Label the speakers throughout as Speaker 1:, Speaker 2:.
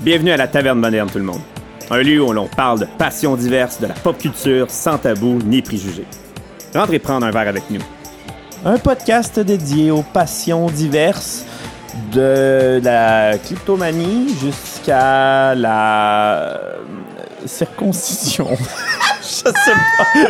Speaker 1: Bienvenue à la Taverne Moderne, tout le monde. Un lieu où l'on parle de passions diverses, de la pop culture, sans tabou ni préjugés. Rentrez prendre un verre avec nous.
Speaker 2: Un podcast dédié aux passions diverses, de la cryptomanie jusqu'à la euh, circoncision. je sais pas.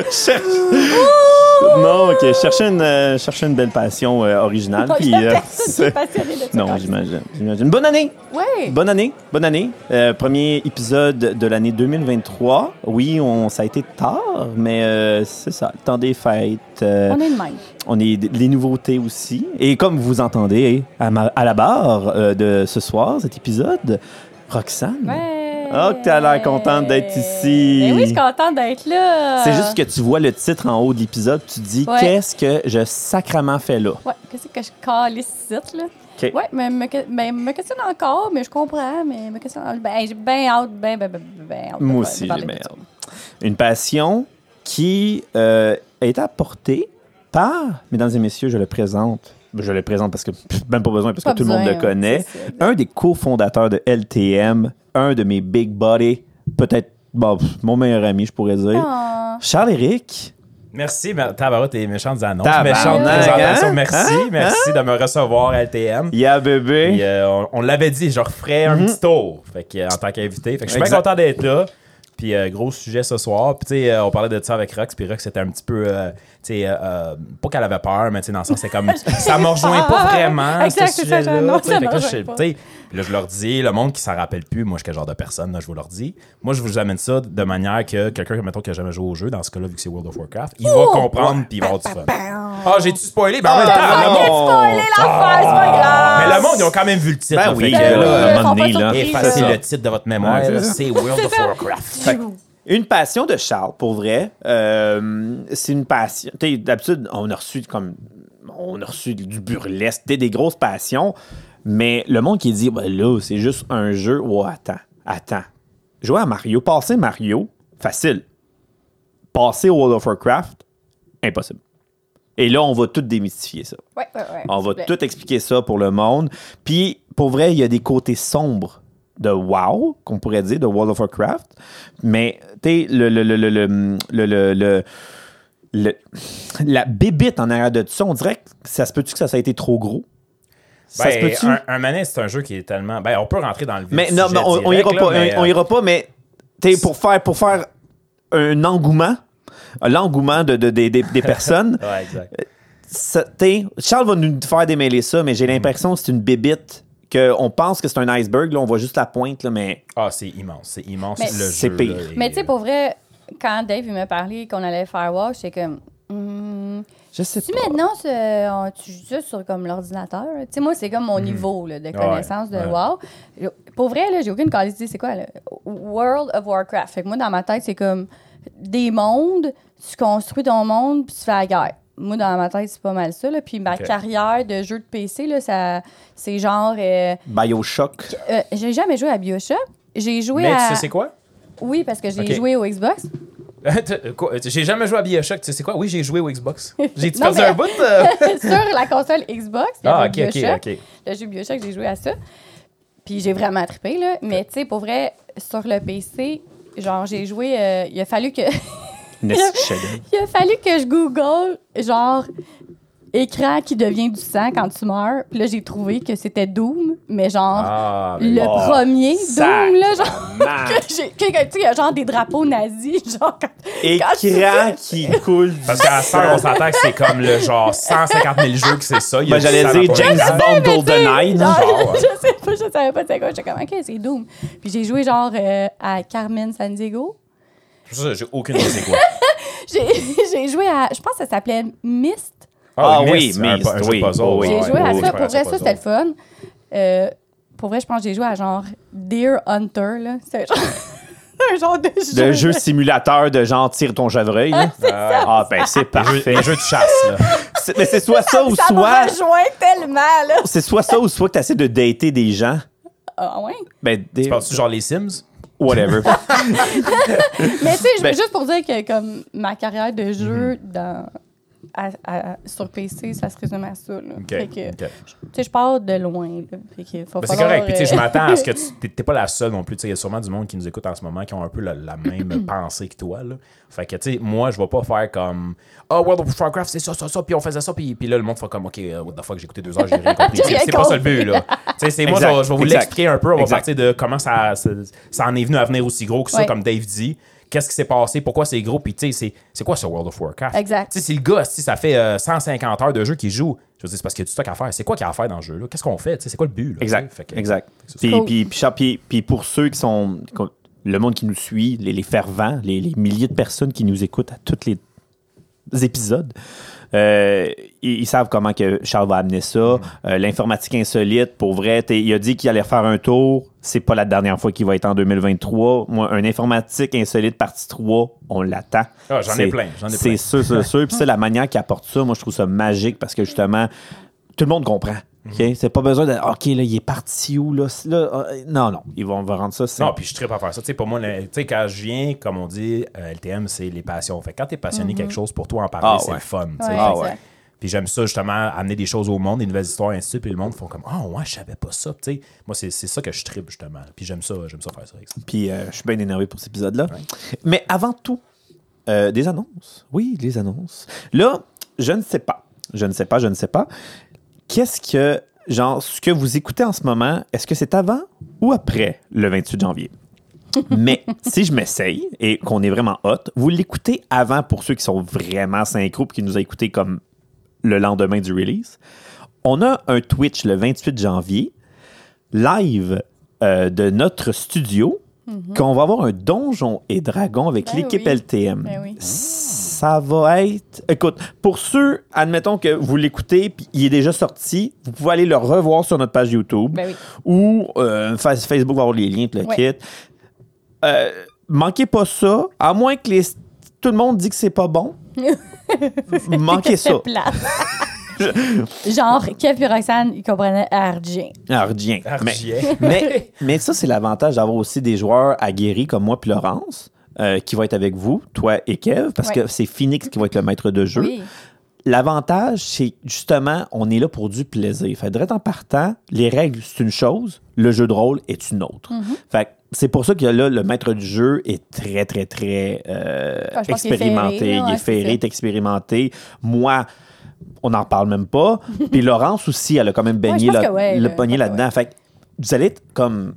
Speaker 2: Je cherche- Non, ok. Cherchez une, euh, cherchez une belle passion euh, originale.
Speaker 3: Il
Speaker 2: puis,
Speaker 3: y a
Speaker 2: euh,
Speaker 3: personne qui est
Speaker 2: c'est-
Speaker 3: passionné de ça.
Speaker 2: non, j'imagine. j'imagine. Bonne année!
Speaker 3: Ouais.
Speaker 2: Bonne année, bonne année. Euh, premier épisode de l'année 2023. Oui, on, ça a été tard, mais euh, c'est ça, le temps des fêtes. euh,
Speaker 3: On est de même.
Speaker 2: on est d- les nouveautés aussi. Et comme vous entendez à, ma- à la barre euh, de ce soir, cet épisode, Roxane.
Speaker 3: Ouais.
Speaker 2: Oh, que t'as l'air contente d'être ici.
Speaker 3: Ben oui, je suis contente d'être là.
Speaker 2: C'est juste que tu vois le titre en haut de l'épisode, tu dis
Speaker 3: Ouais.
Speaker 2: qu'est-ce que je sacrament fais là.
Speaker 3: Ouais, qu'est-ce que je calisse ici, là?
Speaker 2: OK.
Speaker 3: Ouais, mais me, que- ben, me questionne encore, mais je comprends, mais me questionne. Ben, j'ai bien hâte, ben, ben, ben, ben, ben hâte de
Speaker 2: Moi
Speaker 3: par-
Speaker 2: aussi,
Speaker 3: de
Speaker 2: j'ai
Speaker 3: parler de
Speaker 2: bien
Speaker 3: ça.
Speaker 2: hâte. Une passion qui euh, a été apportée par, mesdames et messieurs, je le présente. Je le présente parce que pff, même pas besoin, parce
Speaker 3: Pas
Speaker 2: que tout le
Speaker 3: besoin,
Speaker 2: monde le
Speaker 3: ouais,
Speaker 2: connaît.
Speaker 3: c'est ça, exact.
Speaker 2: Un des cofondateurs de LTM, un de mes big buddies, peut-être bon, pff, mon meilleur ami, je pourrais dire.
Speaker 3: Ah.
Speaker 2: Charles-Éric.
Speaker 4: Merci, ma- Tabarouette, tes méchantes annonces,
Speaker 2: Tabarnak,
Speaker 4: méchantes
Speaker 3: hein?
Speaker 4: présentations. Merci,
Speaker 2: Hein?
Speaker 4: merci de me recevoir à LTM.
Speaker 2: Yeah, bébé.
Speaker 3: Eh?
Speaker 4: Et, euh, on on l'avait dit, je referais
Speaker 3: Mhm.
Speaker 4: un petit tour fait que, euh, en tant qu'invité. Fait que Je suis bien
Speaker 2: Exact.
Speaker 4: content d'être là. Puis euh, gros sujet ce soir. Puis tu sais, euh, on parlait de ça avec Rox. Puis Rox était un petit peu, euh, tu sais, euh, euh, pas qu'elle avait peur, mais tu sais, dans le sens, c'est comme, ça me rejoint pas vraiment.
Speaker 3: Ah, Exact,
Speaker 4: ce
Speaker 3: c'est ça,
Speaker 4: sujet-là.
Speaker 3: non,
Speaker 4: tu sais.
Speaker 3: ça
Speaker 4: Fait que
Speaker 3: me
Speaker 4: là, je-
Speaker 3: rejoint pas.
Speaker 4: tu sais, là, je leur dis, le monde qui s'en rappelle plus, moi, je suis quel genre de personne, là, je vous leur dis. Moi, je vous amène ça de manière que quelqu'un, mettons, qui a jamais joué au jeu, dans ce cas-là, vu que c'est World of Warcraft, il va comprendre puis il va avoir du fun. Ah, j'ai-tu spoilé? Ben, en même temps,
Speaker 2: Ah,
Speaker 4: le
Speaker 2: non. Ah!
Speaker 4: monde-
Speaker 3: Spoiler l'affaire, c'est pas grave.
Speaker 4: mais le monde, ils ont quand même vu le titre.
Speaker 2: Ben
Speaker 4: là,
Speaker 2: oui,
Speaker 4: fait que,
Speaker 2: euh,
Speaker 4: là,
Speaker 2: à un
Speaker 3: Ils
Speaker 2: moment
Speaker 3: sont pas
Speaker 2: donné, là.
Speaker 3: surpris.
Speaker 4: et
Speaker 3: c'est
Speaker 4: facile
Speaker 3: ça.
Speaker 4: le titre de votre mémoire,
Speaker 2: Ouais,
Speaker 4: là,
Speaker 2: c'est ça.
Speaker 4: c'est World of Warcraft. Fait que
Speaker 2: Une passion de Charles, pour vrai. Euh, c'est une passion. Tu sais, d'habitude, on a reçu comme. On a reçu du burlesque, des, des grosses passions. Mais le monde qui dit, ben là, c'est juste un jeu. Oh, attends, attends. Jouer à Mario, passer Mario, facile. Passer World of Warcraft, impossible. Et là, on va tout démystifier ça.
Speaker 3: Ouais, ouais, ouais.
Speaker 2: On va
Speaker 3: s'il vous plaît.
Speaker 2: tout expliquer ça pour le monde. Puis, pour vrai, il y a des côtés sombres de WoW, qu'on pourrait dire, de World of Warcraft. Mais, tu sais, le, le, le, le, le, le- le- le- le- la bébite en arrière de ça, on dirait que ça se peut-tu que ça, ça a été trop gros? Ça se
Speaker 4: Ben,
Speaker 2: peut-tu?
Speaker 4: un, un manet, c'est un jeu qui est tellement. Ben, on peut rentrer dans le vif.
Speaker 2: Mais
Speaker 4: du
Speaker 2: non,
Speaker 4: sujet
Speaker 2: mais on, on
Speaker 4: direct,
Speaker 2: ira
Speaker 4: là,
Speaker 2: pas, hein,
Speaker 4: mais, euh,
Speaker 2: on, on ira pas, mais tu sais, pour faire, pour faire un engouement, l'engouement de, de- des- des- des personnes,
Speaker 4: euh, Ouais, exact.
Speaker 2: ça- t'sais, Charles va nous faire démêler ça, mais j'ai
Speaker 4: Hmm.
Speaker 2: l'impression que c'est une bébite. Que on pense que c'est un iceberg, là, on voit juste la pointe, là, mais
Speaker 4: Ah, c'est immense. C'est immense
Speaker 3: Mais-
Speaker 4: le jeu.
Speaker 2: C'est pire.
Speaker 4: là, et-
Speaker 3: Mais tu sais, pour vrai, quand Dave il m'a parlé qu'on allait faire Watch, c'est comme. hmm,
Speaker 2: je sais
Speaker 3: Si
Speaker 2: pas.
Speaker 3: maintenant, c'est- euh, on- tu joues ça sur comme l'ordinateur, tu sais, moi, c'est comme mon niveau là, de connaissance de
Speaker 4: Mhm. ouais.
Speaker 3: WoW. Je- Pour vrai, là, j'ai aucune qualité. d'idée, C'est quoi, là? World of Warcraft. Fait que moi, dans ma tête, c'est comme des mondes, tu construis ton monde, puis tu fais la guerre. Moi, dans ma tête, c'est pas mal ça. Là. Puis ma
Speaker 4: Ok.
Speaker 3: carrière de jeu de PC, là, ça, c'est genre... euh,
Speaker 2: Bioshock.
Speaker 3: euh, j'ai jamais joué à Bioshock. J'ai joué
Speaker 4: Mais
Speaker 3: à...
Speaker 4: tu sais, c'est quoi?
Speaker 3: Oui, parce que j'ai
Speaker 4: Ok.
Speaker 3: joué au Xbox.
Speaker 4: Tu- quoi? J'ai jamais joué à Bioshock. Tu sais, c'est quoi? Oui, j'ai joué au Xbox. J'ai-tu
Speaker 3: Non,
Speaker 4: perdu
Speaker 3: mais-
Speaker 4: un bout? euh?
Speaker 3: sur la console Xbox. il y
Speaker 4: Ah,
Speaker 3: avait
Speaker 4: ok, ok,
Speaker 3: Bioshock.
Speaker 4: ok.
Speaker 3: Le jeu Bioshock, j'ai joué à ça. Puis j'ai vraiment trippé, là. Mais tu sais, pour vrai, sur le PC, genre, j'ai joué. euh, il, a fallu que,
Speaker 2: Nessie Shadow.
Speaker 3: il a fallu que je Google, genre, écran qui devient du sang quand tu meurs. Puis là, j'ai trouvé que c'était Doom, mais genre.
Speaker 4: Ah, mais
Speaker 3: Le
Speaker 2: Oh,
Speaker 3: premier
Speaker 2: sac,
Speaker 3: Doom, là, genre.
Speaker 4: Ah.
Speaker 2: man.
Speaker 3: que j'ai- que- que- Tu sais, il y a genre des drapeaux nazis, genre. quand- quand tu-
Speaker 2: Écran qui coule. du
Speaker 4: Parce qu'à
Speaker 2: sang.
Speaker 4: ça, on s'entend que c'est comme le genre 150 000 jeux que c'est ça. Il y a
Speaker 2: Moi,
Speaker 4: du
Speaker 2: Ben, j'allais
Speaker 4: sang
Speaker 2: dire
Speaker 4: dans ton
Speaker 2: James
Speaker 4: visage.
Speaker 2: Bond GoldenEye.
Speaker 3: Non,
Speaker 2: là.
Speaker 4: Genre, ouais.
Speaker 3: je sais pas, je savais pas c'est quoi. J'étais comme, OK, c'est Doom. Puis j'ai joué genre euh, à Carmen San Diego.
Speaker 4: Ça, J'ai aucune idée c'est quoi.
Speaker 3: J'ai j'ai joué à, je pense que ça s'appelait Myst.
Speaker 2: Ah oui,
Speaker 4: mais
Speaker 2: Myst, oui, Oh, oui,
Speaker 3: J'ai
Speaker 2: Ouais,
Speaker 3: joué à
Speaker 4: Oh,
Speaker 2: ouais,
Speaker 3: ça. Pour vrai, ça, c'était le fun. Euh, pour vrai, je pense que j'ai joué à genre Deer Hunter, là. C'est genre- un genre de jeu.
Speaker 2: De jeu simulateur de genre tire ton chevreuil. là. Ah, ben c'est parfait.
Speaker 4: Les jeux de chasse, là.
Speaker 2: C'est- Mais c'est soit ça ou
Speaker 3: Ça me
Speaker 2: soit.
Speaker 3: rejoint tellement, là.
Speaker 2: C'est soit ça ou soit que t'essaies de dater des gens.
Speaker 3: Ah, ouais.
Speaker 2: Ben, des-
Speaker 4: Tu penses genre les Sims?
Speaker 2: whatever.
Speaker 3: Mais tu sais, je-
Speaker 2: Ben-
Speaker 4: Mhm.
Speaker 3: juste pour dire que comme ma carrière de jeu dans à- à- sur PC, ça se résume à ça. là.
Speaker 4: OK,
Speaker 3: Fait que,
Speaker 4: OK.
Speaker 3: tu sais, je pars de loin. là. Fait que faut
Speaker 4: Ben, c'est
Speaker 3: falloir,
Speaker 4: correct. Puis, tu sais, je
Speaker 3: euh,
Speaker 4: m'attends à ce que tu t'es- t'es pas la seule non plus. Tu sais, Il y a sûrement du monde qui nous écoute en ce moment qui ont un peu la, la même pensée que toi. Là. Fait que, tu sais, moi, je vais pas faire comme Ah, World of Warcraft, c'est ça, ça, ça, puis on faisait ça, puis, puis là, le monde fait comme OK, euh, what the fuck, j'ai écouté deux heures, j'ai rien compris.
Speaker 3: J'ai
Speaker 4: C'est
Speaker 3: rien
Speaker 4: c'est pas ça le
Speaker 3: compris.
Speaker 4: but. là. Tu sais, c'est moi, je
Speaker 2: Exact,
Speaker 4: vais- je vais vous
Speaker 2: exact.
Speaker 4: l'expliquer un peu. On va
Speaker 2: Exact.
Speaker 4: partir de comment ça, ça, ça en est venu à venir aussi gros que ça,
Speaker 3: Ouais.
Speaker 4: comme Dave dit. Qu'est-ce qui s'est passé? Pourquoi c'est gros? Puis, tu sais, c'est- c'est quoi ce World of Warcraft?
Speaker 3: Exact.
Speaker 4: Tu sais, si le gars, si ça fait euh, 150 heures de jeu qu'il joue, je veux dire, c'est parce qu'il y a du stock à faire. C'est quoi qu'il y a à faire dans le jeu? là? Qu'est-ce qu'on fait? Tu sais, C'est quoi le but? là?
Speaker 2: Exact.
Speaker 4: Fait que-
Speaker 2: exact.
Speaker 4: c'est
Speaker 2: Puis,
Speaker 3: Cool.
Speaker 2: puis, puis, Charles, puis- puis pour ceux qui sont. qu'on- Le monde qui nous suit, les, les fervents, les, les milliers de personnes qui nous écoutent à tous les épisodes, euh, ils, ils savent comment que Charles va amener ça.
Speaker 4: Mm-hmm.
Speaker 2: Euh, L'informatique insolite, pour vrai, t'es- il a dit qu'il allait faire un tour. C'est pas la dernière fois qu'il va être en 2023. Moi, un informatique insolite partie 3, on l'attend.
Speaker 4: Ah, j'en ai
Speaker 2: C'est-
Speaker 4: plein, j'en ai plein.
Speaker 2: C'est sûr, c'est sûr. Puis c'est la manière qu'il apporte ça. Moi, je trouve ça magique parce que justement, tout le monde comprend. OK?
Speaker 4: Mhm.
Speaker 2: C'est pas besoin de OK, là, il est parti où, là? c'est- là, euh, non, non, ils vont, on va rendre ça simple.
Speaker 4: Non, puis je tripe à faire ça. Tu sais, pour moi, le- tu sais, quand je viens, comme on dit, euh, LTM, c'est les passions. Fait que quand t'es passionné de quelque chose, pour toi, en parler,
Speaker 2: Ah
Speaker 4: c'est
Speaker 2: ouais.
Speaker 4: le fun. tu
Speaker 3: Mm-hmm.
Speaker 4: sais.
Speaker 3: Ouais,
Speaker 2: Ah
Speaker 3: exact.
Speaker 2: ouais.
Speaker 4: Puis j'aime ça, justement, amener des choses au monde, des nouvelles histoires, ainsi de suite. Puis le monde font comme, ah ouais, je savais pas ça. Tu sais, moi, c'est c'est ça que je tripe, justement. Puis j'aime ça, j'aime ça faire ça. avec ça.
Speaker 2: Puis euh, je suis bien énervé pour cet épisode-là. Mais avant tout, euh, des annonces. Oui, des annonces. Là, je ne sais pas. Je ne sais pas, je ne sais pas. Qu'est-ce que, genre, ce que vous écoutez en ce moment, est-ce que c'est avant ou après le 28 janvier? Mais si je m'essaye et qu'on est vraiment hot, vous l'écoutez avant pour ceux qui sont vraiment synchro et qui nous a écouté comme le lendemain du release. On a un Twitch le 28 janvier live euh, de notre studio qu'on va avoir un donjon et dragon avec
Speaker 3: Mhm. Ben
Speaker 2: l'équipe
Speaker 3: oui.
Speaker 2: LTM.
Speaker 3: Ben oui.
Speaker 2: Ça va être. Écoute, pour ceux, admettons que vous l'écoutez puis il est déjà sorti, vous pouvez aller le revoir sur notre page YouTube
Speaker 3: Ben oui.
Speaker 2: ou euh, fa- Facebook va avoir les liens puis le
Speaker 3: Ouais.
Speaker 2: kit. Euh, manquez pas ça, à moins que les- tout le monde dit que c'est pas bon. manquez ça.
Speaker 3: C'est plate. Genre, Kev et Roxane, ils comprenaient RJ.
Speaker 2: Alors, Ah, rien. Mais,
Speaker 4: Argier.
Speaker 2: mais, mais ça, c'est l'avantage d'avoir aussi des joueurs aguerris comme moi puis Laurence. euh, qui va être avec vous, toi et Kev, parce
Speaker 3: Ouais.
Speaker 2: que c'est Phoenix qui va être le maître de jeu.
Speaker 3: Oui.
Speaker 2: L'avantage, c'est justement, on est là pour du plaisir. Fait direct en partant, les règles, c'est une chose, le jeu de rôle est une autre.
Speaker 3: Mm-hmm.
Speaker 2: Fait que c'est pour ça que là, le maître du jeu est très, très, très euh,
Speaker 3: Ah, je pense qu'il est
Speaker 2: expérimenté.
Speaker 3: ferré, là,
Speaker 2: il
Speaker 3: ouais,
Speaker 2: est
Speaker 3: c'est
Speaker 2: ferré,
Speaker 3: ça.
Speaker 2: est expérimenté. Moi, on n'en parle même pas. Puis Laurence aussi, elle a quand même baigné
Speaker 3: je pense
Speaker 2: là-
Speaker 3: que ouais,
Speaker 2: le
Speaker 3: là,
Speaker 2: poignet
Speaker 3: je pense que
Speaker 2: là-dedans. Fait que vous allez être comme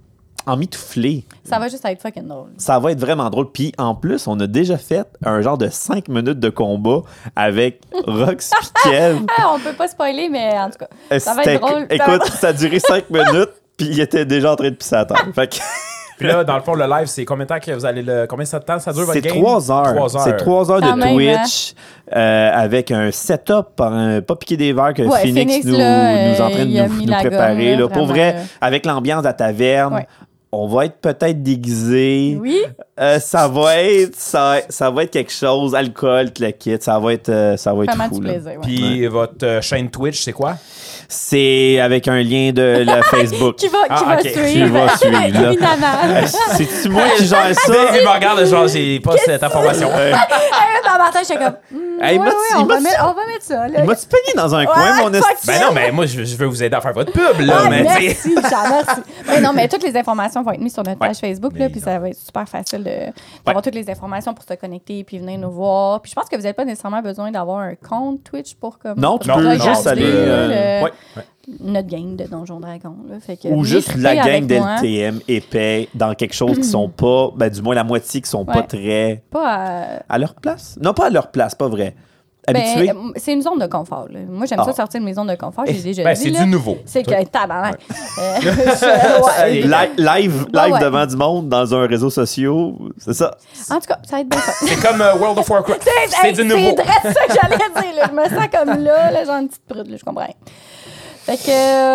Speaker 2: emmitouflé.
Speaker 3: Ça va juste être fucking drôle.
Speaker 2: Ça va être vraiment drôle. Puis en plus, on a déjà fait un genre de 5 minutes de combat avec Rox Piquel.
Speaker 3: Ah, on peut pas spoiler, mais en tout cas, ça va
Speaker 2: Eh, C'était-
Speaker 3: être drôle. Ça va
Speaker 2: Euh, Écoute, ça a duré 5 minutes, puis il était déjà en train de pisser à terre. Fait que
Speaker 4: Puis là, dans le fond, le live, c'est combien de temps que vous allez le. Combien de temps ça dure votre
Speaker 2: c'est
Speaker 4: game?
Speaker 2: 3 heures.
Speaker 4: Trois
Speaker 2: C'est 3 heures
Speaker 3: Quand
Speaker 2: de
Speaker 3: même, hein.
Speaker 2: Twitch euh, avec un setup, un pas piqué des verres que
Speaker 3: Ouais,
Speaker 2: Phoenix,
Speaker 3: Phoenix,
Speaker 2: nous,
Speaker 3: là,
Speaker 2: nous
Speaker 3: euh,
Speaker 2: entraîne
Speaker 3: il a
Speaker 2: nous,
Speaker 3: mis
Speaker 2: nous
Speaker 3: la gomme,
Speaker 2: préparer.
Speaker 3: là,
Speaker 2: là. pour
Speaker 3: vraiment,
Speaker 2: vrai,
Speaker 3: là.
Speaker 2: avec l'ambiance de la taverne,
Speaker 3: Ouais.
Speaker 2: on va être peut-être déguisé.
Speaker 3: Oui.
Speaker 2: Euh, ça va être ça, ça va être quelque chose, alcool, tout le kit, ça va être euh, ça va être
Speaker 3: Vraiment
Speaker 2: fou,
Speaker 3: du
Speaker 2: là.
Speaker 3: plaisir. ouais.
Speaker 4: Puis votre euh, chaîne Twitch, c'est quoi?
Speaker 2: C'est avec un lien de la Facebook.
Speaker 3: Qui va, qui
Speaker 4: Ah,
Speaker 3: va
Speaker 4: ok.
Speaker 2: Qui
Speaker 3: suivre.
Speaker 2: va suivre, là.
Speaker 3: Évidemment.
Speaker 2: C'est moi qui gère ça.
Speaker 4: Il me regarde, genre, j'ai pas cette information.
Speaker 3: Eh, Dans ma tête, j'étais comme. hmm,
Speaker 2: Hey,
Speaker 3: ouais,
Speaker 2: m'a-tu-
Speaker 3: ouais,
Speaker 2: il
Speaker 3: on, va
Speaker 2: m'a-tu-
Speaker 3: mettre, on va mettre ça. Là.
Speaker 2: Il m'a-tu pogné dans un coin, mon
Speaker 3: fuck
Speaker 2: esti?
Speaker 3: you.
Speaker 4: Ben non, mais moi, je, je veux vous aider à faire votre pub, là,
Speaker 3: Ah,
Speaker 4: mais tu sais.
Speaker 3: merci, Jean, merci. Ouais, non, mais toutes les informations vont être mises sur notre page Facebook, là,
Speaker 4: Mais
Speaker 3: puis
Speaker 4: non.
Speaker 3: ça va être super facile de- d'avoir toutes les informations pour se connecter puis venir nous voir. Puis je pense que vous n'avez pas nécessairement besoin d'avoir un compte Twitch pour comme
Speaker 2: Non, tu
Speaker 4: Non,
Speaker 2: peux
Speaker 4: non,
Speaker 2: juste
Speaker 4: tu
Speaker 2: aller.
Speaker 4: peux,
Speaker 2: euh,
Speaker 3: le-
Speaker 2: ouais.
Speaker 3: notre gang de Donjon Dragon. là. Fait que
Speaker 2: Ou
Speaker 3: venez
Speaker 2: juste la
Speaker 3: triper
Speaker 2: gang
Speaker 3: avec moi.
Speaker 2: d'LTM épais dans quelque chose qui sont pas, ben du moins la moitié qui sont pas
Speaker 3: Ouais.
Speaker 2: très
Speaker 3: Pas à-
Speaker 2: à leur place. Non, pas à leur place, pas vrai.
Speaker 3: Ben,
Speaker 2: Habitués.
Speaker 3: euh, c'est une zone de confort. là. Moi, j'aime
Speaker 2: Ah.
Speaker 3: ça sortir de mes zones de confort. J'ai déjà
Speaker 4: Ben,
Speaker 3: dit,
Speaker 4: c'est
Speaker 3: là.
Speaker 4: du nouveau.
Speaker 3: C'est que tabarnak. Euh,
Speaker 2: Euh,
Speaker 3: je- ouais.
Speaker 2: li- live
Speaker 3: Ouais,
Speaker 2: live
Speaker 3: ouais.
Speaker 2: devant du monde dans un réseau social, c'est ça.
Speaker 3: En tout cas, ça va être bien fun.
Speaker 4: C'est comme euh, World of Warcraft. C'est
Speaker 3: Hey,
Speaker 4: du nouveau.
Speaker 3: C'est vrai ça que j'allais dire. là. Je me sens comme là, là genre une petite prude, là, je comprends. rien. Fait que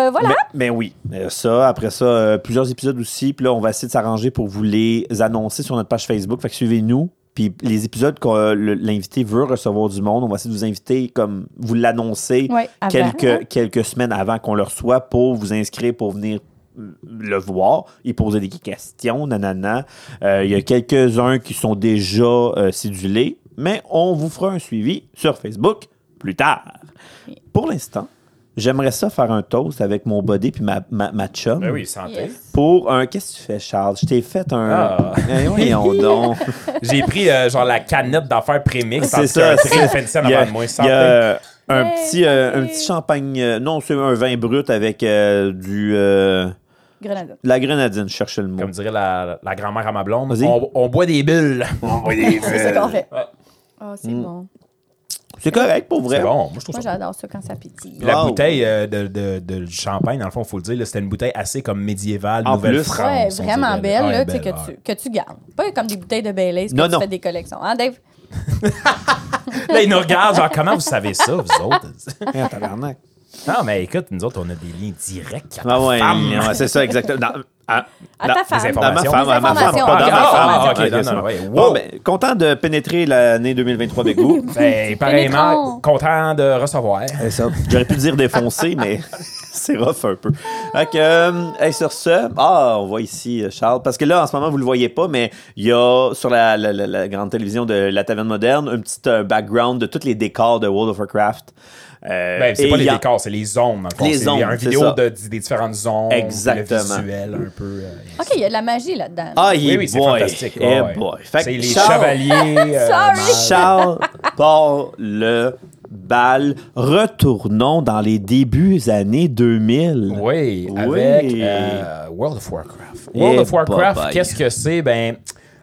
Speaker 3: euh, voilà.
Speaker 2: Mais, mais oui, Euh, ça, après ça, euh, plusieurs épisodes aussi. Puis là, on va essayer de s'arranger pour vous les annoncer sur notre page Facebook. Fait que suivez-nous. Puis les épisodes que euh, l'invité veut recevoir du monde, on va essayer de vous inviter, comme vous l'annoncer,
Speaker 3: Ouais, avant, hein.
Speaker 2: quelques, quelques semaines avant qu'on le reçoit pour vous inscrire, pour venir euh, le voir et poser des questions, nanana. Euh, Il y a quelques-uns qui sont déjà euh, sidulés, mais on vous fera un suivi sur Facebook plus tard. Pour l'instant, j'aimerais ça faire un toast avec mon body puis ma, ma, ma chum.
Speaker 4: Ben oui, santé.
Speaker 3: Yes.
Speaker 2: Pour un. Qu'est-ce que tu fais, Charles? Je t'ai fait un.
Speaker 4: Ah.
Speaker 2: Eh, voyons donc.
Speaker 4: J'ai pris euh, genre la canette d'affaires prémix
Speaker 2: C'est
Speaker 4: parce
Speaker 2: ça.
Speaker 4: que
Speaker 2: c'est-
Speaker 4: Chris Fenson
Speaker 2: il y a-
Speaker 4: avant de moi,
Speaker 2: il y
Speaker 4: santé.
Speaker 2: a un,
Speaker 3: Hey,
Speaker 2: petit, euh, un
Speaker 3: santé.
Speaker 2: petit champagne. euh, non, c'est un vin brut avec euh, du. euh,
Speaker 3: Grenade.
Speaker 2: de la grenadine, je cherchais le mot.
Speaker 4: Comme dirait la, la grand-mère à ma blonde,
Speaker 2: Vas-y.
Speaker 4: on, on boit des bulles. On boit des
Speaker 3: C'est ça qu'on fait.
Speaker 4: Ouais.
Speaker 3: Ah, c'est
Speaker 2: Mm.
Speaker 3: bon.
Speaker 2: C'est correct pour vrai.
Speaker 4: C'est bon, moi je trouve
Speaker 3: Moi,
Speaker 4: ça.
Speaker 3: j'adore ça quand ça pétille.
Speaker 4: La
Speaker 2: Wow.
Speaker 4: bouteille euh, de, de- de champagne, dans le fond, il faut le dire, là, c'était une bouteille assez comme médiévale,
Speaker 2: En plus.
Speaker 4: Nouvelle-France.
Speaker 3: Ouais,
Speaker 4: on
Speaker 3: vraiment
Speaker 4: dirait,
Speaker 3: belle,
Speaker 4: Ouais,
Speaker 3: là, tu sais,
Speaker 4: belle,
Speaker 3: que,
Speaker 4: ouais.
Speaker 3: tu, que tu gardes. Pas comme des bouteilles de Baileys que
Speaker 2: Non,
Speaker 3: tu
Speaker 2: non.
Speaker 3: fais des collections. Hein, Dave?
Speaker 4: Là, ils nous regardent, genre, comment vous savez ça, vous autres?
Speaker 2: Eh, tabarnak.
Speaker 4: non, mais écoute, nous autres, on a des liens directs.
Speaker 2: Ah ouais,
Speaker 4: Femme.
Speaker 2: ouais, c'est ça, exactement. Dans- à,
Speaker 3: À
Speaker 2: dans-
Speaker 3: ta femme.
Speaker 2: À ma
Speaker 4: Informations.
Speaker 2: femme, à ma femme,
Speaker 3: Informations.
Speaker 2: pas dans ma
Speaker 3: Ah,
Speaker 2: femme.
Speaker 3: ah,
Speaker 4: ok, non,
Speaker 2: c'est
Speaker 4: non,
Speaker 2: bon.
Speaker 4: ouais, wow.
Speaker 2: Bon, ben, content de pénétrer l'année 2023 avec vous.
Speaker 4: Ben, pareillement, content de recevoir.
Speaker 2: C'est ça. J'aurais pu dire défoncer, mais c'est rough un peu. Fait que, euh, hey, sur ce, ah, on voit ici euh, Charles, parce que là, en ce moment, vous le voyez pas, mais il y a sur la, la- la- la grande télévision de la taverne moderne un petit euh, background de tous les décors de World of Warcraft. Euh,
Speaker 4: Ben, c'est
Speaker 2: et
Speaker 4: pas les
Speaker 2: il y a-
Speaker 4: décors, c'est les zones. dans le fond.
Speaker 2: Les
Speaker 4: C'est
Speaker 2: zones,
Speaker 4: un
Speaker 2: c'est
Speaker 4: vidéo
Speaker 2: ça.
Speaker 4: de- des différentes zones.
Speaker 2: Exactement.
Speaker 4: Le visuel, un peu. euh,
Speaker 3: OK, il y a de la magie là-dedans.
Speaker 2: Ah,
Speaker 4: Oui,
Speaker 2: il
Speaker 4: oui, c'est
Speaker 2: boy.
Speaker 4: fantastique.
Speaker 2: Eh
Speaker 4: ouais, ouais.
Speaker 2: boy. Fait que
Speaker 4: C'est les
Speaker 2: Charles-
Speaker 4: chevaliers. euh,
Speaker 3: Sorry.
Speaker 4: mal.
Speaker 2: Charles part le bal. Retournons dans les débuts années 2000.
Speaker 4: Oui,
Speaker 2: Oui.
Speaker 4: avec euh, World of Warcraft. World
Speaker 2: Eh,
Speaker 4: of Warcraft,
Speaker 2: bye-bye.
Speaker 4: qu'est-ce que c'est? Ben,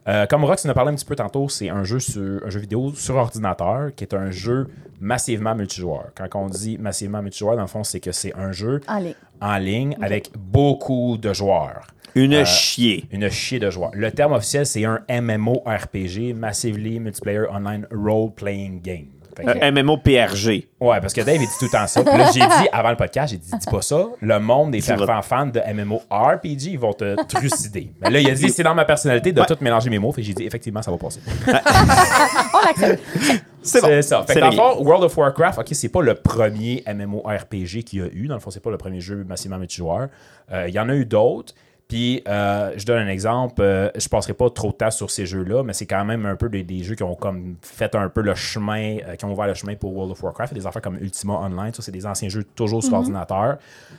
Speaker 4: euh, comme Rox en a parlé un petit peu tantôt, c'est un jeu, sur, un jeu vidéo sur ordinateur qui est un jeu massivement multijoueur. Quand on dit massivement multijoueur, dans le fond, c'est que c'est un jeu
Speaker 3: En ligne.
Speaker 4: en ligne avec beaucoup de joueurs.
Speaker 2: Une chier.
Speaker 4: Une chier de joueurs. Le terme officiel, c'est un MMORPG, Massively Multiplayer Online Role Playing Game. Fait que-
Speaker 2: Un MMOPRG.
Speaker 4: Ouais, parce que Dave, il dit tout le temps ça. Puis là, j'ai dit avant le podcast, j'ai dit, dis pas ça. Le monde des
Speaker 2: C'est vrai.
Speaker 4: fervents fans de MMORPG, ils vont te trucider. Mais là, il a dit, c'est dans ma personnalité de tout mélanger mes mots. Fait que j'ai dit, effectivement, ça va passer.
Speaker 3: On l'accepte.
Speaker 2: C'est bon.
Speaker 4: C'est ça. Fait que
Speaker 2: C'est
Speaker 4: dans le
Speaker 2: réglé.
Speaker 4: fond, World of Warcraft, OK, c'est pas le premier MMORPG qu'il y a eu. Dans le fond, c'est pas le premier jeu massivement multijoueur. Euh, Il y en a eu d'autres. Puis, euh, je donne un exemple. euh, je passerai pas trop de temps sur ces jeux-là, mais c'est quand même un peu des, des jeux qui ont comme fait un peu le chemin, euh, qui ont ouvert le chemin pour World of Warcraft. Il y a Des affaires comme Ultima Online, ça, c'est des anciens jeux toujours
Speaker 2: Mhm.
Speaker 4: sur ordinateur.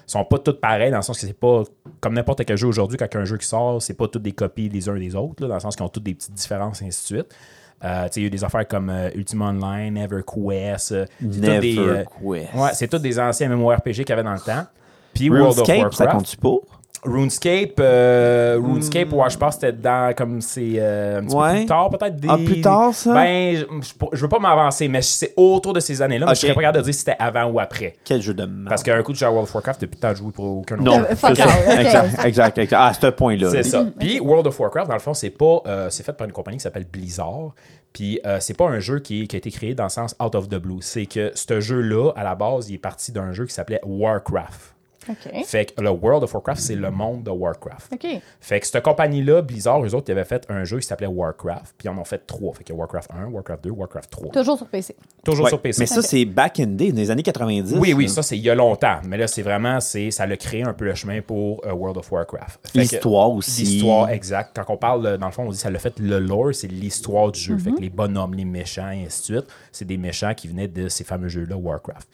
Speaker 4: Ils sont pas tous pareils, dans le sens que c'est pas comme n'importe quel jeu aujourd'hui, quand il y a un jeu qui sort, c'est pas toutes des copies les uns des autres, là, dans le sens qu'ils ont toutes des petites différences, et ainsi de suite. Euh, tu sais, il y a eu des affaires comme euh, Ultima Online, EverQuest. euh, c'est toutes des, euh,
Speaker 2: EverQuest.
Speaker 4: ouais, c'est tous des anciens MMORPG qu'il y avait dans le temps. Puis World of
Speaker 2: RuneScape,
Speaker 4: Warcraft.
Speaker 2: ça compte-tu pour?
Speaker 4: RuneScape, euh, RuneScape, ouais, je pense que c'était dans comme c'est euh, un petit
Speaker 2: Ouais.
Speaker 4: peu plus tard, peut-être. Des...
Speaker 2: Ah, plus tard, ça?
Speaker 4: Ben, je, je peux- je veux pas m'avancer, mais c'est autour de ces années-là. Mais
Speaker 2: Ok.
Speaker 4: je serais pas capable de dire si c'était avant ou après.
Speaker 2: Quel jeu de merde.
Speaker 4: Parce qu'un coup de jouer à World of Warcraft, t'as plus le temps de jouer pour aucun autre
Speaker 2: Non,
Speaker 3: Euh,
Speaker 2: c'est
Speaker 3: fuck
Speaker 2: ça.
Speaker 3: out, ok.
Speaker 2: Exact, exact, exact. Ah, à ce point-là.
Speaker 4: C'est
Speaker 3: Mm,
Speaker 4: ça. Puis World of Warcraft, dans le fond, c'est pas, euh, c'est fait par une compagnie qui s'appelle Blizzard. Puis euh, c'est pas un jeu qui, qui a été créé dans le sens out of the blue. C'est que ce jeu-là, à la base, il est parti d'un jeu qui s'appelait Warcraft.
Speaker 3: OK.
Speaker 4: Fait que le World of Warcraft, c'est le monde de Warcraft.
Speaker 3: OK.
Speaker 4: Fait que cette compagnie-là, Blizzard, eux autres, ils avaient fait un jeu qui s'appelait Warcraft. Puis ils en ont fait trois. Fait que Warcraft 1, Warcraft 2, Warcraft 3.
Speaker 3: Toujours sur PC.
Speaker 4: Toujours
Speaker 2: Ouais.
Speaker 4: sur PC.
Speaker 2: Mais ça, c'est back in day, dans les années 90.
Speaker 4: Oui, oui,
Speaker 2: là.
Speaker 4: ça, c'est il y a longtemps. Mais là, c'est vraiment, c'est ça l'a créé un peu le chemin pour euh, World of Warcraft. Fait que-
Speaker 2: L'histoire aussi.
Speaker 4: L'histoire, exact. Quand on parle, euh, dans le fond, on dit ça l'a fait le lore, c'est l'histoire du jeu. Fait
Speaker 2: Mhm.
Speaker 4: que les bonhommes, les méchants, et ainsi de suite, c'est des méchants qui venaient de ces fameux jeux-là, Warcraft.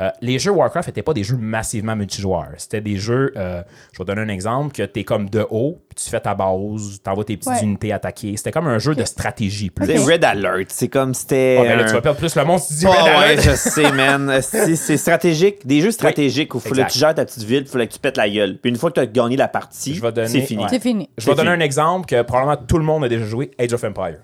Speaker 4: Euh, les jeux Warcraft n'étaient pas des jeux massivement multijoueurs. C'était des jeux, euh, je vais te donner un exemple, que tu es comme de haut, puis tu fais ta base, tu envoies tes petites
Speaker 3: Ouais.
Speaker 4: unités attaquer. C'était comme un jeu de stratégie plus.
Speaker 2: C'est Red Alert. C'est comme c'était.
Speaker 4: Ah, ben là,
Speaker 2: un-
Speaker 4: tu vas perdre plus le monde si tu dis
Speaker 2: Ah,
Speaker 4: Red Alert.
Speaker 2: ouais, je sais, man. C'est c'est stratégique. Des jeux stratégiques où il fallait que tu
Speaker 4: exact.
Speaker 2: gères ta petite ville, il fallait que tu pètes la gueule. Puis une fois que tu as gagné la partie,
Speaker 4: Je vais donner-
Speaker 2: c'est fini.
Speaker 4: ouais.
Speaker 3: C'est fini.
Speaker 4: Je vais
Speaker 2: C'est
Speaker 4: donner
Speaker 2: fini.
Speaker 4: un exemple que probablement tout le monde a déjà joué, Age of Empire.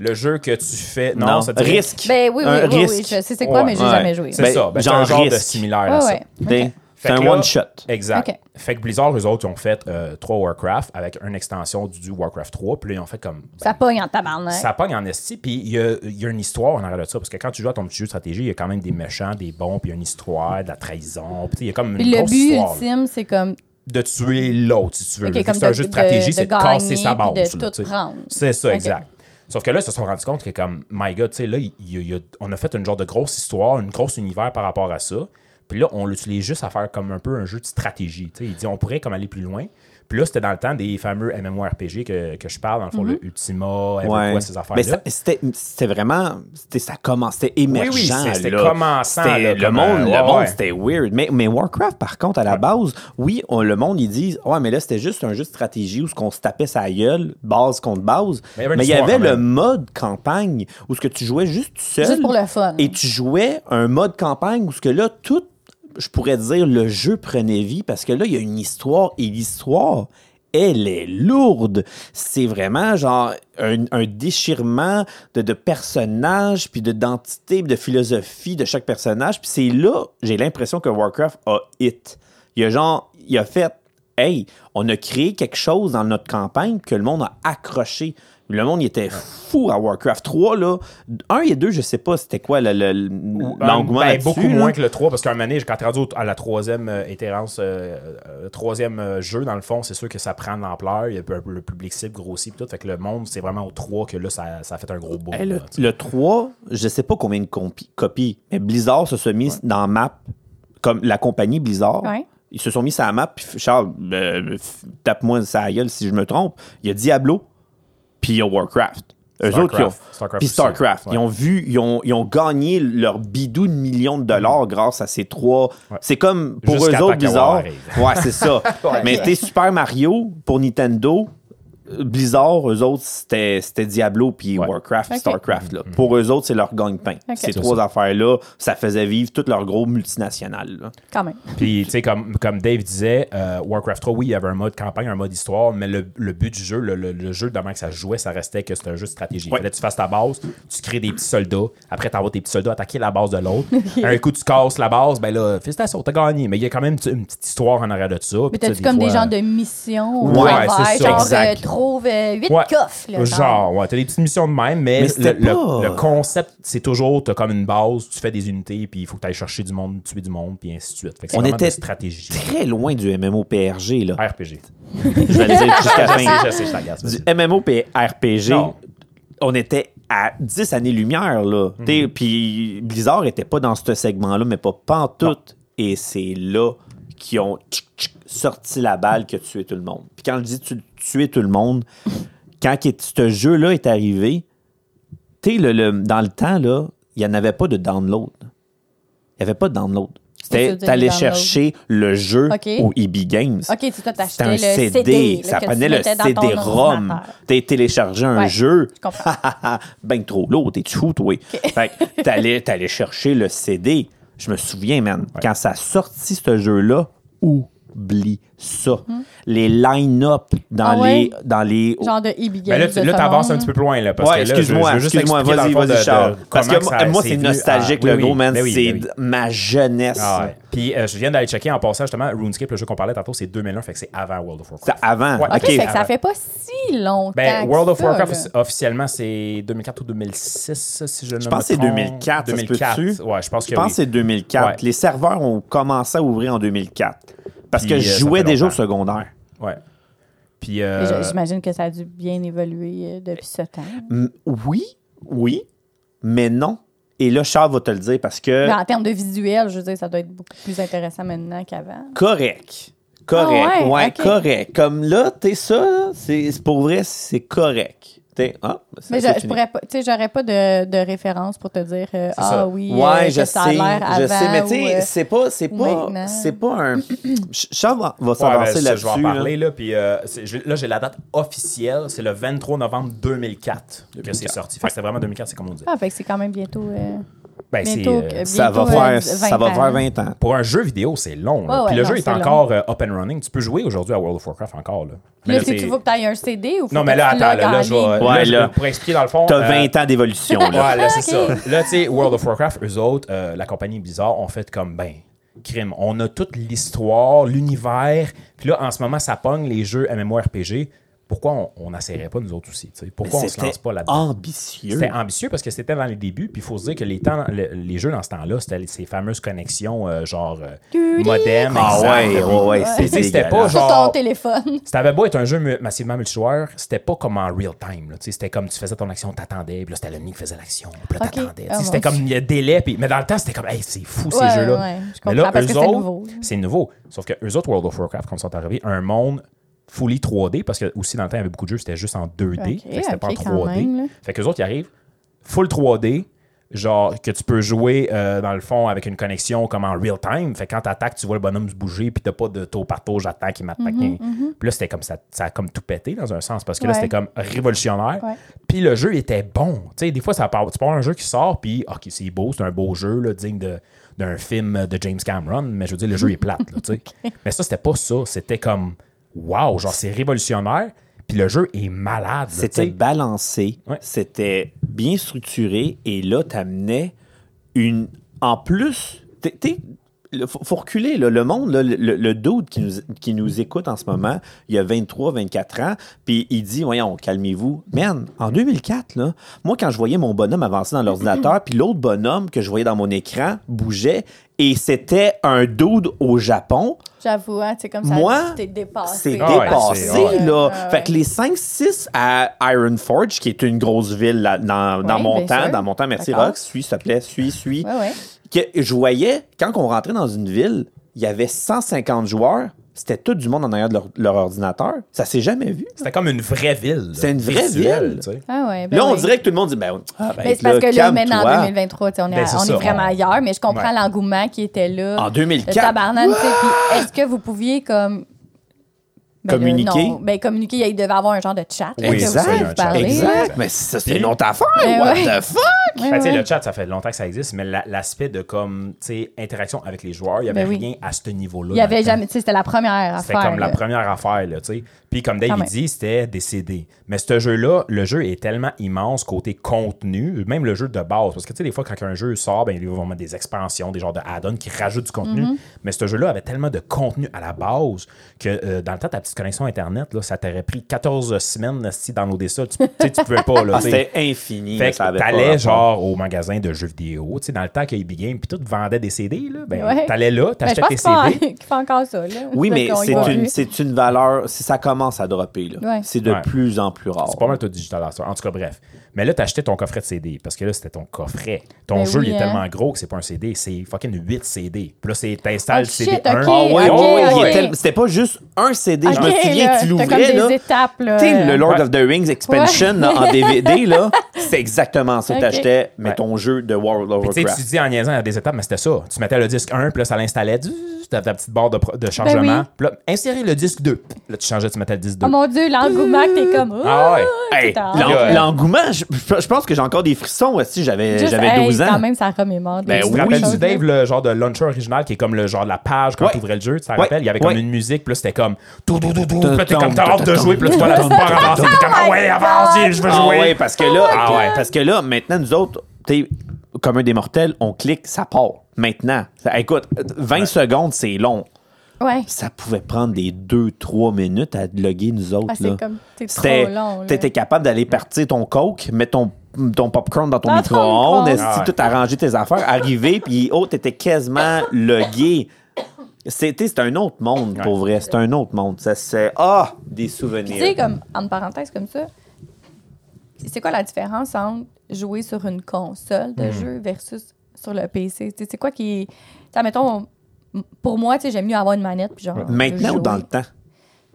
Speaker 4: Le jeu que tu fais... Non,
Speaker 2: Non,
Speaker 4: ça te dit-
Speaker 2: risque.
Speaker 3: Ben oui, oui,
Speaker 2: Un
Speaker 3: oui, oui,
Speaker 2: risque.
Speaker 3: je sais c'est quoi, mais j'ai
Speaker 2: Ouais.
Speaker 3: jamais joué.
Speaker 4: C'est
Speaker 2: Ben,
Speaker 4: ça. Ben, c'est
Speaker 2: genre
Speaker 4: un genre de
Speaker 2: risque.
Speaker 4: similaire à
Speaker 3: Ouais,
Speaker 4: ça.
Speaker 3: ouais.
Speaker 2: Des-
Speaker 3: OK.
Speaker 2: Ben, C'est
Speaker 4: Fait
Speaker 2: un
Speaker 4: que là-
Speaker 2: one-shot.
Speaker 4: Exact.
Speaker 3: Ok.
Speaker 4: Fait que Blizzard, eux autres, ils ont fait euh, trois Warcraft avec une extension du, du Warcraft 3. Puis là, ils ont fait comme. ben,
Speaker 3: Ça pogne en tabarnak.
Speaker 4: ça pogne en esti. Puis il y a, il y a une histoire en arrière de ça. Parce que quand tu joues à ton petit jeu de stratégie, il y a quand même des méchants, des bons, puis il y a une histoire, de la trahison. Puis il y a comme une
Speaker 3: Puis le
Speaker 4: grosse
Speaker 3: but
Speaker 4: histoire. là,
Speaker 3: ultime, c'est comme
Speaker 4: de tuer l'autre, si tu veux.
Speaker 3: Ok,
Speaker 4: Vu que
Speaker 3: comme
Speaker 4: c'est un
Speaker 3: de-
Speaker 4: jeu de
Speaker 3: de-
Speaker 4: stratégie,
Speaker 3: de
Speaker 4: c'est de casser
Speaker 3: gagner,
Speaker 4: sa base.
Speaker 3: puis de
Speaker 4: là,
Speaker 3: tout
Speaker 4: tu sais.
Speaker 3: prendre.
Speaker 4: C'est ça,
Speaker 3: Ok.
Speaker 4: exact. Sauf que là, ils se sont rendus compte que, comme, my God, tu sais, là, il- il y a- il y a- on a fait une genre de grosse histoire, une grosse univers par rapport à ça. Puis là, on l'utilise juste à faire comme un peu un jeu de stratégie. tu sais. Il dit on pourrait comme aller plus loin. Puis là, c'était dans le temps des fameux MMORPG que, que je parle, dans le fond,
Speaker 3: Mm-hmm.
Speaker 4: le Ultima,
Speaker 2: Ouais.
Speaker 4: Everquest, ces
Speaker 2: Mais
Speaker 4: affaires-là.
Speaker 2: ça- c'était c'était vraiment. C'était, ça commençait émergent.
Speaker 4: Oui, oui, c'est- c'était
Speaker 2: là.
Speaker 4: commençant,
Speaker 2: C'était-
Speaker 4: là,
Speaker 2: le
Speaker 4: comme,
Speaker 2: monde,
Speaker 4: euh,
Speaker 2: le
Speaker 4: ouais,
Speaker 2: monde
Speaker 4: ouais.
Speaker 2: c'était weird. Mais, mais Warcraft, par contre, à la base, oui, on- le monde, ils disent Ouais, mais là, c'était juste un jeu de stratégie où ce qu'on se tapait sa gueule, base contre base.
Speaker 4: Mais il y avait une
Speaker 2: Mais il y
Speaker 4: histoire,
Speaker 2: avait
Speaker 4: quand
Speaker 2: le
Speaker 4: même.
Speaker 2: mode campagne où ce que tu jouais juste tout seul.
Speaker 3: Juste pour le fun.
Speaker 2: Et tu jouais un mode campagne où ce que là, tout, je pourrais dire, le jeu prenait vie parce que là, il y a une histoire et l'histoire, elle est lourde. C'est vraiment genre un, un déchirement de, de personnages, puis de d'identité, puis de philosophie de chaque personnage. Puis c'est là, j'ai l'impression que Warcraft a hit. Il a genre, il a fait, hey, on a créé quelque chose dans notre campagne que le monde a accroché. Le monde il était fou à Warcraft 3, là. 1 et 2, je sais pas c'était quoi le- le-
Speaker 4: Euh,
Speaker 2: l'engouement
Speaker 4: ben,
Speaker 2: là-dessus,
Speaker 4: beaucoup
Speaker 2: là.
Speaker 4: moins que le 3 parce qu'un moment donné, quand t'es rendu au- à la troisième euh, itérance, euh, euh, troisième euh, jeu, dans le fond, c'est sûr que ça prend de l'ampleur. Il y a peu- le public cible grossit pis tout. Fait que le monde, c'est vraiment au 3 que là, ça, ça a fait un gros boom.
Speaker 2: Hey, Eh, le,
Speaker 4: là, tu sais.
Speaker 2: le 3, je sais pas combien de compi- copies, mais Blizzard se sont mis dans map, comme la compagnie Blizzard.
Speaker 3: Ouais.
Speaker 2: Ils se sont mis sur la map, puis Charles, euh, f- tape-moi sa gueule si je me trompe. Il y a Diablo, puis il y a Warcraft. Eux
Speaker 4: Starcraft.
Speaker 2: autres, ils ont.
Speaker 4: Starcraft
Speaker 2: puis
Speaker 4: aussi,
Speaker 2: Starcraft.
Speaker 4: ouais.
Speaker 2: Ils ont vu, ils ont, ils ont gagné leur bidou de millions de dollars grâce à ces trois. C'est comme pour
Speaker 4: Mm. Jusqu'à
Speaker 2: eux autres,
Speaker 4: temps
Speaker 2: Blizzard.
Speaker 4: qu'Avoir arrive.
Speaker 2: Ouais, c'est ça. Mais t'es Super Mario pour Nintendo. Blizzard, eux autres, c'était c'était Diablo puis Warcraft,
Speaker 3: Ok.
Speaker 2: StarCraft. là. Pour eux autres, c'est leur gagne-pain.
Speaker 3: Ok.
Speaker 2: Ces
Speaker 3: C'est
Speaker 2: trois affaires-là, Mhm. ça faisait vivre toutes leurs gros multinationales. là.
Speaker 3: Quand même.
Speaker 4: Puis, tu sais, comme, comme Dave disait, euh, Warcraft 3, oui, il y avait un mode campagne, un mode histoire, mais le, le but du jeu, le, le- le jeu, demain que ça se jouait, ça restait que c'était un jeu de stratégie. Fallait que tu fasses ta base, tu crées des petits soldats, après t'envoies tes petits soldats attaquer la base de l'autre. un coup, tu casses la base, ben là, félicitations, t'as gagné. Mais il y a quand même tu sais, une petite histoire en arrière de ça.
Speaker 3: Mais
Speaker 4: puis tu
Speaker 3: t'as-tu
Speaker 4: sais,
Speaker 3: comme des
Speaker 4: fois,
Speaker 3: gens de mission au
Speaker 4: Ouais,
Speaker 3: travail,
Speaker 4: c'est ça.
Speaker 3: genre euh,
Speaker 2: Exact.
Speaker 3: trouve 8
Speaker 4: Ouais.
Speaker 3: coffres. Là,
Speaker 4: genre, ouais, t'as des petites missions de même, mais,
Speaker 2: Mais c'était
Speaker 4: le, le-
Speaker 2: pas-
Speaker 4: le concept, c'est toujours, t'as comme une base, tu fais des unités, puis il faut que t'ailles chercher du monde, tuer du monde, puis ainsi de suite. Fait que c'est
Speaker 2: On
Speaker 4: vraiment
Speaker 2: était-
Speaker 4: de stratégie.
Speaker 2: Très loin du MMOPRG. Là.
Speaker 4: RPG.
Speaker 2: Je vais le dire jusqu'à la
Speaker 4: Je sais,
Speaker 2: fin.
Speaker 4: je sais, je t'agace,
Speaker 2: Du
Speaker 4: vas-y.
Speaker 2: MMOPRG,
Speaker 4: Non.
Speaker 2: on était à 10 années-lumière. là.
Speaker 4: Mhm.
Speaker 2: T'sais, Puis Blizzard était pas dans ce segment-là, mais pas pantoute. Et c'est là qu'ils ont tchic, tchic, sorti la balle que tué tout le monde. Puis quand je dis tu, tuer tout le monde, quand qu'il- ce jeu-là est arrivé, tu sais, le, le- dans le temps, là, il n'y en avait pas de download. Il n'y avait pas de download.
Speaker 3: Qu'est-ce que
Speaker 2: C'était,
Speaker 3: tu veux dire,
Speaker 2: t'allais
Speaker 3: download?
Speaker 2: chercher le jeu
Speaker 3: Ok.
Speaker 2: au EB Games.
Speaker 3: OK, tu dois
Speaker 2: C'était
Speaker 3: t'acheter
Speaker 2: un
Speaker 3: le
Speaker 2: CD.
Speaker 3: CD. là,
Speaker 2: ça
Speaker 3: que tu
Speaker 2: prenait le
Speaker 3: mettais dans ton
Speaker 2: CD-ROM.
Speaker 3: ordinateur.
Speaker 2: T'as téléchargé un
Speaker 3: Ouais,
Speaker 2: jeu.
Speaker 3: je comprends.
Speaker 2: ben trop lourd, t'es fou, toi. Fait que t'allais, t'allais chercher le CD. Je me souviens, man, quand ça a sorti ce jeu-là, oublie ça. Les line-up dans,
Speaker 3: Hmm. Ah ouais?
Speaker 2: les, dans les.
Speaker 3: Genre de EB
Speaker 4: Mais
Speaker 3: Games.
Speaker 4: Ben là,
Speaker 3: de
Speaker 4: tu là,
Speaker 3: ce
Speaker 4: t'avances
Speaker 3: monde.
Speaker 4: un petit peu plus loin. Là, parce
Speaker 2: Ouais,
Speaker 4: que là, je-
Speaker 2: excuse-moi,
Speaker 4: je veux juste
Speaker 2: excuse-moi,
Speaker 4: expliquer, dans
Speaker 2: vas-y,
Speaker 4: le fond, de-
Speaker 2: vas-y,
Speaker 4: de
Speaker 2: Charles. Parce
Speaker 4: comment
Speaker 2: que
Speaker 4: ça-
Speaker 2: moi, moi, c'est
Speaker 4: venu.
Speaker 2: nostalgique,
Speaker 4: Ah,
Speaker 2: le
Speaker 4: oui,
Speaker 2: go,
Speaker 4: oui.
Speaker 2: man.
Speaker 4: Ben oui,
Speaker 2: c'est
Speaker 4: ben oui.
Speaker 2: de ma jeunesse.
Speaker 4: Ah ouais. Puis euh, je viens d'aller checker en passant justement RuneScape, le jeu qu'on parlait tantôt, c'est 2001, fait que c'est avant World of
Speaker 2: C'est
Speaker 4: Warcraft.
Speaker 2: avant.
Speaker 4: Ouais.
Speaker 3: OK,
Speaker 2: OK.
Speaker 3: fait que ça fait pas si longtemps.
Speaker 4: Ben,
Speaker 3: que
Speaker 4: World of
Speaker 3: ça,
Speaker 4: Warcraft
Speaker 3: là.
Speaker 4: offici- officiellement c'est 2004 ou 2006 si je ne me
Speaker 2: Je pense que c'est
Speaker 4: trompe.
Speaker 2: 2004. ça se
Speaker 4: 2004.
Speaker 2: peut-tu?
Speaker 4: Ouais, je pense que
Speaker 2: Je pense que
Speaker 4: oui.
Speaker 2: c'est 2004.
Speaker 4: Ouais.
Speaker 2: Les serveurs ont commencé à ouvrir en 2004. Parce
Speaker 4: Puis,
Speaker 2: que
Speaker 4: euh,
Speaker 2: je
Speaker 4: ça
Speaker 2: jouais
Speaker 4: fait
Speaker 2: déjà au
Speaker 4: longtemps.
Speaker 2: secondaire.
Speaker 4: Ouais. Puis
Speaker 3: Mais je-
Speaker 4: euh,
Speaker 3: J'imagine que ça a dû bien évoluer euh, depuis ce temps.
Speaker 2: M- Oui, oui, mais non. Et là, Charles va te le dire parce que
Speaker 3: Mais en termes de visuel, je veux dire, ça doit être beaucoup plus intéressant maintenant qu'avant.
Speaker 2: correct. Correct.
Speaker 3: Ah ouais,
Speaker 2: ouais,
Speaker 3: ok.
Speaker 2: correct. Comme là, t'es ça, là, c'est c'est- pour vrai, c'est correct. T'es- ah, c'est-
Speaker 3: Mais je,
Speaker 2: c'est
Speaker 3: je
Speaker 2: fini.
Speaker 3: pourrais pas, tu sais, j'aurais pas de, de référence pour te dire euh, ah
Speaker 4: ça.
Speaker 3: oui, euh,
Speaker 2: Ouais,
Speaker 3: que
Speaker 2: je
Speaker 3: ça a
Speaker 2: sais,
Speaker 3: l'air avant.
Speaker 2: je sais, mais tu
Speaker 3: ou,
Speaker 2: sais,
Speaker 3: euh,
Speaker 2: c'est pas, c'est
Speaker 3: ou
Speaker 2: pas,
Speaker 3: maintenant.
Speaker 2: c'est pas un. Ch- Charles va, va
Speaker 4: Ouais, ben,
Speaker 2: s'avancer
Speaker 4: ça,
Speaker 2: là-dessus.
Speaker 4: je vais en
Speaker 2: là.
Speaker 4: parler. Là, puis, euh, c'est- j'ai- là, j'ai la date officielle. C'est le 23 novembre 2004, que c'est sorti. Fait que c'était vraiment 2004, c'est comme on dit.
Speaker 3: Ah, fait que c'est quand même bientôt. euh,
Speaker 4: Ben, c'est,
Speaker 3: bientôt,
Speaker 4: euh,
Speaker 3: que-
Speaker 2: Ça va
Speaker 3: bientôt, euh,
Speaker 2: faire, ça va
Speaker 3: 20
Speaker 2: faire
Speaker 3: ans.
Speaker 2: 20 ans.
Speaker 4: Pour un jeu vidéo, c'est long. là.
Speaker 3: Ouais,
Speaker 4: Puis
Speaker 3: ouais,
Speaker 4: le
Speaker 3: non,
Speaker 4: jeu est
Speaker 3: c'est long.
Speaker 4: encore euh, up and running. Tu peux jouer aujourd'hui à World of Warcraft encore. Là. Mais
Speaker 3: Là,
Speaker 4: là,
Speaker 3: c'est
Speaker 4: c'est-
Speaker 3: tu veux que t'ailles un CD ou faut
Speaker 4: Non, mais
Speaker 3: que
Speaker 4: là,
Speaker 3: tu
Speaker 4: attends,
Speaker 3: l'aies
Speaker 4: là,
Speaker 3: en
Speaker 4: là, je vais.
Speaker 3: ligne?
Speaker 4: là,
Speaker 2: Ouais,
Speaker 4: je-
Speaker 2: là.
Speaker 4: Pour expliquer, dans le fond.
Speaker 2: T'as
Speaker 4: euh,
Speaker 2: 20 ans d'évolution, là.
Speaker 4: Ouais, là, c'est
Speaker 3: Ok.
Speaker 4: ça. Là, tu sais, World of Warcraft, eux autres, euh, la compagnie Blizzard, ont fait comme, ben, crime. On a toute l'histoire, l'univers. Puis là, en ce moment, ça pogne les jeux MMORPG. pourquoi on- on n'essayerait pas nous autres aussi? tu sais? Pourquoi on se lance pas là-dedans?
Speaker 2: ambitieux.
Speaker 4: C'était ambitieux parce que c'était dans les débuts, puis il faut se dire que les, temps, le- les jeux dans ce temps-là, c'était ces fameuses connexions euh, genre euh,
Speaker 3: Tudu.
Speaker 4: modem,
Speaker 2: Ah
Speaker 4: exact.
Speaker 2: ouais, ouais, ouais,
Speaker 4: Tu sais,
Speaker 2: c'est
Speaker 4: c'était pas
Speaker 2: dégueulasse.
Speaker 3: Sur
Speaker 4: genre.
Speaker 3: ton téléphone.
Speaker 4: Ça avait beau être un jeu mu- massivement multijoueur, c'était pas comme en real time. là. Tu sais, C'était comme tu faisais ton action, t'attendais, puis là c'était l'ennemi qui faisait l'action, puis là
Speaker 3: Ok.
Speaker 4: t'attendais. Tu
Speaker 3: Ah,
Speaker 4: sais,
Speaker 3: mon
Speaker 4: c'était comme il y a délai, puis- mais dans le temps c'était comme, hey, c'est fou
Speaker 3: Ouais,
Speaker 4: ces jeux-là.
Speaker 3: ouais, je
Speaker 4: mais
Speaker 3: comprends,
Speaker 4: là,
Speaker 3: parce
Speaker 4: eux
Speaker 3: que c'est
Speaker 4: autres,
Speaker 3: nouveau.
Speaker 4: c'est nouveau. Sauf que eux autres, World of Warcraft, quand ils sont arrivés, un monde fully 3D, parce que aussi dans le temps il y avait beaucoup de jeux, c'était juste en 2D,
Speaker 3: Ok,
Speaker 4: fait que c'était pas
Speaker 3: ok,
Speaker 4: en
Speaker 3: quand
Speaker 4: 3D.
Speaker 3: même, là.
Speaker 4: fait qu'eux autres ils arrivent full 3D. Genre, que tu peux jouer euh, dans le fond avec une connexion comme en real time. Fait que quand t'attaques, tu vois le bonhomme se bouger, puis t'as pas de taux par taux, j'attends qu'il m'attaque.
Speaker 3: Mhm,
Speaker 4: Puis là, c'était comme ça, ça a comme tout pété dans un sens, parce que là,
Speaker 3: Ouais.
Speaker 4: c'était comme révolutionnaire.
Speaker 3: Ouais.
Speaker 4: Puis le jeu était bon. Tu sais, des fois, ça part, tu pars un jeu qui sort, puis OK, c'est beau, c'est un beau jeu, là, digne de- d'un film de James Cameron, mais je veux dire, le jeu est plate, là, tu sais. Mais ça, c'était pas ça. C'était comme, wow, genre, c'est révolutionnaire, puis le jeu est malade. là,
Speaker 2: C'était
Speaker 4: tu sais.
Speaker 2: balancé,
Speaker 4: Ouais.
Speaker 2: c'était bien structuré, et là, t'amenais une. En plus, t'es- t'es- le- faut, faut reculer, là, le monde, là, le, le- le dude qui nous, qui nous écoute en ce moment, il a 23, 24 ans, puis il dit Voyons, calmez-vous. Man, en 2004, là, moi, quand je voyais mon bonhomme avancer dans l'ordinateur, puis l'autre bonhomme que je voyais dans mon écran bougeait, et c'était un dude au Japon,
Speaker 3: J'avoue, hein, c'est comme ça.
Speaker 2: moi,
Speaker 3: t'es dépassé.
Speaker 2: c'est
Speaker 4: Ah ouais,
Speaker 2: dépassé,
Speaker 4: c'est- ouais.
Speaker 2: là.
Speaker 3: Ah ouais.
Speaker 2: Fait que les 5-6 à Ironforge, qui est une grosse ville là, dans, dans
Speaker 3: Ouais,
Speaker 2: mon
Speaker 3: bien
Speaker 2: temps,
Speaker 3: sûr.
Speaker 2: dans mon temps, merci
Speaker 3: D'accord.
Speaker 2: Rox, suis, s'il te plaît, suis, suis.
Speaker 3: Ouais, ouais.
Speaker 2: Que je voyais, quand on rentrait dans une ville, il y avait 150 joueurs, c'était tout du monde en arrière de leur, leur ordinateur. Ça s'est jamais vu.
Speaker 4: C'était comme une vraie ville. là,
Speaker 2: C'était une vraie
Speaker 4: visuelle,
Speaker 2: ville.
Speaker 4: tu sais.
Speaker 3: Ah ouais, ben
Speaker 2: là, on
Speaker 3: oui.
Speaker 2: dirait que tout le monde dit, ben, ah, ben,
Speaker 3: Mais c'est parce que là, maintenant, en
Speaker 2: calme-toi.
Speaker 3: 2023, tu sais, on est,
Speaker 4: Ben, c'est
Speaker 3: on est
Speaker 4: ça,
Speaker 3: vraiment
Speaker 4: on-
Speaker 3: ailleurs, mais je comprends
Speaker 4: Ouais.
Speaker 3: l'engouement qui était là.
Speaker 2: En 2004.
Speaker 3: Le tabarnak, tu sais, puis est-ce que vous pouviez comme... ben, là,
Speaker 2: Communiquer.
Speaker 3: non. Ben, communiquer, il devait avoir un genre de chat. là, que
Speaker 4: Oui,
Speaker 3: vous
Speaker 4: exact,
Speaker 3: pouviez
Speaker 4: un
Speaker 3: vous
Speaker 4: chat.
Speaker 3: parler, là.
Speaker 2: Exact. Mais ça, c'est une autre affaire.
Speaker 3: Ben
Speaker 2: What
Speaker 3: ouais.
Speaker 2: the fuck?
Speaker 3: Ouais,
Speaker 4: Fait que, Ben, tu sais,
Speaker 3: Ben ouais.
Speaker 4: le chat, ça fait longtemps que ça existe, mais la- l'aspect de comme, tu sais, interaction avec les joueurs, il n'y avait
Speaker 3: Ben oui.
Speaker 4: rien à ce niveau-là.
Speaker 3: Il y
Speaker 4: dans le
Speaker 3: avait
Speaker 4: temps.
Speaker 3: jamais... Tu sais, c'était la première affaire.
Speaker 4: C'était comme la
Speaker 3: là. Ah,
Speaker 4: première affaire, là, tu sais. Puis comme Dave
Speaker 3: Quand
Speaker 4: il
Speaker 3: même.
Speaker 4: dit, c'était des CD. Mais ce jeu-là, le jeu est tellement immense côté contenu, même le jeu de base. Parce que, tu sais, des fois, quand un jeu sort, ben, ils vont mettre des expansions, des genres de add-ons qui rajoutent du contenu.
Speaker 3: Mm-hmm.
Speaker 4: Mais ce jeu-là avait tellement de contenu à la base que, euh, dans le temps, ta petite connexion Internet, là, ça t'aurait pris 14 semaines si downloader ça. Tu tu sais, tu pouvais pas, là,
Speaker 2: Ah,
Speaker 4: tu sais.
Speaker 2: c'était infini.
Speaker 4: Fait
Speaker 2: ça
Speaker 4: que
Speaker 2: avait pas
Speaker 4: t'allais
Speaker 2: rapport.
Speaker 4: genre au magasin de jeux vidéo, tu sais, dans le temps que EB Game, puis tout vendait des CD, là, ben,
Speaker 3: Ouais.
Speaker 4: t'allais là,
Speaker 3: Ben, je
Speaker 4: t'achetais
Speaker 3: pense
Speaker 4: tes
Speaker 3: qu'ils font-
Speaker 4: CD.
Speaker 3: qu'ils font encore ça, là.
Speaker 2: Oui, mais
Speaker 3: Parce qu'on y
Speaker 2: c'est
Speaker 3: va
Speaker 2: une,
Speaker 3: plus.
Speaker 2: c'est une valeur, c'est- ça commence à dropper. là.
Speaker 3: Ouais.
Speaker 2: C'est de
Speaker 4: Ouais.
Speaker 2: plus en plus rare.
Speaker 4: C'est pas mal tout digital à ça. En tout cas, bref. Mais là, t'achetais ton coffret de CD parce que là, c'était ton coffret. Ton
Speaker 3: Ben
Speaker 4: jeu, il
Speaker 3: oui,
Speaker 4: est
Speaker 3: hein.
Speaker 4: tellement gros que c'est pas un CD, c'est fucking 8 CD. Puis là, c'est- t'installes
Speaker 3: Oh,
Speaker 4: le
Speaker 3: shit,
Speaker 4: CD 1.
Speaker 3: ok,
Speaker 2: Ah ouais,
Speaker 3: ok,
Speaker 2: ouais, ouais,
Speaker 3: ok.
Speaker 2: il est tel- C'était pas juste un CD. je me
Speaker 3: Ok,
Speaker 2: souviens,
Speaker 3: là,
Speaker 2: tu
Speaker 3: t'as comme
Speaker 2: l'ouvrais.
Speaker 3: des
Speaker 2: là.
Speaker 3: étapes, là.
Speaker 2: Tu sais, le Lord
Speaker 4: Ouais.
Speaker 2: of the Rings Expansion là, en DVD, là, c'est exactement ça que
Speaker 3: Ok.
Speaker 2: t'achetais, mais
Speaker 4: Ouais.
Speaker 2: ton jeu de World of
Speaker 4: Puis tu sais, tu
Speaker 2: Warcraft.
Speaker 4: dis en niaisant à des étapes, mais c'était ça. Tu mettais le disque 1, puis là, ça l'installait. Tu ta petite barre de, pro- de chargement.
Speaker 3: Ben oui.
Speaker 4: Puis là, insérer le disque 2. Là, tu changeais, tu mettais le disque 2.
Speaker 3: Oh mon Dieu, l'engouement que t'es comme...
Speaker 4: Ah ouais.
Speaker 2: Hey,
Speaker 3: Putain.
Speaker 2: l'en-
Speaker 4: Ouais.
Speaker 2: L'engouement, je, je- je pense que j'ai encore des frissons aussi. J'avais
Speaker 3: Juste,
Speaker 2: j'avais
Speaker 3: hey,
Speaker 2: 12 ans.
Speaker 3: quand même, ça remémore.
Speaker 2: Ben
Speaker 4: Tu te
Speaker 2: oui.
Speaker 4: rappelles
Speaker 2: Chose,
Speaker 4: du Dave, le genre de launcher original qui est comme le genre de la page quand
Speaker 2: Ouais.
Speaker 4: tu ouvrais le jeu, tu te
Speaker 2: Ouais.
Speaker 4: rappelles? Il y avait comme
Speaker 2: Ouais.
Speaker 4: une musique, puis là c'était comme tout, tout, tout, tout, puis là t'es comme t'as hâte de jouer, puis là tu vois la petite barre avancer, t'es comme ah ouais, avance, viens, je veux
Speaker 2: Ah
Speaker 4: jouer.
Speaker 2: ouais, parce que
Speaker 3: Oh
Speaker 2: là,
Speaker 4: Ah ouais.
Speaker 2: parce que là, maintenant, nous autres, t'es comme un des mortels, on clique, ça part. Maintenant. Ça- Écoute, 20 secondes, c'est long.
Speaker 3: Ouais.
Speaker 2: Ça pouvait prendre des 2-3 minutes à loguer, nous autres.
Speaker 3: Ah, c'est
Speaker 2: là.
Speaker 3: comme- c'est trop
Speaker 2: C'était-
Speaker 3: long, là.
Speaker 2: T'étais capable d'aller partir ton coke, mettre ton ton popcorn dans ton
Speaker 3: Dans ton
Speaker 2: micro-ondes,
Speaker 3: micro-ondes.
Speaker 2: esti,
Speaker 4: Ah ouais.
Speaker 2: tout arranger tes affaires, arriver, puis oh, t'étais quasiment logué. C'était c'est un autre monde, pour vrai. C'est un autre monde. Ça, c'est. Ah, des souvenirs.
Speaker 3: Tu sais, comme, en parenthèse comme ça, c'est quoi la différence entre jouer sur une console
Speaker 2: Hmm.
Speaker 3: de jeu versus sur le PC? Tu sais, C'est quoi qui. tu sais, mettons, pour moi, tu sais, j'aime mieux avoir une manette. Puis genre,
Speaker 2: Maintenant ou dans le temps?
Speaker 3: temps?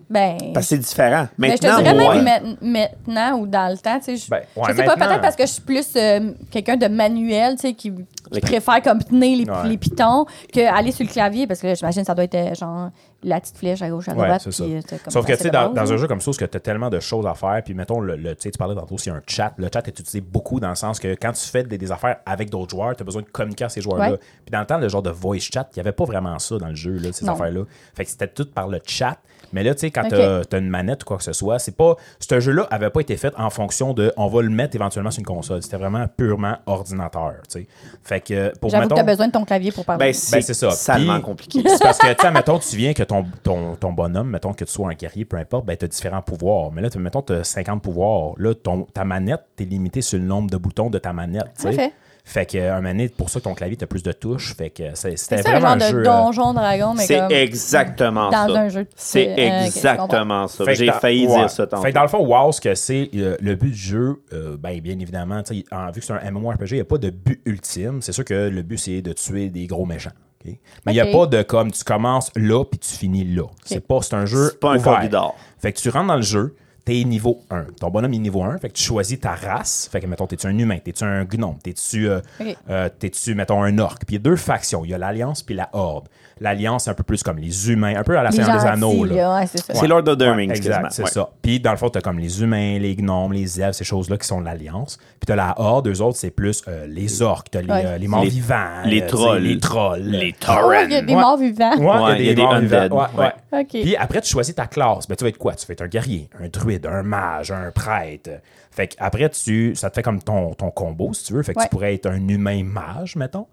Speaker 3: Ben.
Speaker 2: Parce que c'est différent.
Speaker 3: mais Ben, je te
Speaker 2: Maintenant,
Speaker 3: dirais
Speaker 2: ouais.
Speaker 3: même maint- maintenant ou dans le temps, tu sais, je,
Speaker 4: Ben, ouais,
Speaker 3: je sais pas,
Speaker 4: maintenant.
Speaker 3: peut-être parce que je suis plus euh, quelqu'un de manuel, tu sais, qui, qui préfère comme tenir les,
Speaker 4: Ouais.
Speaker 3: les pitons qu'aller sur le clavier, parce que là, j'imagine ça doit être euh, genre la petite flèche à gauche, à
Speaker 4: Ouais,
Speaker 3: droite.
Speaker 4: c'est ça.
Speaker 3: puis, euh, t'as comme
Speaker 4: Sauf que,
Speaker 3: ça,
Speaker 4: tu sais,
Speaker 3: c'est
Speaker 4: dans,
Speaker 3: drôle,
Speaker 4: dans
Speaker 3: là.
Speaker 4: un jeu comme ça, où tu as tellement de choses à faire, puis mettons, le, le- tu sais, tu parlais tantôt, s'il y a un chat. Le chat est utilisé beaucoup dans le sens que quand tu fais des, des affaires avec d'autres joueurs, tu as besoin de communiquer à ces joueurs-là.
Speaker 3: Ouais.
Speaker 4: Puis dans le temps, le genre de voice chat, il n'y avait pas vraiment ça dans le jeu, là, ces
Speaker 3: Non.
Speaker 4: affaires-là. Fait que c'était tout par le chat. Mais là, tu sais, quand
Speaker 3: Ok.
Speaker 4: t'as- t'as une manette ou quoi que ce soit, c'est pas. Ce jeu-là avait pas été fait en fonction de on va le mettre éventuellement sur une console. C'était vraiment purement ordinateur. tu sais. Fait que pour
Speaker 3: J'avoue que
Speaker 4: mettons-
Speaker 3: t'as besoin de ton clavier pour parler.
Speaker 2: Ben, c'est,
Speaker 4: ben, c'est ça.
Speaker 2: salement
Speaker 4: Puis,
Speaker 2: compliqué.
Speaker 4: C'est parce que, tu sais, mettons, tu viens que ton, ton, ton bonhomme, mettons que tu sois un guerrier, peu importe, ben, tu as différents pouvoirs. Mais là, t'as- mettons, tu as 50 pouvoirs. Là, ton, ta manette, tu es limité sur le nombre de boutons de ta manette. tu sais.
Speaker 3: Parfait.
Speaker 4: Fait que, euh, un manette, pour ça, ton clavier, tu as plus de touches. Fait que c'est- c'était
Speaker 3: c'est un
Speaker 4: vraiment
Speaker 3: genre
Speaker 4: un
Speaker 3: de
Speaker 4: jeu. euh,
Speaker 3: donjon dragon, mais
Speaker 2: C'est
Speaker 3: comme.
Speaker 2: exactement
Speaker 3: dans
Speaker 2: ça.
Speaker 3: un jeu de-
Speaker 2: C'est
Speaker 3: euh, ok, je
Speaker 2: exactement ça.
Speaker 4: Fait que
Speaker 2: J'ai
Speaker 4: dans-
Speaker 2: failli
Speaker 4: ouais.
Speaker 2: dire ça tantôt.
Speaker 4: Fait que dans le fond, WoW, ce que c'est, euh, le but du jeu, euh, ben, bien évidemment, tu sais, en- vu que c'est un MMORPG, il n'y a pas de but ultime. C'est sûr que le but, c'est de tuer des gros méchants. ok? Mais il n'y
Speaker 3: Ok.
Speaker 4: a pas de comme tu commences là puis tu finis là. C'est pas c'est un jeu.
Speaker 2: C'est pas un
Speaker 4: ouvert.
Speaker 2: corridor.
Speaker 4: Fait que tu rentres dans le jeu, t'es niveau 1. Ton bonhomme est niveau 1. Fait que tu choisis ta race. Fait que, mettons, t'es-tu un humain, t'es-tu un gnome, t'es-tu, euh,
Speaker 3: Ok.
Speaker 4: euh, t'es-tu, mettons, un orc. Puis il y a deux factions. Il y a l'Alliance puis la Horde. L'Alliance, c'est un peu plus comme les humains, un peu à la
Speaker 3: Les
Speaker 4: Seigneur des
Speaker 3: gentils,
Speaker 4: Anneaux. là.
Speaker 3: là, ouais, c'est ça.
Speaker 2: C'est Lord of the Rings, quasiment,
Speaker 4: Exact, c'est
Speaker 2: ouais.
Speaker 4: ça. Puis dans le fond, t'as comme les humains, les gnomes, les elfes, ces choses-là qui sont de l'Alliance. Puis t'as la Horde, eux autres, c'est plus euh, les orques, t'as les,
Speaker 3: Ouais.
Speaker 4: euh, les morts
Speaker 2: Les-
Speaker 4: vivants.
Speaker 2: les
Speaker 4: euh,
Speaker 2: trolls.
Speaker 4: Les trolls.
Speaker 2: Les
Speaker 3: Oh,
Speaker 2: torrents.
Speaker 3: il y a des
Speaker 4: Ouais.
Speaker 3: morts vivants.
Speaker 4: Ouais, il y a des, morts
Speaker 2: undead.
Speaker 4: vivants. Ouais, ouais.
Speaker 3: Ouais. Ok.
Speaker 4: Puis après, tu choisis ta classe. Ben, tu vas être quoi? Tu vas être un guerrier, un druide, un mage, un prêtre. Fait que après, tu, ça te fait comme ton, ton combo, si tu veux. Fait que
Speaker 3: Ouais.
Speaker 4: tu pourrais être un humain mage, mettons.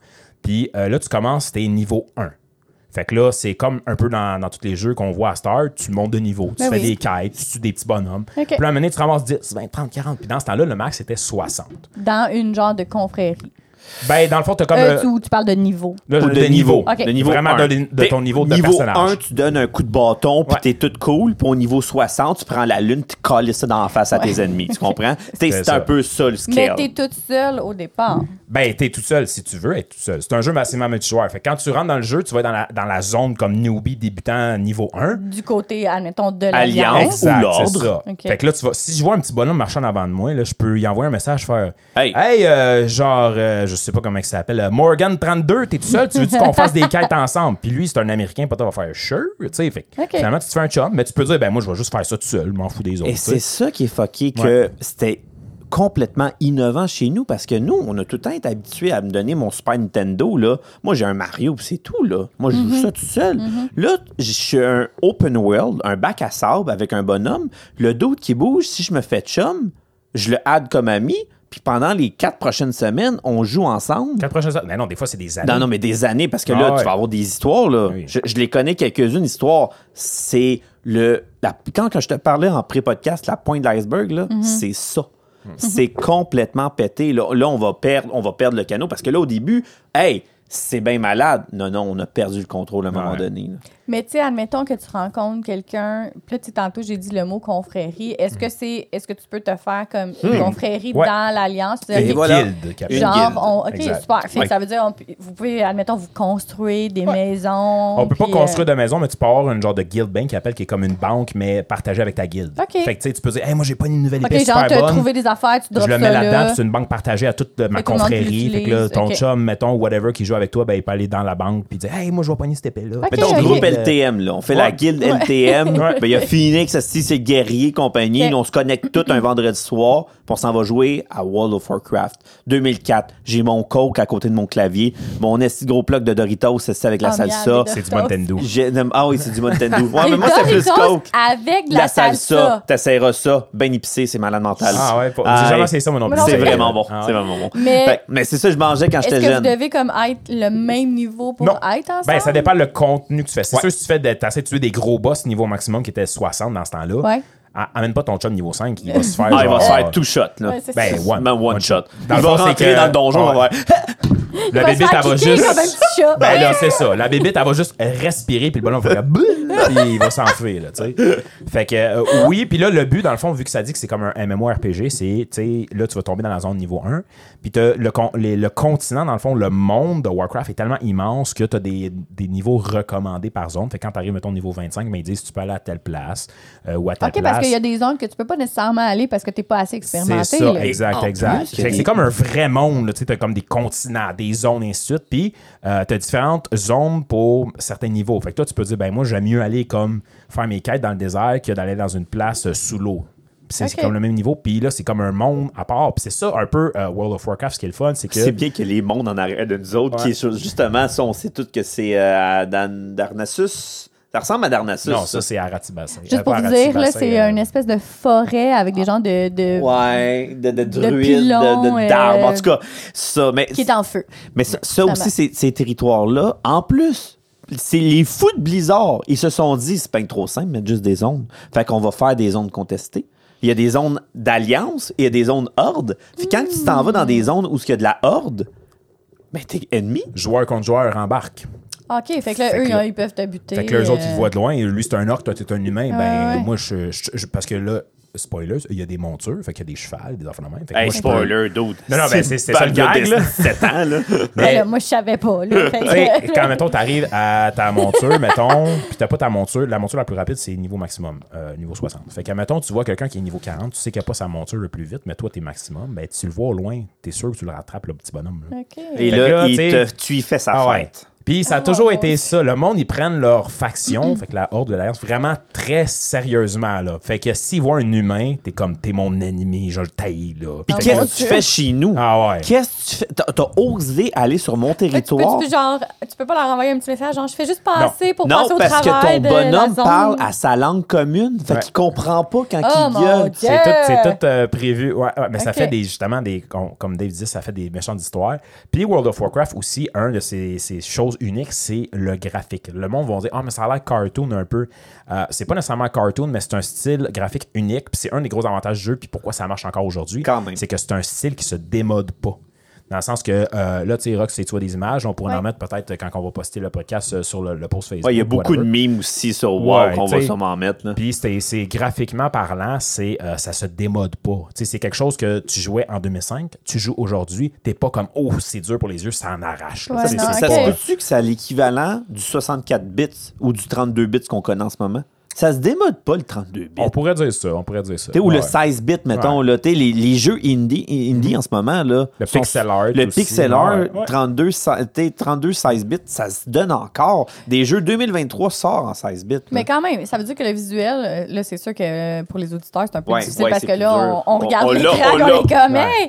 Speaker 4: Puis euh, là, tu commences, t'es niveau 1. Fait que là, c'est comme un peu dans, dans tous les jeux qu'on voit à Star, tu montes de niveau, tu
Speaker 3: Ben
Speaker 4: fais
Speaker 3: oui.
Speaker 4: des quêtes, tu tues des petits bonhommes.
Speaker 3: Ok.
Speaker 4: Puis là, à un moment donné, tu ramasses 10, 20, 30, 40. Puis dans ce temps-là, le max, c'était 60.
Speaker 3: Dans une genre de confrérie.
Speaker 4: Ben, dans le fond, t'as comme...
Speaker 3: Euh,
Speaker 4: euh,
Speaker 3: tu, tu parles de niveau.
Speaker 4: là,
Speaker 2: Ou
Speaker 4: de, niveau.
Speaker 3: Ok.
Speaker 4: De niveau Vraiment
Speaker 2: un.
Speaker 4: de, de ton niveau de
Speaker 2: niveau
Speaker 4: personnage.
Speaker 2: 1, tu donnes un coup de bâton, puis
Speaker 4: Ouais.
Speaker 2: t'es tout cool. Puis au niveau 60, tu prends la lune, tu colles ça dans la face à tes ennemis. Tu comprends? Tu sais, c'est
Speaker 4: ça.
Speaker 2: un peu ça le
Speaker 3: Mais
Speaker 2: scale.
Speaker 3: t'es toute seule au départ.
Speaker 4: Ben, t'es tout seul si tu veux être tout seul. C'est un jeu maximum multijoueur. Fait que quand tu rentres dans le jeu, tu vas être dans la, dans la zone comme newbie débutant niveau 1.
Speaker 3: Du côté, admettons, de
Speaker 2: Alliance.
Speaker 3: l'alliance.
Speaker 4: Exact,
Speaker 2: ou l'ordre.
Speaker 4: c'est ça.
Speaker 3: Ok.
Speaker 4: Fait que là, tu vas, si je vois un petit bonhomme marchant en avant de moi, là, je peux y envoyer un message, faire
Speaker 2: Hey.
Speaker 4: euh, genre, euh, je sais pas comment il s'appelle, euh, Morgan32, t'es tout seul, tu veux-tu qu'on fasse des quêtes ensemble? Puis lui, c'est un Américain, pas va faire sure, tu sais. Fait que
Speaker 3: Ok.
Speaker 4: finalement, tu te fais un chum, mais tu peux dire, ben moi, je vais juste faire ça tout seul, je m'en fous des autres.
Speaker 2: Et
Speaker 4: tu sais.
Speaker 2: c'est ça qui est fucké, que c'était complètement innovant chez nous parce que nous, on a tout le temps été habitués à me donner mon Super Nintendo. Là. Moi, j'ai un Mario, puis c'est tout. Là. Moi, je joue ça tout seul. Là, je suis un open world, un bac à sable avec un bonhomme. Le dos qui bouge, si je me fais chum, je le add comme ami. Puis pendant les quatre prochaines semaines, on joue ensemble.
Speaker 4: Quatre prochaines heures- Ben non, des fois, c'est des années.
Speaker 2: Ah Non, non, mais des années, parce que
Speaker 4: Ah
Speaker 2: là,
Speaker 4: ouais.
Speaker 2: tu vas avoir des histoires. Là.
Speaker 4: Oui.
Speaker 2: Je, je les connais quelques-unes, histoires. C'est le. la- quand, quand je te parlais en pré-podcast, la pointe de l'iceberg, là,
Speaker 3: Mhm.
Speaker 2: c'est ça.
Speaker 4: Mhm.
Speaker 2: C'est complètement pété. Là, Là, on, va perdre, on va perdre le canot, parce que là, au début, hey, c'est bien malade. Non, non, on a perdu le contrôle à un moment
Speaker 4: Ouais.
Speaker 2: donné. là.
Speaker 3: Mais tu sais, admettons que tu rencontres quelqu'un. Puis là, tu sais, tantôt, j'ai dit le mot confrérie. Est-ce que c'est. Est-ce que tu peux te faire comme une confrérie
Speaker 4: Hmm. Ouais.
Speaker 3: dans l'alliance? Tu
Speaker 4: Une
Speaker 3: dis, ok,
Speaker 2: voilà.
Speaker 4: guilde, qui appelle.
Speaker 3: Genre,
Speaker 2: guilde.
Speaker 3: on, OK,
Speaker 4: Exact.
Speaker 3: super. Fait que
Speaker 2: Ouais.
Speaker 3: Ça veut dire, on peut- vous pouvez, admettons, vous construire des maisons.
Speaker 4: On peut pas
Speaker 3: puis,
Speaker 4: construire
Speaker 3: euh,
Speaker 4: de maison, mais tu peux avoir une genre de guild bank qui appelle, qui est comme une banque, mais partagée avec ta guild.
Speaker 3: Ok.
Speaker 4: Fait que tu sais, tu peux dire, hey, moi, j'ai pas une nouvelle
Speaker 3: OK,
Speaker 4: épée
Speaker 3: genre,
Speaker 4: super
Speaker 3: tu as
Speaker 4: bonne.
Speaker 3: trouvé des affaires, tu
Speaker 4: Je
Speaker 3: drops
Speaker 4: le
Speaker 3: ça
Speaker 4: mets là-dedans,
Speaker 3: là.
Speaker 4: puis c'est une banque partagée à toute euh, ma
Speaker 3: Fait que tout le monde
Speaker 4: confrérie. Fait que là,
Speaker 3: l'utilise,
Speaker 4: ton
Speaker 3: ok.
Speaker 4: chum, mettons, whatever, qui joue avec toi, ben, il peut aller dans la banque puis dire, hey, moi, je vais pogner cette épée-là.
Speaker 3: Ok,
Speaker 2: Mettons,
Speaker 3: ok.
Speaker 2: groupe
Speaker 4: Euh,
Speaker 2: LTM, là. On fait la
Speaker 4: Ouais.
Speaker 2: guilde LTM. Ben, Il y a Phoenix, si c'est guerrier, compagnie.
Speaker 3: Ok.
Speaker 2: On se connecte tout un vendredi soir. Puis on s'en va jouer à World of Warcraft. 2004, j'ai mon coke à côté de mon clavier. Mon esti de gros bloc de Doritos, c'est ça avec la
Speaker 3: Ah, merde,
Speaker 2: salsa.
Speaker 3: les
Speaker 4: C'est du Montendo.
Speaker 2: J'ai- Ah oui, c'est du Montendo. Ouais,
Speaker 3: Des
Speaker 2: mais moi, c'est plus
Speaker 3: Doritos
Speaker 2: coke.
Speaker 3: Avec de la, salsa.
Speaker 2: T'essaieras ça. Ben épicé, c'est malade mental.
Speaker 4: Ah ouais, pas- j'ai jamais essayé ça, moi non
Speaker 3: plus.
Speaker 2: C'est
Speaker 3: Mais-
Speaker 2: vraiment bon.
Speaker 4: Ah ouais.
Speaker 2: C'est vraiment bon.
Speaker 3: Mais-
Speaker 2: Fait- Mais c'est ça que je mangeais quand
Speaker 3: Est-ce
Speaker 2: j'étais
Speaker 3: que
Speaker 2: jeune.
Speaker 3: vous devez comme être le même niveau pour
Speaker 4: Non.
Speaker 3: être ensemble?
Speaker 4: Ben, ça dépend le contenu que tu fais. C'est
Speaker 2: Ouais.
Speaker 4: sûr, si tu fais de, t'essaies de tuer des gros boss niveau maximum qui était 60 dans ce temps-là,
Speaker 3: Ouais.
Speaker 4: a- amène pas ton chum niveau 5, il va se faire.
Speaker 2: Ah, il va
Speaker 4: genre,
Speaker 2: se
Speaker 4: euh,
Speaker 2: faire two shot, là.
Speaker 3: Ouais, c'est
Speaker 4: Ben,
Speaker 3: ça.
Speaker 4: ouais.
Speaker 2: one, one shot. il
Speaker 4: Dans
Speaker 2: va
Speaker 4: le fond, c'est
Speaker 2: rentrer
Speaker 4: que-
Speaker 2: dans le donjon,
Speaker 4: Ouais.
Speaker 2: on va faire-
Speaker 4: La
Speaker 3: Il va se
Speaker 4: bébite,
Speaker 3: faire
Speaker 4: elle va
Speaker 3: kicker
Speaker 4: juste.
Speaker 3: comme un petit chat.
Speaker 4: Ben là, c'est ça. La bébite, elle va juste respirer, puis le ballon va faire boum, puis il va s'enfuir, là, tu sais. Fait que, euh, oui, puis là, le but, dans le fond, vu que ça dit que c'est comme un MMORPG, c'est, tu sais, là, tu vas tomber dans la zone niveau 1, puis t'as le, con- les- le continent, dans le fond, le monde de Warcraft est tellement immense que t'as des, des niveaux recommandés par zone. Fait que quand t'arrives, mettons, au niveau 25, ben, ils disent, tu peux aller à telle place, euh, ou à telle
Speaker 3: OK,
Speaker 4: place.
Speaker 3: parce qu'il y a des zones que tu peux pas nécessairement aller parce que t'es pas assez expérimenté.
Speaker 4: C'est ça,
Speaker 3: là.
Speaker 4: exact,
Speaker 2: en
Speaker 4: exact.
Speaker 2: plus, il y a
Speaker 4: Fait que
Speaker 2: des-
Speaker 4: C'est comme un vrai monde. là, Tu as comme des continents, des zones, et ainsi de suite. Puis, tu as différentes zones pour certains niveaux. Fait que toi, tu peux dire, ben moi, j'aime mieux aller comme faire mes quêtes dans le désert que d'aller dans une place euh, sous l'eau. Puis C'est c'est
Speaker 3: Ok.
Speaker 4: comme le même niveau. Puis là, c'est comme un monde à part. Puis c'est ça, un peu euh, World of Warcraft, ce qui est le fun, c'est que.
Speaker 2: C'est bien que les mondes en arrière de nous autres, qui est sur- justement, ça, on sait tous que c'est euh, à Dan Darnassus, Ça ressemble à Darnassus.
Speaker 4: Non, ça, c'est Aratibassin.
Speaker 3: Juste pour
Speaker 4: Pas
Speaker 3: vous dire, là,
Speaker 4: Aratibassin,
Speaker 3: c'est
Speaker 4: euh,
Speaker 3: une espèce de forêt avec
Speaker 4: Ah.
Speaker 3: des gens de. de-
Speaker 2: Ouais, de, de druides,
Speaker 3: pilons,
Speaker 2: de, de- d'arbres.
Speaker 3: euh,
Speaker 2: En tout cas, ça. Mais,
Speaker 3: Qui est en feu.
Speaker 2: mais ça, ça aussi,
Speaker 3: Exactement.
Speaker 2: ces, ces territoires-là, en plus, c'est les fous de Blizzard. Ils se sont dit, c'est pas trop simple, mettre juste des zones. Fait qu'on va faire des zones contestées. Il y a des zones d'alliance et il y a des zones horde. Puis quand tu t'en vas dans des zones où il y a de la horde, ben t'es ennemi.
Speaker 4: Joueur contre joueur embarque.
Speaker 3: OK, fait que là,
Speaker 4: Fait
Speaker 3: eux,
Speaker 4: que là-
Speaker 3: ils peuvent te buter.
Speaker 4: Fait que les autres,
Speaker 3: euh,
Speaker 4: ils te voient de loin. Et lui, c'est un orc, toi, t'es un humain. ben,
Speaker 3: Ah Ouais, ouais.
Speaker 4: moi, je, je- je- Parce que là, spoiler, il y a des montures. Fait qu'il y a des chevals, des enfants de même. Fait que moi, je peux-
Speaker 2: dude.
Speaker 4: Non, non, ben, c'est- c'est ça le gag, là.
Speaker 2: 7 ans, là.
Speaker 3: ben là, moi, je savais pas. Là, Fait que-
Speaker 4: Tu sais, quand, mettons, t'arrives à ta monture, mettons, puis t'as pas ta monture, la monture la plus rapide, c'est niveau maximum, euh, niveau 60. Fait que, mettons, tu vois quelqu'un qui est niveau 40, tu sais qu'il a pas sa monture le plus vite, mais toi, t'es maximum, ben, tu le vois au loin, t'es sûr que tu le rattrapes, le petit bonhomme. là.
Speaker 3: OK.
Speaker 2: Et
Speaker 4: Fait
Speaker 2: là,
Speaker 4: que là,
Speaker 2: il
Speaker 4: t'sais-
Speaker 2: te, tu y fais sa
Speaker 4: Ah ouais.
Speaker 2: fête.
Speaker 4: Puis ça a toujours été ça. Le monde, ils prennent leur faction, fait que la Horde de l'Alliance, vraiment très sérieusement. Là. Fait que s'ils voient un humain, t'es comme, t'es mon ennemi, je le taille. Là.
Speaker 2: Puis
Speaker 3: Ah,
Speaker 2: qu'est-ce
Speaker 3: mon
Speaker 2: que tu
Speaker 3: Dieu.
Speaker 2: fais chez nous?
Speaker 4: Ah ouais.
Speaker 2: Qu'est-ce que tu fais? T'as t'as osé aller sur mon
Speaker 3: Là, tu, peux,
Speaker 2: territoire?
Speaker 3: tu peux genre, tu peux pas leur envoyer un petit message, genre, je fais juste passer pour
Speaker 2: non,
Speaker 3: passer au
Speaker 2: parce que
Speaker 3: travail
Speaker 2: ton
Speaker 3: de la
Speaker 2: bonhomme
Speaker 3: zone.
Speaker 2: parle à sa langue commune. Fait
Speaker 4: Ouais.
Speaker 2: qu'il comprend pas quand
Speaker 3: Oh,
Speaker 2: il
Speaker 3: mon
Speaker 2: gueule.
Speaker 3: Dieu.
Speaker 4: C'est
Speaker 3: Yeah!
Speaker 4: tout, c'est tout, euh, prévu. Ouais, ouais, mais ça
Speaker 3: Ok.
Speaker 4: fait des, justement des. com- Comme Dave dit, ça fait des méchantes histoires. Puis World of Warcraft aussi, un de ses, ses choses uniques, c'est le graphique. Le monde va dire Ah, mais ça a l'air cartoon un peu. Euh, c'est pas nécessairement cartoon, mais c'est un style graphique unique. Puis c'est un des gros avantages du jeu. Puis pourquoi ça marche encore aujourd'hui,
Speaker 2: Quand même.
Speaker 4: c'est que c'est un style qui se démode pas. Dans le sens que euh, là, tu sais, Rock, c'est toi des images. On pourrait en
Speaker 3: Ouais.
Speaker 4: mettre peut-être euh, quand on va poster le podcast euh, sur le, le post Facebook.
Speaker 2: Ouais, il y a beaucoup
Speaker 4: whatever.
Speaker 2: de mimes aussi sur WoW
Speaker 4: Ouais,
Speaker 2: qu'on
Speaker 4: t'sais.
Speaker 2: va sûrement mettre. Là.
Speaker 4: Puis c'est c'est graphiquement parlant, c'est euh, ça se démode pas. Tu sais, C'est quelque chose que tu jouais en 2005, tu joues aujourd'hui, t'es pas comme oh c'est dur pour les yeux, ça en arrache. là.
Speaker 3: Ouais,
Speaker 4: C'est-
Speaker 3: Ah, non,
Speaker 4: c'est-
Speaker 2: Ça
Speaker 3: ok.
Speaker 2: se peut-tu que c'est à l'équivalent du 64 bits ou du 32 bits qu'on connaît en ce moment? Ça se démode pas le 32 bits.
Speaker 4: On pourrait dire ça, on pourrait dire ça.
Speaker 2: T'sais, Ou le
Speaker 4: Ouais. Mm-hmm.
Speaker 2: 16 bits, mettons, là, t'sais, les, les jeux indie, indie en ce moment. Là,
Speaker 4: Le pixel art
Speaker 2: Le
Speaker 4: aussi,
Speaker 2: pixel
Speaker 4: ouais,
Speaker 2: art,
Speaker 4: ouais.
Speaker 2: 32, sa- t'sais, 32 16 bits, ça se donne encore. Des jeux 2023 sortent en 16 bits. là.
Speaker 3: Mais quand même, ça veut dire que le visuel, euh, là, c'est sûr que euh, pour les auditeurs, c'est un peu
Speaker 2: Ouais,
Speaker 3: difficile
Speaker 2: ouais,
Speaker 3: parce
Speaker 2: c'est
Speaker 3: que
Speaker 2: plus
Speaker 3: là,
Speaker 2: dur.
Speaker 3: on, on
Speaker 2: On-
Speaker 3: regarde
Speaker 2: on
Speaker 3: les
Speaker 2: l'a,
Speaker 3: craques,
Speaker 2: on
Speaker 3: on,
Speaker 2: l'a.
Speaker 3: les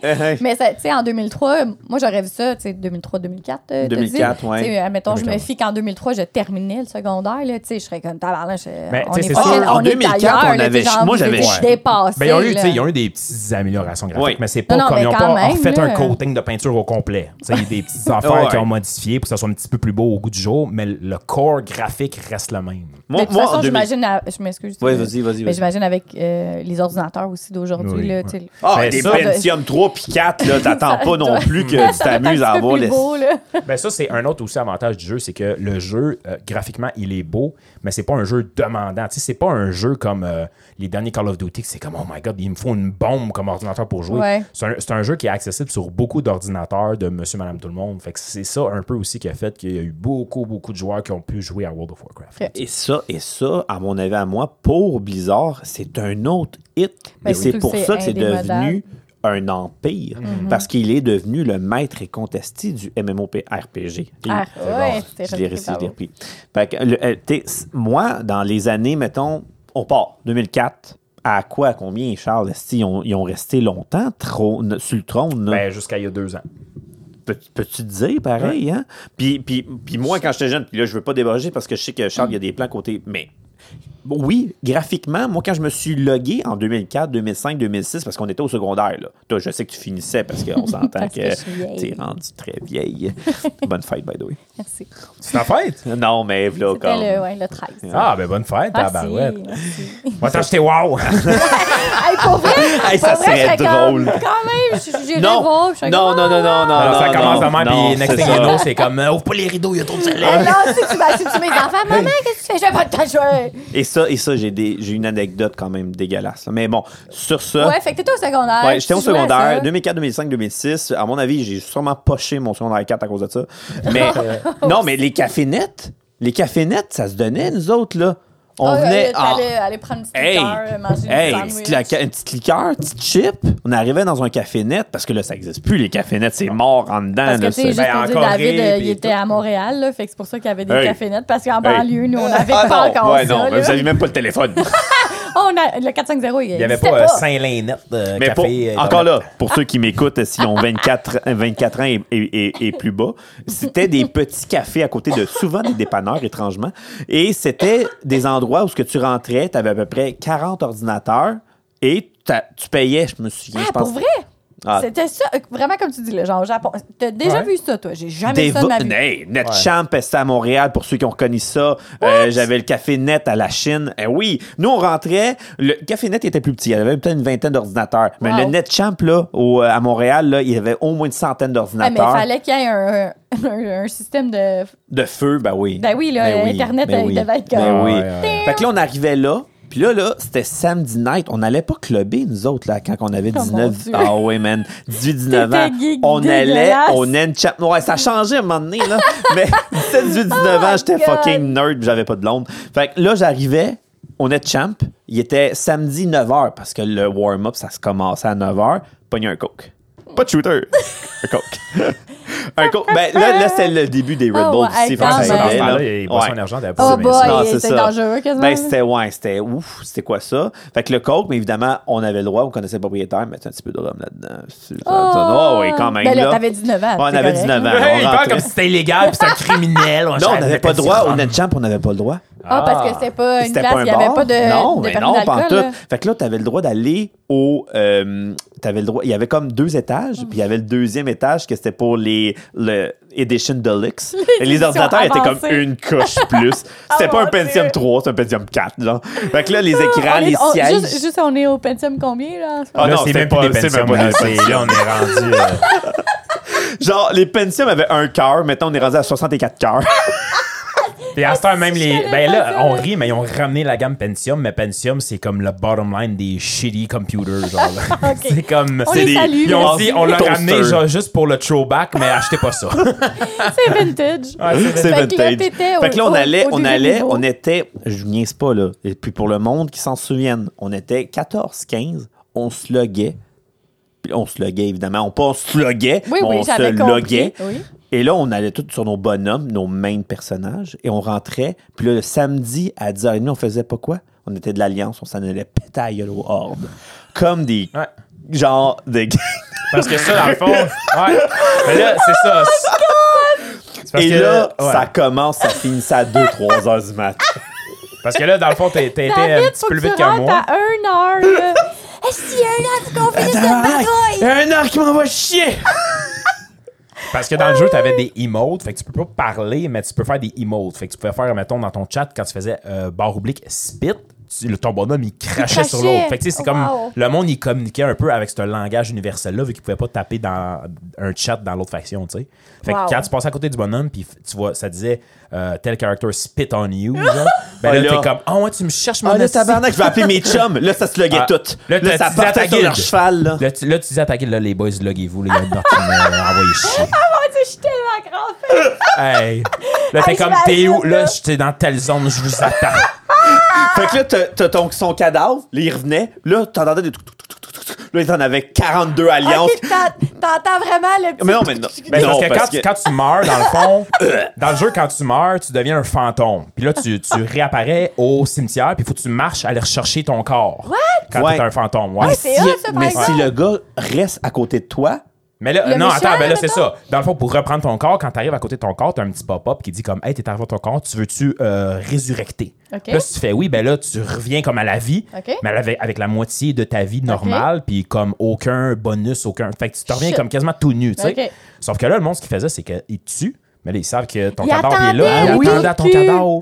Speaker 3: commet.
Speaker 2: Ouais.
Speaker 3: Mais, ça, tu sais, en 2003, moi, j'aurais vu ça, tu sais, 2003, 2004. euh, t'as dit.
Speaker 2: 2004, ouais.
Speaker 3: Tu sais, admettons, je me
Speaker 4: 2004.
Speaker 3: fie qu'en 2003, je terminais le secondaire, là, tu sais, je serais comme tabarnak. je-
Speaker 4: Mais,
Speaker 3: on
Speaker 4: Ben, tu sais,
Speaker 3: est
Speaker 4: c'est
Speaker 3: fucking-
Speaker 4: sûr,
Speaker 2: en
Speaker 3: on est
Speaker 2: 2004,
Speaker 3: ailleurs,
Speaker 2: on
Speaker 3: là,
Speaker 2: avait-
Speaker 3: tu sais, genre,
Speaker 2: moi,
Speaker 3: je veux
Speaker 2: j'avais-
Speaker 3: dire,
Speaker 2: Ouais.
Speaker 3: Je dépassais.
Speaker 4: Ben, ils, ont eu,
Speaker 3: là.
Speaker 4: tu sais, ils ont eu des petites améliorations graphiques,
Speaker 2: Ouais.
Speaker 4: mais c'est pas
Speaker 3: Non, non,
Speaker 4: comme
Speaker 3: mais
Speaker 4: ils ont
Speaker 3: quand
Speaker 4: pas
Speaker 3: même,
Speaker 4: refait
Speaker 3: là.
Speaker 4: un coating de peinture au complet. Tu sais, Il y a des petites affaires
Speaker 2: Ouais.
Speaker 4: qui ont modifié pour que ça soit un petit peu plus beau au goût du jour, mais le corps graphique reste le même.
Speaker 3: de toute façon,
Speaker 2: en 2000
Speaker 3: j'imagine. à- Je m'excuse.
Speaker 2: Ouais,
Speaker 3: euh,
Speaker 2: vas-y, vas-y,
Speaker 3: mais
Speaker 2: vas-y.
Speaker 3: j'imagine avec euh, les ordinateurs aussi
Speaker 4: Oui,
Speaker 3: d'aujourd'hui. là,
Speaker 4: ouais.
Speaker 3: tu sais,
Speaker 2: Ah,
Speaker 4: Ben,
Speaker 2: des
Speaker 4: ça-
Speaker 2: Pentium 3 puis 4, là, t'attends pas non plus que tu
Speaker 3: ça doit être
Speaker 2: t'amuses à
Speaker 3: un peu
Speaker 2: avoir
Speaker 3: plus
Speaker 2: les.
Speaker 3: beau, là.
Speaker 4: Ben ça, c'est un autre aussi avantage du jeu, c'est que le jeu, euh, graphiquement, il est beau, mais c'est pas un jeu demandant. Tu sais, c'est pas un jeu comme euh, les derniers Call of Duty, que c'est comme, oh my god, il me faut une bombe comme ordinateur pour jouer.
Speaker 3: Ouais.
Speaker 4: C'est un, c'est un jeu qui est accessible sur beaucoup d'ordinateurs de monsieur, madame, tout le monde. Fait que c'est ça un peu aussi qui a fait qu'il y a eu beaucoup, beaucoup de joueurs qui ont pu jouer à World of Warcraft.
Speaker 3: Ok.
Speaker 2: Et ça, et ça, à mon avis, à moi, pour Blizzard, c'est un autre hit.
Speaker 3: Ben
Speaker 2: et c'est
Speaker 3: oui.
Speaker 2: pour
Speaker 3: C'est
Speaker 2: ça que c'est
Speaker 3: indémodable. Mhm.
Speaker 2: devenu un empire. Parce qu'il est devenu le maître et contesté du MMORPG.
Speaker 3: Ah, ouais, c'est
Speaker 2: je l'ai
Speaker 3: repris,
Speaker 2: réussi, je l'ai
Speaker 3: bravo.
Speaker 2: repris. Fait que le- euh, t'sais, s- moi, dans les années, mettons, on part, 2004, à quoi, à combien, Charles? esti, Ils ont, ils ont resté longtemps trône- sur le trône. là?
Speaker 4: Ben, jusqu'à il y a deux ans.
Speaker 2: Peux- Peux-tu te dire pareil, hein? Puis, puis, puis moi, quand j'étais jeune, puis là, je veux pas déroger parce que je sais que Charles, il y a
Speaker 3: Mm.
Speaker 2: des plans côté. Mais oui, graphiquement, moi, quand je me suis logué en 2004, 2005, 2006, parce qu'on était au secondaire, là. Toi, je sais que tu finissais parce qu'on s'entend
Speaker 3: Parce que je suis
Speaker 2: que
Speaker 3: vieille.
Speaker 2: t'es rendu très vieille. Bonne fête, by the way.
Speaker 3: Merci.
Speaker 4: C'est ta fête?
Speaker 2: Non, mais là,
Speaker 3: C'était
Speaker 2: comme.
Speaker 3: le, ouais, le 13.
Speaker 4: Ah, ben bonne fête,
Speaker 3: Merci,
Speaker 4: tabarouette.
Speaker 3: merci.
Speaker 4: Va t'acheter WoW!
Speaker 3: Hey, pour vrai,
Speaker 2: Hey,
Speaker 3: pour
Speaker 2: ça
Speaker 3: vrai,
Speaker 2: serait
Speaker 3: je serais
Speaker 2: drôle.
Speaker 3: Comme, quand même, je- j'irais
Speaker 2: Non,
Speaker 3: voir. je serais
Speaker 2: non,
Speaker 3: comme, Ah!
Speaker 2: non, non, non, non,
Speaker 4: Alors, ça
Speaker 2: Ah, non,
Speaker 4: commence
Speaker 2: non,
Speaker 4: demain,
Speaker 2: non,
Speaker 4: puis next
Speaker 2: c'est
Speaker 4: thing
Speaker 2: ça.
Speaker 4: you know, c'est comme, euh, ouvre pas les rideaux, il y a trop de soleil.
Speaker 3: Ah non, si tu vas si tu mets les enfants, maman, qu'est-ce que tu fais? Je vais pas te jouer.
Speaker 2: Et ça, et ça j'ai des- j'ai une anecdote quand même dégueulasse. là. Mais bon, sur ça.
Speaker 3: Ouais, fait que t'étais au secondaire.
Speaker 2: Ah. Ouais, j'étais au
Speaker 3: tu jouais à ça.
Speaker 2: secondaire, 2004, 2005, 2006. À mon avis, j'ai sûrement poché mon secondaire 4 à cause de ça. Mais non, mais les cafénettes, les cafénettes, ça se donnait, nous autres, là. On
Speaker 3: Ah,
Speaker 2: venait.
Speaker 3: euh,
Speaker 2: ah,
Speaker 3: T'allais aller prendre une petite
Speaker 2: Hey,
Speaker 3: liqueur, manger
Speaker 2: hey,
Speaker 3: une
Speaker 2: une petite, laca- une petite liqueur, petite chip. On arrivait dans un cafénette parce que là, ça n'existe plus. Les cafénettes, c'est mort en dedans.
Speaker 3: Parce que,
Speaker 2: là,
Speaker 3: tu sais,
Speaker 2: c'est-
Speaker 3: juste
Speaker 4: ben,
Speaker 3: pour dire,
Speaker 4: en
Speaker 3: David,
Speaker 4: Corée,
Speaker 3: euh, il
Speaker 4: puis
Speaker 3: était
Speaker 4: tout.
Speaker 3: à Montréal, là, fait que c'est pour ça qu'il y avait des
Speaker 2: Hey.
Speaker 3: cafénettes, parce qu'en
Speaker 2: Hey.
Speaker 3: banlieue, nous, on n'avait
Speaker 2: Ah
Speaker 3: pas
Speaker 2: non,
Speaker 3: encore
Speaker 2: ouais,
Speaker 3: ça.
Speaker 2: non, mais
Speaker 3: là.
Speaker 2: vous n'avez même pas le téléphone.
Speaker 3: On on a, le 450, il
Speaker 4: Il n'y avait
Speaker 3: existait
Speaker 4: pas, euh, Saint-Lainette euh,
Speaker 2: Mais pour-
Speaker 4: café. euh,
Speaker 2: encore
Speaker 4: dans-
Speaker 2: là, pour ceux qui m'écoutent, si ont 24, euh, 24 ans et, et- et- et plus bas, c'était des petits cafés à côté de souvent des dépanneurs, étrangement. Et c'était des endroits où ce que tu rentrais, tu avais à peu près 40 ordinateurs et t'as- tu payais, je me souviens, je
Speaker 3: Ah,
Speaker 2: pense.
Speaker 3: pour vrai?
Speaker 2: Ah.
Speaker 3: C'était ça, euh, vraiment comme tu dis, le genre Japon. T'as déjà
Speaker 4: Ouais.
Speaker 3: vu ça, toi? J'ai jamais
Speaker 2: Des
Speaker 3: ça de ma
Speaker 2: vo-
Speaker 3: vie.
Speaker 2: Hey, NetChamp, c'était à Montréal, pour ceux qui ont connu ça. Euh, J'avais le Café Net à la Chine. Eh oui, nous, on rentrait. Le Café Net était plus petit. Il y avait peut-être une vingtaine d'ordinateurs. Mais
Speaker 3: Wow.
Speaker 2: le NetChamp, là, au- euh, à Montréal, là, il y avait au moins une centaine
Speaker 3: Ah, mais il
Speaker 2: d'ordinateurs.
Speaker 3: fallait qu'il y ait un, un- un système de.
Speaker 2: De feu, ben oui.
Speaker 3: Ben oui, là, Internet,
Speaker 2: ben
Speaker 3: il
Speaker 2: oui,
Speaker 3: devait être comme-
Speaker 2: Ben oui.
Speaker 4: Ouais, ouais.
Speaker 2: Fait que là, on arrivait là. Puis là, là, c'était samedi night. On n'allait pas clubber, nous autres, là, quand on avait
Speaker 3: Oh, mon
Speaker 2: 19...
Speaker 3: Dieu.
Speaker 2: Ah ouais, man. 18, 19 ans.
Speaker 3: T'étais geek
Speaker 2: On allait,
Speaker 3: dégueulasse.
Speaker 2: on enchap... Ouais, ça a changé à un moment donné, là. Mais 17, 18, 19 ans,
Speaker 3: Oh my
Speaker 2: j'étais
Speaker 3: God.
Speaker 2: fucking nerd, puis j'avais pas de blonde. Fait que là, j'arrivais, on est champ. Il était samedi 9h, parce que le warm-up, ça se commençait à 9h. Pogné un coke. Pas de shooter.
Speaker 4: Ben,
Speaker 2: un coke. un coke. Ben là, là c'était le début des Red
Speaker 3: Oh,
Speaker 2: Bull
Speaker 3: ouais,
Speaker 2: ici.
Speaker 3: quand
Speaker 2: fait que ça
Speaker 4: Ouais, c'est dans
Speaker 3: même.
Speaker 4: ce
Speaker 2: aidait,
Speaker 4: temps-là,
Speaker 2: là.
Speaker 4: ben, il boit son
Speaker 2: Ouais.
Speaker 4: argent d'abord,
Speaker 3: Oh
Speaker 4: mais
Speaker 3: boy,
Speaker 4: c'est-
Speaker 2: non, c'est
Speaker 3: c'est
Speaker 2: ça.
Speaker 3: dangereux quasiment.
Speaker 2: Ben, c'était, ouais, c'était ouf, c'était quoi ça? Fait que le coke, mais évidemment, on avait le droit, on connaissait le propriétaire, mais c'est un petit peu de rhum là-dedans. C'est- Oh, oui, quand même.
Speaker 3: Ben là,
Speaker 2: là.
Speaker 3: t'avais 19 ans.
Speaker 2: Ouais, on avait
Speaker 3: c'est correct.
Speaker 2: 19 ans.
Speaker 4: Ouais,
Speaker 2: on
Speaker 4: il parle
Speaker 2: rentrait.
Speaker 4: comme si c'était illégal, puis c'était un criminel.
Speaker 2: Non, on n'avait pas le droit. Au
Speaker 4: on
Speaker 2: Netchamp, on n'avait pas le droit.
Speaker 3: Ah, parce que c'était pas une place, il n'y avait pas de.
Speaker 2: Non,
Speaker 3: de
Speaker 2: mais
Speaker 3: permis
Speaker 2: non, pas en
Speaker 3: d'alcool,
Speaker 2: tout.
Speaker 3: là.
Speaker 2: Fait que là, t'avais le droit d'aller au. euh, t'avais le droit. Il y avait comme deux étages, puis il y avait le deuxième étage que c'était pour les. Le Edition Deluxe. Et les
Speaker 3: éditions
Speaker 2: ordinateurs étaient comme
Speaker 3: avancées.
Speaker 2: une coche plus. C'était
Speaker 3: Oh
Speaker 2: pas un
Speaker 3: mon
Speaker 2: Pentium
Speaker 3: Dieu.
Speaker 2: 3, c'est un Pentium 4, là. Fait que là, les
Speaker 3: On
Speaker 2: écrans,
Speaker 3: est-
Speaker 2: les
Speaker 3: on-
Speaker 2: sièges.
Speaker 3: Juste, juste, on est au Pentium combien, là? en ce moment?
Speaker 2: Ah
Speaker 4: Ah
Speaker 2: non,
Speaker 4: non,
Speaker 2: c'était
Speaker 4: c'est même
Speaker 2: pas-
Speaker 4: pas des
Speaker 2: c'est même
Speaker 4: pensions.
Speaker 2: pas
Speaker 4: Là,
Speaker 2: des
Speaker 4: c'est- là, on est rendu. euh,
Speaker 2: Genre, les Pentium avaient un cœur. Maintenant, on est rendu à 64 cœurs.
Speaker 4: Puis à ce temps, même
Speaker 3: Je
Speaker 4: les.
Speaker 3: savais
Speaker 4: Ben
Speaker 3: pas
Speaker 4: là,
Speaker 3: ça.
Speaker 4: on rit, mais ils ont ramené la gamme Pentium, mais Pentium, c'est comme le bottom line des shitty computers, genre. là.
Speaker 3: Ok.
Speaker 4: C'est comme.
Speaker 3: On
Speaker 4: c'est
Speaker 3: les
Speaker 4: des-
Speaker 3: salue,
Speaker 4: Ils ont
Speaker 3: merci.
Speaker 4: dit, on l'a
Speaker 2: Toaster.
Speaker 4: ramené genre, juste pour le throwback, mais achetez pas ça.
Speaker 3: C'est vintage.
Speaker 2: C'est
Speaker 3: Fait que là,
Speaker 2: vintage.
Speaker 3: t'étais au-
Speaker 2: Fait que là, on
Speaker 3: au-
Speaker 2: allait,
Speaker 3: au
Speaker 2: on
Speaker 3: deuxième
Speaker 2: allait,
Speaker 3: niveau.
Speaker 2: on était, je niaise pas là, et puis pour le monde qui s'en souvienne, on était 14, 15, on se loguait. Puis on se loguait, évidemment. On pas on se loguait,
Speaker 3: Oui,
Speaker 2: mais
Speaker 3: oui,
Speaker 2: on
Speaker 3: j'avais
Speaker 2: se
Speaker 3: compris,
Speaker 2: loguait.
Speaker 3: oui.
Speaker 2: Et là, on allait tous sur nos bonhommes, nos main personnages, et on rentrait. Puis là, le samedi, à 10h30, on faisait pas quoi? On était de l'Alliance, on s'en allait péter à la gueule au horde. Comme des...
Speaker 4: Ouais.
Speaker 2: Genre des...
Speaker 4: Parce que ça, dans le fond. Ouais. Mais là, c'est ça.
Speaker 3: Oh
Speaker 4: C'est parce
Speaker 2: Et
Speaker 4: que,
Speaker 2: là,
Speaker 4: ouais.
Speaker 2: ça commence, ça finit à 2-3 heures du matin.
Speaker 4: Parce que là, dans le fond, t'es- t'étais
Speaker 3: David,
Speaker 4: un petit
Speaker 3: faut
Speaker 4: peu
Speaker 3: que
Speaker 4: plus vite
Speaker 3: tu
Speaker 4: que
Speaker 3: rentres
Speaker 4: moi.
Speaker 3: à une heure, là. Est-ce qu'il y a un heure, faut qu'on finisse notre
Speaker 2: Il y
Speaker 3: bataille?
Speaker 2: a un heure qui m'envoie chier!
Speaker 4: Parce que dans le jeu, t'avais des emotes. Fait que tu peux pas parler, mais tu peux faire des emotes. Fait que tu pouvais faire, mettons, dans ton chat, quand tu faisais euh, barre oblique spit, tu- le- ton bonhomme, il crachait,
Speaker 3: crachait.
Speaker 4: sur l'autre. Fait que tu sais, c'est comme.
Speaker 3: Wow.
Speaker 4: Le monde, il communiquait un peu avec ce langage universel-là, vu qu'il pouvait pas taper dans un chat dans l'autre faction, tu sais. Fait que
Speaker 3: Wow.
Speaker 4: quand tu passais à côté du bonhomme, puis f- tu vois, ça disait euh, tel character spit on you, genre, ben
Speaker 2: Oh
Speaker 4: là,
Speaker 2: là.
Speaker 4: t'es comme, ah ouais, tu me cherches mon
Speaker 2: Ah, le
Speaker 4: esti.
Speaker 2: tabarnak, je vais appeler mes chums. Là, ça se loguait
Speaker 4: Ah,
Speaker 2: tout. Là,
Speaker 4: là, t'as-
Speaker 2: ça
Speaker 4: tu dis à ta
Speaker 2: partait sur leur
Speaker 4: guilde.
Speaker 2: cheval, là.
Speaker 4: Là, tu, là, tu disais à ta gueule, là, les boys, loguez-vous, là, il y a une barre qui m'a envoyé chier.
Speaker 3: Ah mon Dieu, je suis tellement grande.
Speaker 4: Hey. Là, t'es
Speaker 3: Hey,
Speaker 4: comme, t'es où?
Speaker 3: j'imagine,
Speaker 4: Là,
Speaker 3: là.
Speaker 4: j'étais dans telle zone, je vous attends.
Speaker 2: Fait que là, t'as t'as ton, son cadavre, là, il revenait. Là, t'entendais des... touc, touc, touc, touc, touc, touc. Là, ils en avaient 42 alliances.
Speaker 3: Ok, t'en- t'entends vraiment le petit.
Speaker 2: Mais non, mais non.
Speaker 4: Ben,
Speaker 2: non,
Speaker 4: parce que, quand, tu- quand tu meurs, dans le fond, dans le jeu, quand tu meurs, tu deviens un fantôme. Puis là, tu, tu réapparais au cimetière, puis il faut que tu marches aller rechercher ton corps. Quand
Speaker 2: Ouais.
Speaker 4: t'es un fantôme, ouais.
Speaker 3: Ouais, c'est-
Speaker 2: si-
Speaker 3: hot, ça, par
Speaker 2: mais
Speaker 3: exemple.
Speaker 2: si le gars reste à côté de toi,
Speaker 4: Mais là,
Speaker 3: Le
Speaker 4: non,
Speaker 3: méchant,
Speaker 4: attends, ben là, c'est
Speaker 3: mettons.
Speaker 4: ça. Dans le fond, pour reprendre ton corps, quand t'arrives à côté de ton corps, t'as un petit pop-up qui dit comme, hey, t'es arrivé à ton corps, tu veux-tu euh, résurrecter?
Speaker 3: Ok.
Speaker 4: Là, si tu fais oui, ben là, tu reviens comme à la vie,
Speaker 3: Ok.
Speaker 4: mais avec, avec la moitié de ta vie normale, puis comme aucun bonus, aucun. Fait que tu te reviens
Speaker 3: Shit.
Speaker 4: comme quasiment tout nu, tu sais.
Speaker 3: Ok.
Speaker 4: Sauf que là, le monde, ce qu'il faisait, c'est qu'il te tue, mais là, ils savent que ton
Speaker 3: Il
Speaker 4: cadavre il est là.
Speaker 3: attendait,
Speaker 4: Ah
Speaker 3: oui.
Speaker 4: il attendait à ton
Speaker 3: Cul.
Speaker 4: cadavre.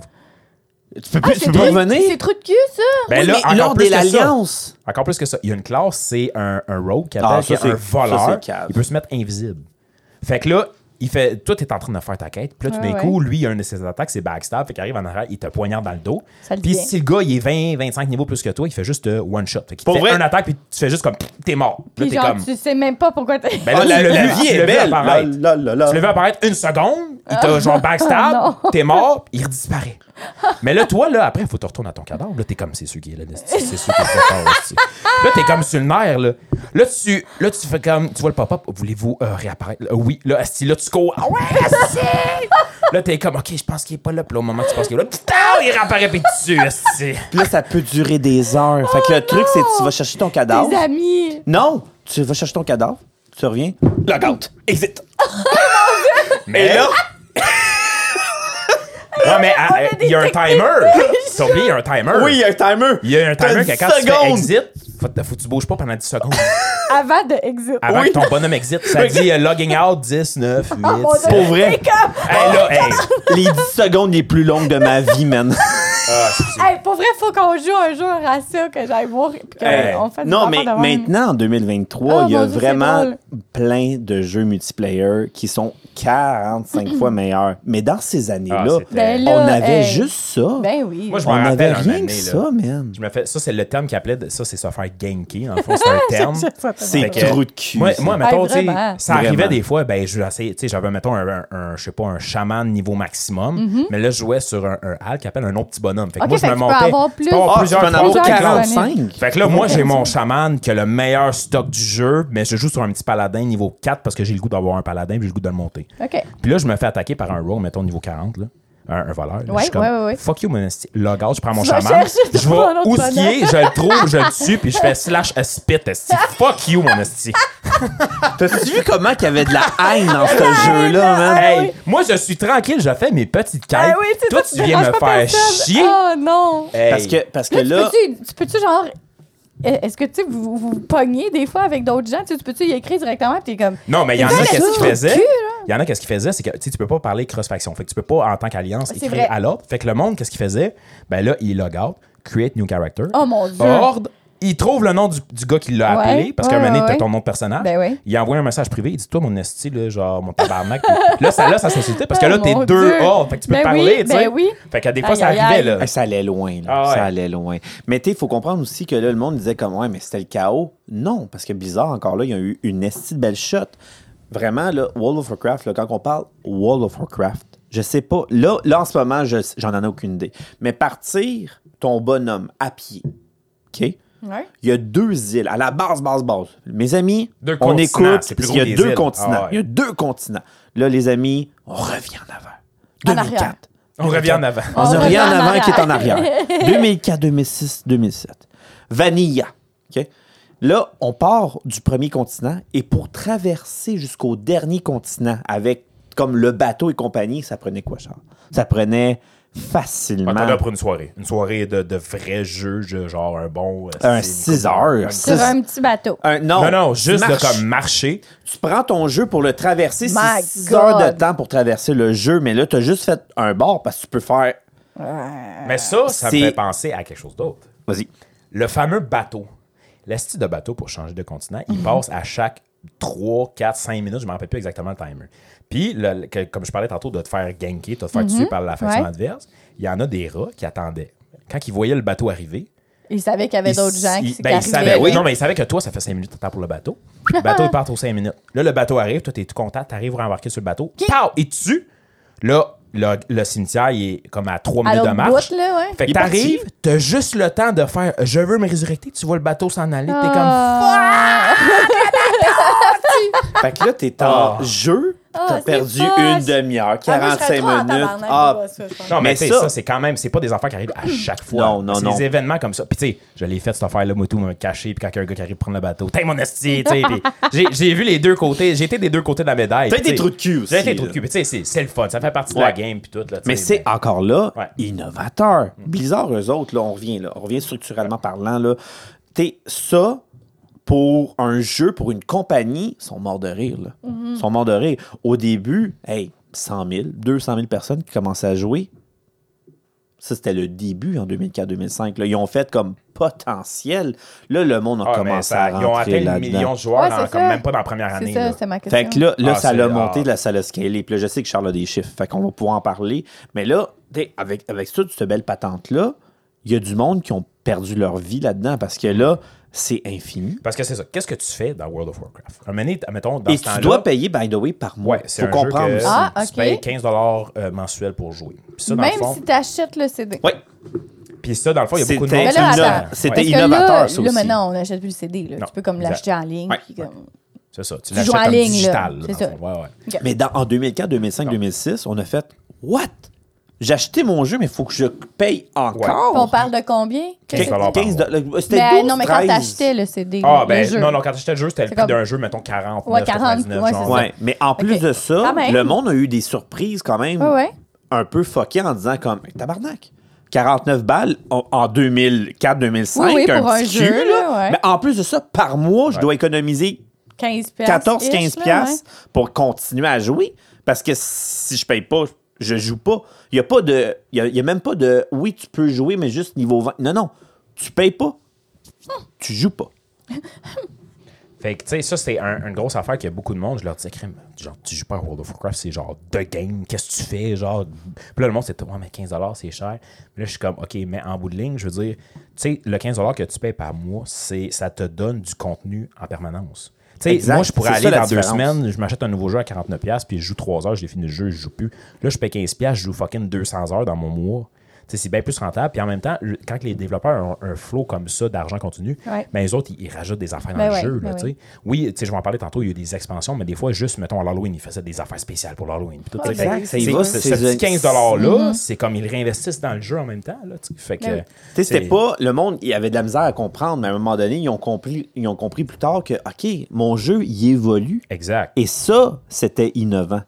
Speaker 2: tu peux plus, tu
Speaker 3: C'est
Speaker 2: peux pas
Speaker 3: trou-
Speaker 2: revenir.
Speaker 3: C'est trou de cul, ça.
Speaker 4: Ben
Speaker 2: Oui,
Speaker 4: là,
Speaker 2: mais
Speaker 4: encore
Speaker 2: lors
Speaker 4: plus
Speaker 2: de
Speaker 4: que ça. Ah,
Speaker 2: l'alliance.
Speaker 4: Encore plus que ça, il y a une classe, c'est un, un rogue qui
Speaker 2: Ah,
Speaker 4: appelle,
Speaker 2: ça,
Speaker 4: qui est un
Speaker 2: c'est- ça,
Speaker 4: voleur.
Speaker 2: c'est cave.
Speaker 4: il peut se mettre invisible. Fait que là, il fait. Toi, t'es en train de faire ta quête. Puis là, tout
Speaker 3: Ouais,
Speaker 4: d'un
Speaker 3: ouais.
Speaker 4: coup, lui, il a une de ses attaques, c'est backstab. Fait qu'il arrive en arrière, il te poignarde dans le dos.
Speaker 3: Ça le
Speaker 4: Puis
Speaker 3: vient.
Speaker 4: si le gars, il est 20-25 niveaux plus que toi, il fait juste euh, one shot. Fait qu'il te
Speaker 2: Pour
Speaker 4: fait
Speaker 2: vrai?
Speaker 4: une attaque, puis tu fais juste comme. pff, T'es mort. Puis
Speaker 3: Puis
Speaker 4: là, t'es
Speaker 3: genre,
Speaker 4: comme.
Speaker 3: tu sais même pas pourquoi t'es.
Speaker 4: Ben là,
Speaker 2: Ah,
Speaker 4: tu
Speaker 2: la,
Speaker 4: l'as
Speaker 2: la
Speaker 4: vu,
Speaker 2: vie
Speaker 4: tu
Speaker 2: est
Speaker 4: l'as vu
Speaker 2: belle.
Speaker 4: apparaître.
Speaker 2: Là, là, là, là.
Speaker 4: Tu l'as vu apparaître une seconde,
Speaker 2: Ah.
Speaker 4: il t'a genre backstab,
Speaker 3: Non.
Speaker 4: t'es mort, il disparaît. Mais là, toi, là, après, il faut que tu retournes à ton cadavre. Là, t'es comme, c'est sûr qui est là, c'est sûr qui est fort, esti. Là, t'es comme sur le nerf, là. Là, tu, là, tu fais comme, tu vois le pop-up, voulez-vous euh, réapparaître? Là, oui, là, esti, là, tu cours. Ah ouais, esti! Là, t'es comme, ok, je pense qu'il est pas là. Puis là, au moment que tu penses qu'il est là, putain, il réapparaît, puis tu, esti.
Speaker 2: Puis là, ça peut durer des heures. fait
Speaker 3: Oh,
Speaker 2: que le truc, c'est que tu vas chercher ton cadavre.
Speaker 3: Tes amis.
Speaker 2: Non, tu vas chercher ton cadavre, tu reviens, logout, exit.
Speaker 4: Mais
Speaker 3: Ah,
Speaker 4: là. non, mais ah,
Speaker 3: a
Speaker 4: ah, il y a un
Speaker 3: détecté
Speaker 4: timer. T'as oublié, il y a un timer.
Speaker 2: Oui, il y a un timer.
Speaker 4: Il y a un
Speaker 2: T'as
Speaker 4: timer
Speaker 2: dix
Speaker 4: que quand tu fais
Speaker 2: secondes.
Speaker 4: exit, faut, faut que tu bouges pas pendant 10 secondes.
Speaker 3: Avant de exit.
Speaker 4: Avant
Speaker 2: Oui.
Speaker 4: que ton bonhomme exit, ça dit euh, logging out 10, 9, 8.
Speaker 3: Ah, mon Dieu.
Speaker 2: Pour vrai,
Speaker 3: T'es comme,
Speaker 4: Hey, là, hey.
Speaker 2: les 10 secondes les plus longues de ma vie, man.
Speaker 4: Ah, c'est-
Speaker 3: hey, pour vrai, faut qu'on joue un jour à ça, que j'aille voir. puis qu'on
Speaker 4: Hey.
Speaker 3: fasse des
Speaker 2: Non,
Speaker 3: affaires
Speaker 2: mais
Speaker 3: de même.
Speaker 2: maintenant, en 2023,
Speaker 3: Oh,
Speaker 2: il y a
Speaker 3: mon Dieu, c'est
Speaker 2: vraiment
Speaker 3: drôle.
Speaker 2: plein de jeux multiplayer qui sont 45 fois meilleurs. Mais dans ces
Speaker 4: ah,
Speaker 2: années-là,
Speaker 4: c'était-
Speaker 3: Ben là,
Speaker 2: on avait
Speaker 3: hey.
Speaker 2: juste ça.
Speaker 3: Ben oui.
Speaker 4: Moi, je
Speaker 2: on
Speaker 4: m'en rappelle
Speaker 2: avait
Speaker 4: un
Speaker 2: rien
Speaker 4: année,
Speaker 2: que
Speaker 4: là.
Speaker 2: ça, man.
Speaker 4: Je me fais, ça, c'est le terme qu'il appelait, de- ça, c'est se faire ganker. En fait, c'est un terme.
Speaker 2: C'est
Speaker 4: Fait que-
Speaker 2: trou de cul.
Speaker 4: Moi,
Speaker 2: ça.
Speaker 4: moi mettons,
Speaker 3: Hey,
Speaker 4: tu sais,
Speaker 3: vraiment.
Speaker 4: ça arrivait
Speaker 2: Vraiment.
Speaker 4: des fois, ben, je essayais, tu sais, j'avais, mettons, un, un, un, je sais pas, un chaman niveau maximum, mais là, je jouais sur un, un hal qui appelle un autre petit bonhomme. Fait que
Speaker 3: Mhm. Ok,
Speaker 4: moi, je
Speaker 3: fait que
Speaker 4: me
Speaker 3: tu peux
Speaker 4: montais.
Speaker 3: avoir
Speaker 4: je
Speaker 3: plus-
Speaker 4: peux avoir
Speaker 2: Ah, tu
Speaker 4: plusieurs
Speaker 2: peux en avoir
Speaker 4: trois, quatre,
Speaker 3: Plusieurs
Speaker 2: 45.
Speaker 4: fait que là, moi, j'ai mon chaman qui a le meilleur stock du jeu, mais j'ai juste sur un petit paladin niveau 4 parce que j'ai le goût d'avoir un paladin puis j'ai le goût de le monter.
Speaker 3: OK.
Speaker 4: Puis là, je me fais attaquer par un rogue, mettons, niveau 40, là. Un, un voleur. là.
Speaker 3: Ouais,
Speaker 4: je suis comme,
Speaker 3: ouais, ouais, ouais.
Speaker 4: Fuck you, mon esti. Logout, je prends mon
Speaker 3: Tu vas
Speaker 4: chaman.
Speaker 3: chercher
Speaker 4: Je
Speaker 3: ton autre
Speaker 4: vais ousiller,
Speaker 3: bonhomme.
Speaker 4: je le trouve, je le tue, puis je fais slash a spit, esti. Fuck you, mon esti.
Speaker 2: T'as-tu vu comment qu'il y avait de la haine dans ce jeu-là, man?
Speaker 3: Ah
Speaker 4: Hey,
Speaker 3: oui.
Speaker 4: moi, je suis tranquille, je fais mes petites quêtes.
Speaker 3: Ah oui, c'est
Speaker 4: Toi,
Speaker 3: ça,
Speaker 4: tu viens me
Speaker 3: déranges
Speaker 4: faire
Speaker 3: pas personne.
Speaker 4: chier.
Speaker 3: Oh non.
Speaker 4: Hey.
Speaker 2: Parce que, parce que
Speaker 3: Là,
Speaker 2: là,
Speaker 3: tu peux-tu, tu peux-tu, genre. e- Est-ce que tu sais, vous vous vous pognez des fois avec d'autres gens? Tu sais, tu peux-tu y écrire directement? Puis t'es comme.
Speaker 4: Non, mais il y en
Speaker 3: C'est
Speaker 4: a
Speaker 3: ça,
Speaker 4: qu'est-ce
Speaker 3: le
Speaker 4: qu'ils faisaient.
Speaker 3: cul,
Speaker 4: Il y en a qu'est-ce qu'ils faisaient, c'est que tu sais, tu peux pas parler cross-faction. Fait que tu peux pas, en tant qu'alliance,
Speaker 3: C'est
Speaker 4: écrire
Speaker 3: vrai.
Speaker 4: à l'autre. Fait que le monde, qu'est-ce qu'il faisait? Ben là, il log out, create new character.
Speaker 3: Oh mon Dieu.
Speaker 4: Board, il trouve le nom du, du gars qui l'a
Speaker 3: Ouais,
Speaker 4: appelé, parce qu'à un
Speaker 3: ouais,
Speaker 4: moment donné, t'as
Speaker 3: ouais.
Speaker 4: ton nom de personnage.
Speaker 3: Ben oui.
Speaker 4: Il envoie un message privé, il dit Toi, mon esti, là, genre, mon tabarnak. Puis là, ça, là, ça s'insultait, parce que là,
Speaker 3: Oh
Speaker 4: t'es
Speaker 3: mon
Speaker 4: deux
Speaker 3: Dieu.
Speaker 4: ordres. Fait que tu peux
Speaker 3: Ben
Speaker 4: te
Speaker 3: oui,
Speaker 4: parler, tu sais.
Speaker 3: ben oui.
Speaker 4: Fait que des fois, ça
Speaker 3: Aïe, aïe,
Speaker 4: arrivait,
Speaker 3: aïe.
Speaker 4: là.
Speaker 2: Ah, ça allait loin, là.
Speaker 4: Euh, Ah ouais.
Speaker 2: Ça allait loin. Mais tu il faut comprendre aussi que là, le monde disait comme, ouais, mais c'était le chaos. Non, parce que bizarre, encore là, il y a eu une esti de belle shot. Vraiment, là, World of Warcraft, là, quand on parle World of Warcraft, je sais pas. Là, là en ce moment, je- j'en ai aucune idée. Mais partir ton bonhomme à pied, OK?
Speaker 3: Ouais.
Speaker 2: Il y a deux îles, à la base, base, base. Mes amis,
Speaker 4: Deux
Speaker 2: on
Speaker 4: continents,
Speaker 2: écoute,
Speaker 4: c'est plus
Speaker 2: parce qu'il y a
Speaker 4: gros que des
Speaker 2: deux
Speaker 4: îles.
Speaker 2: continents.
Speaker 4: Ah ouais.
Speaker 2: Il y a deux continents. Là, les amis, on revient en avant.
Speaker 3: En arrière.
Speaker 2: 2004.
Speaker 4: On revient en avant.
Speaker 2: On
Speaker 3: On
Speaker 2: n'a
Speaker 3: revient
Speaker 2: rien en
Speaker 3: en
Speaker 2: avant qui est en
Speaker 3: arrière.
Speaker 2: arrière. 2004, 2006, 2007. Vanilla. OK? Là, on part du premier continent et pour traverser jusqu'au dernier continent avec comme le bateau et compagnie, ça prenait quoi, Charles? Ça prenait facilement
Speaker 4: On t'en a pour une soirée. Une soirée de, de vrais jeux, je- genre un bon. euh,
Speaker 2: Un
Speaker 4: c'est une
Speaker 2: six
Speaker 4: coupe-
Speaker 2: heures.
Speaker 3: Sur
Speaker 2: Ça,
Speaker 3: un petit bateau.
Speaker 2: un- non,
Speaker 4: Non, non, juste
Speaker 2: marche.
Speaker 4: de comme marcher.
Speaker 2: Tu prends ton jeu pour le traverser.
Speaker 3: My
Speaker 2: C'est 6 heures de
Speaker 3: God.
Speaker 2: temps pour traverser le jeu, mais là, tu as juste fait un bord parce que tu peux faire.
Speaker 4: Mais ça, ça me
Speaker 2: c'est-
Speaker 4: fait penser à quelque chose d'autre.
Speaker 2: Vas-y.
Speaker 4: Le fameux bateau. L'esti de bateau pour changer de continent, il passe à chaque 3, 4, 5 minutes, je ne me rappelle plus exactement le timer. Puis, le- le- que- comme je parlais tantôt de te faire ganker, de te faire tuer par la faction
Speaker 3: Ouais.
Speaker 4: adverse, il y en a des rats qui attendaient. Quand ils voyaient le bateau arriver,
Speaker 3: Ils savaient qu'il y avait d'autres gens qui
Speaker 4: il, ben, il
Speaker 3: qui
Speaker 4: savait,
Speaker 3: arrivaient, là.
Speaker 4: Non, mais il savait que toi, ça fait 5 minutes que t'attends pour le bateau. Le bateau, il part aux 5 minutes. Là, le bateau arrive, toi, t'es tout content, t'arrives à embarquer sur le bateau. Pow! Et tu, là, le, le cimetière, il est comme à 3 minutes de
Speaker 3: l'autre
Speaker 4: marche.
Speaker 3: bout, là, ouais.
Speaker 4: Fait que
Speaker 2: Il est parti.
Speaker 4: t'arrives, t'as juste le temps de faire Je veux me résurrecter, tu vois le bateau s'en aller, t'es comme.
Speaker 3: Ah.
Speaker 2: Fait que là, t'es en
Speaker 4: Ah.
Speaker 2: jeu,
Speaker 3: Ah,
Speaker 2: t'as
Speaker 3: c'est
Speaker 2: perdu
Speaker 3: poche.
Speaker 2: une demi-heure,
Speaker 3: Ah, moi, je
Speaker 2: 45
Speaker 3: serais trop en
Speaker 2: minutes.
Speaker 3: tabarnak,
Speaker 2: Ah,
Speaker 3: moi, ça, je pense.
Speaker 4: Non, mais,
Speaker 2: Mais
Speaker 4: tu sais,
Speaker 2: ça-
Speaker 4: ça, c'est quand même, c'est pas des affaires qui arrivent à chaque fois.
Speaker 2: Non, non,
Speaker 4: c'est
Speaker 2: non.
Speaker 4: des événements comme ça. Puis, tu sais, je l'ai fait cette affaire-là, moi, tout, me cacher. Puis, quand il y a un gars qui arrive prendre le bateau, t'es mon esti, tu sais. puis j'ai- J'ai vu les deux côtés, j'ai été des deux côtés de la médaille.
Speaker 2: T'as été
Speaker 4: tu sais.
Speaker 2: trous de cul aussi,
Speaker 4: J'ai été trous de
Speaker 2: là.
Speaker 4: cul. Puis, tu sais, c'est- c'est le fun, ça fait partie de
Speaker 2: Ouais.
Speaker 4: la game, puis tout, là, tu
Speaker 2: mais
Speaker 4: sais,
Speaker 2: c'est encore là,
Speaker 4: Ouais. Mm.
Speaker 2: innovateur. Blizzard, eux autres, là, on revient là, on revient structurellement parlant. Là. T'es ça pour un jeu, pour une compagnie, ils sont morts de rire. Là. Ils sont morts de rire. Au début, hey, 100 000, 200 000 personnes qui commençaient à jouer. Ça, c'était le début en 2004-2005. là. Ils ont fait comme potentiel. Là, le monde a
Speaker 4: Ah, mais
Speaker 2: commencé
Speaker 4: ça-
Speaker 2: à
Speaker 4: Ils ont
Speaker 2: rentrer
Speaker 4: atteint le
Speaker 2: là-dedans.
Speaker 4: million de joueurs,
Speaker 3: Ouais,
Speaker 4: dans-
Speaker 3: c'est
Speaker 4: comme
Speaker 3: ça.
Speaker 4: même pas dans la première année.
Speaker 3: C'est ça,
Speaker 4: là.
Speaker 3: c'était ma question.
Speaker 2: Fait que là, là
Speaker 4: Ah,
Speaker 2: ça
Speaker 4: c'est-
Speaker 2: l'a monté,
Speaker 4: ah.
Speaker 2: là, ça l'a scalé. Puis là, je sais que Charles a des chiffres, fait qu'on va pouvoir en parler. Mais là, t'sais, avec, avec toute cette belle patente-là, il y a du monde qui ont perdu leur vie là-dedans parce que là, c'est infini.
Speaker 4: Parce que c'est ça. Qu'est-ce que tu fais dans World of Warcraft? Un moment donné, admettons, dans
Speaker 2: Et
Speaker 4: ce
Speaker 2: tu
Speaker 4: temps-là.
Speaker 2: dois payer, by the way, par mois.
Speaker 4: Ouais, c'est
Speaker 2: Faut
Speaker 4: un
Speaker 2: comprendre
Speaker 4: jeu que
Speaker 2: aussi.
Speaker 3: Ah,
Speaker 4: tu
Speaker 3: ok.
Speaker 4: payes 15 dollars euh, mensuels pour jouer. Puis ça, dans
Speaker 3: Même
Speaker 4: le fond,
Speaker 3: si t'achètes le CD.
Speaker 2: Ouais.
Speaker 4: puis ça, dans le fond, il y a beaucoup de
Speaker 2: C'était
Speaker 4: monde
Speaker 3: Mais
Speaker 4: qui
Speaker 3: là,
Speaker 4: le
Speaker 3: attends.
Speaker 4: fait.
Speaker 2: c'était
Speaker 3: Parce
Speaker 4: Ouais,
Speaker 3: que
Speaker 2: innovateur,
Speaker 3: là,
Speaker 2: ça
Speaker 3: là,
Speaker 2: aussi.
Speaker 3: maintenant, on n'achète plus le CD. là.
Speaker 4: Non,
Speaker 3: Tu peux comme
Speaker 4: exact.
Speaker 3: l'acheter en ligne.
Speaker 2: Ouais,
Speaker 3: puis
Speaker 4: ouais.
Speaker 3: comme-
Speaker 4: C'est ça. Tu
Speaker 3: Tu joues
Speaker 4: l'achètes
Speaker 3: en
Speaker 4: en
Speaker 3: ligne, là.
Speaker 4: digital.
Speaker 3: C'est
Speaker 4: dans le
Speaker 3: ça.
Speaker 4: fond. Ouais, ouais.
Speaker 2: Mais dans- en 2004, 2005, 2006, on a fait What? J'ai acheté mon jeu, mais il faut que je paye
Speaker 3: Puis On
Speaker 2: encore.
Speaker 3: parle de combien?
Speaker 4: Quinze
Speaker 3: Que-
Speaker 4: dollars. par
Speaker 2: 15 dollars. C'était
Speaker 3: Mais euh,
Speaker 2: 12,
Speaker 3: non, mais quand
Speaker 2: 13.
Speaker 3: t'achetais le CD,
Speaker 4: Ah,
Speaker 3: le jeu.
Speaker 4: ben, non, non, quand j'achetais le jeu, c'était le
Speaker 3: C'est
Speaker 4: prix
Speaker 3: comme-
Speaker 4: d'un jeu, mettons 40.
Speaker 3: Ouais, 40, ouais, c'est ça.
Speaker 2: Ouais, mais en plus de ça,
Speaker 3: Quand même.
Speaker 2: le monde a eu des surprises quand même
Speaker 3: Ah ben. Ouais, ouais.
Speaker 2: un peu fuckées en disant comme Hey, tabarnak. 49 balles en- en 2004-2005,
Speaker 3: Oui, oui,
Speaker 2: un
Speaker 3: pour un
Speaker 2: petit
Speaker 3: jeu,
Speaker 2: cul, là.
Speaker 3: là, ouais.
Speaker 2: Mais en plus de ça, par mois, je dois économiser
Speaker 3: 15
Speaker 2: 14 15
Speaker 3: piastres-ish, là,
Speaker 2: piastres pour continuer à jouer parce que si je paye pas je joue pas il y a pas de il y a- il y a même pas de oui tu peux jouer mais juste niveau 20 non non tu payes pas
Speaker 3: Hum.
Speaker 2: tu joues pas
Speaker 4: Fait que, tu sais, ça, c'est un- une grosse affaire qu'il y a beaucoup de monde. Je leur disais, crème, genre, tu joues pas à World of Warcraft, c'est genre The Game, qu'est-ce que tu fais? Genre, puis là, le monde, c'est, ouais, mais 15$, c'est cher. Mais là, je suis comme, OK, mais en bout de ligne, je veux dire, tu sais, le 15$ que tu payes par mois, c'est, ça te donne du contenu en permanence. Tu sais,
Speaker 2: Exact.
Speaker 4: moi, je pourrais
Speaker 2: C'est
Speaker 4: aller
Speaker 2: ça, la
Speaker 4: dans deux
Speaker 2: différence.
Speaker 4: semaines, je m'achète un nouveau jeu à 49$, puis je joue 3 heures, j'ai fini le jeu, je joue plus. Là, je paye 15$, je joue fucking 200 heures dans mon mois. Tu sais, c'est bien plus rentable. Puis en même temps, le- quand les développeurs ont un flow comme ça d'argent continu,
Speaker 3: Ouais.
Speaker 4: ben, les autres, ils, ils rajoutent des affaires dans
Speaker 3: Ben
Speaker 4: le
Speaker 3: ouais,
Speaker 4: jeu. là,
Speaker 3: ben
Speaker 4: tu sais.
Speaker 3: ouais.
Speaker 4: Oui, tu sais, je vais en parler tantôt, il y a eu des expansions, mais des fois, juste, mettons, à l'Halloween, ils faisaient des affaires spéciales pour l'Halloween. puis tout, tu sais.
Speaker 2: Exact,
Speaker 4: Fait que
Speaker 2: ça y
Speaker 4: c'est-
Speaker 2: va,
Speaker 4: Ce
Speaker 2: c'est-
Speaker 4: petit
Speaker 2: c'est-
Speaker 4: 15 $-là, c'est comme ils réinvestissent dans le jeu en même temps. Là, tu sais. fait que,
Speaker 3: Mhm. Ben oui.
Speaker 2: Tu sais, c'était
Speaker 4: c'est-
Speaker 2: pas le monde il avait de la misère à comprendre mais à un moment donné ils ont compris ils ont compris plus tard que OK mon jeu il évolue
Speaker 4: Exact.
Speaker 2: Et ça, c'était innovant.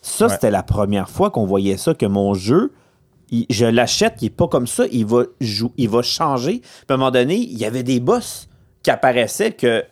Speaker 2: Ça,
Speaker 4: Ouais.
Speaker 2: c'était la première fois qu'on voyait ça, que mon jeu, il- je l'achète, il n'est pas comme ça, il va, jou- il va changer. Puis à un moment donné, il y avait des boss qui apparaissaient que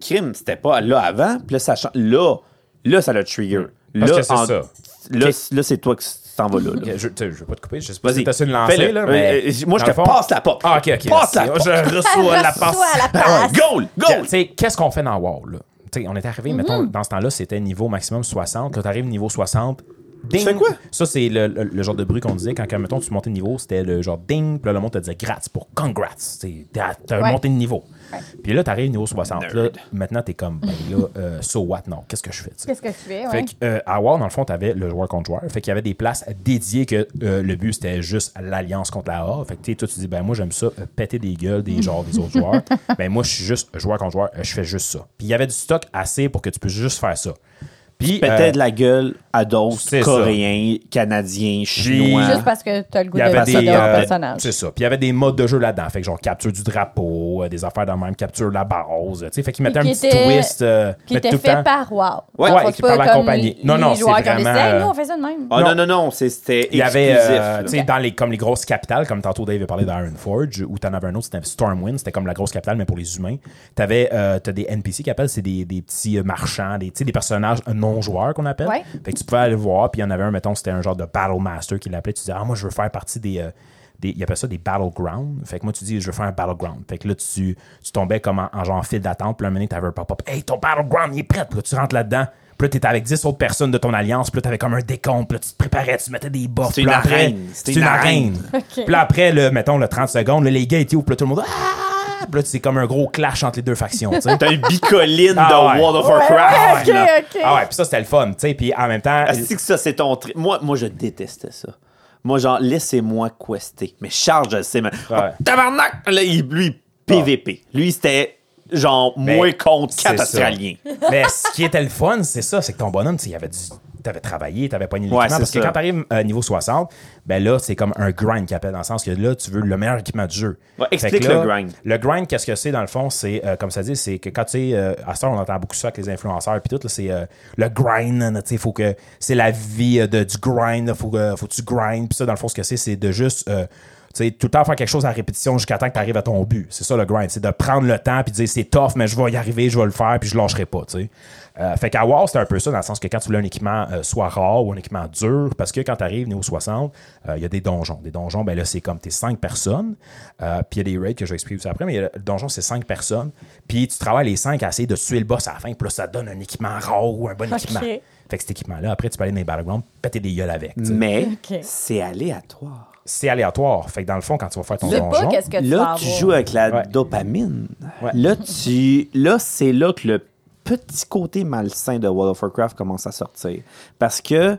Speaker 2: crime, c'était pas là avant, puis là, ça change. Là, là, ça le trigger.
Speaker 4: Parce
Speaker 2: là,
Speaker 4: que c'est ça.
Speaker 2: Là, là, c'est toi qui t'en vas là. là.
Speaker 4: Je, tu sais, je veux pas te couper, je sais pas si
Speaker 2: Vas-y,
Speaker 4: t'as su une
Speaker 2: fais-le.
Speaker 4: lancée, là, mais...
Speaker 2: Euh, euh, moi, je
Speaker 4: dans
Speaker 2: te
Speaker 4: le
Speaker 2: passe la pop.
Speaker 4: Ah, OK, OK.
Speaker 2: Passe la Ah,
Speaker 4: merci. Je reçois la passe.
Speaker 3: Reçois la passe.
Speaker 2: Goal!
Speaker 4: Goal! Tu
Speaker 2: Goal!
Speaker 4: sais, Qu'est-ce qu'on fait dans WoW? Là? Tu sais, on est arrivé,
Speaker 3: Mhm.
Speaker 4: mettons, dans ce temps-là, c'était niveau maximum 60. Quand tu arrives niveau 60, ding!
Speaker 2: fais quoi?
Speaker 4: Ça, c'est le, le- le genre de bruit qu'on disait quand, quand, mettons, tu montais de niveau, c'était le genre ding, puis là, le monde te disait gratis pour congrats. Tu as
Speaker 3: Ouais.
Speaker 4: monté de niveau. Puis là, tu arrives niveau 60. Là, maintenant, tu es comme, ben là, euh, so what? Non, qu'est-ce que je fais? tu sais?
Speaker 3: Qu'est-ce que tu fais?
Speaker 4: Fait
Speaker 3: Eh Ouais.
Speaker 4: que, euh, à War, dans le fond, tu avais le joueur contre joueur. Fait qu'il y avait des places dédiées que euh, le but, c'était juste l'alliance contre la A. Fait que, tu sais, toi, tu dis, ben moi, j'aime ça, euh, péter des gueules des genres des autres joueurs. Ben moi, je suis juste joueur contre joueur, euh, je fais juste ça. Puis il y avait du stock assez pour que tu puisses juste faire ça. Puis, euh,
Speaker 2: Peut-être la gueule à d'autres
Speaker 4: c'est ça.
Speaker 2: Coréens, Canadiens, Chinois.
Speaker 3: Juste parce que t'as le goût
Speaker 4: hein, il y
Speaker 3: de
Speaker 4: avait
Speaker 3: passer
Speaker 4: des
Speaker 3: leur
Speaker 4: euh,
Speaker 3: personnage.
Speaker 4: c'est ça puis il y avait des modes de jeu là-dedans fait que genre capture du drapeau euh, des affaires dans le même capture la barose tu sais fait qu'ils mettaient un
Speaker 3: qui
Speaker 4: petit
Speaker 3: était-
Speaker 4: twist euh,
Speaker 3: Qui
Speaker 4: mais
Speaker 3: était
Speaker 4: tout le
Speaker 3: fait
Speaker 4: temps-
Speaker 3: par WoW.
Speaker 4: Ouais,
Speaker 3: Dans le fond,
Speaker 4: ouais,
Speaker 3: c'est pas
Speaker 4: par la
Speaker 3: comme
Speaker 4: compagnie.
Speaker 3: les-
Speaker 4: Non, non,
Speaker 3: les joueurs
Speaker 4: c'est
Speaker 3: qui ont décidé,
Speaker 4: vraiment,
Speaker 3: Hey, nous,
Speaker 4: euh,
Speaker 3: on fait ça de même.
Speaker 2: Ah non, non,
Speaker 4: Non.
Speaker 2: non, c'est- c'était
Speaker 4: Il y avait,
Speaker 2: exclusif,
Speaker 4: euh,
Speaker 2: là.
Speaker 4: tu sais, dans les, comme les grosses capitales, comme tantôt Dave a parlé d'Ironforge, ou t'en avais un autre, c'était Stormwind, c'était comme la grosse capitale, mais pour les humains. T'avais, euh, t'as des NPC qui appellent, c'est des, des petits euh, marchands, des, tu sais, des personnages non-joueurs qu'on appelle.
Speaker 3: Ouais.
Speaker 4: Fait que tu pouvais aller voir, puis il y en avait un, mettons, c'était un genre de Battle Master qui l'appelait, tu disais, ah, moi, je veux faire partie des. euh, des, ils appellent ça des battlegrounds. Fait que moi, tu dis, je veux faire un battleground. Fait que là, tu, tu tombais comme en, en genre file d'attente. Puis là, un moment donné, t'avais un pop-up. Hey, ton battleground, il est prêt. Puis là, tu rentres là-dedans. Puis là, t'étais avec 10 autres personnes de ton alliance. Puis là, t'avais comme un décompte. Puis là, tu te préparais, tu mettais des buffs.
Speaker 2: C'est
Speaker 4: Puis là,
Speaker 2: une
Speaker 4: après-
Speaker 2: arène.
Speaker 4: C'est une arène. Puis là, après, le, mettons, le 30 secondes, là, les gars, ils ouvrent. Puis là, tout le monde. Ah! Puis là, c'est comme un gros clash entre les deux factions. tu sais.
Speaker 2: T'as une bicoline
Speaker 4: Ah
Speaker 2: dans
Speaker 4: ouais.
Speaker 2: World of Warcraft.
Speaker 3: Ok,
Speaker 2: là.
Speaker 3: ok.
Speaker 4: Ah ouais, puis ça, c'était le fun. tu sais. Puis en même temps.
Speaker 2: Asti que ça, c'est ton tri- Moi, moi, je détestais ça. Moi, genre, laissez-moi quester. Mais charge, je le sais, mais.
Speaker 4: Ouais. Ah.
Speaker 2: Oh, tabarnak! Là, il- lui, PVP. Lui, c'était genre
Speaker 4: Mais
Speaker 2: moins contre
Speaker 4: c'est
Speaker 2: 4
Speaker 4: ça.
Speaker 2: Australiens.
Speaker 4: Mais ce qui était le fun, c'est ça, c'est que ton bonhomme, tu sais, il avait du. T'avais travaillé, t'avais pogné l'équipement.
Speaker 2: Ouais, c'est
Speaker 4: parce que
Speaker 2: ça.
Speaker 4: quand t'arrives à niveau 60, ben là, c'est comme un grind qui appelle, dans le sens que là, tu veux le meilleur équipement du jeu.
Speaker 2: Ouais,
Speaker 4: Fait que
Speaker 2: explique
Speaker 4: là,
Speaker 2: le grind.
Speaker 4: Le grind, qu'est-ce que c'est dans le fond? C'est, euh, comme ça dit, c'est que quand tu sais, euh, à ça, on entend beaucoup ça avec les influenceurs, puis tout, là, c'est euh, le grind, là, tu sais, faut que. C'est la vie euh, de, du grind, là, faut, que- faut que tu grind, puis ça, dans le fond, ce que c'est, c'est de juste. euh, tu sais, tout le temps faire quelque chose à répétition jusqu'à temps que tu arrives à ton but. C'est ça le grind. C'est de prendre le temps puis de dire c'est tough, mais je vais y arriver, je vais le faire puis je lâcherai pas. tu sais. Euh, fait qu'à WoW, c'était un peu ça dans le sens que quand tu voulais un équipement euh, soit rare ou un équipement dur, parce que quand tu arrives niveau 60, euh, il y a des donjons. Des donjons, ben là, c'est comme tes cinq personnes. euh, puis il y a des raids que je vais expliquer aussi après, mais le donjon, c'est cinq personnes. Puis tu travailles les cinq à essayer de tuer le boss à la fin. Puis là, ça te donne un équipement rare ou un bon
Speaker 3: Ok.
Speaker 4: équipement.
Speaker 2: Mmh.
Speaker 4: Fait que cet équipement-là, après, tu peux aller dans les battlegrounds, péter des gueules avec. tu sais.
Speaker 2: Mais
Speaker 3: Ok.
Speaker 2: c'est aléatoire.
Speaker 4: c'est aléatoire. Fait que dans le fond, quand tu vas faire ton
Speaker 3: Tu sais pas
Speaker 4: donjon,
Speaker 3: qu'est-ce que tu vas
Speaker 2: Là, tu
Speaker 3: avoir.
Speaker 2: joues avec la
Speaker 4: Ouais.
Speaker 2: dopamine.
Speaker 4: Ouais.
Speaker 2: Là, tu, là, c'est là que le petit côté malsain de World of Warcraft commence à sortir. Parce que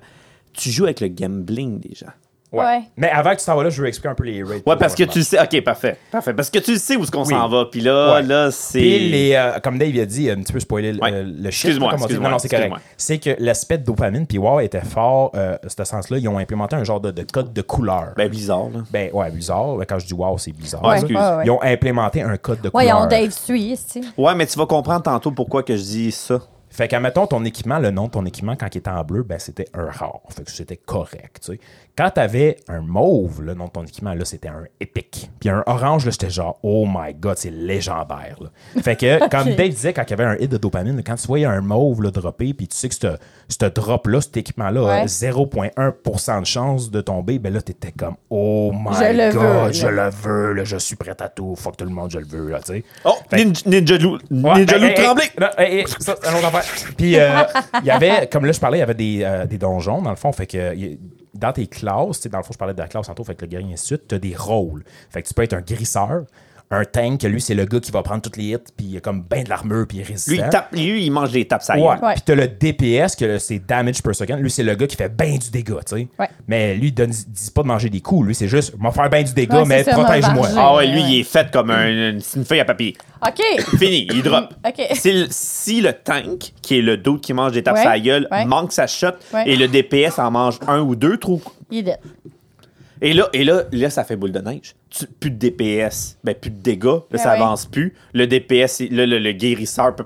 Speaker 2: tu joues avec le gambling des gens.
Speaker 4: ouais.
Speaker 3: Ouais.
Speaker 4: Mais avant que tu t'en vas là, je veux expliquer un peu les raids.
Speaker 2: Ouais, parce que tu le sais. Ok, parfait. Parfait. Parce que tu le sais où est-ce qu'on
Speaker 4: Oui.
Speaker 2: s'en va. Puis là,
Speaker 4: Ouais.
Speaker 2: là, c'est.
Speaker 4: Puis les, euh, comme Dave a dit, un petit peu spoiler le-
Speaker 2: Ouais.
Speaker 4: euh, le shit.
Speaker 2: Excuse-moi,
Speaker 4: comme on dit.
Speaker 2: excuse-moi,
Speaker 4: Non, non, c'est correct.
Speaker 2: excuse-moi.
Speaker 4: C'est que l'aspect de dopamine, puis wow, était fort, euh, ce sens-là. Ils ont implémenté un genre de, de code de couleur. Ben,
Speaker 2: Ben, bizarre, là.
Speaker 4: ouais, bizarre. Ben, Quand je dis wow, c'est bizarre.
Speaker 2: Ouais, excuse.
Speaker 3: ouais, ouais.
Speaker 4: Ils ont implémenté un code de couleur.
Speaker 3: Voyons, Dave suit, tu sais.
Speaker 2: Ouais, mais tu vas comprendre tantôt pourquoi que je dis ça.
Speaker 4: Fait qu'à mettons ton équipement, le nom de ton équipement, quand il était en bleu, ben c'était un rare. Fait que c'était correct. tu sais. Quand t'avais un mauve, le nom de ton équipement, là, c'était un épique. Puis un orange, là, j'étais genre Oh my god, c'est légendaire. là. Fait que comme Dave disait, quand il y avait un hit de dopamine, quand tu voyais un mauve là, dropper, puis tu sais que ce- ce drop-là, cet équipement-là, a
Speaker 3: Ouais.
Speaker 4: 0.1% de chance de tomber, ben là, t'étais comme Oh my
Speaker 3: Je le
Speaker 4: god,
Speaker 3: veux, là.
Speaker 4: je le veux, là, je suis prêt à tout, fuck tout le monde, je le veux, là, tu sais.
Speaker 2: Oh,
Speaker 4: Fait que-
Speaker 2: Ninja, Ninja Lou,
Speaker 4: Ouais,
Speaker 2: Ninja
Speaker 4: hey,
Speaker 2: Lou
Speaker 4: hey, hey,
Speaker 2: Tremblay!
Speaker 4: non, hey, hey, ça, c'est une autre affaire. Puis, euh, il y avait, comme là, je parlais, il y avait des, euh, des donjons, dans le fond. Fait que euh, y- dans tes classes, tu sais, dans le fond, je parlais de la classe tantôt, fait que le guerrier, et ainsi de suite, tu as des rôles. Fait que tu peux être un guérisseur, un tank, que lui, c'est le gars qui va prendre toutes les hits, puis il a comme ben de l'armure, puis il est résistant.
Speaker 2: Lui, il tape, lui, il mange des tapes, ça y est.
Speaker 4: Ouais.
Speaker 3: Ouais.
Speaker 4: Puis t'as le DPS, que le- c'est damage per second. Lui, c'est le gars qui fait ben du dégât, tu sais.
Speaker 3: Ouais.
Speaker 4: Mais lui, il donne, il dit pas de manger des coups. Lui, c'est juste, m'a faire ben du dégât,
Speaker 3: Ouais,
Speaker 4: mais
Speaker 3: c'est ça, m'en
Speaker 4: protège-moi.
Speaker 3: varger.
Speaker 2: Ah ouais, lui,
Speaker 3: Ouais.
Speaker 2: il est fait comme un- une, une feuille à papier.
Speaker 3: OK.
Speaker 2: Fini, il drop.
Speaker 3: Ok.
Speaker 2: Si, le- si le tank, qui est le dos qui mange des tapes
Speaker 3: Ouais,
Speaker 2: à la gueule,
Speaker 3: ouais.
Speaker 2: manque sa shot
Speaker 3: Ouais.
Speaker 2: et le DPS en mange un ou deux trous.
Speaker 3: Il est dead.
Speaker 2: Et là, et là, là, ça fait boule de neige. Tu- plus de DPS, ben plus de dégâts, là,
Speaker 3: Ben
Speaker 2: ça
Speaker 3: ouais.
Speaker 2: avance plus. Le DPS, il- là, le, le guérisseur peut.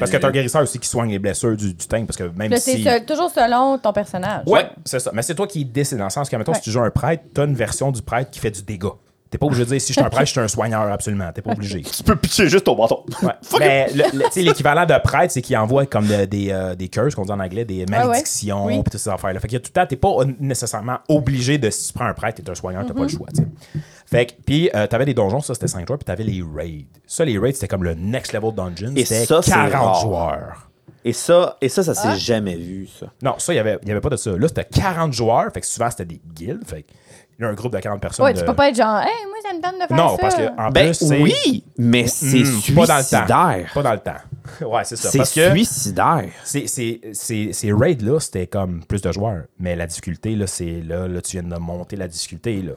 Speaker 4: Parce que t'as un guérisseur aussi qui soigne les blessures du, du tank, parce que même
Speaker 3: Là, c'est
Speaker 4: si.
Speaker 3: seul- toujours selon ton personnage.
Speaker 4: Ouais, c'est ça. Mais c'est toi qui décides, dans le sens que, mettons,
Speaker 3: Ouais.
Speaker 4: si tu joues un prêtre, t'as une version du prêtre qui fait du dégât. T'es pas obligé de dire si je suis un prêtre, je suis un soigneur, absolument. T'es pas obligé.
Speaker 2: Tu peux pitcher juste ton bâton.
Speaker 4: Ouais.
Speaker 2: Fuck
Speaker 4: Mais
Speaker 2: it.
Speaker 4: le- le- tu sais, l'équivalent de prêtre, c'est qu'il envoie comme de- des, euh, des curses, qu'on dit en anglais,
Speaker 2: Ah
Speaker 4: des malédictions,
Speaker 3: Oui.
Speaker 4: pis toutes ces affaires-là. Fait que tout le temps, t'es pas nécessairement obligé de, si tu prends un prêtre, t'es un soigneur, t'as pas
Speaker 2: Mm-hmm.
Speaker 4: le choix, tu sais. Fait que, pis euh, t'avais des donjons, ça c'était 5 joueurs, pis t'avais les raids. Ça, les raids, c'était comme le next level dungeon.
Speaker 2: Et
Speaker 4: C'était
Speaker 2: ça, c'est
Speaker 4: 40
Speaker 2: rare.
Speaker 4: joueurs.
Speaker 2: Et ça, et ça, ça
Speaker 3: Ah.
Speaker 2: s'est jamais vu, ça.
Speaker 4: Non, ça, il n'y avait, il y avait pas de ça. Là, c'était 40 joueurs. Fait que souvent, c'était des guilds. Fait que, il y a un groupe de 40 personnes.
Speaker 3: Ouais, tu
Speaker 4: de-
Speaker 3: peux pas être genre, hey, moi, ça me tente de faire
Speaker 4: Non,
Speaker 3: ça.
Speaker 4: parce que en
Speaker 2: Ben
Speaker 4: plus, c'est.
Speaker 2: oui, mais c'est
Speaker 4: Hmm, pas dans le temps.
Speaker 2: suicidaire.
Speaker 4: Pas dans le temps. Ouais, c'est ça.
Speaker 2: C'est
Speaker 4: Parce que
Speaker 2: suicidaire.
Speaker 4: c'est- c'est- c'est- ces raids-là, c'était comme plus de joueurs. Mais la difficulté, là, c'est là, là, tu viens de monter la difficulté. Là,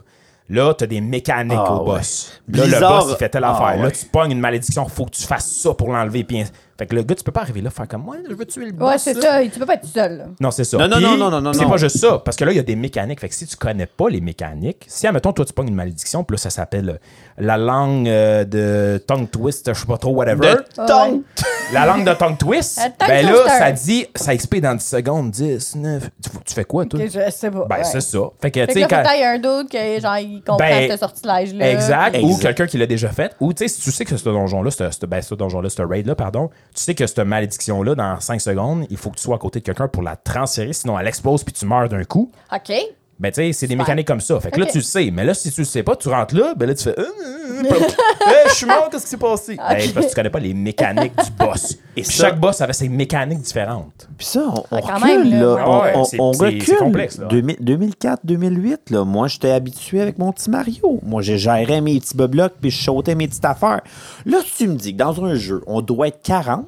Speaker 4: là tu as des mécaniques
Speaker 2: Ah,
Speaker 4: au
Speaker 2: ouais.
Speaker 4: boss. Là,
Speaker 2: Blizzard-
Speaker 4: le boss, il fait telle
Speaker 2: Ah,
Speaker 4: affaire. Là,
Speaker 2: ouais.
Speaker 4: tu pognes une malédiction. faut que tu fasses ça pour l'enlever. Puis... Fait que le gars, tu peux pas arriver là, faire comme moi, je veux tuer le boss.
Speaker 3: Ouais, c'est
Speaker 4: là.
Speaker 3: ça. Tu peux pas être seul. là.
Speaker 4: Non, c'est ça.
Speaker 2: Non, non,
Speaker 4: Puis,
Speaker 2: non, non, non, non,
Speaker 4: C'est
Speaker 2: non.
Speaker 4: pas juste ça, parce que là, il y a des mécaniques. Fait que si tu connais pas les mécaniques, si, admettons, toi, tu pognes une malédiction, puis là, ça s'appelle euh, la langue euh, de tongue twist, je sais pas trop, whatever.
Speaker 2: De ton-
Speaker 4: La langue de tongue twist,
Speaker 3: La tongue
Speaker 4: ben là,
Speaker 3: twister.
Speaker 4: ça dit, ça expire dans 10 secondes, 10, 9. Tu, tu fais quoi, toi?
Speaker 3: Que je sais pas.
Speaker 4: Ben,
Speaker 3: ouais.
Speaker 4: c'est ça. Fait que,
Speaker 3: Fait que
Speaker 4: tu sais,
Speaker 3: là, faut euh,
Speaker 4: quand.
Speaker 3: que y un doute que, genre, il comprend
Speaker 4: Ben,
Speaker 3: ce sortilège-là.
Speaker 4: Exact.
Speaker 3: puis-
Speaker 4: Ou
Speaker 2: Exact.
Speaker 4: quelqu'un qui l'a déjà fait. Ou tu sais, si tu sais que ce donjon-là, ce, ce- ben, ce donjon-là, ce raid-là, pardon, tu sais que cette malédiction-là, dans 5 secondes, il faut que tu sois à côté de quelqu'un pour la transférer, sinon elle explose puis tu meurs d'un coup.
Speaker 3: OK.
Speaker 4: Ben, tu sais, c'est des mécaniques comme ça. Fait que là,
Speaker 3: Ok.
Speaker 4: tu le sais. Mais là, si tu le sais pas, tu rentres là, ben là, tu fais. Euh, euh, euh, euh, je suis mort, qu'est-ce qui s'est passé? Ben, parce que tu connais pas les mécaniques du boss.
Speaker 2: Et
Speaker 4: Puis
Speaker 2: ça-
Speaker 4: chaque boss avait ses mécaniques différentes.
Speaker 2: Puis ça, on, on
Speaker 3: Ah, quand
Speaker 2: recule,
Speaker 3: même, là.
Speaker 2: là. On,
Speaker 4: Ouais,
Speaker 2: on-
Speaker 4: c'est-
Speaker 2: on
Speaker 4: c'est-
Speaker 2: recule.
Speaker 4: c'est complexe, là.
Speaker 2: 2000 2004-2008, là, moi, j'étais habitué avec mon petit Mario. Moi, je gérais mes petits boblocs puis je sautais mes petites affaires. Là, tu me dis que dans un jeu, on doit être 40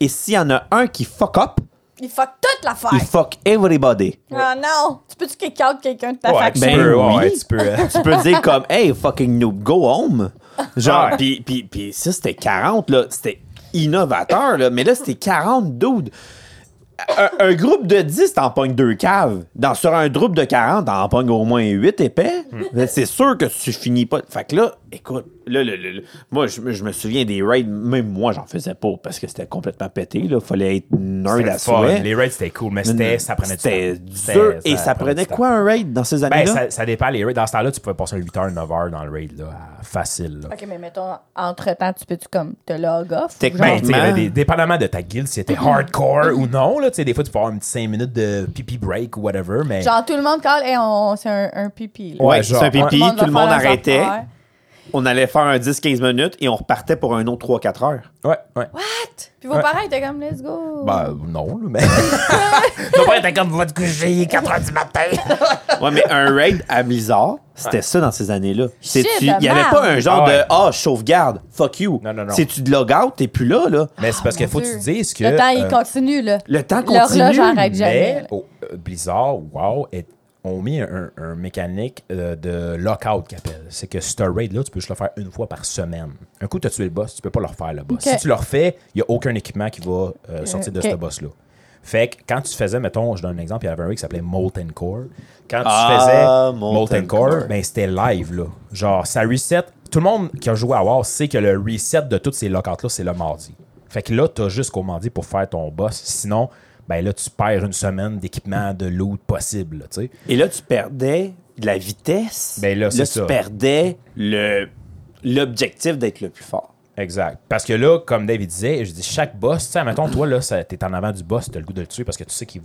Speaker 2: et s'il y en a un qui fuck up,
Speaker 3: Il fuck toute l'affaire.
Speaker 2: il fuck everybody.
Speaker 3: Ah non. Tu peux-tu kick out quelqu'un de ta
Speaker 4: Ouais, tu
Speaker 3: faction?
Speaker 2: ben
Speaker 4: peux, ouais,
Speaker 2: oui.
Speaker 4: ouais, tu peux. euh,
Speaker 2: tu peux dire comme hey fucking noob go home genre
Speaker 4: Ouais.
Speaker 2: puis puis puis ça c'était 40 là c'était innovateur là mais là c'était 40 dudes un, un groupe de 10 t'en pognes deux caves dans sur un groupe de 40 t'en pognes au moins 8 épais
Speaker 4: Hmm.
Speaker 2: Mais c'est sûr que tu finis pas fait que là écoute là, le- le- le- moi je, me- je me souviens des raids même moi j'en faisais pas parce que c'était complètement pété là fallait être nerd
Speaker 4: c'était
Speaker 2: à
Speaker 4: fun.
Speaker 2: souhait
Speaker 4: Les raids, c'était cool, mais c'était, ça prenait du temps.
Speaker 2: c'était
Speaker 4: C'était-
Speaker 2: dur et ça
Speaker 4: du
Speaker 2: prenait
Speaker 4: temps.
Speaker 2: quoi un raid dans ces années là
Speaker 4: Ben, ça, ça dépend les raids. Dans ce temps-là, tu pouvais passer 8h, 9h dans le raid, là. à- Facile, là.
Speaker 3: OK, mais mettons, entre-temps, tu peux-tu comme te log off?
Speaker 2: Fait que
Speaker 3: ou
Speaker 4: Ben,
Speaker 3: genre-
Speaker 4: tu sais, il y avait
Speaker 2: Genre-
Speaker 4: des, dépendamment de ta guild, si c'était
Speaker 2: Mm-hmm.
Speaker 4: hardcore ou non, là, tu sais, des fois, tu peux avoir une petite 5 minutes de pipi break ou whatever, mais.
Speaker 3: Genre, tout le monde call, et on, c'est un, un pipi. là.
Speaker 2: Ouais,
Speaker 4: genre,
Speaker 2: c'est un pipi,
Speaker 3: Tout le monde
Speaker 2: tout le
Speaker 3: va
Speaker 2: monde
Speaker 3: faire leurs
Speaker 2: arrêtait.
Speaker 3: affaires.
Speaker 2: on allait faire un 10-15 minutes et on repartait pour un autre 3-4 heures.
Speaker 4: Ouais, ouais.
Speaker 3: What? Puis vos
Speaker 4: Ouais.
Speaker 3: parents étaient comme, let's go.
Speaker 4: Ben, non, là, mais. Mon père était comme, va te coucher, il est 4 h du matin.
Speaker 2: Ouais, mais un raid à Blizzard, c'était ça dans ces années-là. C'est tu- Il n'y avait
Speaker 3: merde.
Speaker 2: pas un genre
Speaker 4: Ah ouais.
Speaker 2: de Ah, sauvegarde, fuck you.
Speaker 4: Non, non, non.
Speaker 2: C'est tu de logout, t'es plus là, là.
Speaker 4: Mais c'est parce
Speaker 3: Oh, Mon
Speaker 4: qu'il faut que
Speaker 3: Dieu.
Speaker 4: tu dises que.
Speaker 3: Le temps, il
Speaker 4: euh,
Speaker 3: continue, là.
Speaker 2: Le temps
Speaker 3: L'horloge
Speaker 2: continue,
Speaker 3: arrête jamais.
Speaker 4: Mais
Speaker 3: là.
Speaker 4: au- euh, Blizzard, WoW, est- ont mis un, un mécanique euh, de lockout qu'ils appellent. C'est que ce raid-là, tu peux juste le faire une fois par semaine. Un coup, tu as tué le boss, tu peux pas le refaire le boss.
Speaker 3: Ok.
Speaker 4: Si tu le refais, il n'y a aucun équipement qui va euh, sortir de
Speaker 3: ok.
Speaker 4: ce boss-là. Fait que quand tu faisais, mettons, je donne un exemple, il y avait un raid qui s'appelait Molten Core. Quand tu
Speaker 2: Ah,
Speaker 4: faisais
Speaker 2: Molten
Speaker 4: Molten, Core,
Speaker 2: Core.
Speaker 4: ben, c'était live, là. Genre, ça reset. Tout le monde qui a joué à WoW sait que le reset de toutes ces lockouts-là, c'est le mardi. Fait que là, t'as jusqu'au mardi pour faire ton boss. Sinon, ben là, tu perds une semaine d'équipement, de loot possible, là, tu sais.
Speaker 2: Et là, tu perdais de la vitesse.
Speaker 4: Ben là, c'est
Speaker 2: tu
Speaker 4: ça.
Speaker 2: perdais le- l'objectif d'être le plus fort.
Speaker 4: Exact. Parce que là, comme David disait, je dis chaque boss, tu sais, mettons, toi, là, ça- t'es en avant du boss, t'as le goût de le tuer parce que tu sais qu'il.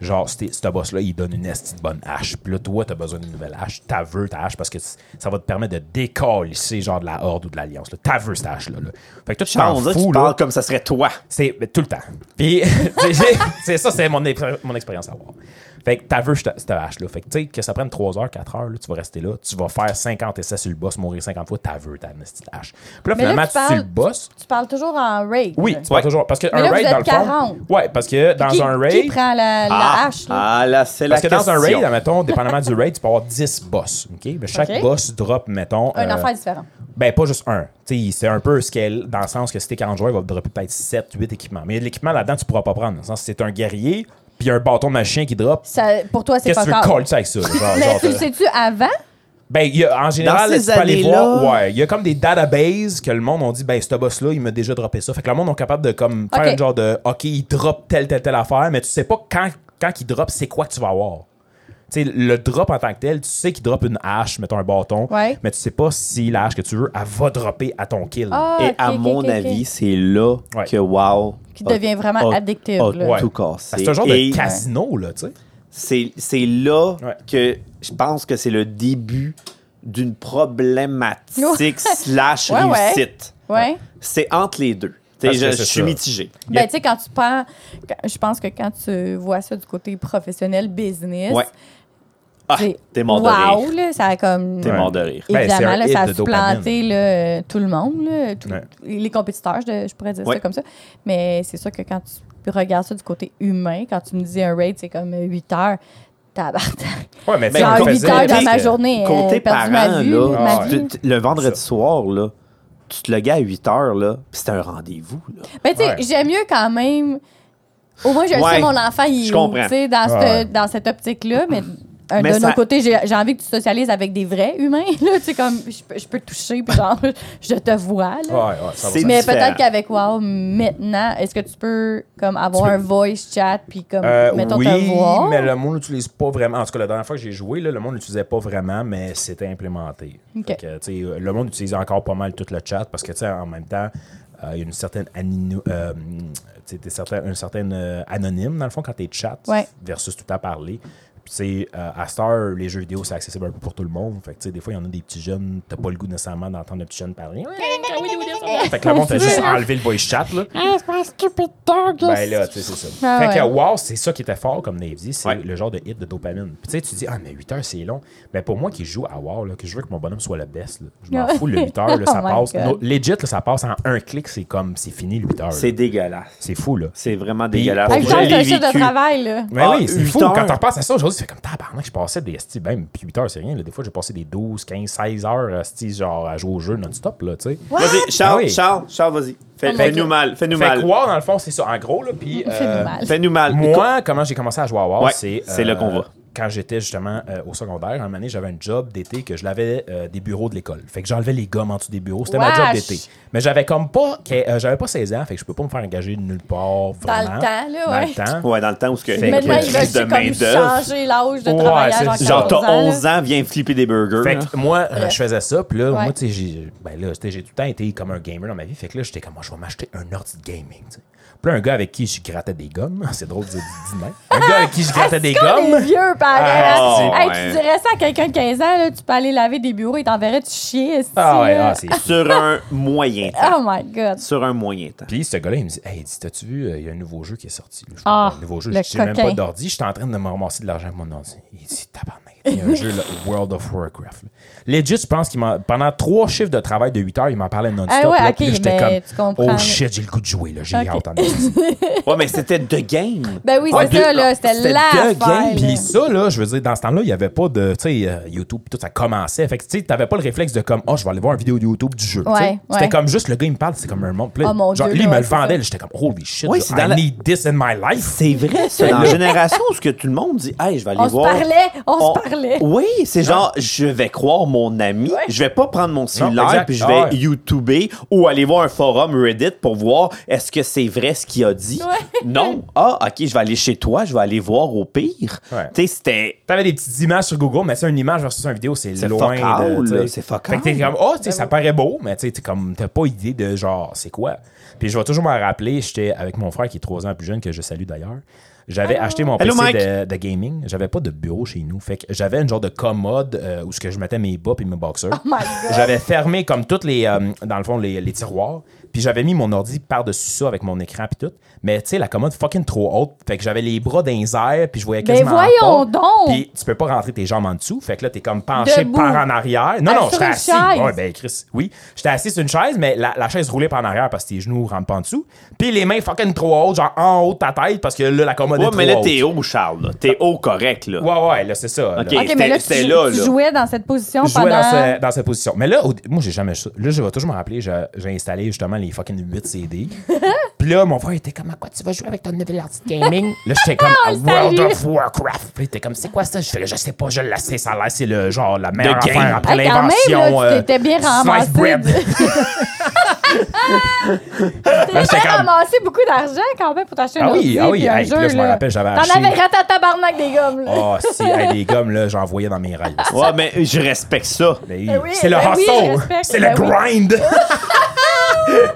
Speaker 4: Genre, c'est- ce boss-là, il donne une esti de bonne hache. Puis là, toi, t'as besoin d'une nouvelle hache. T'as veux ta hache parce que c- ça va te permettre de décalisser, genre, de la horde ou de l'alliance. là. T'as veux cette hache-là. là. Fait que toi, tu
Speaker 2: Charles,
Speaker 4: t'en
Speaker 2: on dirait que
Speaker 4: fous,
Speaker 2: tu
Speaker 4: là.
Speaker 2: parles comme ça serait toi.
Speaker 4: C'est ben, tout le temps. Puis, c'est- c'est- c'est ça, c'est mon, expé- mon expérience à voir. Fait que t'as vu cette cette hache-là. Fait que, tu sais, que ça prenne 3 heures, 4 heures, là, tu vas rester là. Tu vas faire 50 essais sur le boss, mourir 50 fois, t'as vu ta petite hache. Puis là,
Speaker 3: Mais là,
Speaker 4: finalement,
Speaker 3: tu
Speaker 4: tu,
Speaker 3: parles-
Speaker 4: tues le boss.
Speaker 3: Tu parles toujours en raid.
Speaker 4: Oui,
Speaker 3: là.
Speaker 4: tu vas toujours. Parce qu'un
Speaker 3: Mais là, vous
Speaker 4: raid, dans
Speaker 3: êtes
Speaker 4: le fond.
Speaker 3: 40.
Speaker 4: Ouais, parce que dans
Speaker 3: qui,
Speaker 4: un
Speaker 3: Qui
Speaker 4: raid.
Speaker 3: prend la, la hache, là?
Speaker 2: ah là, c'est la
Speaker 4: Parce que
Speaker 2: question.
Speaker 4: dans un raid, mettons, dépendamment du raid, tu peux avoir 10 boss. OK? Ben, chaque
Speaker 3: Ok.
Speaker 4: boss drop, mettons.
Speaker 3: Un
Speaker 4: euh,
Speaker 3: affaire différente.
Speaker 4: Ben, pas juste un. Tu sais, c'est un peu scale dans le sens que si t'es 40 joueurs, il va te dropper peut-être 7, 8 équipements. Mais l'équipement là-dedans, tu pourras pas prendre. Dans le sens, que c'est un guerrier, puis un bâton de machin qui drop.
Speaker 3: Ça, pour toi, c'est
Speaker 4: Qu'est-ce
Speaker 3: pas
Speaker 4: que tu veux
Speaker 3: grave.
Speaker 4: coller ça avec ça? Genre,
Speaker 3: Mais
Speaker 4: genre,
Speaker 3: tu le
Speaker 4: t'as-
Speaker 3: sais-tu avant?
Speaker 4: ben, il y a- en général,
Speaker 2: ces
Speaker 4: tu peux aller
Speaker 2: années-là-
Speaker 4: voir. Ouais, il y a comme des databases que le monde ont dit, ben, ce boss-là, il m'a déjà droppé ça. Fait que le monde est capable de comme, faire
Speaker 3: Ok.
Speaker 4: un genre de, OK, il drop telle, telle, telle affaire, mais tu sais pas quand, quand il drop, c'est quoi que tu vas avoir. Tu sais, le drop en tant que tel, tu sais qu'il drop une hache, mettons un bâton,
Speaker 3: Ouais.
Speaker 4: mais tu sais pas si la hache que tu veux, elle va dropper à ton kill.
Speaker 3: Ah,
Speaker 2: Et
Speaker 3: ok,
Speaker 2: à
Speaker 3: ok,
Speaker 2: mon
Speaker 3: ok, ok.
Speaker 2: avis, c'est là
Speaker 4: Ouais.
Speaker 2: que WoW.
Speaker 3: Qui devient vraiment addictif, là.
Speaker 4: Ouais.
Speaker 2: tout cassé.
Speaker 4: C'est un genre
Speaker 2: Et
Speaker 4: de casino, là, tu sais.
Speaker 2: c'est c'est là
Speaker 4: Ouais.
Speaker 2: que je pense que c'est le début d'une problématique slash
Speaker 3: Ouais, ouais.
Speaker 2: réussite.
Speaker 3: Ouais.
Speaker 2: C'est entre les deux. T'sais,
Speaker 4: Parce que
Speaker 2: Je,
Speaker 4: c'est
Speaker 2: je suis
Speaker 4: ça.
Speaker 2: mitigé.
Speaker 4: Yeah.
Speaker 3: Ben, tu sais, quand tu prends. quand- Je pense que quand tu vois ça du côté professionnel, business,
Speaker 2: Ouais. Ah,
Speaker 3: c'est.
Speaker 2: t'es mort de
Speaker 3: wow,
Speaker 2: rire.
Speaker 3: là, ça a comme.
Speaker 2: T'es mort de rire.
Speaker 4: Ben, c'est
Speaker 3: Évidemment,
Speaker 4: un
Speaker 3: là,
Speaker 4: hit
Speaker 3: ça a
Speaker 4: de dopamine.
Speaker 3: supplanté là, euh, tout le monde, là, tout-
Speaker 4: Ouais.
Speaker 3: les compétiteurs, je, je pourrais dire
Speaker 2: Ouais.
Speaker 3: ça comme ça. Mais c'est sûr que quand tu regardes ça du côté humain, quand tu me dis un raid, c'est comme euh, 8 heures, tabarnak.
Speaker 4: Ouais, mais tu sais,
Speaker 2: Ben,
Speaker 4: on
Speaker 3: Genre 8
Speaker 4: le faisait,
Speaker 3: heures
Speaker 4: parce
Speaker 3: dans ma
Speaker 4: que-
Speaker 3: journée,
Speaker 2: Côté
Speaker 3: euh, perdu ma
Speaker 2: parent,
Speaker 3: vue,
Speaker 2: là,
Speaker 3: ma
Speaker 4: ah ouais.
Speaker 2: tu-
Speaker 3: vie.
Speaker 2: tu- le vendredi soir, là, tu te logais à 8 heures, là, puis c'était un rendez-vous. là.
Speaker 3: Mais tu sais,
Speaker 4: Ouais.
Speaker 3: j'aime mieux quand même. Au moins, je le
Speaker 2: Ouais.
Speaker 3: sais, mon enfant, il
Speaker 2: Je
Speaker 3: est
Speaker 2: comprends.
Speaker 3: où, tu sais, dans,
Speaker 4: Ouais,
Speaker 3: cette-
Speaker 4: ouais.
Speaker 3: dans cette optique-là. Mais euh,
Speaker 2: Mais
Speaker 3: d'un
Speaker 2: ça-
Speaker 3: autre côté, j'ai j'ai envie que tu socialises avec des vrais humains. Là, tu sais, comme je peux, je peux te toucher, puis genre, je te vois.
Speaker 4: Ouais,
Speaker 3: Là.
Speaker 4: ouais, ça va.
Speaker 2: C'est-
Speaker 4: ça.
Speaker 3: Mais
Speaker 2: différent.
Speaker 3: peut-être qu'avec Wow, maintenant, est-ce que tu peux comme avoir un voice chat, puis comme,
Speaker 4: Euh,
Speaker 3: mettons,
Speaker 4: oui,
Speaker 3: te voir?
Speaker 4: mais le monde l'utilise pas vraiment. En tout cas, la dernière fois que j'ai joué, là, le monde l'utilisait pas vraiment, mais c'était implémenté.
Speaker 3: Ok.
Speaker 4: Fait que, tu sais, euh, le monde utilise encore pas mal tout le chat parce que, tu sais, en même temps, euh, il y a une certaine, anino- euh, tu sais, t'es certain- un certain euh, anonyme, dans le fond, quand t'es chat
Speaker 3: Ouais.
Speaker 4: versus tout à parler. Puis, tu sais, euh, à cette heure, les jeux vidéo, c'est accessible un peu pour tout le monde. Fait que, tu sais, des fois, il y en a des petits jeunes, t'as pas le goût nécessairement d'entendre le petit jeune parler. fait que le monde t'a juste enlevé le voice chat, là. Ben là, tu sais, c'est ça.
Speaker 3: Ah
Speaker 4: fait que
Speaker 3: ouais.
Speaker 4: wow, c'est ça qui était fort, comme Dave dit, c'est
Speaker 2: Ouais.
Speaker 4: le genre de hit de dopamine. Puis tu sais, tu dis, ah, mais 8 heures, c'est long. Mais pour moi qui joue à wow, là, que je veux que mon bonhomme soit le best, là, je m'en fous, le 8 heures, là,
Speaker 3: Oh
Speaker 4: ça
Speaker 3: my
Speaker 4: passe.
Speaker 3: God.
Speaker 4: No- legit, là, ça passe en un clic, c'est comme, c'est fini le 8 heures.
Speaker 2: C'est
Speaker 4: là.
Speaker 2: dégueulasse.
Speaker 4: C'est fou, là.
Speaker 2: C'est vraiment
Speaker 4: Puis,
Speaker 2: dégueulasse.
Speaker 4: pour
Speaker 3: Ah,
Speaker 4: Je
Speaker 3: putain,
Speaker 4: l'ai
Speaker 3: c'est un chiffre de travail, là.
Speaker 4: Mais
Speaker 2: Ah,
Speaker 4: oui, c'est
Speaker 2: huit
Speaker 4: fou.
Speaker 2: heures.
Speaker 4: Quand on repenses à ça aujourd'hui, tu fais comme tabarnak, je passais des esti, ben, puis 8 heures, c'est rien. là. Des fois, j'ai passé des 12, 15, 16 heures esti, genre, à jouer au jeu non-stop, là, tu sais.
Speaker 2: Vas-y, Charles,
Speaker 4: Ah oui.
Speaker 2: Charles, Charles, vas-y. Fais-
Speaker 3: Oh
Speaker 2: Fais-nous
Speaker 3: mon Dieu.
Speaker 2: mal, fais-nous
Speaker 4: Fait que
Speaker 2: mal.
Speaker 4: wow, dans le fond, c'est ça. En gros, là, puis.
Speaker 3: Ça fait
Speaker 4: euh,
Speaker 3: mal.
Speaker 2: Fais-nous mal.
Speaker 4: Moi, comment j'ai commencé à jouer à WoW,
Speaker 2: Ouais,
Speaker 4: c'est.
Speaker 2: c'est là qu'on va.
Speaker 4: Quand j'étais justement euh, au secondaire, un moment donné, j'avais un job d'été que je l'avais euh, des bureaux de l'école. Fait que j'enlevais les gommes en dessous des bureaux. C'était ma job
Speaker 3: Wesh!
Speaker 4: d'été. Mais j'avais comme pas. que- euh, j'avais pas 16 ans, fait que je peux pas me faire engager de nulle part. Vraiment,
Speaker 3: le temps, là,
Speaker 4: Dans
Speaker 3: ouais.
Speaker 4: le temps.
Speaker 2: Ouais, dans le temps où ce que
Speaker 4: Fait que-
Speaker 3: Maintenant, il
Speaker 4: euh,
Speaker 3: va
Speaker 2: crise de
Speaker 3: juste comme
Speaker 2: main-d'œuvre.
Speaker 3: changer l'âge de
Speaker 4: Ouais,
Speaker 3: travail à
Speaker 4: c'est-
Speaker 2: Genre,
Speaker 3: 14
Speaker 2: t'as
Speaker 3: ans, là.
Speaker 2: 11 ans, viens flipper des burgers.
Speaker 4: Fait
Speaker 2: hein.
Speaker 4: que moi, euh, je faisais ça, puis là,
Speaker 3: Ouais.
Speaker 4: moi, tu sais, j'ai ben là, tu sais, j'ai tout le temps été comme un gamer dans ma vie. Fait que là, j'étais comme, moi, je vais m'acheter un ordi de gaming, tu sais. Puis là, un gars avec qui je grattais des gommes, c'est drôle de dire du- du même. Un gars avec qui je grattais des
Speaker 3: C'est comme
Speaker 4: gommes.
Speaker 3: des vieux, pareil.
Speaker 4: Ah,
Speaker 3: hein.
Speaker 4: c'est-
Speaker 3: Hey,
Speaker 2: ouais.
Speaker 3: tu dirais ça à quelqu'un de 15 ans, là, tu peux aller laver des bureaux, il t'enverrait du chier. esti,
Speaker 4: Ah ouais,
Speaker 3: là.
Speaker 4: ah, c'est.
Speaker 2: Sur un moyen temps.
Speaker 3: Oh my God.
Speaker 2: Sur un moyen temps.
Speaker 4: Puis ce gars-là, il me dit Hey, dis, t'as-tu vu, euh, il y a un nouveau jeu qui est sorti. là. Je
Speaker 3: Ah,
Speaker 4: comprends, nouveau jeu.
Speaker 3: le
Speaker 4: J'ai même
Speaker 3: coquin.
Speaker 4: pas d'ordi. J'étais en train de me ramasser de l'argent avec mon ordi. Il dit Tabarnak. Il y a un jeu, là, World of Warcraft. là. Legit, je pense qu'il m'a. Pendant trois chiffres de travail de 8 heures, il m'en parlait non-stop.
Speaker 3: Ah ouais,
Speaker 4: là,
Speaker 3: ok,
Speaker 4: puis là, j'étais
Speaker 3: mais
Speaker 4: comme,
Speaker 3: tu comprends,
Speaker 4: Oh
Speaker 3: là.
Speaker 4: shit, j'ai le goût de jouer. là. J'ai
Speaker 3: Ok.
Speaker 4: hâte en esti.
Speaker 2: Ouais, mais c'était The Game.
Speaker 3: Ben oui,
Speaker 2: Ah,
Speaker 3: c'est ça,
Speaker 2: de-
Speaker 3: là. C'était
Speaker 2: c'était
Speaker 3: la
Speaker 2: de
Speaker 3: affaire,
Speaker 2: game,
Speaker 3: là.
Speaker 4: Puis ça, là, je veux dire, dans ce temps-là, il n'y avait pas de. Tu sais, euh, YouTube, pis tout, ça commençait. Fait que, tu sais, t'avais pas le réflexe de comme, oh, je vais aller voir une vidéo de YouTube du jeu. tu sais.
Speaker 3: Ouais,
Speaker 4: C'était
Speaker 3: ouais.
Speaker 4: comme juste, le gars, il me parle, c'est comme un monde. Puis là,
Speaker 3: Oh, mon
Speaker 4: genre,
Speaker 3: Dieu,
Speaker 4: lui, il
Speaker 3: là,
Speaker 4: me
Speaker 3: ouais,
Speaker 4: le
Speaker 3: c'est
Speaker 4: vendait,
Speaker 3: ça.
Speaker 4: là, j'étais comme, holy shit,
Speaker 2: Ouais,
Speaker 4: genre,
Speaker 2: c'est dans
Speaker 4: I
Speaker 2: la-
Speaker 4: need this in my life.
Speaker 2: C'est vrai, ça. Dans la génération où ce que tout le monde dit, hey, je vais aller
Speaker 3: On se
Speaker 2: voir.
Speaker 3: parlait, on se parlait.
Speaker 2: Oui, c'est genre, je vais croire mon ami, je vais pas prendre mon cellulaire
Speaker 4: exact.
Speaker 2: puis je vais
Speaker 4: Ah ouais.
Speaker 2: YouTuber ou aller voir un forum Reddit pour voir est-ce que c'est vrai ce qu'il a dit.
Speaker 3: Ouais.
Speaker 2: Non, ah, ok, je vais aller chez toi, je vais aller voir au pire.
Speaker 4: Ouais.
Speaker 2: Tu sais, c'était.
Speaker 4: T'avais des petites images sur Google, mais ça, une image versus une vidéo, c'est
Speaker 2: C'est
Speaker 4: loin
Speaker 2: fuck all,
Speaker 4: de. tu sais.
Speaker 2: là, c'est fuck
Speaker 4: Fait que t'es
Speaker 2: all.
Speaker 4: comme, oh, tu sais,
Speaker 3: Ben
Speaker 4: ça paraît beau, mais tu sais, t'es comme, t'as pas idée de genre, c'est quoi. Puis je vais toujours m'en rappeler, j'étais avec mon frère qui est trois ans plus jeune, que je salue d'ailleurs. J'avais
Speaker 3: Ah.
Speaker 4: acheté mon
Speaker 2: Hello,
Speaker 4: PC
Speaker 2: Mike.
Speaker 4: de, de gaming. J'avais pas de bureau chez nous. Fait que j'avais une genre de commode euh, où ce que je mettais mes bas et mes boxers.
Speaker 3: Oh my God.
Speaker 4: J'avais fermé comme toutes les, euh, dans le fond, les, les tiroirs. Puis j'avais mis mon ordi par-dessus ça avec mon écran puis tout. Mais tu sais, la commode fucking trop haute. Fait que j'avais les bras dans les airs puis je voyais
Speaker 3: Ben
Speaker 4: quasiment en
Speaker 3: voyons
Speaker 4: porte.
Speaker 3: donc!
Speaker 4: Puis tu peux pas rentrer tes jambes en dessous. Fait que là, t'es comme penché
Speaker 3: Debout.
Speaker 4: par en arrière. Non,
Speaker 3: Ah,
Speaker 4: non,
Speaker 3: sur
Speaker 4: j'étais
Speaker 3: une
Speaker 4: assis.
Speaker 3: chaise.
Speaker 4: Ouais, ben Chris, oui. J'étais assis sur une chaise, mais la, la chaise roulait par en arrière parce que tes genoux rentrent pas en dessous. Puis les mains fucking trop hautes, genre en haut de ta tête parce que là, la commode
Speaker 2: Ouais,
Speaker 4: est trop
Speaker 2: mais là,
Speaker 4: haute.
Speaker 2: t'es haut, Charles. là. T'es haut correct, là.
Speaker 4: Ouais, ouais, là, c'est ça.
Speaker 2: Ok.
Speaker 4: là.
Speaker 3: OK, mais là, tu,
Speaker 2: c'était là,
Speaker 3: tu
Speaker 2: là.
Speaker 3: jouais dans cette position
Speaker 4: Je jouais
Speaker 3: pendant...
Speaker 4: dans, ce- dans cette position. Mais là, au- moi, j'ai jamais. Là, je vais toujours me rappeler, je- j'ai installé justement les fucking 8 CD. Puis là, mon frère était comme, à quoi tu vas jouer avec ton nouvel ordi de gaming? là, j'étais comme,
Speaker 3: On
Speaker 4: à
Speaker 3: Ah, le
Speaker 4: World
Speaker 3: salue.
Speaker 4: of Warcraft. Puis il était comme, c'est quoi ça? Je fais, là, je sais pas, je la sais, ça a l'air, c'est le genre la meilleure
Speaker 2: game.
Speaker 4: affaire après
Speaker 3: Ah, quand même,
Speaker 4: l'invention.
Speaker 3: là, tu
Speaker 4: euh,
Speaker 3: t'étais bien
Speaker 4: sliced
Speaker 3: ramassé
Speaker 4: bread.
Speaker 3: de-
Speaker 4: Là, j'étais
Speaker 3: T'as
Speaker 4: comme,
Speaker 3: ramassé beaucoup d'argent quand même pour t'acheter
Speaker 4: Ah
Speaker 3: un ordi
Speaker 4: oui, ah oui,
Speaker 3: puis un
Speaker 4: hey,
Speaker 3: jeu.
Speaker 4: puis là, je me rappelle, j'avais
Speaker 3: T'en
Speaker 4: acheté-
Speaker 3: avais raté à tabarnak des gommes, là.
Speaker 4: oh, si, hey, les gommes, là, j'en voyais dans mes rêves.
Speaker 2: Ouais, mais je respecte ça.
Speaker 4: Ben,
Speaker 3: Ben oui,
Speaker 4: c'est le
Speaker 3: ben oui, je
Speaker 4: hustle,
Speaker 3: respecte,
Speaker 4: c'est
Speaker 3: ben
Speaker 4: le
Speaker 3: oui.
Speaker 4: grind.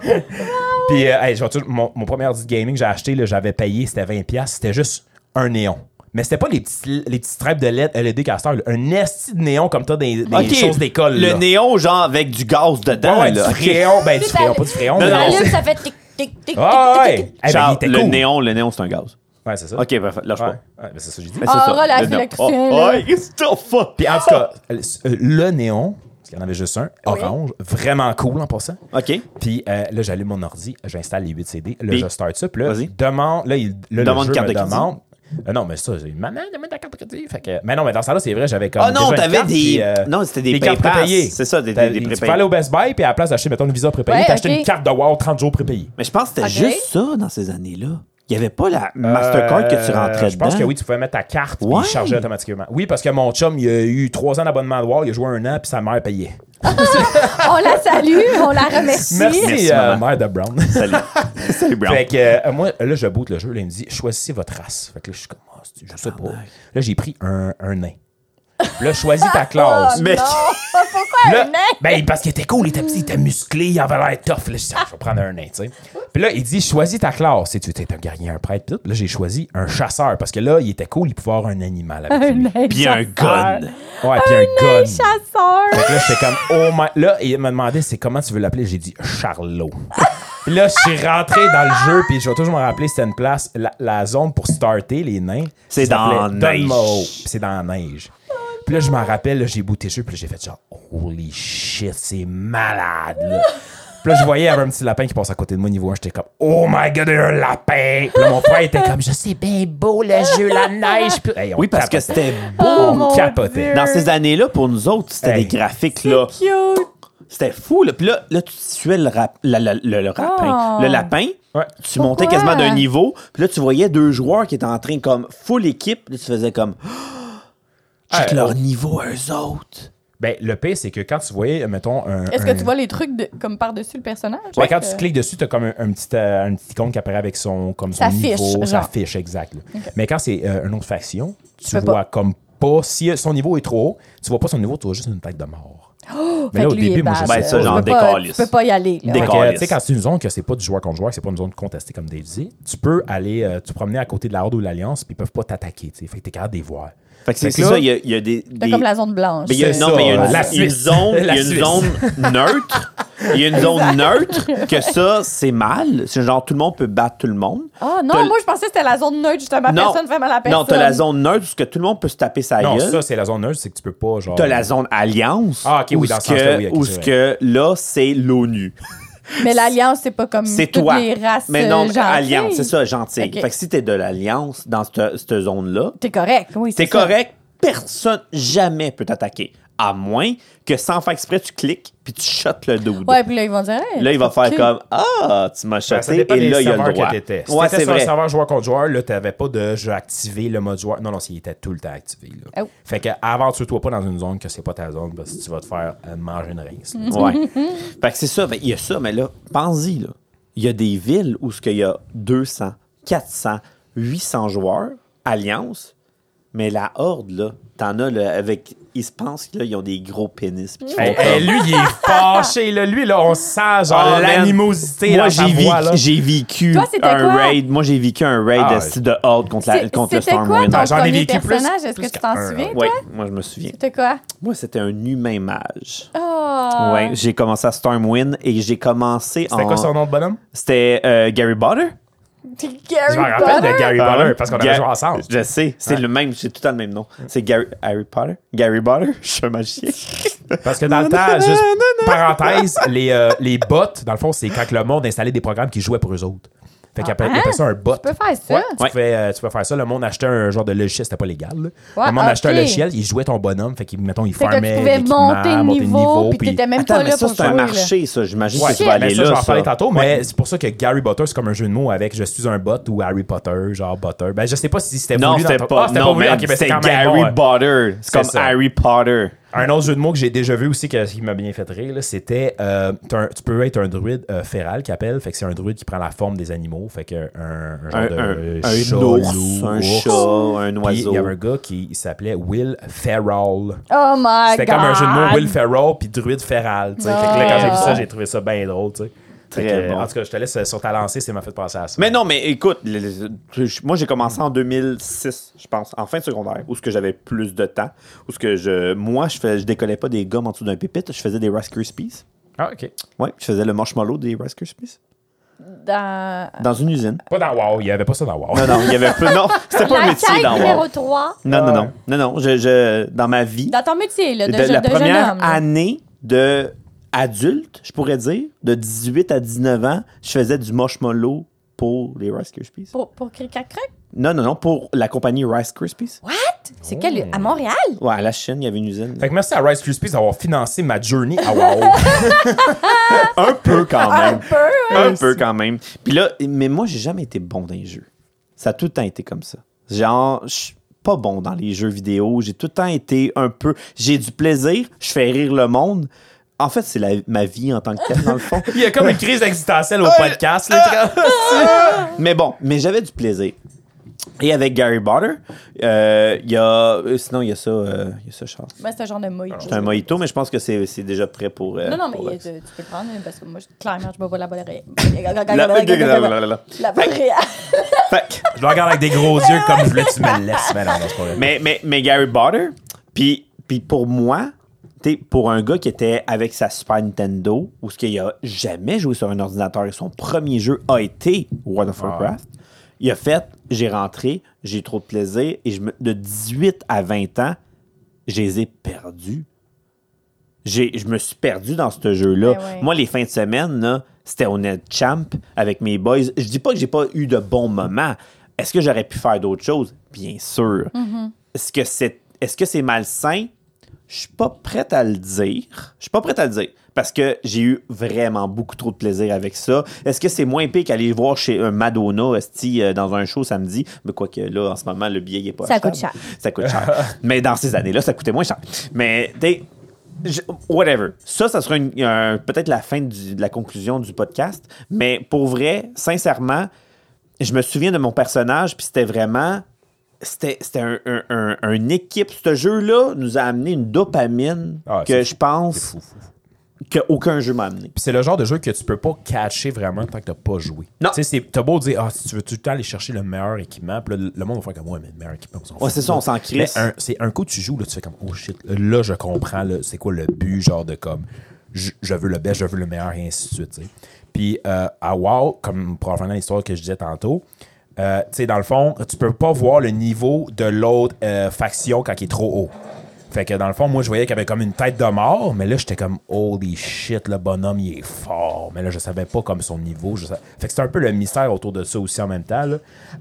Speaker 4: Puis, euh, hey, je vais toujours- mon, mon premier ordi de gaming que j'ai acheté, là, j'avais payé, c'était 20$, piastres, c'était juste un néon. Mais c'était pas les petits, les petits stripes de LED, LED castor, là, un esti de néon comme toi des, des
Speaker 2: Ok,
Speaker 4: choses d'école.
Speaker 2: Le
Speaker 4: là.
Speaker 2: néon, genre, avec du gaz dedans.
Speaker 4: Ouais, ouais, du
Speaker 2: là. Ok.
Speaker 4: fréon, ben du
Speaker 3: Tu sais,
Speaker 4: fréon,
Speaker 3: t'as-
Speaker 4: pas du fréon.
Speaker 2: Non,
Speaker 4: mais
Speaker 2: non,
Speaker 4: non,
Speaker 3: T'allumes,
Speaker 4: c'est-
Speaker 3: ça fait tic, tic, tic,
Speaker 4: Ah ouais!
Speaker 3: tic, tic, tic.
Speaker 4: Eh ben,
Speaker 2: Charles,
Speaker 4: il était
Speaker 2: le
Speaker 4: cool.
Speaker 2: néon, le néon, c'est un gaz.
Speaker 4: Ouais, c'est ça.
Speaker 2: Ok, parfait, lâche
Speaker 4: Ouais,
Speaker 2: pas.
Speaker 4: ouais, ben, c'est ça que j'ai dit.
Speaker 2: Mais c'est
Speaker 3: Ah,
Speaker 2: ça,
Speaker 3: relâche
Speaker 2: le néon.
Speaker 3: l'électricien,
Speaker 2: Oh,
Speaker 3: là.
Speaker 2: oh, it's the fuck.
Speaker 4: Puis en tout cas, le, euh, le néon, parce qu'il y en avait juste un, orange, vraiment cool en passant.
Speaker 2: OK.
Speaker 4: Puis euh, là, j'allume mon ordi, j'installe les 8 CD, là,
Speaker 2: Puis-
Speaker 4: je start ça, puis là,
Speaker 2: Vas-y.
Speaker 4: demande, là, il, là,
Speaker 2: Demande
Speaker 4: le jeu
Speaker 2: carte
Speaker 4: me
Speaker 2: de crédit.
Speaker 4: demande. Euh, non, mais ça, j'ai maman, demande ta carte de crédit. Fait que, mais non, mais dans ça là c'est vrai, j'avais comme.
Speaker 2: Ah non,
Speaker 4: déjà une
Speaker 2: t'avais
Speaker 4: carte,
Speaker 2: des-
Speaker 4: puis, euh,
Speaker 2: non, c'était des
Speaker 4: cartes
Speaker 2: PayPass.
Speaker 4: prépayées.
Speaker 2: C'est ça, des- des-
Speaker 4: T'as-
Speaker 2: des
Speaker 4: Tu peux
Speaker 2: prépayées.
Speaker 4: aller au Best Buy, puis à la place d'acheter, mettons, une visa prépayée,
Speaker 3: Ouais,
Speaker 4: t'achetais
Speaker 3: ok.
Speaker 4: une carte de WoW 30 jours prépayée.
Speaker 2: Mais je pense que c'était
Speaker 3: Ok.
Speaker 2: juste ça dans ces années-là. Il n'y avait pas la Mastercard que tu rentrais dedans.
Speaker 4: Euh, Je pense que oui, tu pouvais mettre ta carte puis
Speaker 2: Ouais.
Speaker 4: il chargeait automatiquement. Oui, parce que mon chum, il a eu 3 ans d'abonnement de WoW, il a joué un an, puis sa mère payait.
Speaker 3: On la salue, on la remercie.
Speaker 4: Merci,
Speaker 2: Merci,
Speaker 4: euh,
Speaker 2: maman.
Speaker 4: mère de Brown.
Speaker 2: Salut. Salut, Brown.
Speaker 4: Fait que euh, moi, là, je boot le jeu. Là, il me dit choisissez votre race. Fait que là, je suis comme Ah, c'est- je sais pas. Là, j'ai pris un, un nain. Puis Là, choisis ta classe.
Speaker 3: Oh,
Speaker 2: Mais-
Speaker 3: non. Pourquoi
Speaker 4: Là,
Speaker 3: un nain?
Speaker 4: ben, parce qu'il était cool, il était petit, il était musclé, il avait l'air tough. Là, je dis, Ah, je vais prendre un nain, tu sais. Puis là, il dit, choisis ta classe. Si tu es un guerrier, un prêtre, tout. Là, j'ai choisi un chasseur parce que là, il était cool, il pouvait avoir un animal avec
Speaker 3: Un
Speaker 4: lui.
Speaker 3: nain
Speaker 2: Puis un gun.
Speaker 3: chasseur.
Speaker 4: Ouais, puis un
Speaker 3: Un
Speaker 4: gun.
Speaker 3: chasseur.
Speaker 4: Fait que là, j'étais comme, oh my. Là, il me demandait, c'est comment tu veux l'appeler? J'ai dit Charlot. Puis là, je suis rentré dans le jeu, puis je vais toujours me rappeler, c'était une place, la, la zone pour starter les nains.
Speaker 2: C'est
Speaker 4: ça s'appelait
Speaker 2: dans la neige.
Speaker 4: Dunmo. Puis c'est dans la neige. Puis là, je m'en rappelle, là, j'ai booté le jeu, puis là, j'ai fait genre, holy shit, c'est malade, là. Puis là, je voyais, il y avait un petit lapin qui passait à côté de moi niveau 1. J'étais comme, oh my god, il y a un lapin. Puis là, mon frère était comme, je sais bien beau le jeu, la neige. Puis- Hey, on
Speaker 2: Oui, parce que
Speaker 4: capotait.
Speaker 2: c'était
Speaker 3: Oh,
Speaker 2: beau.
Speaker 3: mon
Speaker 4: On capotait.
Speaker 3: Dieu.
Speaker 2: Dans ces années-là, pour nous autres, c'était
Speaker 4: Hey.
Speaker 2: des graphiques, là.
Speaker 3: Cute.
Speaker 2: C'était fou, là. Puis là, là, tu tuais le, rap- la- la- le- le rapin.
Speaker 3: Oh.
Speaker 2: Le lapin.
Speaker 4: Ouais.
Speaker 2: Tu montais
Speaker 3: Pourquoi?
Speaker 2: quasiment d'un niveau. Puis là, tu voyais deux joueurs qui étaient en train, comme, full équipe. Là, tu faisais comme, Ah, check
Speaker 4: Hey, oh.
Speaker 2: leur niveau à eux autres.
Speaker 4: Ben, le pire, c'est que quand tu voyais, mettons, un.
Speaker 3: Est-ce
Speaker 4: un-
Speaker 3: que tu vois les trucs de- comme par-dessus le personnage?
Speaker 4: Ouais,
Speaker 3: Fait
Speaker 4: quand
Speaker 3: que-
Speaker 4: tu cliques dessus, t'as comme un, un petit, euh, un petit icône qui apparaît avec son, comme son
Speaker 3: Sa
Speaker 4: niveau,
Speaker 3: fiche,
Speaker 4: sa
Speaker 3: genre.
Speaker 4: fiche, exact. là. Mais quand c'est euh, une autre faction, tu
Speaker 3: peux
Speaker 4: vois comme pas. Si euh, son niveau est trop haut, tu vois pas son niveau, tu vois juste une plaque de mort. mais là,
Speaker 3: fait
Speaker 4: au
Speaker 3: que lui
Speaker 4: début,
Speaker 3: est
Speaker 4: moi, je
Speaker 3: bad.
Speaker 2: Ben, ça,
Speaker 3: Tu
Speaker 2: j'en
Speaker 3: peux pas-
Speaker 2: décalisse.
Speaker 3: Tu peux pas y aller. là.
Speaker 2: Des-
Speaker 4: Fait que,
Speaker 2: Décaliste.
Speaker 4: tu sais, quand c'est une zone que c'est pas du joueur contre joueur, que c'est pas une zone contestée comme Dave dit, tu peux aller euh, te promener à côté de la Horde ou de l'Alliance, puis ils peuvent pas t'attaquer. tu sais. Fait que t'es capable de les voir.
Speaker 2: Fait que c'est
Speaker 4: Fait que
Speaker 2: ça,
Speaker 4: là-
Speaker 2: il y a, il y a des.
Speaker 3: T'as
Speaker 2: des-
Speaker 3: comme la zone blanche.
Speaker 2: Mais il y a-
Speaker 4: C'est
Speaker 2: non,
Speaker 4: ça,
Speaker 2: mais il y a une,
Speaker 4: ouais.
Speaker 2: une
Speaker 4: La Suisse.
Speaker 2: zone, il y a
Speaker 4: La
Speaker 2: une
Speaker 4: Suisse.
Speaker 2: zone neutre. Il y a une zone neutre que ça, c'est mal. C'est genre tout le monde peut battre tout le monde.
Speaker 3: Ah non,
Speaker 2: T'as-
Speaker 3: moi je pensais que c'était la zone neutre, justement. Personne fait mal à personne.
Speaker 2: Non, t'as la zone neutre parce que tout le monde peut se taper sa
Speaker 4: Non,
Speaker 2: gueule.
Speaker 4: ça, c'est la zone neutre, c'est que tu peux pas, genre.
Speaker 2: T'as la zone alliance.
Speaker 4: Ah, ok,
Speaker 2: où
Speaker 4: oui, dans
Speaker 2: ce
Speaker 4: ce sens-là,
Speaker 2: que,
Speaker 4: oui, ok,
Speaker 2: où
Speaker 4: c'est
Speaker 2: ce
Speaker 4: vrai.
Speaker 2: que là, c'est l'ONU.
Speaker 3: Mais l'alliance, c'est pas comme
Speaker 2: C'est
Speaker 3: toutes
Speaker 2: toi.
Speaker 3: les races.
Speaker 2: mais non, mais
Speaker 3: euh, gentilles.
Speaker 2: alliance, c'est ça, gentil.
Speaker 3: Ok.
Speaker 2: Fait que si t'es de l'alliance dans cette, cette zone-là,
Speaker 3: T'es correct, oui.
Speaker 2: t'es
Speaker 3: c'est ça.
Speaker 2: correct, personne jamais peut t'attaquer. À moins que sans faire exprès, tu cliques puis tu shottes le dude.
Speaker 3: Ouais, puis là, ils vont dire. Hey,
Speaker 2: Là, il va faire
Speaker 3: ok.
Speaker 2: comme Ah, tu m'as
Speaker 4: Ben, ça
Speaker 2: shoté
Speaker 4: dépend
Speaker 2: et
Speaker 4: des
Speaker 2: là, il a
Speaker 4: serveurs
Speaker 2: le droit.
Speaker 4: que t'étais. Si
Speaker 2: ouais,
Speaker 4: t'étais
Speaker 2: c'est
Speaker 4: sur un
Speaker 2: vrai.
Speaker 4: serveur joueur contre joueur, là, t'avais pas de je activer le mode joueur. Non, non, il était tout le temps activé. Là.
Speaker 3: Oh.
Speaker 4: Fait que aventure-toi pas dans une zone que c'est pas ta zone parce que tu vas te faire euh, manger une rince. là.
Speaker 2: Ouais. fait que c'est ça, mais il y a ça, mais là, pense-y, là. Il y a des villes où ce qu'il y a 200, 400, 800 joueurs, alliance, mais la horde, là, t'en as, là, avec. Ils se pensent qu'ils ont des gros pénis. puis qu'ils
Speaker 4: Hey,
Speaker 2: font
Speaker 4: hey,
Speaker 2: comme-
Speaker 4: lui, il est fâché. Là. Lui, là, on sent genre
Speaker 2: Ah, man.
Speaker 4: l'animosité
Speaker 2: Moi,
Speaker 4: dans sa
Speaker 2: j'ai
Speaker 4: voix. là.
Speaker 2: vécu, j'ai vécu
Speaker 3: Toi, c'était
Speaker 2: un
Speaker 3: quoi?
Speaker 2: raid. Moi, j'ai vécu un raid
Speaker 4: Ah,
Speaker 2: de style de horde contre, la,
Speaker 3: C'est-
Speaker 2: contre le
Speaker 3: C'était quoi
Speaker 2: Stormwind.
Speaker 3: ton
Speaker 4: J'en ai
Speaker 3: premier
Speaker 4: vécu plus-
Speaker 3: personnage? Est-ce que
Speaker 4: plus
Speaker 3: tu
Speaker 4: qu'un,
Speaker 3: t'en
Speaker 4: là.
Speaker 3: souviens,
Speaker 2: Oui,
Speaker 3: toi?
Speaker 2: moi, je me souviens.
Speaker 3: C'était quoi?
Speaker 2: Moi, c'était un humain mage.
Speaker 3: Oh!
Speaker 2: Ouais, j'ai commencé à Stormwind et j'ai commencé en.
Speaker 4: C'était quoi son nom de bonhomme?
Speaker 2: C'était euh, Gary Potter.
Speaker 3: T'es
Speaker 4: Je me
Speaker 3: Gary
Speaker 4: rappelle de
Speaker 3: Potter?
Speaker 4: Gary Baller parce qu'on avait
Speaker 2: Ga-
Speaker 4: joué ensemble.
Speaker 2: Je sais, c'est le même, c'est tout le temps le même nom. C'est Gary Harry Potter. Gary Potter, je suis un magicien.
Speaker 4: Parce que dans le temps, juste parenthèse, les, euh, les bots, dans le fond, c'est quand que le monde installait des programmes qui jouaient pour eux autres. Fait qu'ils appellent- ils appellent ça un bot. Tu
Speaker 3: peux faire ça?
Speaker 4: tu,
Speaker 2: Ouais.
Speaker 4: Pouvais, euh, tu pouvais faire ça. Le monde achetait un genre de logiciel, c'était pas légal. là.
Speaker 3: Ouais,
Speaker 4: le monde achetait un
Speaker 3: ok.
Speaker 4: logiciel, il jouait ton bonhomme. Fait qu'ils, mettons, il
Speaker 3: Fait que
Speaker 4: farmait
Speaker 3: tu pouvais
Speaker 4: l'équipement,
Speaker 3: monter le
Speaker 4: monter le
Speaker 3: niveau, puis
Speaker 4: puis-
Speaker 3: t'étais même
Speaker 2: Attends,
Speaker 3: pas
Speaker 2: mais
Speaker 3: là
Speaker 2: ça,
Speaker 3: pour
Speaker 2: c'est un
Speaker 3: jouer. là.
Speaker 2: marché, ça. J'imagine
Speaker 4: Ouais,
Speaker 2: que tu vas
Speaker 4: mais
Speaker 2: aller
Speaker 4: ça, je vais en
Speaker 2: là.
Speaker 4: parler
Speaker 2: ça.
Speaker 4: tantôt, mais c'est pour ça que Gary Butter, c'est comme un jeu de mots avec Je suis un bot ou Harry Potter, genre Butter. Ben, je sais pas si c'était
Speaker 2: Non,
Speaker 4: voulu dans
Speaker 2: c'était
Speaker 4: ton-
Speaker 2: pas.
Speaker 4: Ah, c'était
Speaker 2: non,
Speaker 4: voulu.
Speaker 2: mais
Speaker 4: Ok, ben, c'est
Speaker 2: c'est
Speaker 4: quand même
Speaker 2: Gary
Speaker 4: bon, hein.
Speaker 2: Potter. C'est
Speaker 4: C'est
Speaker 2: comme
Speaker 4: ça.
Speaker 2: Harry Potter.
Speaker 4: Un autre jeu de mots que j'ai déjà vu aussi que- qui m'a bien fait rire, là, c'était euh, t'as un- tu peux être un druide euh, féral qui appelle, fait que c'est un druide qui prend la forme des animaux, fait que un, un genre
Speaker 2: Un,
Speaker 4: de
Speaker 2: un,
Speaker 4: euh,
Speaker 2: un
Speaker 4: chat,
Speaker 2: ours,
Speaker 4: loup,
Speaker 2: un
Speaker 4: ours.
Speaker 2: chat, un
Speaker 4: Puis il
Speaker 2: oiseau.
Speaker 4: y avait un gars qui il s'appelait Will Ferrell.
Speaker 3: Oh my god!
Speaker 4: C'était comme un jeu de mots Will Ferrell puis druide féral. tu sais. Fait que là, quand j'ai vu ça, j'ai trouvé ça bien drôle. tu sais. Fait
Speaker 2: Très
Speaker 4: que,
Speaker 2: bon.
Speaker 4: En tout cas, je te laisse euh, sur ta lancée, c'est m'a fait penser à ça.
Speaker 2: Mais non, mais écoute, le- le- je- moi j'ai commencé en 2006, je pense, en fin de secondaire, où ce que j'avais plus de temps, où ce que je, moi je, fais, je décollais pas des gommes en dessous d'un pépite, je faisais des Rice Krispies.
Speaker 4: Ah, ok.
Speaker 2: Ouais, je faisais le marshmallow des Rice Krispies
Speaker 3: Dans
Speaker 2: dans une usine.
Speaker 4: Pas dans WoW, il y avait pas ça dans WoW.
Speaker 2: Non, non, il y avait peu, non, c'était pas un
Speaker 3: la
Speaker 2: métier
Speaker 3: quête
Speaker 2: dans moi.
Speaker 3: numéro 3.
Speaker 2: Non, non, non, non, non, je, je- dans ma vie,
Speaker 3: Dans ton métier, là, de,
Speaker 2: de
Speaker 3: je-
Speaker 2: la
Speaker 3: de jeune
Speaker 2: première
Speaker 3: homme. là.
Speaker 2: année de adulte, je pourrais dire, de 18 à 19 ans, je faisais du marshmallow pour les Rice Krispies.
Speaker 3: Pour, pour cric crac crac.
Speaker 2: Non, non, non, pour la compagnie Rice Krispies.
Speaker 3: What? C'est
Speaker 2: Oh.
Speaker 3: quel? À Montréal?
Speaker 2: Ouais, à la Chine, il y avait une usine.
Speaker 4: Fait que merci à Rice Krispies d'avoir financé ma journey à WoW.
Speaker 2: un peu quand
Speaker 3: Un
Speaker 2: même.
Speaker 3: peu, hein?
Speaker 2: un peu quand même. Puis là, mais moi, j'ai jamais été bon dans les jeux. Ça a tout le temps été comme ça. Genre, je suis pas bon dans les jeux vidéo. J'ai tout le temps été un peu. J'ai du plaisir, je fais rire le monde. En fait, c'est la- ma vie en tant que telle, dans le fond.
Speaker 4: Il y a comme une crise existentielle
Speaker 2: Euh,
Speaker 4: au podcast. là, tu vois.
Speaker 2: Mais bon, mais j'avais du plaisir. Et avec Gary Potter, euh, il y a. euh, Sinon, il y a ça, euh, il y a ça, Charles.
Speaker 3: Ben, c'est un genre de mojito.
Speaker 2: C'est un mojito, mais je pense que c'est c'est déjà prêt pour. euh,
Speaker 3: Non, non, mais
Speaker 2: pour, euh,
Speaker 3: il- tu tu peux le prendre, hein, parce que moi, je- clairement, je bois pas la bonne réelle.
Speaker 2: La-
Speaker 3: La bonne réelle.
Speaker 2: Fait que-
Speaker 4: Je le regarde avec des gros yeux comme je voulais que tu me le laisses. Mais non, non, c'est pas vrai.
Speaker 2: Mais, mais, mais Gary Potter, puis puis pour moi, t'sais, pour un gars qui était avec sa Super Nintendo, ou ce qu'il a jamais joué sur un ordinateur, et son premier jeu a été World of Warcraft, il a fait j'ai rentré, j'ai trop de plaisir, et je me, de 18 à 20 ans, je les ai perdus. J'ai- Je me suis perdu dans ce jeu-là.
Speaker 3: Ben ouais.
Speaker 2: Moi, les fins de semaine, là, c'était au Net Champ avec mes boys. Je dis pas que j'ai pas eu de bons moments. Est-ce que j'aurais pu faire d'autres choses? Bien sûr.
Speaker 3: Mm-hmm.
Speaker 2: Est-ce que c'est est-ce que c'est malsain? Je suis pas prête à le dire. Je suis pas prête à le dire parce que j'ai eu vraiment beaucoup trop de plaisir avec ça. Est-ce que c'est moins pire qu'aller voir chez un Madonna esti, euh, dans un show samedi? Mais quoique là, en ce moment, le billet n'est pas
Speaker 3: Ça
Speaker 2: achetable.
Speaker 3: coûte cher.
Speaker 2: Ça coûte cher. Mais dans ces années-là, ça coûtait moins cher. Mais t'es. je- Whatever. Ça, ça sera une- un- peut-être la fin du- de la conclusion du podcast. Mais pour vrai, sincèrement, je me souviens de mon personnage, puis c'était vraiment. C'était c'était un, un- un- une équipe. Ce jeu-là nous a amené une dopamine
Speaker 4: Ah,
Speaker 2: que
Speaker 4: c'est
Speaker 2: je
Speaker 4: fou. C'est
Speaker 2: pense
Speaker 4: fou, fou, fou.
Speaker 2: qu'aucun jeu m'a amené.
Speaker 4: Puis c'est le genre de jeu que tu peux pas catcher vraiment tant que t'as pas joué.
Speaker 2: Non.
Speaker 4: Tu sais, c'est- t'as beau dire, ah, si tu veux tout le temps aller chercher le meilleur équipement, puis là, le- le monde va faire comme, ouais, mais le meilleur équipement, on s'en
Speaker 2: Ouais,
Speaker 4: fout.
Speaker 2: c'est ça, on s'en
Speaker 4: Mais
Speaker 2: crisse.
Speaker 4: un- c'est un coup, tu joues, là, tu fais comme, oh shit, là, je comprends, là, c'est quoi le but, genre de comme, je, je veux le best, je veux le meilleur, et ainsi de suite, tu sais. Puis euh, à WoW, comme pour revenir à l'histoire que je disais tantôt, euh, tu sais, dans le fond, tu peux pas voir le niveau de l'autre euh, faction quand il est trop haut. Fait que dans le fond, moi, je voyais qu'il y avait comme une tête de mort, mais là, j'étais comme, holy shit, le bonhomme, il est fort. Mais là, je savais pas comme son niveau. je sa- Fait que c'était un peu le mystère autour de ça aussi en même temps. là.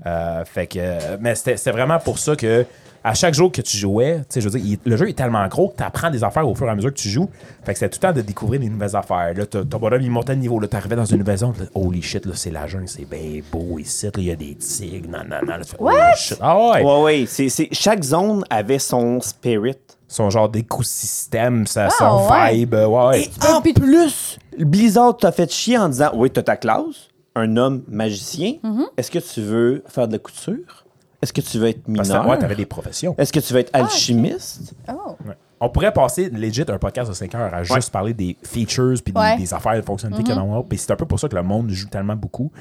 Speaker 4: Euh, fait que, euh, mais c'était c'était vraiment pour ça que, à chaque jour que tu jouais, tu sais, je veux dire, il- le jeu est tellement gros que tu apprends des affaires au fur et à mesure que tu joues. Fait que c'était tout le temps de découvrir des nouvelles affaires. Là, t'as- ton bonhomme, il montait de niveau. Là, t'arrivais dans une nouvelle zone. là, holy shit, là, c'est la jungle, c'est bien beau ici. là, Il y a des tigres, nan, nan, nan. Là, tu fais, holy shit. Ah ouais.
Speaker 2: Ouais, ouais. c'est- c'est- chaque zone avait son spirit.
Speaker 4: Son genre d'écosystème, sa-
Speaker 3: Ah,
Speaker 4: son
Speaker 3: ouais.
Speaker 4: vibe. euh, Ouais.
Speaker 2: Et en plus, Blizzard t'a fait chier en disant Oui, t'as ta classe, un homme magicien. Est-ce que tu veux faire de la couture Est-ce que tu veux être
Speaker 4: Parce que
Speaker 2: mineur
Speaker 4: ouais, t'avais des professions.
Speaker 2: Est-ce que tu veux être alchimiste
Speaker 3: Oh.
Speaker 4: Ouais. On pourrait passer legit un podcast de 5 heures à juste parler des features puis des,
Speaker 3: Ouais.
Speaker 4: des affaires de fonctionnalités qu'il y a dans WoW. Puis c'est un peu pour ça que le monde joue tellement beaucoup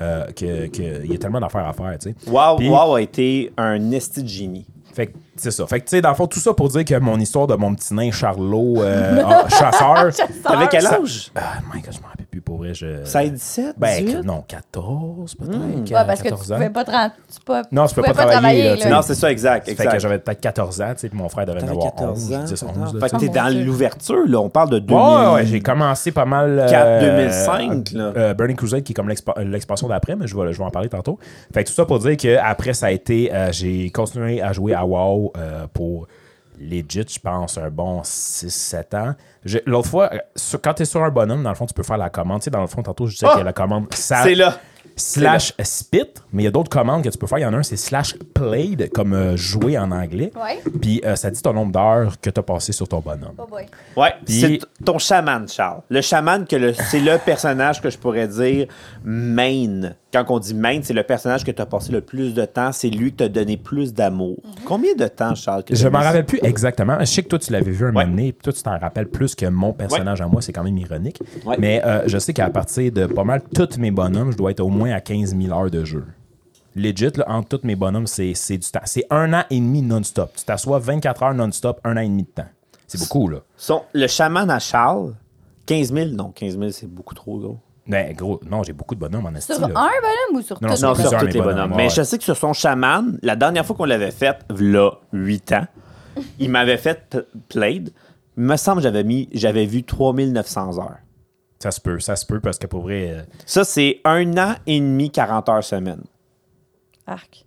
Speaker 4: euh, que- que il y a tellement d'affaires à faire, tu sais.
Speaker 2: Wow,
Speaker 4: Puis-
Speaker 2: wow a été un esti de génie.
Speaker 4: Fait que c'est ça. Fait que tu sais, dans le fond, tout ça pour dire que mon histoire de mon petit nain Charlot euh, ah, chasseur.
Speaker 2: T'avais quel
Speaker 4: ça-
Speaker 2: âge
Speaker 4: Ah, my god, je m'en rappelle plus pour vrai. Je...
Speaker 2: 16, 17
Speaker 4: Ben,
Speaker 2: 18?
Speaker 4: que- non, 14 peut-être.
Speaker 2: Hmm.
Speaker 3: Ouais, parce que tu
Speaker 4: 14 ans.
Speaker 3: pouvais pas, te ren- tu pas,
Speaker 4: Non, tu peux pas travailler, là, tu sais.
Speaker 2: Non, c'est ça, exact.
Speaker 4: Fait que
Speaker 2: exact.
Speaker 4: j'avais peut-être 14 ans, tu sais, puis mon frère devait en
Speaker 2: T'avais
Speaker 4: avoir 11,
Speaker 2: 14 ans.
Speaker 4: 10, 11.
Speaker 2: 14.
Speaker 4: là,
Speaker 2: Fait
Speaker 4: tu
Speaker 2: que
Speaker 4: sais.
Speaker 2: t'es dans
Speaker 3: Dieu.
Speaker 2: l'ouverture, là. On parle de 2000.
Speaker 4: Ouais, ouais, ouais, j'ai commencé pas mal. euh,
Speaker 2: 4-2005, là.
Speaker 4: euh, Burning Crusade, qui est comme l'expa- euh, l'expansion d'après, mais je vais, je vais en parler tantôt. Fait que tout ça pour dire que après ça a été. euh, j'ai continué à jouer à WoW euh, pour legit, je pense, un bon 6-7 ans. J'ai- L'autre fois, euh, sur- quand t'es sur un bonhomme, dans le fond, tu peux faire la commande. Tu sais, dans le fond, tantôt, je disais
Speaker 2: Ah!
Speaker 4: qu'il y a la commande. sa-
Speaker 2: C'est là.
Speaker 4: Slash spit, mais il y a d'autres commandes que tu peux faire. Il y en a un, c'est slash played, comme euh, jouer en anglais.
Speaker 3: Ouais.
Speaker 4: Puis euh, ça dit ton nombre d'heures que t'as passé sur ton bonhomme.
Speaker 3: Oh boy.
Speaker 2: Ouais,
Speaker 4: Puis-
Speaker 2: c'est t- ton chaman, Charles. Le chaman, que le- c'est le personnage que je pourrais dire main. Quand on dit main, c'est le personnage que tu as passé le plus de temps. C'est lui qui t'a donné plus d'amour. Combien de temps, Charles? que
Speaker 4: Je
Speaker 2: t'as
Speaker 4: m'en
Speaker 2: mis-
Speaker 4: rappelle plus exactement. Je sais que toi, tu l'avais vu un moment donné, puis toi, tu t'en rappelles plus que mon personnage à moi. C'est quand même ironique.
Speaker 2: Ouais.
Speaker 4: Mais euh, je sais qu'à partir de pas mal tous mes bonhommes, je dois être au moins à 15 000 heures de jeu. Legit, là, entre tous mes bonhommes, c'est c'est du temps. C'est un an et demi non-stop. Tu t'assois 24 heures non-stop, un an et demi de temps. C'est beaucoup, là.
Speaker 2: Son- le chaman à Charles, 15 000? Non, 15 000, c'est beaucoup trop gros.
Speaker 4: Ben, gros, non, j'ai beaucoup de bonhommes en esti,
Speaker 3: Sur
Speaker 4: là.
Speaker 3: un bonhomme ou sur
Speaker 4: Non,
Speaker 3: tout?
Speaker 4: sur
Speaker 2: Non,
Speaker 4: C'est
Speaker 2: sur
Speaker 4: bizarre,
Speaker 2: tous
Speaker 4: les
Speaker 2: les bonhommes.
Speaker 4: bonhommes, ouais.
Speaker 2: Mais je sais que sur son chaman, la dernière fois qu'on l'avait fait, là, 8 ans, il m'avait fait p- played. Il me semble que j'avais mis, j'avais vu 3900 heures.
Speaker 4: Ça se peut, ça se peut, parce que pour vrai, euh,
Speaker 2: Ça, c'est un an et demi, 40 heures semaine.
Speaker 3: Arc.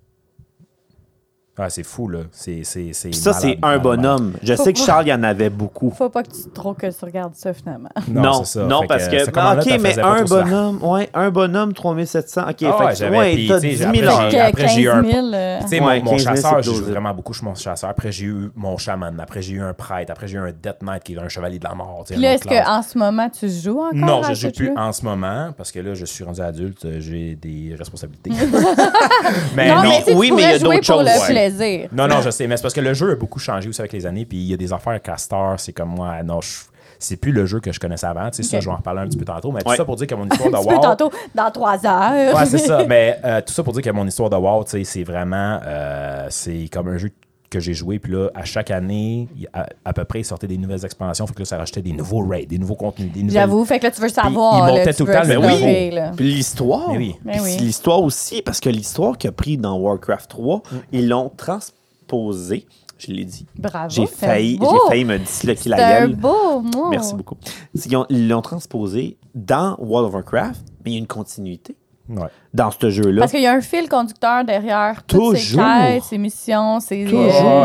Speaker 4: ah, c'est fou, là. C'est c'est- c'est
Speaker 2: Ça, c'est
Speaker 4: malade,
Speaker 2: un
Speaker 4: malade.
Speaker 2: bonhomme. Je sais que Charles, il y en avait beaucoup.
Speaker 3: Faut pas que tu trop que tu regardes ça finalement.
Speaker 2: Non, non,
Speaker 4: c'est ça. Fait
Speaker 2: parce
Speaker 4: euh,
Speaker 2: que,
Speaker 4: cette commande-là,
Speaker 2: OK,
Speaker 4: t'en
Speaker 2: mais
Speaker 4: faisais pas
Speaker 2: un
Speaker 4: trop ça.
Speaker 2: bonhomme, ouais, un bonhomme, 3700. OK,
Speaker 4: Ah ouais,
Speaker 2: fait que,
Speaker 4: j'avais-
Speaker 2: ouais,
Speaker 4: puis,
Speaker 2: t'as
Speaker 4: tu
Speaker 2: 10
Speaker 4: sais,
Speaker 2: 000
Speaker 4: après,
Speaker 2: heures.
Speaker 4: j'ai- après, j'ai eu un-
Speaker 3: 15 000, euh,
Speaker 4: Tu sais,
Speaker 2: Ouais,
Speaker 4: mon, mon
Speaker 2: 15 000,
Speaker 4: chasseur,
Speaker 2: c'est
Speaker 4: j'ai eu
Speaker 2: dosé.
Speaker 4: vraiment beaucoup, je mon chasseur. Après, j'ai eu mon chaman. Après, j'ai eu un prêtre. Après, j'ai eu un Death Knight qui est un chevalier de la mort. tu sais,
Speaker 3: Puis là,
Speaker 4: une
Speaker 3: est-ce
Speaker 4: autre classe.
Speaker 3: qu'en ce moment, tu joues encore?
Speaker 4: Non,
Speaker 3: à
Speaker 4: je ne
Speaker 3: ce
Speaker 4: joue plus
Speaker 3: jeu-là?
Speaker 4: en ce moment parce que là, je suis rendu adulte. euh, J'ai des responsabilités. Ah. mais
Speaker 3: Non,
Speaker 4: non.
Speaker 3: mais tu sais,
Speaker 2: oui,
Speaker 3: tu
Speaker 2: mais il y a
Speaker 3: pourrais jouer
Speaker 2: d'autres
Speaker 3: pour
Speaker 2: choses,
Speaker 3: le
Speaker 2: ouais.
Speaker 3: plaisir.
Speaker 4: Non, non, je sais, mais c'est parce que le jeu a beaucoup changé aussi avec les années. Puis il y a des affaires castor, c'est comme moi. Non, je- c'est plus le jeu que je connaissais avant. Tu sais, ça,
Speaker 3: Ok.
Speaker 4: je vais en reparler un petit peu tantôt. Mais tout
Speaker 2: Ouais.
Speaker 4: ça pour dire que mon histoire de
Speaker 3: Un petit peu
Speaker 4: WoW-
Speaker 3: tantôt, dans trois heures.
Speaker 4: Ouais, c'est ça. Mais euh, tout ça pour dire que mon histoire de WoW, tu sais, c'est vraiment. euh, c'est comme un jeu que j'ai joué. Puis là, à chaque année, il- à, à peu près, il sortait des nouvelles expansions. Fait que là, ça rajoutait des nouveaux raids, des nouveaux contenus, des nouvelles.
Speaker 3: J'avoue, fait que là, tu veux savoir. Ben
Speaker 4: ils
Speaker 3: là,
Speaker 4: montaient
Speaker 3: tu
Speaker 4: tout le
Speaker 3: veux
Speaker 4: temps le
Speaker 3: explorer,
Speaker 4: niveau.
Speaker 3: là.
Speaker 2: Puis l'histoire.
Speaker 4: Mais oui.
Speaker 2: Puis
Speaker 3: Mais
Speaker 2: c'est
Speaker 3: oui.
Speaker 2: l'histoire aussi, parce que l'histoire qu'il a pris dans Warcraft 3, ils l'ont transposée. Je l'ai dit.
Speaker 3: Bravo,
Speaker 2: J'ai
Speaker 3: c'est
Speaker 2: failli,
Speaker 3: beau.
Speaker 2: j'ai failli me disloquer
Speaker 3: C'est
Speaker 2: la
Speaker 3: un
Speaker 2: gueule.
Speaker 3: beau mot.
Speaker 2: Merci beaucoup. Ils ont- Ils l'ont transposé dans World of Warcraft, mais il y a une continuité
Speaker 4: Ouais.
Speaker 2: dans ce jeu-là.
Speaker 3: Parce qu'il y a un fil conducteur derrière toutes ces
Speaker 2: Toujours.
Speaker 3: quêtes, ces missions, ces euh,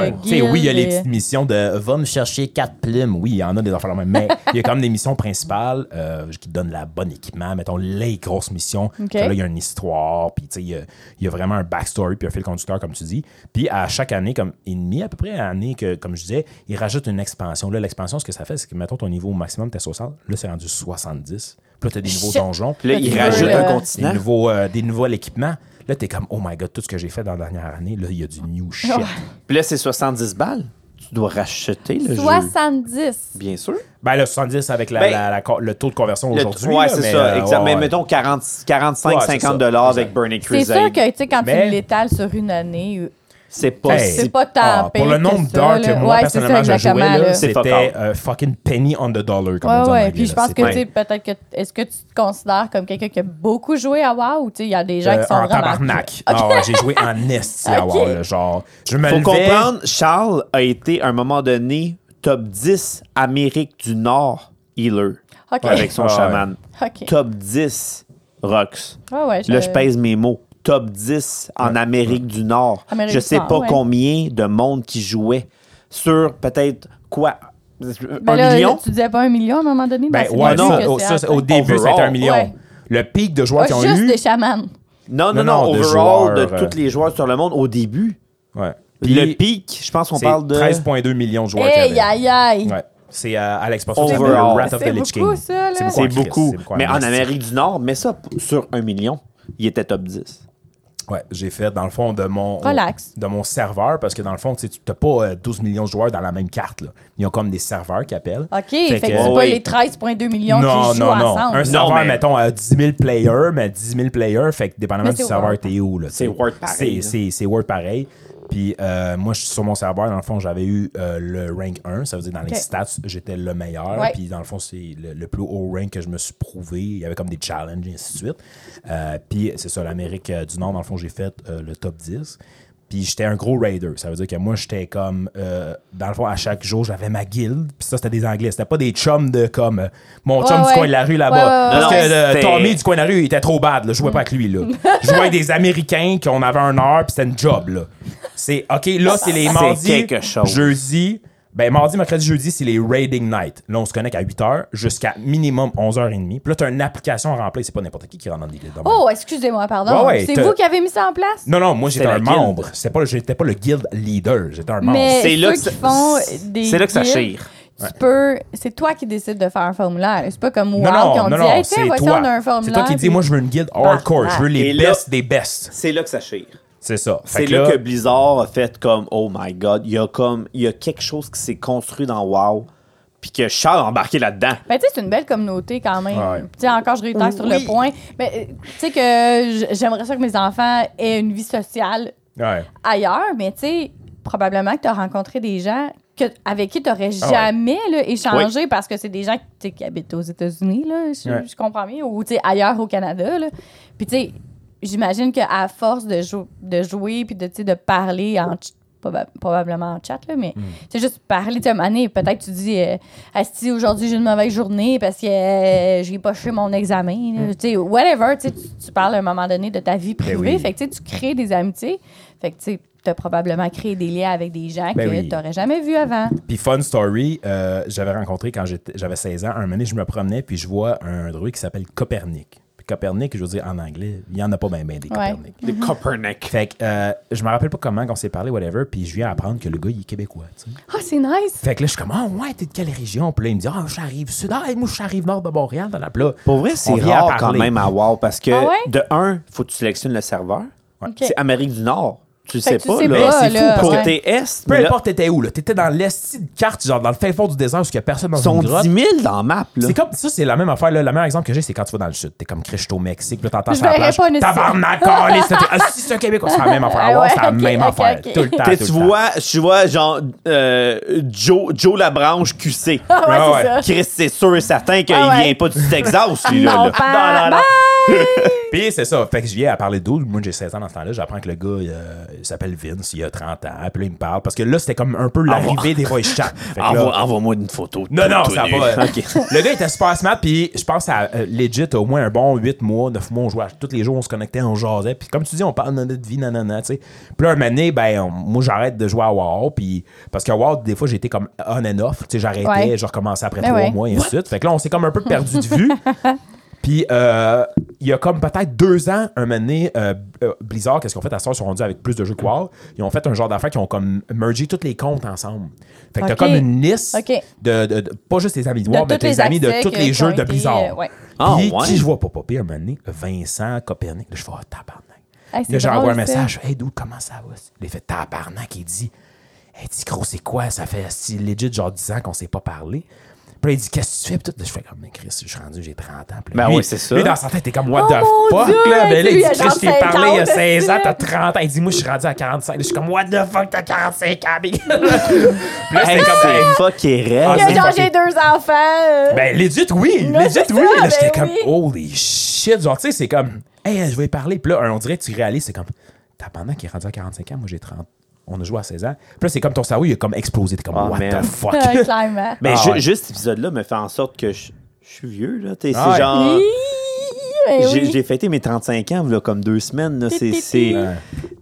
Speaker 4: Ouais. Tu sais,
Speaker 3: guildes
Speaker 4: oui, il y a les
Speaker 3: et-
Speaker 4: petites missions de va me chercher quatre plumes. Oui, il y en a des affaires là-même. Mais il y a quand même des missions principales euh, qui te donnent la bonne équipement. Mettons les grosses missions. Que Là, il y a une histoire. Puis, tu sais, il y a- il y, a vraiment un backstory. Puis un fil conducteur, comme tu dis. Puis, à chaque année, comme et demie, à peu près à l'année, que, comme je disais, ils rajoutent une expansion. Là, l'expansion, ce que ça fait, c'est que, mettons, ton niveau au maximum, t'es 60. Là, c'est rendu 70. Puis là, t'as des nouveaux
Speaker 3: Shit.
Speaker 4: donjons.
Speaker 2: Puis là,
Speaker 3: Fait
Speaker 2: ils
Speaker 3: que
Speaker 2: rajoutent
Speaker 3: là,
Speaker 2: un
Speaker 3: euh,
Speaker 4: Des
Speaker 2: continent.
Speaker 4: nouveaux, euh, des nouveaux équipements. Là, t'es comme, oh my god, tout ce que j'ai fait dans la dernière année, là, il y a du new shit.
Speaker 3: Ouais.
Speaker 2: Puis là, c'est 70 balles. Tu tu dois racheter le jeu.
Speaker 3: 70.
Speaker 2: Bien sûr.
Speaker 4: Ben, le 70 avec la,
Speaker 2: Ben,
Speaker 4: la- la co- le taux de conversion
Speaker 2: Le-
Speaker 4: aujourd'hui.
Speaker 2: ouais,
Speaker 4: là,
Speaker 2: c'est
Speaker 4: mais,
Speaker 2: ça.
Speaker 4: euh,
Speaker 2: exact.
Speaker 4: ouais,
Speaker 2: mais
Speaker 4: ouais.
Speaker 2: mettons 40, 45,
Speaker 4: Ouais, c'est
Speaker 2: 50
Speaker 4: ça.
Speaker 2: dollars avec Bernie
Speaker 3: C'est
Speaker 2: Crusade.
Speaker 3: sûr que tu sais, quand
Speaker 4: Mais-
Speaker 3: tu l'étales sur une année,
Speaker 2: C'est pas
Speaker 4: Hey.
Speaker 2: si
Speaker 3: c'est pas tant
Speaker 4: Ah, pour
Speaker 3: pire
Speaker 4: le nombre
Speaker 3: ça,
Speaker 4: d'heures que
Speaker 3: là.
Speaker 4: moi,
Speaker 3: Ouais, c'est ça,
Speaker 4: personnellement, je jouais,
Speaker 3: exactement,
Speaker 4: là,
Speaker 3: là.
Speaker 2: C'est
Speaker 4: c'était
Speaker 2: fuck
Speaker 4: euh, fucking penny on the dollar, comme on
Speaker 3: Ouais,
Speaker 4: dit en
Speaker 3: ouais.
Speaker 4: anglais,
Speaker 3: Puis je
Speaker 4: là.
Speaker 3: pense
Speaker 4: C'est
Speaker 3: que,
Speaker 4: pas-
Speaker 3: tu sais, peut-être que. Est-ce que tu te considères comme quelqu'un qui a beaucoup joué à WoW ou, tu sais, il y a des gens
Speaker 4: Euh,
Speaker 3: qui sont
Speaker 4: en
Speaker 3: vraiment.
Speaker 4: tabarnak. Ah ouais, j'ai joué en esti à
Speaker 3: Ok.
Speaker 4: WoW, là, genre. Je me
Speaker 2: Faut
Speaker 4: levais-
Speaker 2: comprendre, Charles a été à un moment donné top 10 Amérique du Nord healer
Speaker 3: OK.
Speaker 2: avec son
Speaker 4: Ah ouais.
Speaker 2: chaman.
Speaker 3: OK.
Speaker 2: Top 10 Rox.
Speaker 3: Ouais, ouais,
Speaker 2: Là, je pèse mes mots. Top 10 en Amérique du Nord.
Speaker 3: Amérique
Speaker 2: je
Speaker 3: du
Speaker 2: sais
Speaker 3: Nord,
Speaker 2: pas
Speaker 3: ouais.
Speaker 2: combien de monde qui jouait sur peut-être quoi
Speaker 3: Ben
Speaker 2: un
Speaker 3: là,
Speaker 2: million.
Speaker 3: Tu disais pas un million à un moment donné?
Speaker 4: Ben,
Speaker 3: dans ce
Speaker 4: ouais,
Speaker 3: monde-là
Speaker 4: non,
Speaker 3: que
Speaker 4: au-
Speaker 3: c'est
Speaker 4: ça,
Speaker 3: à-
Speaker 4: au début,
Speaker 2: Overall.
Speaker 4: c'était un million.
Speaker 3: Ouais.
Speaker 4: Le pic de joueurs
Speaker 3: Ouais,
Speaker 4: qu'ils ont
Speaker 3: juste
Speaker 4: eu.
Speaker 3: des chamans.
Speaker 2: Non, non,
Speaker 4: Non,
Speaker 2: non,
Speaker 4: non, de
Speaker 2: overall de,
Speaker 4: joueurs, euh,
Speaker 2: tous les joueurs sur le monde au début.
Speaker 4: Ouais.
Speaker 2: le
Speaker 4: Puis,
Speaker 2: pic, je pense qu'on
Speaker 4: c'est
Speaker 2: parle de
Speaker 4: 13,2 millions de joueurs qu'il y avait.
Speaker 3: Hey, aïe, aïe.
Speaker 4: Ouais. C'est euh, à l'expansion
Speaker 2: Overall.
Speaker 4: c'est le Wrath of the
Speaker 3: C'est
Speaker 4: Lich
Speaker 3: beaucoup,
Speaker 4: King.
Speaker 3: ça, là.
Speaker 4: en
Speaker 2: C'est
Speaker 4: Christ,
Speaker 2: beaucoup.
Speaker 4: c'est beaucoup en
Speaker 2: Mais en
Speaker 4: esti.
Speaker 2: Amérique du Nord, mais ça p- sur un million, il était top 10.
Speaker 4: Ouais, j'ai fait dans le fond de mon
Speaker 3: Relax.
Speaker 4: de mon serveur parce que dans le fond, tu sais, tu n'as pas euh, 12 millions de joueurs dans la même carte. là. Ils ont comme des serveurs qui appellent.
Speaker 3: OK, fait que c'est
Speaker 4: que-
Speaker 3: pas
Speaker 2: Oh, oui.
Speaker 3: les 13,2 millions
Speaker 4: non,
Speaker 3: qui jouent
Speaker 4: non, non.
Speaker 3: ensemble.
Speaker 4: Un serveur,
Speaker 2: mais-
Speaker 4: mettons, à 10 000 players, mais 10 000 players, fait que dépendamment
Speaker 3: Mais
Speaker 4: du
Speaker 3: c'est
Speaker 4: serveur,
Speaker 3: Word.
Speaker 4: t'es où. là, tu sais.
Speaker 2: C'est Word pareil,
Speaker 4: C'est- C'est c'est Word pareil. Puis euh, moi, je suis sur mon serveur, dans le fond, j'avais eu euh, le rank 1, ça veut dire dans les
Speaker 3: Ok.
Speaker 4: stats, j'étais le meilleur.
Speaker 3: Ouais.
Speaker 4: Puis dans le fond, c'est le, le plus haut rank que je me suis prouvé. Il y avait comme des challenges et ainsi de suite. Euh, puis c'est ça, l'Amérique euh, du Nord, dans le fond, j'ai fait euh, le top 10. Puis j'étais un gros raider. Ça veut dire que moi, j'étais comme. euh, dans le fond, à chaque jour, j'avais ma guilde. Puis ça, c'était des Anglais. C'était pas des chums de comme. euh, mon
Speaker 3: Ouais,
Speaker 4: chum
Speaker 3: ouais.
Speaker 4: du coin de la rue
Speaker 3: Ouais,
Speaker 4: là-bas.
Speaker 3: ouais, ouais,
Speaker 4: Parce
Speaker 2: ouais.
Speaker 4: que euh,
Speaker 2: C'était-
Speaker 4: Tommy du coin de la rue, il était trop bad. Là. Je jouais pas avec lui. Là. Je jouais avec des Américains qui on avait un heure, puis c'était une job. Là. C'est OK, là, c'est les
Speaker 2: C'est
Speaker 4: mardis.
Speaker 2: quelque chose.
Speaker 4: Jeudi. Ben, mardi, mercredi, jeudi, c'est les raiding night. Là, on se connecte à 8h jusqu'à minimum 11h30. Puis là, t'as une application à remplir. C'est pas n'importe qui qui rentre dans des guildes. de même.
Speaker 3: Oh, excusez-moi, pardon.
Speaker 4: Ouais, ouais,
Speaker 3: c'est
Speaker 4: t'as-
Speaker 3: vous qui avez mis ça en place?
Speaker 4: Non, non, moi, j'étais
Speaker 2: la
Speaker 4: un
Speaker 2: guilde.
Speaker 4: membre. C'était pas, j'étais pas le guild leader. J'étais un membre.
Speaker 3: Mais
Speaker 2: C'est
Speaker 3: ceux
Speaker 2: là que
Speaker 3: qui
Speaker 2: ça-
Speaker 3: font
Speaker 2: c'est-
Speaker 3: des
Speaker 2: c'est là que ça
Speaker 3: guildes,
Speaker 2: chire.
Speaker 3: Tu peux... C'est toi qui décides de faire un formulaire. C'est pas comme WoW
Speaker 4: Non,
Speaker 3: qui ont
Speaker 4: non, non,
Speaker 3: dit «
Speaker 4: non,
Speaker 3: Hey, tiens,
Speaker 4: c'est
Speaker 3: voici,
Speaker 4: toi.
Speaker 3: on a un formulaire. »
Speaker 4: C'est toi qui dis,
Speaker 3: puis-
Speaker 4: moi, je veux une guilde hardcore. Je veux les
Speaker 2: Et là-
Speaker 4: best des best.
Speaker 2: C'est là que ça chire.
Speaker 4: C'est ça. Fait
Speaker 2: C'est là que Blizzard a fait comme oh my god, il y a comme il y a quelque chose qui s'est construit dans WoW puis que Charles a embarqué là-dedans.
Speaker 3: Ben, tu sais, c'est une belle communauté quand même.
Speaker 4: Ouais.
Speaker 3: Tu sais, encore, je réitère sur le point. Mais euh, tu sais que j- j'aimerais ça que mes enfants aient une vie sociale
Speaker 4: Ouais.
Speaker 3: ailleurs, mais tu sais, probablement que tu as rencontré des gens que, avec qui tu n'aurais
Speaker 4: Ah ouais.
Speaker 3: jamais là, échangé parce que c'est des gens qui, tu sais, qui habitent aux États-Unis, là, je,
Speaker 4: Ouais.
Speaker 3: je comprends bien, ou tu sais, ailleurs au Canada. là. Puis tu sais, j'imagine qu'à force de, jou- de jouer puis de, tu sais, de parler en ch- proba- probablement en chat, là, mais
Speaker 4: Hmm.
Speaker 3: tu sais, juste parler, tu sais, à un moment donné, peut-être tu dis euh, Asti, aujourd'hui j'ai une mauvaise journée parce que euh, j'ai pas fait mon examen. là.
Speaker 4: Hmm.
Speaker 3: Tu sais, whatever, tu, sais, tu- tu parles à un moment donné de ta vie privée.
Speaker 4: Ben oui.
Speaker 3: Fait que, tu sais, tu crées des amitiés. Fait que, tu sais, t'as probablement créé des liens avec des gens
Speaker 4: Ben
Speaker 3: que
Speaker 4: oui.
Speaker 3: t'aurais jamais vus avant.
Speaker 4: Puis fun story, euh, j'avais rencontré quand j'étais- j'avais 16 ans, un moment donné, je me promenais, puis je vois un druide qui s'appelle Copernic. Puis Copernic, je veux dire en anglais, il y en a pas bien ben des
Speaker 3: Ouais.
Speaker 4: Copernic.
Speaker 2: Des Copernic.
Speaker 4: Fait que euh, je me rappelle pas comment on s'est parlé, whatever, puis je viens apprendre que le gars, il est québécois, tu sais.
Speaker 3: Ah, c'est nice!
Speaker 4: Fait que là, je suis comme, ah ouais, t'es de quelle région? Puis là, il me dit, ah, j'arrive sud, ah, moi, j'arrive nord de Montréal, dans la plat.
Speaker 2: Pour vrai, c'est
Speaker 4: On vient à
Speaker 2: rare quand
Speaker 4: parler.
Speaker 2: même hein. à WoW parce que
Speaker 3: Ah ouais?
Speaker 2: de un, faut que tu sélectionnes le serveur.
Speaker 3: Ok.
Speaker 2: C'est Amérique du Nord. Tu le
Speaker 3: Fait
Speaker 2: sais
Speaker 3: que tu
Speaker 2: pas
Speaker 3: sais
Speaker 2: là,
Speaker 3: pas,
Speaker 2: c'est
Speaker 3: là,
Speaker 2: fou pour
Speaker 3: ouais.
Speaker 2: tes est.
Speaker 4: Peu
Speaker 2: mais là,
Speaker 4: importe, t'étais où, là. T'étais dans l'esti de carte, genre dans le fin fond du désert, où il y a personne dans
Speaker 2: ils sont
Speaker 4: une
Speaker 2: 10
Speaker 4: grotte.
Speaker 2: 000 dans la map là.
Speaker 4: C'est comme ça, c'est la même affaire. Là. Le meilleur exemple que j'ai, c'est quand tu vas dans le sud. T'es comme Christ au Mexique, puis là, t'entends
Speaker 3: Je
Speaker 4: sur la
Speaker 3: verrais
Speaker 4: plage.
Speaker 3: pas une-
Speaker 4: Tabarnak, caliste, t'es- Ah, si c'est un Québécois, c'est la même affaire. Ah ouais, c'est la
Speaker 3: Ouais, ok,
Speaker 4: même
Speaker 3: ok,
Speaker 4: affaire.
Speaker 3: ok.
Speaker 4: Tout le temps.
Speaker 2: T'sais,
Speaker 4: tout
Speaker 2: tu
Speaker 4: le temps.
Speaker 2: vois, je vois genre euh, Joe, Joe Labranche QC.
Speaker 3: Ah, ouais,
Speaker 4: Ah
Speaker 3: c'est
Speaker 4: ouais.
Speaker 3: ça.
Speaker 2: Chris, c'est sûr et certain qu'il
Speaker 3: Ah ouais.
Speaker 2: vient pas du Texas, lui, là.
Speaker 3: Non,
Speaker 2: là.
Speaker 3: pas-
Speaker 4: Puis c'est ça. Fait que j'y ai à parler d'eau. Moi, j'ai 16 ans dans ce temps-là. J'apprends que le gars, euh, il s'appelle Vince, il a 30 ans. Puis là, il me parle. Parce que là, c'était comme un peu
Speaker 2: Ah,
Speaker 4: l'arrivée des voice chats. Fait que là-
Speaker 2: Envoie- Envoie-moi une photo. de
Speaker 4: Non,
Speaker 2: toi
Speaker 4: non,
Speaker 2: tout
Speaker 4: ça
Speaker 2: nu.
Speaker 4: va.
Speaker 2: Ok.
Speaker 4: Le gars était super smart, puis je pense à euh, legit au moins un bon 8 mois, 9 mois, on jouait à- tous les jours, on se connectait, on jasait. Puis comme tu dis, on parle de notre vie, nanana, tu sais. Puis là, un moment donné, ben, on- moi, j'arrête de jouer à WoW, puis parce qu'à WoW, des fois, j'étais comme on and off, tu sais, j'arrêtais,
Speaker 3: Ouais.
Speaker 4: je recommençais après
Speaker 3: Ben
Speaker 4: 3
Speaker 3: ouais.
Speaker 4: mois, et ainsi de suite. Fait que là, on s'est comme un peu perdu de vue. Puis euh, il y a comme peut-être deux ans, un moment donné, euh, euh, Blizzard, qu'est-ce qu'on fait à ce soir, ils sont rendus avec plus de jeux que WoW. Ils ont fait un genre d'affaires qui ont comme mergé tous les comptes ensemble. Fait que
Speaker 3: Ok.
Speaker 4: t'as comme une liste
Speaker 3: Ok.
Speaker 4: de, de- de- pas juste tes amis de
Speaker 3: De
Speaker 4: WoW, mais
Speaker 3: toutes
Speaker 4: tes
Speaker 3: les
Speaker 4: amis de
Speaker 3: accès
Speaker 4: tous
Speaker 3: que-
Speaker 4: les
Speaker 3: qui ont
Speaker 4: jeux
Speaker 3: été,
Speaker 4: de Blizzard.
Speaker 3: euh, ouais.
Speaker 2: Ah,
Speaker 4: Puis
Speaker 2: ouais.
Speaker 4: qui je vois pas popper un moment donné? Vincent Copernic. Là, je fais Ah, tabarnak.
Speaker 3: Hey, c'est
Speaker 4: là,
Speaker 3: drôle,
Speaker 4: j'envoie un
Speaker 3: ça.
Speaker 4: message. Hey, d'où, comment ça va? Il fait tabarnak. Il dit Elle dit, gros, c'est quoi? Ça fait si legit genre 10 ans qu'on s'est pas parlé. Puis là, il dit, qu'est-ce que tu fais? Puis tout, je fais comme, mais Chris, je suis rendu, j'ai 30 ans. Puis là,
Speaker 2: Ben
Speaker 4: lui-
Speaker 2: oui, c'est ça.
Speaker 4: Lui, dans sa tête, t'es comme, what
Speaker 3: Oh
Speaker 4: the
Speaker 3: mon
Speaker 4: fuck?
Speaker 3: Dieu,
Speaker 4: là, ben, là, il
Speaker 3: lui,
Speaker 4: dit,
Speaker 3: il a
Speaker 4: Chris,
Speaker 3: genre
Speaker 4: je t'ai parlé il y
Speaker 3: 50,
Speaker 4: a 16 ans,
Speaker 3: est-ce
Speaker 4: t'as 30 ans. Il dit, moi, je suis rendu à 45. Là, je suis comme, what the fuck, t'as 45 ans, big? Puis là, c'est
Speaker 2: Hey,
Speaker 4: comme,
Speaker 2: c'est
Speaker 4: ben,
Speaker 2: fucking
Speaker 4: Ah,
Speaker 2: raide.
Speaker 3: Il a
Speaker 4: c'est
Speaker 3: genre,
Speaker 4: fucké.
Speaker 3: j'ai deux enfants. euh,
Speaker 4: ben, legit, oui.
Speaker 3: Non,
Speaker 4: legit,
Speaker 3: c'est
Speaker 4: oui.
Speaker 3: ça,
Speaker 4: là, j'étais
Speaker 3: ben
Speaker 4: comme,
Speaker 3: oui.
Speaker 4: holy shit. Genre, tu sais, c'est comme, hey, je vais y parler. Puis là, on dirait que tu réalises, c'est comme, t'as pendant qu'il est rendu à 45 ans, moi, j'ai 30. On a joué à 16 ans. Puis là, c'est comme ton cerveau, il a comme explosé. T'es comme,
Speaker 2: Ah,
Speaker 4: what
Speaker 2: man.
Speaker 4: the fuck?
Speaker 3: euh, clairement.
Speaker 2: Mais
Speaker 4: Ah
Speaker 2: ju-
Speaker 4: ouais.
Speaker 2: juste cet épisode-là me fait en sorte que je je suis vieux, là. T'sais,
Speaker 4: Ah
Speaker 2: c'est
Speaker 4: ouais.
Speaker 2: genre.
Speaker 3: Oui, ben
Speaker 2: J'ai
Speaker 3: oui.
Speaker 2: j'ai fêté mes 35 ans, là, comme deux semaines. là. C'est-
Speaker 3: Pi, pi,
Speaker 2: C'est
Speaker 3: pi.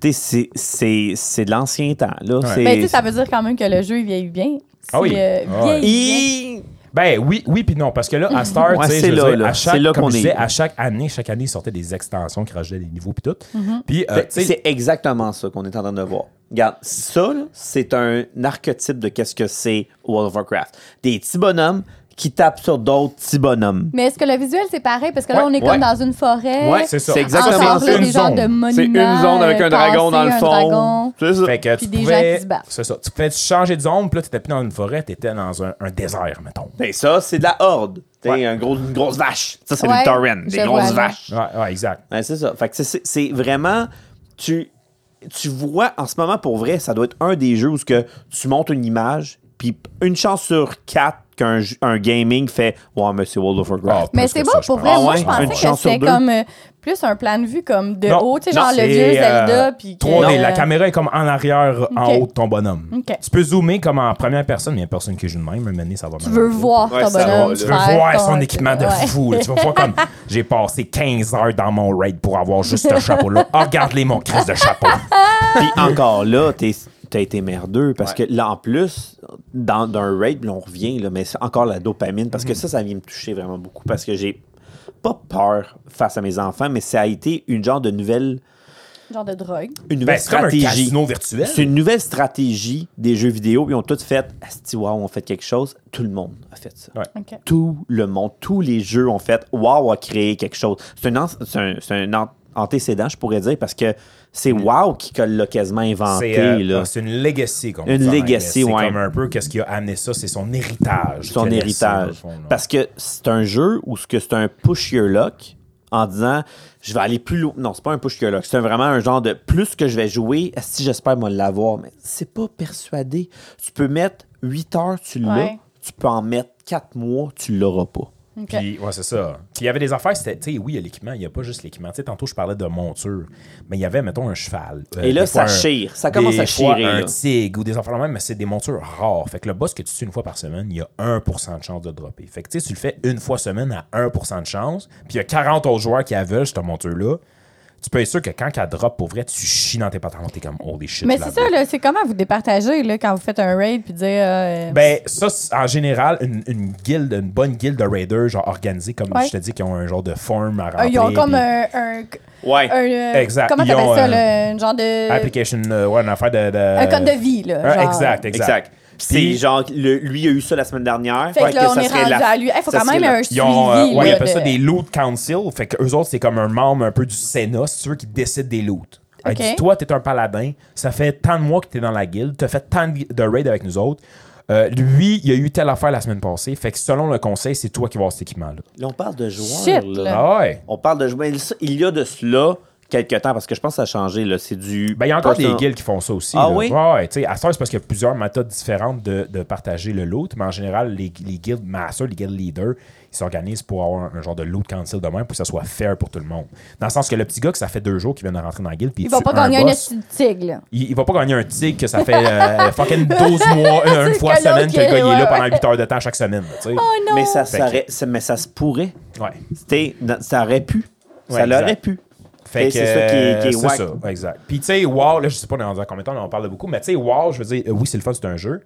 Speaker 2: t'sais, c'est- c'est- c'est de l'ancien temps. Là. C'est-
Speaker 3: Ben, tu sais, ça veut dire quand même que le jeu, il vieillit bien.
Speaker 4: Ah
Speaker 3: Si,
Speaker 4: oui.
Speaker 3: euh,
Speaker 4: Ah ouais.
Speaker 3: vieillit bien.
Speaker 2: I-
Speaker 4: Ben oui, oui puis non, parce que là, à Star,
Speaker 2: Ouais,
Speaker 4: tu sais,
Speaker 2: c'est
Speaker 4: je veux
Speaker 2: là,
Speaker 4: dire,
Speaker 2: là.
Speaker 4: à chaque,
Speaker 2: C'est là
Speaker 4: comme
Speaker 2: qu'on
Speaker 4: je
Speaker 2: est.
Speaker 4: disais, à chaque année, chaque année, ils sortaient des extensions qui rajoutaient des niveaux puis tout.
Speaker 3: Mm-hmm.
Speaker 4: Puis, euh,
Speaker 2: Fait-
Speaker 4: tu sais,
Speaker 2: Ben, C'est exactement ça qu'on est en train de voir. Regarde, ça, là, c'est un archétype de qu'est-ce que c'est World of Warcraft. Des petits bonhommes qui tapent sur d'autres petits bonhommes.
Speaker 3: Mais est-ce que le visuel, c'est pareil? Parce que là,
Speaker 2: Ouais,
Speaker 3: on est
Speaker 2: ouais.
Speaker 3: comme dans une forêt.
Speaker 2: Ouais,
Speaker 4: c'est ça.
Speaker 2: C'est exactement
Speaker 3: Encore
Speaker 2: ça.
Speaker 3: là,
Speaker 4: une
Speaker 3: des genres
Speaker 4: zone.
Speaker 3: de monuments.
Speaker 1: C'est une zone avec un
Speaker 3: euh,
Speaker 1: dragon dans le
Speaker 3: passés, un
Speaker 1: fond.
Speaker 3: dragon.
Speaker 1: C'est ça.
Speaker 4: fait que
Speaker 3: Puis
Speaker 4: tu
Speaker 3: des gens
Speaker 4: pouvais,
Speaker 3: qui se battent.
Speaker 4: c'est ça, tu pouvais changer de zone, puis là, t'étais plus dans une forêt, t'étais dans un, un désert, mettons.
Speaker 2: Ben, ça, c'est de la horde. T'sais,
Speaker 4: Ouais.
Speaker 2: un gros- une grosse vache. Ça, c'est
Speaker 3: Ouais,
Speaker 2: le torrent.
Speaker 3: je
Speaker 2: Des
Speaker 3: vois,
Speaker 2: grosses
Speaker 3: là.
Speaker 2: vaches.
Speaker 4: Ouais, ouais, exact.
Speaker 2: Ouais, c'est ça. Fait que c'est- c'est c'est vraiment. Tu, tu vois, en ce moment, pour vrai, ça doit être un des jeux où ce que tu montes une image, puis une chance sur quatre qu'un jeu- un gaming fait Ouais, mais c'est World of Warcraft.
Speaker 4: Ah,
Speaker 3: Mais
Speaker 4: Plus
Speaker 3: c'est
Speaker 4: que
Speaker 3: bon
Speaker 4: ça, je
Speaker 3: pour
Speaker 4: pense.
Speaker 3: vrai.
Speaker 2: Ah
Speaker 3: Moi,
Speaker 2: ouais?
Speaker 3: je
Speaker 2: Une
Speaker 3: pensais que
Speaker 2: chance sur
Speaker 3: c'était
Speaker 2: deux.
Speaker 3: comme euh, plus un plan de vue comme de
Speaker 4: Non,
Speaker 3: haut, tu sais,
Speaker 4: non,
Speaker 3: genre le
Speaker 4: c'est,
Speaker 3: vieux
Speaker 4: euh,
Speaker 3: Zelda. Puis que-
Speaker 4: 3D, la
Speaker 3: euh,
Speaker 4: caméra est comme en arrière, en
Speaker 3: Ok.
Speaker 4: haut de ton bonhomme.
Speaker 3: Ok.
Speaker 4: Tu peux zoomer comme en première personne, mais il y a personne qui joue de même, un moment donné, ça va
Speaker 3: Tu veux voir
Speaker 2: Ouais,
Speaker 3: ton
Speaker 2: ça va,
Speaker 3: bonhomme.
Speaker 2: là.
Speaker 4: Tu veux
Speaker 3: faire
Speaker 4: voir
Speaker 3: ton-
Speaker 4: son équipement de
Speaker 3: Ouais.
Speaker 4: fou. là. Tu vas voir comme j'ai passé 15 heures dans mon raid pour avoir juste ce chapeau-là. Ah, Regarde-les, mon crise de chapeau.
Speaker 2: Puis encore là, t'es- t'as été merdeux parce que là, en plus, dans d'un raid, là, on revient, là, mais c'est encore la dopamine parce que ça, ça vient me toucher vraiment beaucoup parce que j'ai pas peur face à mes enfants, mais ça a été une genre de nouvelle,
Speaker 3: Genre de drogue.
Speaker 2: une nouvelle
Speaker 4: Ben, c'est comme un
Speaker 2: stratégie.
Speaker 4: casino virtuel.
Speaker 2: C'est une nouvelle stratégie des jeux vidéo. Ils ont toutes fait Asti, wow, on fait quelque chose. Tout le monde a fait ça.
Speaker 4: Ouais.
Speaker 3: OK.
Speaker 2: Tout le monde, tous les jeux ont fait Wow a créé quelque chose. C'est un, an- c'est un- c'est un an- antécédent, je pourrais dire, parce que c'est Wow qui l'a quasiment inventé.
Speaker 4: Mm. C'est euh,
Speaker 2: là.
Speaker 4: ah, c'est une legacy. Comme
Speaker 2: Une
Speaker 4: dit en anglais.
Speaker 2: legacy,
Speaker 4: C'est
Speaker 2: ouais.
Speaker 4: comme un peu qu'est-ce qui a amené ça. C'est son héritage.
Speaker 2: son
Speaker 4: qu'elle laisse,
Speaker 2: héritage.
Speaker 4: au fond, là.
Speaker 2: Parce que c'est un jeu où ce que c'est un push your luck en disant je vais aller plus loin. Non, c'est pas un push your luck. C'est vraiment un genre de plus que je vais jouer, si j'espère moi l'avoir, mais c'est pas persuadé. Tu peux mettre 8 heures, tu l'as.
Speaker 3: Ouais.
Speaker 2: Tu peux en mettre 4 mois, tu l'auras pas.
Speaker 3: OK.
Speaker 4: Puis, ouais, c'est ça. Puis, il y avait des affaires, c'était, tu sais, oui, il y a l'équipement, il n'y a pas juste l'équipement. Tu sais, tantôt, je parlais de monture, mais il y avait, mettons, un cheval. Euh,
Speaker 2: Et là,
Speaker 4: des
Speaker 2: ça
Speaker 4: fois, un-
Speaker 2: chire. Ça commence
Speaker 4: des
Speaker 2: à
Speaker 4: fois,
Speaker 2: chirer,
Speaker 4: Un
Speaker 2: là.
Speaker 4: tigre ou des affaires de même, mais c'est des montures rares. Fait que le boss que tu tues une fois par semaine, il y a 1% de chance de dropper. Fait que, tu sais, tu le fais une fois semaine à 1% de chance, puis il y a 40 autres joueurs qui aveuglent cette monture-là. Tu peux être sûr que quand qu'elle drop, pour vrai, tu chies dans tes patentes, t'es comme, holy shit.
Speaker 3: Mais
Speaker 4: je
Speaker 3: c'est
Speaker 4: la
Speaker 3: ça, là, c'est comment vous départagez là, quand vous faites un raid puis dire. euh,
Speaker 4: Ben, ça, c'est- en général, une, une guilde, une bonne guilde de raiders, genre organisée, comme
Speaker 3: Ouais.
Speaker 4: je te dis, qui ont un genre de form à
Speaker 3: euh,
Speaker 4: remplir.
Speaker 3: ils ont comme
Speaker 4: puis
Speaker 3: un. un-
Speaker 2: Ouais.
Speaker 3: un, euh,
Speaker 4: Exact.
Speaker 3: Comment
Speaker 4: Ils
Speaker 3: t'appelles
Speaker 4: ont,
Speaker 3: ça,
Speaker 4: euh,
Speaker 3: là? Une genre de.
Speaker 4: Application, euh, ouais, une affaire de. de-
Speaker 3: Un code de vie, là.
Speaker 4: Ah,
Speaker 3: genre.
Speaker 4: Exact, exact.
Speaker 2: C'est genre, le- lui a eu ça la semaine dernière.
Speaker 3: Fait que là, on
Speaker 2: ça
Speaker 3: est
Speaker 2: serait
Speaker 3: rendu
Speaker 2: la-
Speaker 3: à lui. Il faut
Speaker 2: ça
Speaker 3: quand même
Speaker 2: serait la-
Speaker 3: un
Speaker 4: Ils
Speaker 3: suivi.
Speaker 4: ont, euh, ouais, ils
Speaker 3: là,
Speaker 4: appellent ça
Speaker 3: de-
Speaker 4: des loot council. Fait que eux autres, c'est comme un membre un peu du Sénat, si tu veux, qui décide des loots. Elle
Speaker 3: Ok.
Speaker 4: dit, toi, t'es un paladin, ça fait tant de mois que t'es dans la guilde, t'as fait tant de de raids avec nous autres. Euh, lui, il a eu telle affaire la semaine passée. Fait que selon le conseil, c'est toi qui vas avoir cet équipement-là.
Speaker 2: Là, on parle de joueurs.
Speaker 3: Shit,
Speaker 2: là.
Speaker 3: là.
Speaker 4: Ah ouais!
Speaker 2: On parle de joueurs. Mais ça, Il y a de cela quelques temps, parce que je pense que ça a changé. là. C'est du.
Speaker 4: Ben, il y a encore
Speaker 2: personal-
Speaker 4: des guilds qui font ça aussi.
Speaker 2: Ah
Speaker 4: là.
Speaker 2: oui?
Speaker 4: Ouais, ouais, tu sais, à ce c'est parce qu'il y a plusieurs méthodes différentes de, de partager le loot, mais en général, les, les guilds masters, les guilds leaders, ils s'organisent pour avoir un, un genre de loot council de même pour que ça soit fair pour tout le monde. Dans le sens que le petit gars que ça fait deux jours qu'il vient de rentrer dans la guild, puis
Speaker 3: Ils
Speaker 4: tue
Speaker 3: vont pas
Speaker 4: un
Speaker 3: gagner un
Speaker 4: boss,
Speaker 3: esti de tigre, là.
Speaker 4: il, il va pas gagner un tigre que ça fait euh, fucking 12 mois, euh, une
Speaker 3: C'est
Speaker 4: fois
Speaker 3: que l'autre
Speaker 4: semaine que le gars il
Speaker 3: qui-
Speaker 4: est là
Speaker 3: ouais,
Speaker 4: pendant
Speaker 3: ouais.
Speaker 4: 8 heures de temps chaque semaine. là, tu sais.
Speaker 3: Oh non!
Speaker 2: Mais ça,
Speaker 4: Fait
Speaker 2: ça
Speaker 4: que-
Speaker 2: aurait- ça- mais ça se pourrait.
Speaker 4: Ouais.
Speaker 2: C'était- dans- ça aurait pu.
Speaker 4: Ouais,
Speaker 2: ça l'aurait
Speaker 4: exact.
Speaker 2: pu.
Speaker 4: Fait
Speaker 2: Et
Speaker 4: que,
Speaker 2: Ben,
Speaker 4: euh,
Speaker 2: c'est ça qui est, qui est
Speaker 4: c'est
Speaker 2: whack.
Speaker 4: ça, exact. Puis tu sais, WoW, là, je sais pas dans dans combien de temps on en parle de beaucoup, mais tu sais, WoW, je veux dire, euh, oui, c'est le fun, c'est un jeu.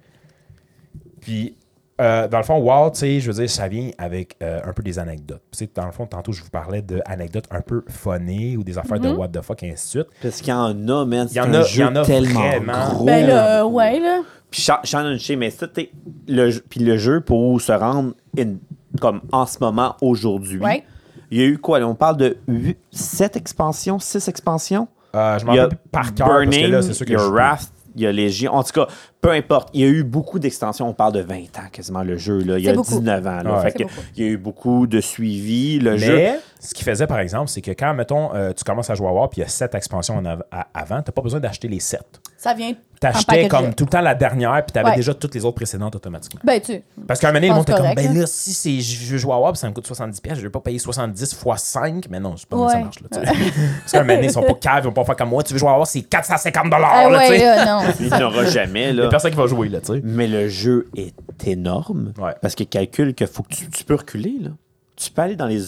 Speaker 4: Puis, euh, dans le fond, WoW, tu sais, je veux dire, ça vient avec euh, un peu des anecdotes. Tu sais, dans le fond, tantôt, je vous parlais d'anecdotes un peu funnées ou des affaires de what the fuck, et ainsi de suite.
Speaker 2: Parce qu'il y en a, man.
Speaker 4: y
Speaker 2: C'est
Speaker 4: en
Speaker 2: un
Speaker 4: a- il y
Speaker 2: jeu
Speaker 4: en a
Speaker 2: tellement
Speaker 4: vraiment.
Speaker 2: gros.
Speaker 3: Ben
Speaker 2: là.
Speaker 3: là, ouais, là.
Speaker 2: Puis Sha- Shannon Shea, mais ça, t'es- le, jeu- puis le jeu pour se rendre in- comme en ce moment, aujourd'hui,
Speaker 3: Ouais.
Speaker 2: il y a eu quoi? là? on parle de 7 expansions, 6 expansions?
Speaker 4: Euh, je m'en
Speaker 2: Il y a
Speaker 4: rappelle plus par cœur, parce que là, c'est sûr que
Speaker 2: il y a
Speaker 4: je-
Speaker 2: Raft, il y a Légion. En tout cas, peu importe, il y a eu beaucoup d'extensions. On parle de 20 ans quasiment le jeu. Là. Il y
Speaker 3: C'est
Speaker 2: a
Speaker 3: beaucoup.
Speaker 2: 19 ans. là.
Speaker 4: Ouais.
Speaker 2: Fait
Speaker 3: C'est
Speaker 2: que
Speaker 3: beaucoup.
Speaker 2: il y a eu beaucoup de suivi. Le jeu.
Speaker 4: Mais ce qu'il faisait, par exemple, c'est que quand, mettons, euh, tu commences à jouer à War puis il y a 7 expansions en av- à- avant, tu pas besoin d'acheter les 7.
Speaker 3: Ça vient. en
Speaker 4: T'achetais
Speaker 3: packagé.
Speaker 4: comme tout le temps la dernière, puis t'avais
Speaker 3: Ouais.
Speaker 4: déjà toutes les autres précédentes automatiquement.
Speaker 3: Ben, tu.
Speaker 4: Parce qu'à un moment donné, le
Speaker 3: Je
Speaker 4: monde
Speaker 3: pense
Speaker 4: était comme,
Speaker 3: correct, hein.
Speaker 4: ben
Speaker 3: là.
Speaker 4: là, si c'est- je veux jouer à WAP, ça me coûte 70$, piastres, je veux pas payer 70 fois 5, mais non, c'est pas comme ça
Speaker 3: Ouais.
Speaker 4: marche. Là, tu sais. Parce qu'à un moment donné, ils sont pas caves, ils vont pas faire comme moi, tu veux jouer à WAP, c'est 450$.
Speaker 3: Ah
Speaker 4: là, tu
Speaker 3: ouais,
Speaker 4: sais.
Speaker 3: là, non.
Speaker 2: Il n'aura jamais.
Speaker 4: Il y
Speaker 2: Là.
Speaker 4: a personne qui va jouer, là, tu sais.
Speaker 2: Mais le jeu est énorme.
Speaker 4: Ouais.
Speaker 2: Parce qu'il calcule que faut que tu, tu peux reculer, là. Tu peux aller dans les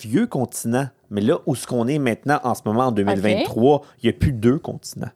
Speaker 2: vieux continents. Mais là où ce qu'on est maintenant, en ce moment, en 2023, il n'y a plus deux continents.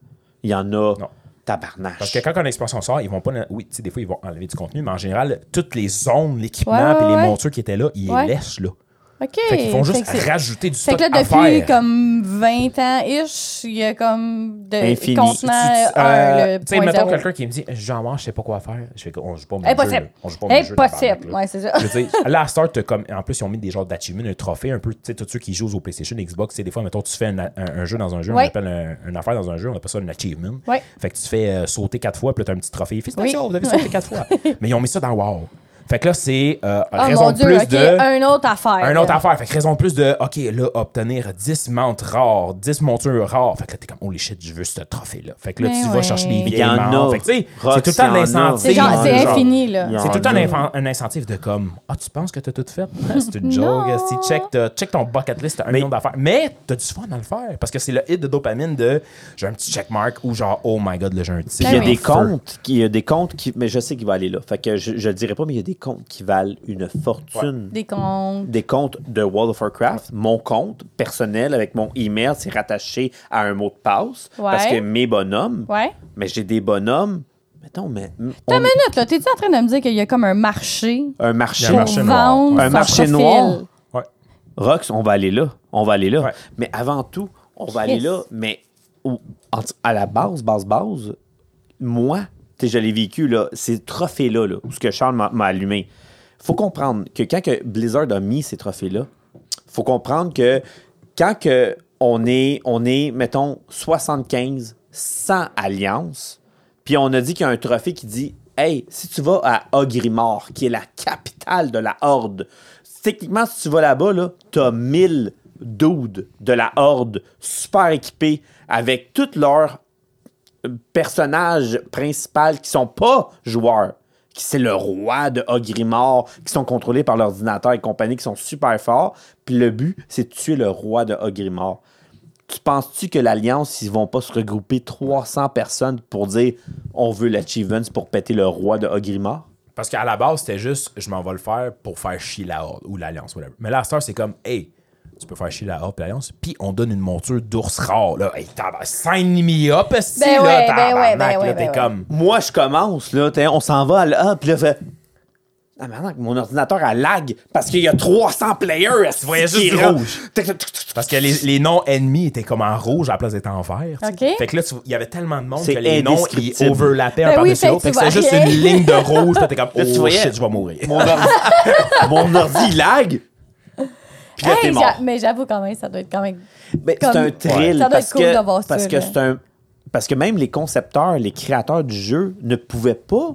Speaker 2: Il y en a
Speaker 4: Non.
Speaker 2: tabarnache.
Speaker 4: Parce que quand une expansion sort, ils vont pas. Oui, tu sais, des fois, ils vont enlever du contenu, mais en général, toutes les zones, l'équipement,
Speaker 3: Ouais, ouais,
Speaker 4: puis les
Speaker 3: ouais.
Speaker 4: montures qui étaient là, ils
Speaker 3: Ouais.
Speaker 4: les laissent, là.
Speaker 3: OK.
Speaker 4: Fait qu'ils font juste
Speaker 3: que c'est-
Speaker 4: rajouter du
Speaker 3: Fait
Speaker 4: stock
Speaker 3: que là,
Speaker 4: à
Speaker 3: depuis
Speaker 4: faire.
Speaker 3: comme 20 ans-ish, il y a comme de
Speaker 2: Infini.
Speaker 3: contenant
Speaker 4: Tu- tu-
Speaker 3: un,
Speaker 4: euh,
Speaker 3: le
Speaker 4: tu sais,
Speaker 3: point
Speaker 4: mettons
Speaker 3: zéro.
Speaker 4: quelqu'un qui me dit je joue en manche, je sais pas quoi faire. Je fais qu'on joue pas au même jeu.
Speaker 3: Impossible.
Speaker 4: là. On joue pas au même jeu. tabarnak,
Speaker 3: Impossible.
Speaker 4: là.
Speaker 3: Ouais, c'est ça.
Speaker 4: Je veux dire, là, à Star, t'as comme. En plus, ils ont mis des genres d'achievements, un trophée, un peu. Tu sais, tous ceux qui jouent au PlayStation, Xbox, tu sais, des fois, mettons, tu fais un, un- un jeu dans un jeu,
Speaker 3: Ouais.
Speaker 4: on appelle un- une affaire dans un jeu, on appelle ça un achievement.
Speaker 3: Ouais.
Speaker 4: Fait que tu te fais euh, sauter quatre fois, puis là, t'as un petit trophée. Félicitations,
Speaker 3: Oui.
Speaker 4: vous avez sauté quatre fois. Mais ils ont mis ça dans WoW. Fait que là, c'est euh,
Speaker 3: Oh
Speaker 4: raison
Speaker 3: mon
Speaker 4: de
Speaker 3: Dieu,
Speaker 4: plus
Speaker 3: OK.
Speaker 4: de.
Speaker 3: Un autre affaire.
Speaker 4: Un
Speaker 3: là.
Speaker 4: autre affaire. Fait que raison de plus de, OK, là, obtenir 10 mantes rares, 10 montures rares. Fait que là, t'es comme, holy shit, je veux ce trophée-là. Fait que là,
Speaker 3: Mais
Speaker 4: tu vas
Speaker 3: ouais.
Speaker 4: chercher les
Speaker 3: Il
Speaker 2: y
Speaker 4: vieilles
Speaker 2: en
Speaker 4: mantes.
Speaker 2: a.
Speaker 4: Fait que, tu sais,
Speaker 2: Rox,
Speaker 4: c'est tout le temps
Speaker 2: il y en a.
Speaker 4: l'incentive.
Speaker 3: C'est genre- c'est
Speaker 4: genre.
Speaker 3: infini, là.
Speaker 2: Il y en
Speaker 4: C'est tout le temps
Speaker 2: a.
Speaker 4: un, infan- un incentive de comme, ah, tu penses que t'as tout fait? Ah, C'est une joke.
Speaker 3: Non.
Speaker 4: Si check, t'as- check ton bucket list, t'as un million d'affaires. Mais t'as du fun à le faire parce que c'est le hit de dopamine de j'ai un petit checkmark ou genre, oh my god, là, j'ai un petit.
Speaker 2: Puis il y a
Speaker 3: Ben
Speaker 2: des
Speaker 3: oui.
Speaker 2: comptes, qui- il y a des comptes qui, mais je sais qu'il va aller là. Fait que je, je le dirai pas, mais il y a des comptes qui valent une fortune.
Speaker 3: Des comptes.
Speaker 2: Des comptes de World of Warcraft, mon compte personnel avec mon email, c'est rattaché à un mot de passe
Speaker 3: Ouais.
Speaker 2: parce que mes bonhommes,
Speaker 3: Ouais.
Speaker 2: mais j'ai des bonhommes, mettons, mais
Speaker 3: T'as
Speaker 2: on-
Speaker 3: une minute, là. T'es-tu en train de me dire qu'il y a comme un marché
Speaker 2: un marché,
Speaker 4: Il y a un marché
Speaker 3: pour
Speaker 4: noir.
Speaker 3: vendre
Speaker 2: Un
Speaker 3: son
Speaker 2: marché
Speaker 3: profil?
Speaker 2: noir.
Speaker 4: Ouais.
Speaker 2: Rox, on va aller là. On va aller là.
Speaker 4: Ouais.
Speaker 2: Mais avant tout, on va aller
Speaker 3: Yes.
Speaker 2: là. Mais au- en- à la base, base, base, moi, tu sais, je l'ai vécu, là, ces trophées-là, là, où ce que Charles m'a m'a allumé. faut comprendre que quand que Blizzard a mis ces trophées-là, faut comprendre que quand que on, est, on est, mettons, 75, 100 alliances, puis on a dit qu'il y a un trophée qui dit Hey, si tu vas à Ogrimor, qui est la capitale de la Horde, techniquement, si tu vas là-bas, là, t'as 1000 dudes de la Horde super équipés avec toutes leurs personnages principaux qui sont pas joueurs, qui c'est le roi de Ogrimor, qui sont contrôlés par l'ordinateur et compagnie, qui sont super forts. Puis le but, c'est de tuer le roi de Ogrimor. Tu penses-tu que l'Alliance, ils vont pas se regrouper 300 personnes pour dire on veut l'achievement pour péter le roi de Ogrimor?
Speaker 4: Parce qu'à la base, c'était juste je m'en vais le faire pour faire chier la Horde ou l'Alliance, whatever. Mais là, à cette heure, c'est comme hey, tu peux faire chier la Horde et l'Alliance, puis on donne une monture d'ours rare. Là, hey, tabarnak, sign me up, esti,
Speaker 3: Ben
Speaker 4: là,
Speaker 3: ouais, ben ouais, ben
Speaker 4: tabarnak,
Speaker 3: ouais,
Speaker 4: là,
Speaker 3: ben
Speaker 4: t'es
Speaker 3: ouais.
Speaker 4: comme.
Speaker 2: Moi, je commence, là, t'es- on s'en va, là, puis là, fait... Ah, maintenant, mon ordinateur a lag parce qu'il y a 300 players. Tu
Speaker 4: voyais juste du rouge. Parce que les, les noms ennemis étaient comme en rouge à la place d'être en vert. tu sais.
Speaker 3: Ok.
Speaker 4: Fait que là, tu- il y avait tellement de monde
Speaker 2: C'est
Speaker 4: que les noms ils
Speaker 2: indescriptible.
Speaker 4: overlappaient
Speaker 3: Ben
Speaker 4: un
Speaker 3: oui,
Speaker 4: par-dessus
Speaker 3: fait que
Speaker 4: l'autre. Fait que
Speaker 3: tu
Speaker 4: c'était juste
Speaker 3: vois
Speaker 4: une
Speaker 3: rien.
Speaker 4: ligne de rouge. puis T'es comme,
Speaker 2: Là, tu
Speaker 4: oh
Speaker 2: voyais-
Speaker 4: shit, je vais mourir.
Speaker 2: Mon ordi, mon ordi lag. Puis là,
Speaker 3: Hey,
Speaker 2: t'es
Speaker 3: j'a-
Speaker 2: mort.
Speaker 3: Mais j'avoue quand même, ça doit être quand même.
Speaker 2: Ben,
Speaker 3: Comme-
Speaker 2: c'est un thrill
Speaker 3: Ça doit
Speaker 2: parce
Speaker 3: être cool
Speaker 2: que
Speaker 3: d'avoir ça,
Speaker 2: parce que
Speaker 3: là.
Speaker 2: c'est un parce que même les concepteurs, les créateurs du jeu ne pouvaient pas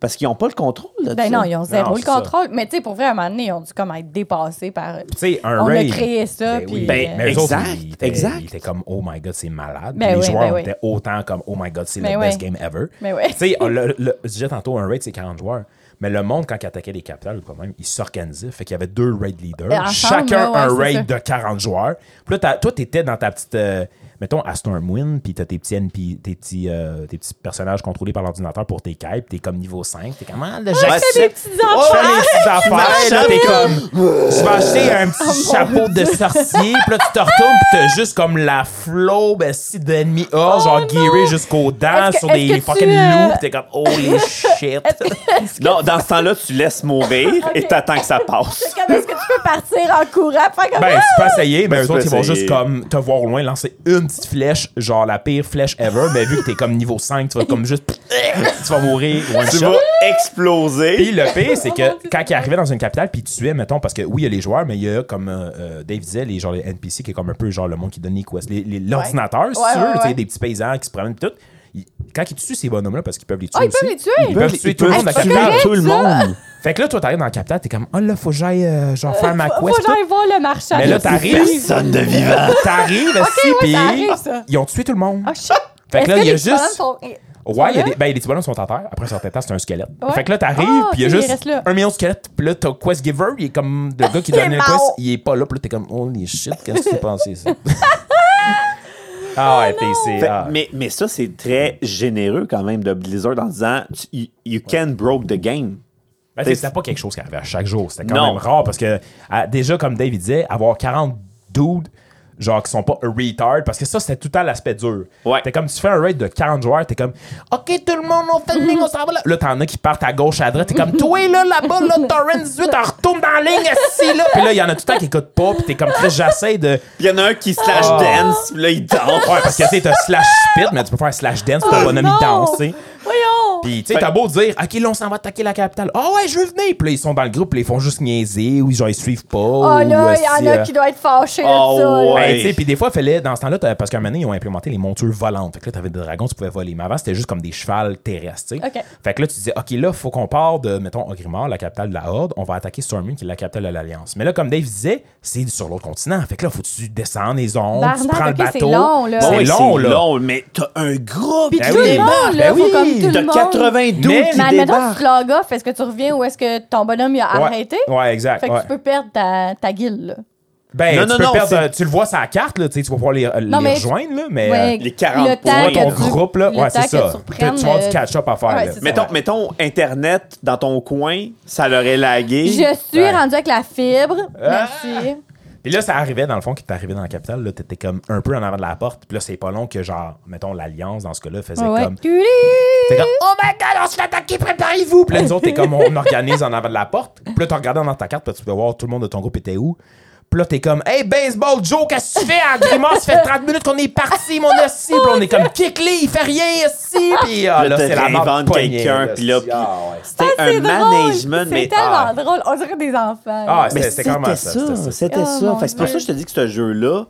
Speaker 2: parce qu'ils n'ont pas le contrôle de
Speaker 3: Ben
Speaker 2: ça.
Speaker 3: non, ils ont zéro
Speaker 4: Non,
Speaker 3: le
Speaker 4: c'est ça.
Speaker 3: contrôle. Mais tu sais, pour vrai, à un moment donné, ils ont dû comme être dépassés par.
Speaker 4: Tu sais, un
Speaker 3: On a
Speaker 4: raid.
Speaker 3: créé ça,
Speaker 4: Ben
Speaker 3: puis,
Speaker 4: oui.
Speaker 3: euh,
Speaker 4: Ben, mais eux autres,
Speaker 2: Exact,
Speaker 4: ils étaient-
Speaker 2: exact.
Speaker 4: Ils étaient comme, oh my god, c'est malade.
Speaker 3: Ben
Speaker 4: les
Speaker 3: oui,
Speaker 4: joueurs
Speaker 3: ben oui.
Speaker 4: étaient autant comme, oh my god, c'est le
Speaker 3: Ben
Speaker 4: best
Speaker 3: oui.
Speaker 4: game ever.
Speaker 3: Ben oui.
Speaker 4: Tu sais, oh, le- le- je disais tantôt, un raid, c'est 40 joueurs. Mais le monde, quand il attaquait les capitales, quand même, il s'organisait. Fait qu'il y avait deux raid leaders.
Speaker 3: Ben, Ensemble,
Speaker 4: Chacun
Speaker 3: là,
Speaker 4: un
Speaker 3: ouais, c'est
Speaker 4: raid de 40 joueurs. Puis là, t'as- toi, t'étais dans ta petite. euh, mettons, à Stormwind, puis t'as tes petits, NP, tes, petits, euh, tes petits personnages contrôlés par l'ordinateur pour tes quêtes. Puis t'es comme niveau 5. T'es comme, ah, là, j'ai
Speaker 2: c'est-
Speaker 3: des petites affaires.
Speaker 4: tu fais les petites affaires,
Speaker 2: marches
Speaker 4: là, t'es
Speaker 2: avec.
Speaker 4: comme, je vais acheter
Speaker 2: Euh,
Speaker 4: un
Speaker 3: Oh,
Speaker 4: petit chapeau de sorcier, puis là, tu te retournes, puis t'as juste comme la flow, ben, si d'ennemis or, genre guiré jusqu'aux dents
Speaker 3: Oh, Est-ce que-
Speaker 4: sur des
Speaker 3: est-ce que tu,
Speaker 4: fucking
Speaker 3: euh,
Speaker 4: loups, pis t'es comme, holy shit.
Speaker 2: Non, dans ce temps-là, tu laisses mourir et t'attends que ça passe.
Speaker 3: Comme est-ce que tu peux partir en courant? Faire comme
Speaker 4: Ben,
Speaker 3: Ah!
Speaker 4: tu peux essayer, mais
Speaker 2: tu
Speaker 4: eux
Speaker 2: peux
Speaker 4: autres, ils vont
Speaker 2: essayer.
Speaker 4: juste comme te voir au loin, lancer une petite flèche, genre la pire flèche ever, mais vu que t'es comme niveau 5, tu vas comme juste, tu vas mourir, one
Speaker 2: Tu
Speaker 4: shot.
Speaker 2: vas exploser.
Speaker 4: Puis le pire, c'est
Speaker 3: Oh mon
Speaker 4: que
Speaker 3: Dieu,
Speaker 4: quand
Speaker 3: c'est
Speaker 4: il arrivait dans une capitale, puis il tuait, mettons, parce que oui, il y a les joueurs, mais il y a comme euh, euh, Dave disait, les, genre, les NPC qui est comme un peu genre le monde qui donne les quests. Les- les- L'ordinateur, si
Speaker 3: Ouais,
Speaker 4: tu
Speaker 3: ouais,
Speaker 4: veux,
Speaker 3: ouais.
Speaker 4: tu sais, des petits paysans qui se promènent, pis tout. il- quand ils tuent ces bonhommes-là, parce qu'ils peuvent les tuer
Speaker 3: Ah, ils
Speaker 4: aussi.
Speaker 3: peuvent les tuer?
Speaker 4: Ils peuvent tuer tout le monde.
Speaker 3: Ah,
Speaker 4: dans la
Speaker 3: c'est
Speaker 4: capitale.
Speaker 3: correct,
Speaker 2: tout le
Speaker 3: ça.
Speaker 2: monde.
Speaker 4: Fait que là, toi, t'arrives dans la capitale, t'es comme, oh là, faut que j'aille euh, genre faire ma
Speaker 3: Faut
Speaker 4: quest.
Speaker 3: que
Speaker 4: tout.
Speaker 3: j'aille voir le marchand.
Speaker 4: Mais là, t'arrives.
Speaker 2: Personne de vivant.
Speaker 4: T'arrives, si,
Speaker 3: ouais, ça
Speaker 4: puis
Speaker 3: arrive, ça.
Speaker 4: ils ont tué tout le monde.
Speaker 3: Ah, shit!
Speaker 4: Fait que là,
Speaker 3: Est-ce
Speaker 4: il y a
Speaker 3: les
Speaker 4: juste-
Speaker 3: bonhommes sont-
Speaker 4: Ouais, il y
Speaker 3: là?
Speaker 4: a des, ben, les petits bonhommes sont en terre. Après un certain temps, c'est un squelette.
Speaker 3: Ouais.
Speaker 4: Fait que là, t'arrives,
Speaker 3: Ah,
Speaker 4: puis il y a
Speaker 3: ok, il
Speaker 4: juste
Speaker 3: reste là.
Speaker 4: un million de squelettes. Puis là, t'as Quest Giver, il est comme le gars qui donne
Speaker 3: est
Speaker 4: les
Speaker 3: mort.
Speaker 4: quest, il est pas là. Puis là, t'es comme, holy shit, qu'est-ce que tu pensé, ça? ah ouais, t'es
Speaker 3: Oh
Speaker 4: c'est.
Speaker 2: Fait-
Speaker 4: ah.
Speaker 2: mais, mais ça, c'est très généreux quand même de Blizzard en disant tu- you, you can broke the game.
Speaker 4: Ben,
Speaker 2: T'es-
Speaker 4: c'était pas quelque chose qui arrivait à chaque jour. C'était quand
Speaker 2: Non.
Speaker 4: même rare parce que, à- déjà, comme David disait, avoir 40 dudes genre qui sont pas retard parce que ça c'était tout le temps l'aspect dur
Speaker 2: Ouais.
Speaker 4: t'es comme tu fais un raid de 40 joueurs t'es comme ok tout le monde on fait le ligne on s'en va là là t'en as qui partent à gauche à droite t'es comme toi là là-bas là Torrent 18 on retourne dans la ligne ici là puis là il y en a tout le temps qui écoutent pas puis t'es comme Chris, j'essaie de
Speaker 2: Il y en a un qui slash
Speaker 3: Oh.
Speaker 4: Ah.
Speaker 2: dance, puis là, il danse.
Speaker 4: ouais parce que tu sais t'as slash spit mais tu peux faire slash dance pour ton bonhomme il
Speaker 3: non!
Speaker 4: danse tu sais.
Speaker 3: Voyons!
Speaker 4: Puis, tu sais, t'as beau dire, OK, là, on s'en va attaquer la capitale. Ah ouais, je veux venir. Puis là, ils sont dans le groupe, puis ils font juste niaiser, ou genre, ils suivent pas.
Speaker 3: Oh
Speaker 4: ou,
Speaker 3: là,
Speaker 4: euh,
Speaker 3: il y en
Speaker 4: si,
Speaker 3: a
Speaker 4: euh,
Speaker 3: qui doivent être fâchés de
Speaker 2: Oh,
Speaker 3: ça. là.
Speaker 2: ouais.
Speaker 4: ben, tu sais, puis des fois, fallait, dans ce temps-là, t'as- parce qu'à un moment donné, ils ont implémenté les montures volantes. Fait que là, t'avais des dragons, tu pouvais voler. Mais avant, c'était juste comme des chevals terrestres, tu sais.
Speaker 3: OK.
Speaker 4: Fait que là, tu disais, OK, là, faut qu'on part de, mettons, Ogrimmar, la capitale de la Horde. On va attaquer Stormwind, qui est la capitale de l'Alliance. Mais là, comme Dave disait, c'est sur l'autre continent. Fait que là, faut que tu descends les ondes,
Speaker 3: Barnac,
Speaker 4: tu prends
Speaker 3: OK,
Speaker 4: le
Speaker 3: c'est
Speaker 4: bateau.
Speaker 3: long, là.
Speaker 4: C'est
Speaker 2: Ouais,
Speaker 4: long, là.
Speaker 2: long, mais t'as un groupe
Speaker 3: Puis
Speaker 2: qui
Speaker 3: tout le
Speaker 2: débarque.
Speaker 3: monde, là,
Speaker 2: Ben
Speaker 3: faut
Speaker 2: oui,
Speaker 3: comme tout le
Speaker 2: t'as
Speaker 3: monde.
Speaker 2: 92
Speaker 4: Mais-
Speaker 2: qui
Speaker 3: Mais admettons, tu
Speaker 2: débarquent.
Speaker 3: te log off, est-ce que tu reviens ou est-ce que ton bonhomme il a
Speaker 4: Ouais.
Speaker 3: arrêté?
Speaker 4: Ouais, exact.
Speaker 3: Fait que
Speaker 4: ouais.
Speaker 3: tu peux perdre ta, ta guilde, là.
Speaker 4: Ben,
Speaker 2: Non,
Speaker 4: tu
Speaker 2: non,
Speaker 4: peux
Speaker 2: non,
Speaker 4: perdre,
Speaker 2: c'est-
Speaker 4: euh, tu le vois sur la carte, là, tu sais, tu vas pouvoir les, euh, les
Speaker 3: mais-
Speaker 4: rejoindre, là, mais euh,
Speaker 3: Ouais,
Speaker 2: les 40
Speaker 3: le temps
Speaker 2: points,
Speaker 3: que
Speaker 4: ton
Speaker 3: tu-
Speaker 4: groupe, là,
Speaker 3: le
Speaker 4: ouais, c'est
Speaker 3: temps que
Speaker 4: ça.
Speaker 3: tu
Speaker 4: Tu vas
Speaker 3: reprennes,
Speaker 4: avoir du
Speaker 3: euh,
Speaker 4: catch-up à faire,
Speaker 3: ouais,
Speaker 4: là.
Speaker 3: c'est ça.
Speaker 2: Mettons, mettons, Internet dans ton coin, ça l'aurait lagué.
Speaker 3: Je suis
Speaker 4: Ouais. Ah!
Speaker 3: rendue avec la fibre. Merci.
Speaker 4: Puis là, ça arrivait, dans le fond, que t'arrivais dans la capitale, là, t'étais comme un peu en avant de la porte, puis là, c'est pas long que, genre, mettons, l'Alliance, dans ce cas-là, faisait
Speaker 3: Ouais. Ah,
Speaker 4: comme...
Speaker 3: Tuli!
Speaker 4: T'es comme, oh my god, on se fait attaquer, préparez-vous! Puis là, nous autres, t'es comme, on organise en avant de la porte. Puis là, t'en regardais dans ta carte, puis là, tu peux voir tout le monde de ton groupe était où. Puis là, t'es comme, hey, baseball, Joe, qu'est-ce que tu fais? En grimace, ça fait 30 minutes qu'on est parti, mon assis. Puis là, on est comme, kick-les, il fait rien ici. Puis ah,
Speaker 2: Là,
Speaker 4: là,
Speaker 2: te
Speaker 4: c'est la mort
Speaker 2: réinvente
Speaker 4: de poignée,
Speaker 2: quelqu'un, puis là,
Speaker 4: si,
Speaker 2: puis-
Speaker 4: ah, ouais.
Speaker 2: C'était
Speaker 3: Ah,
Speaker 2: un
Speaker 3: c'est drôle.
Speaker 2: management, mais.
Speaker 3: C'est tellement
Speaker 2: Ah.
Speaker 3: drôle. On dirait des enfants.
Speaker 4: Ah,
Speaker 3: là.
Speaker 2: Mais
Speaker 4: C'était- c'était
Speaker 2: c'était ça.
Speaker 4: carrément ça, c'était ça.
Speaker 2: C'était
Speaker 3: Oh,
Speaker 2: ça.
Speaker 3: mon
Speaker 2: Fait que C'est pour ça
Speaker 3: Dieu.
Speaker 2: que je te dis que ce jeu-là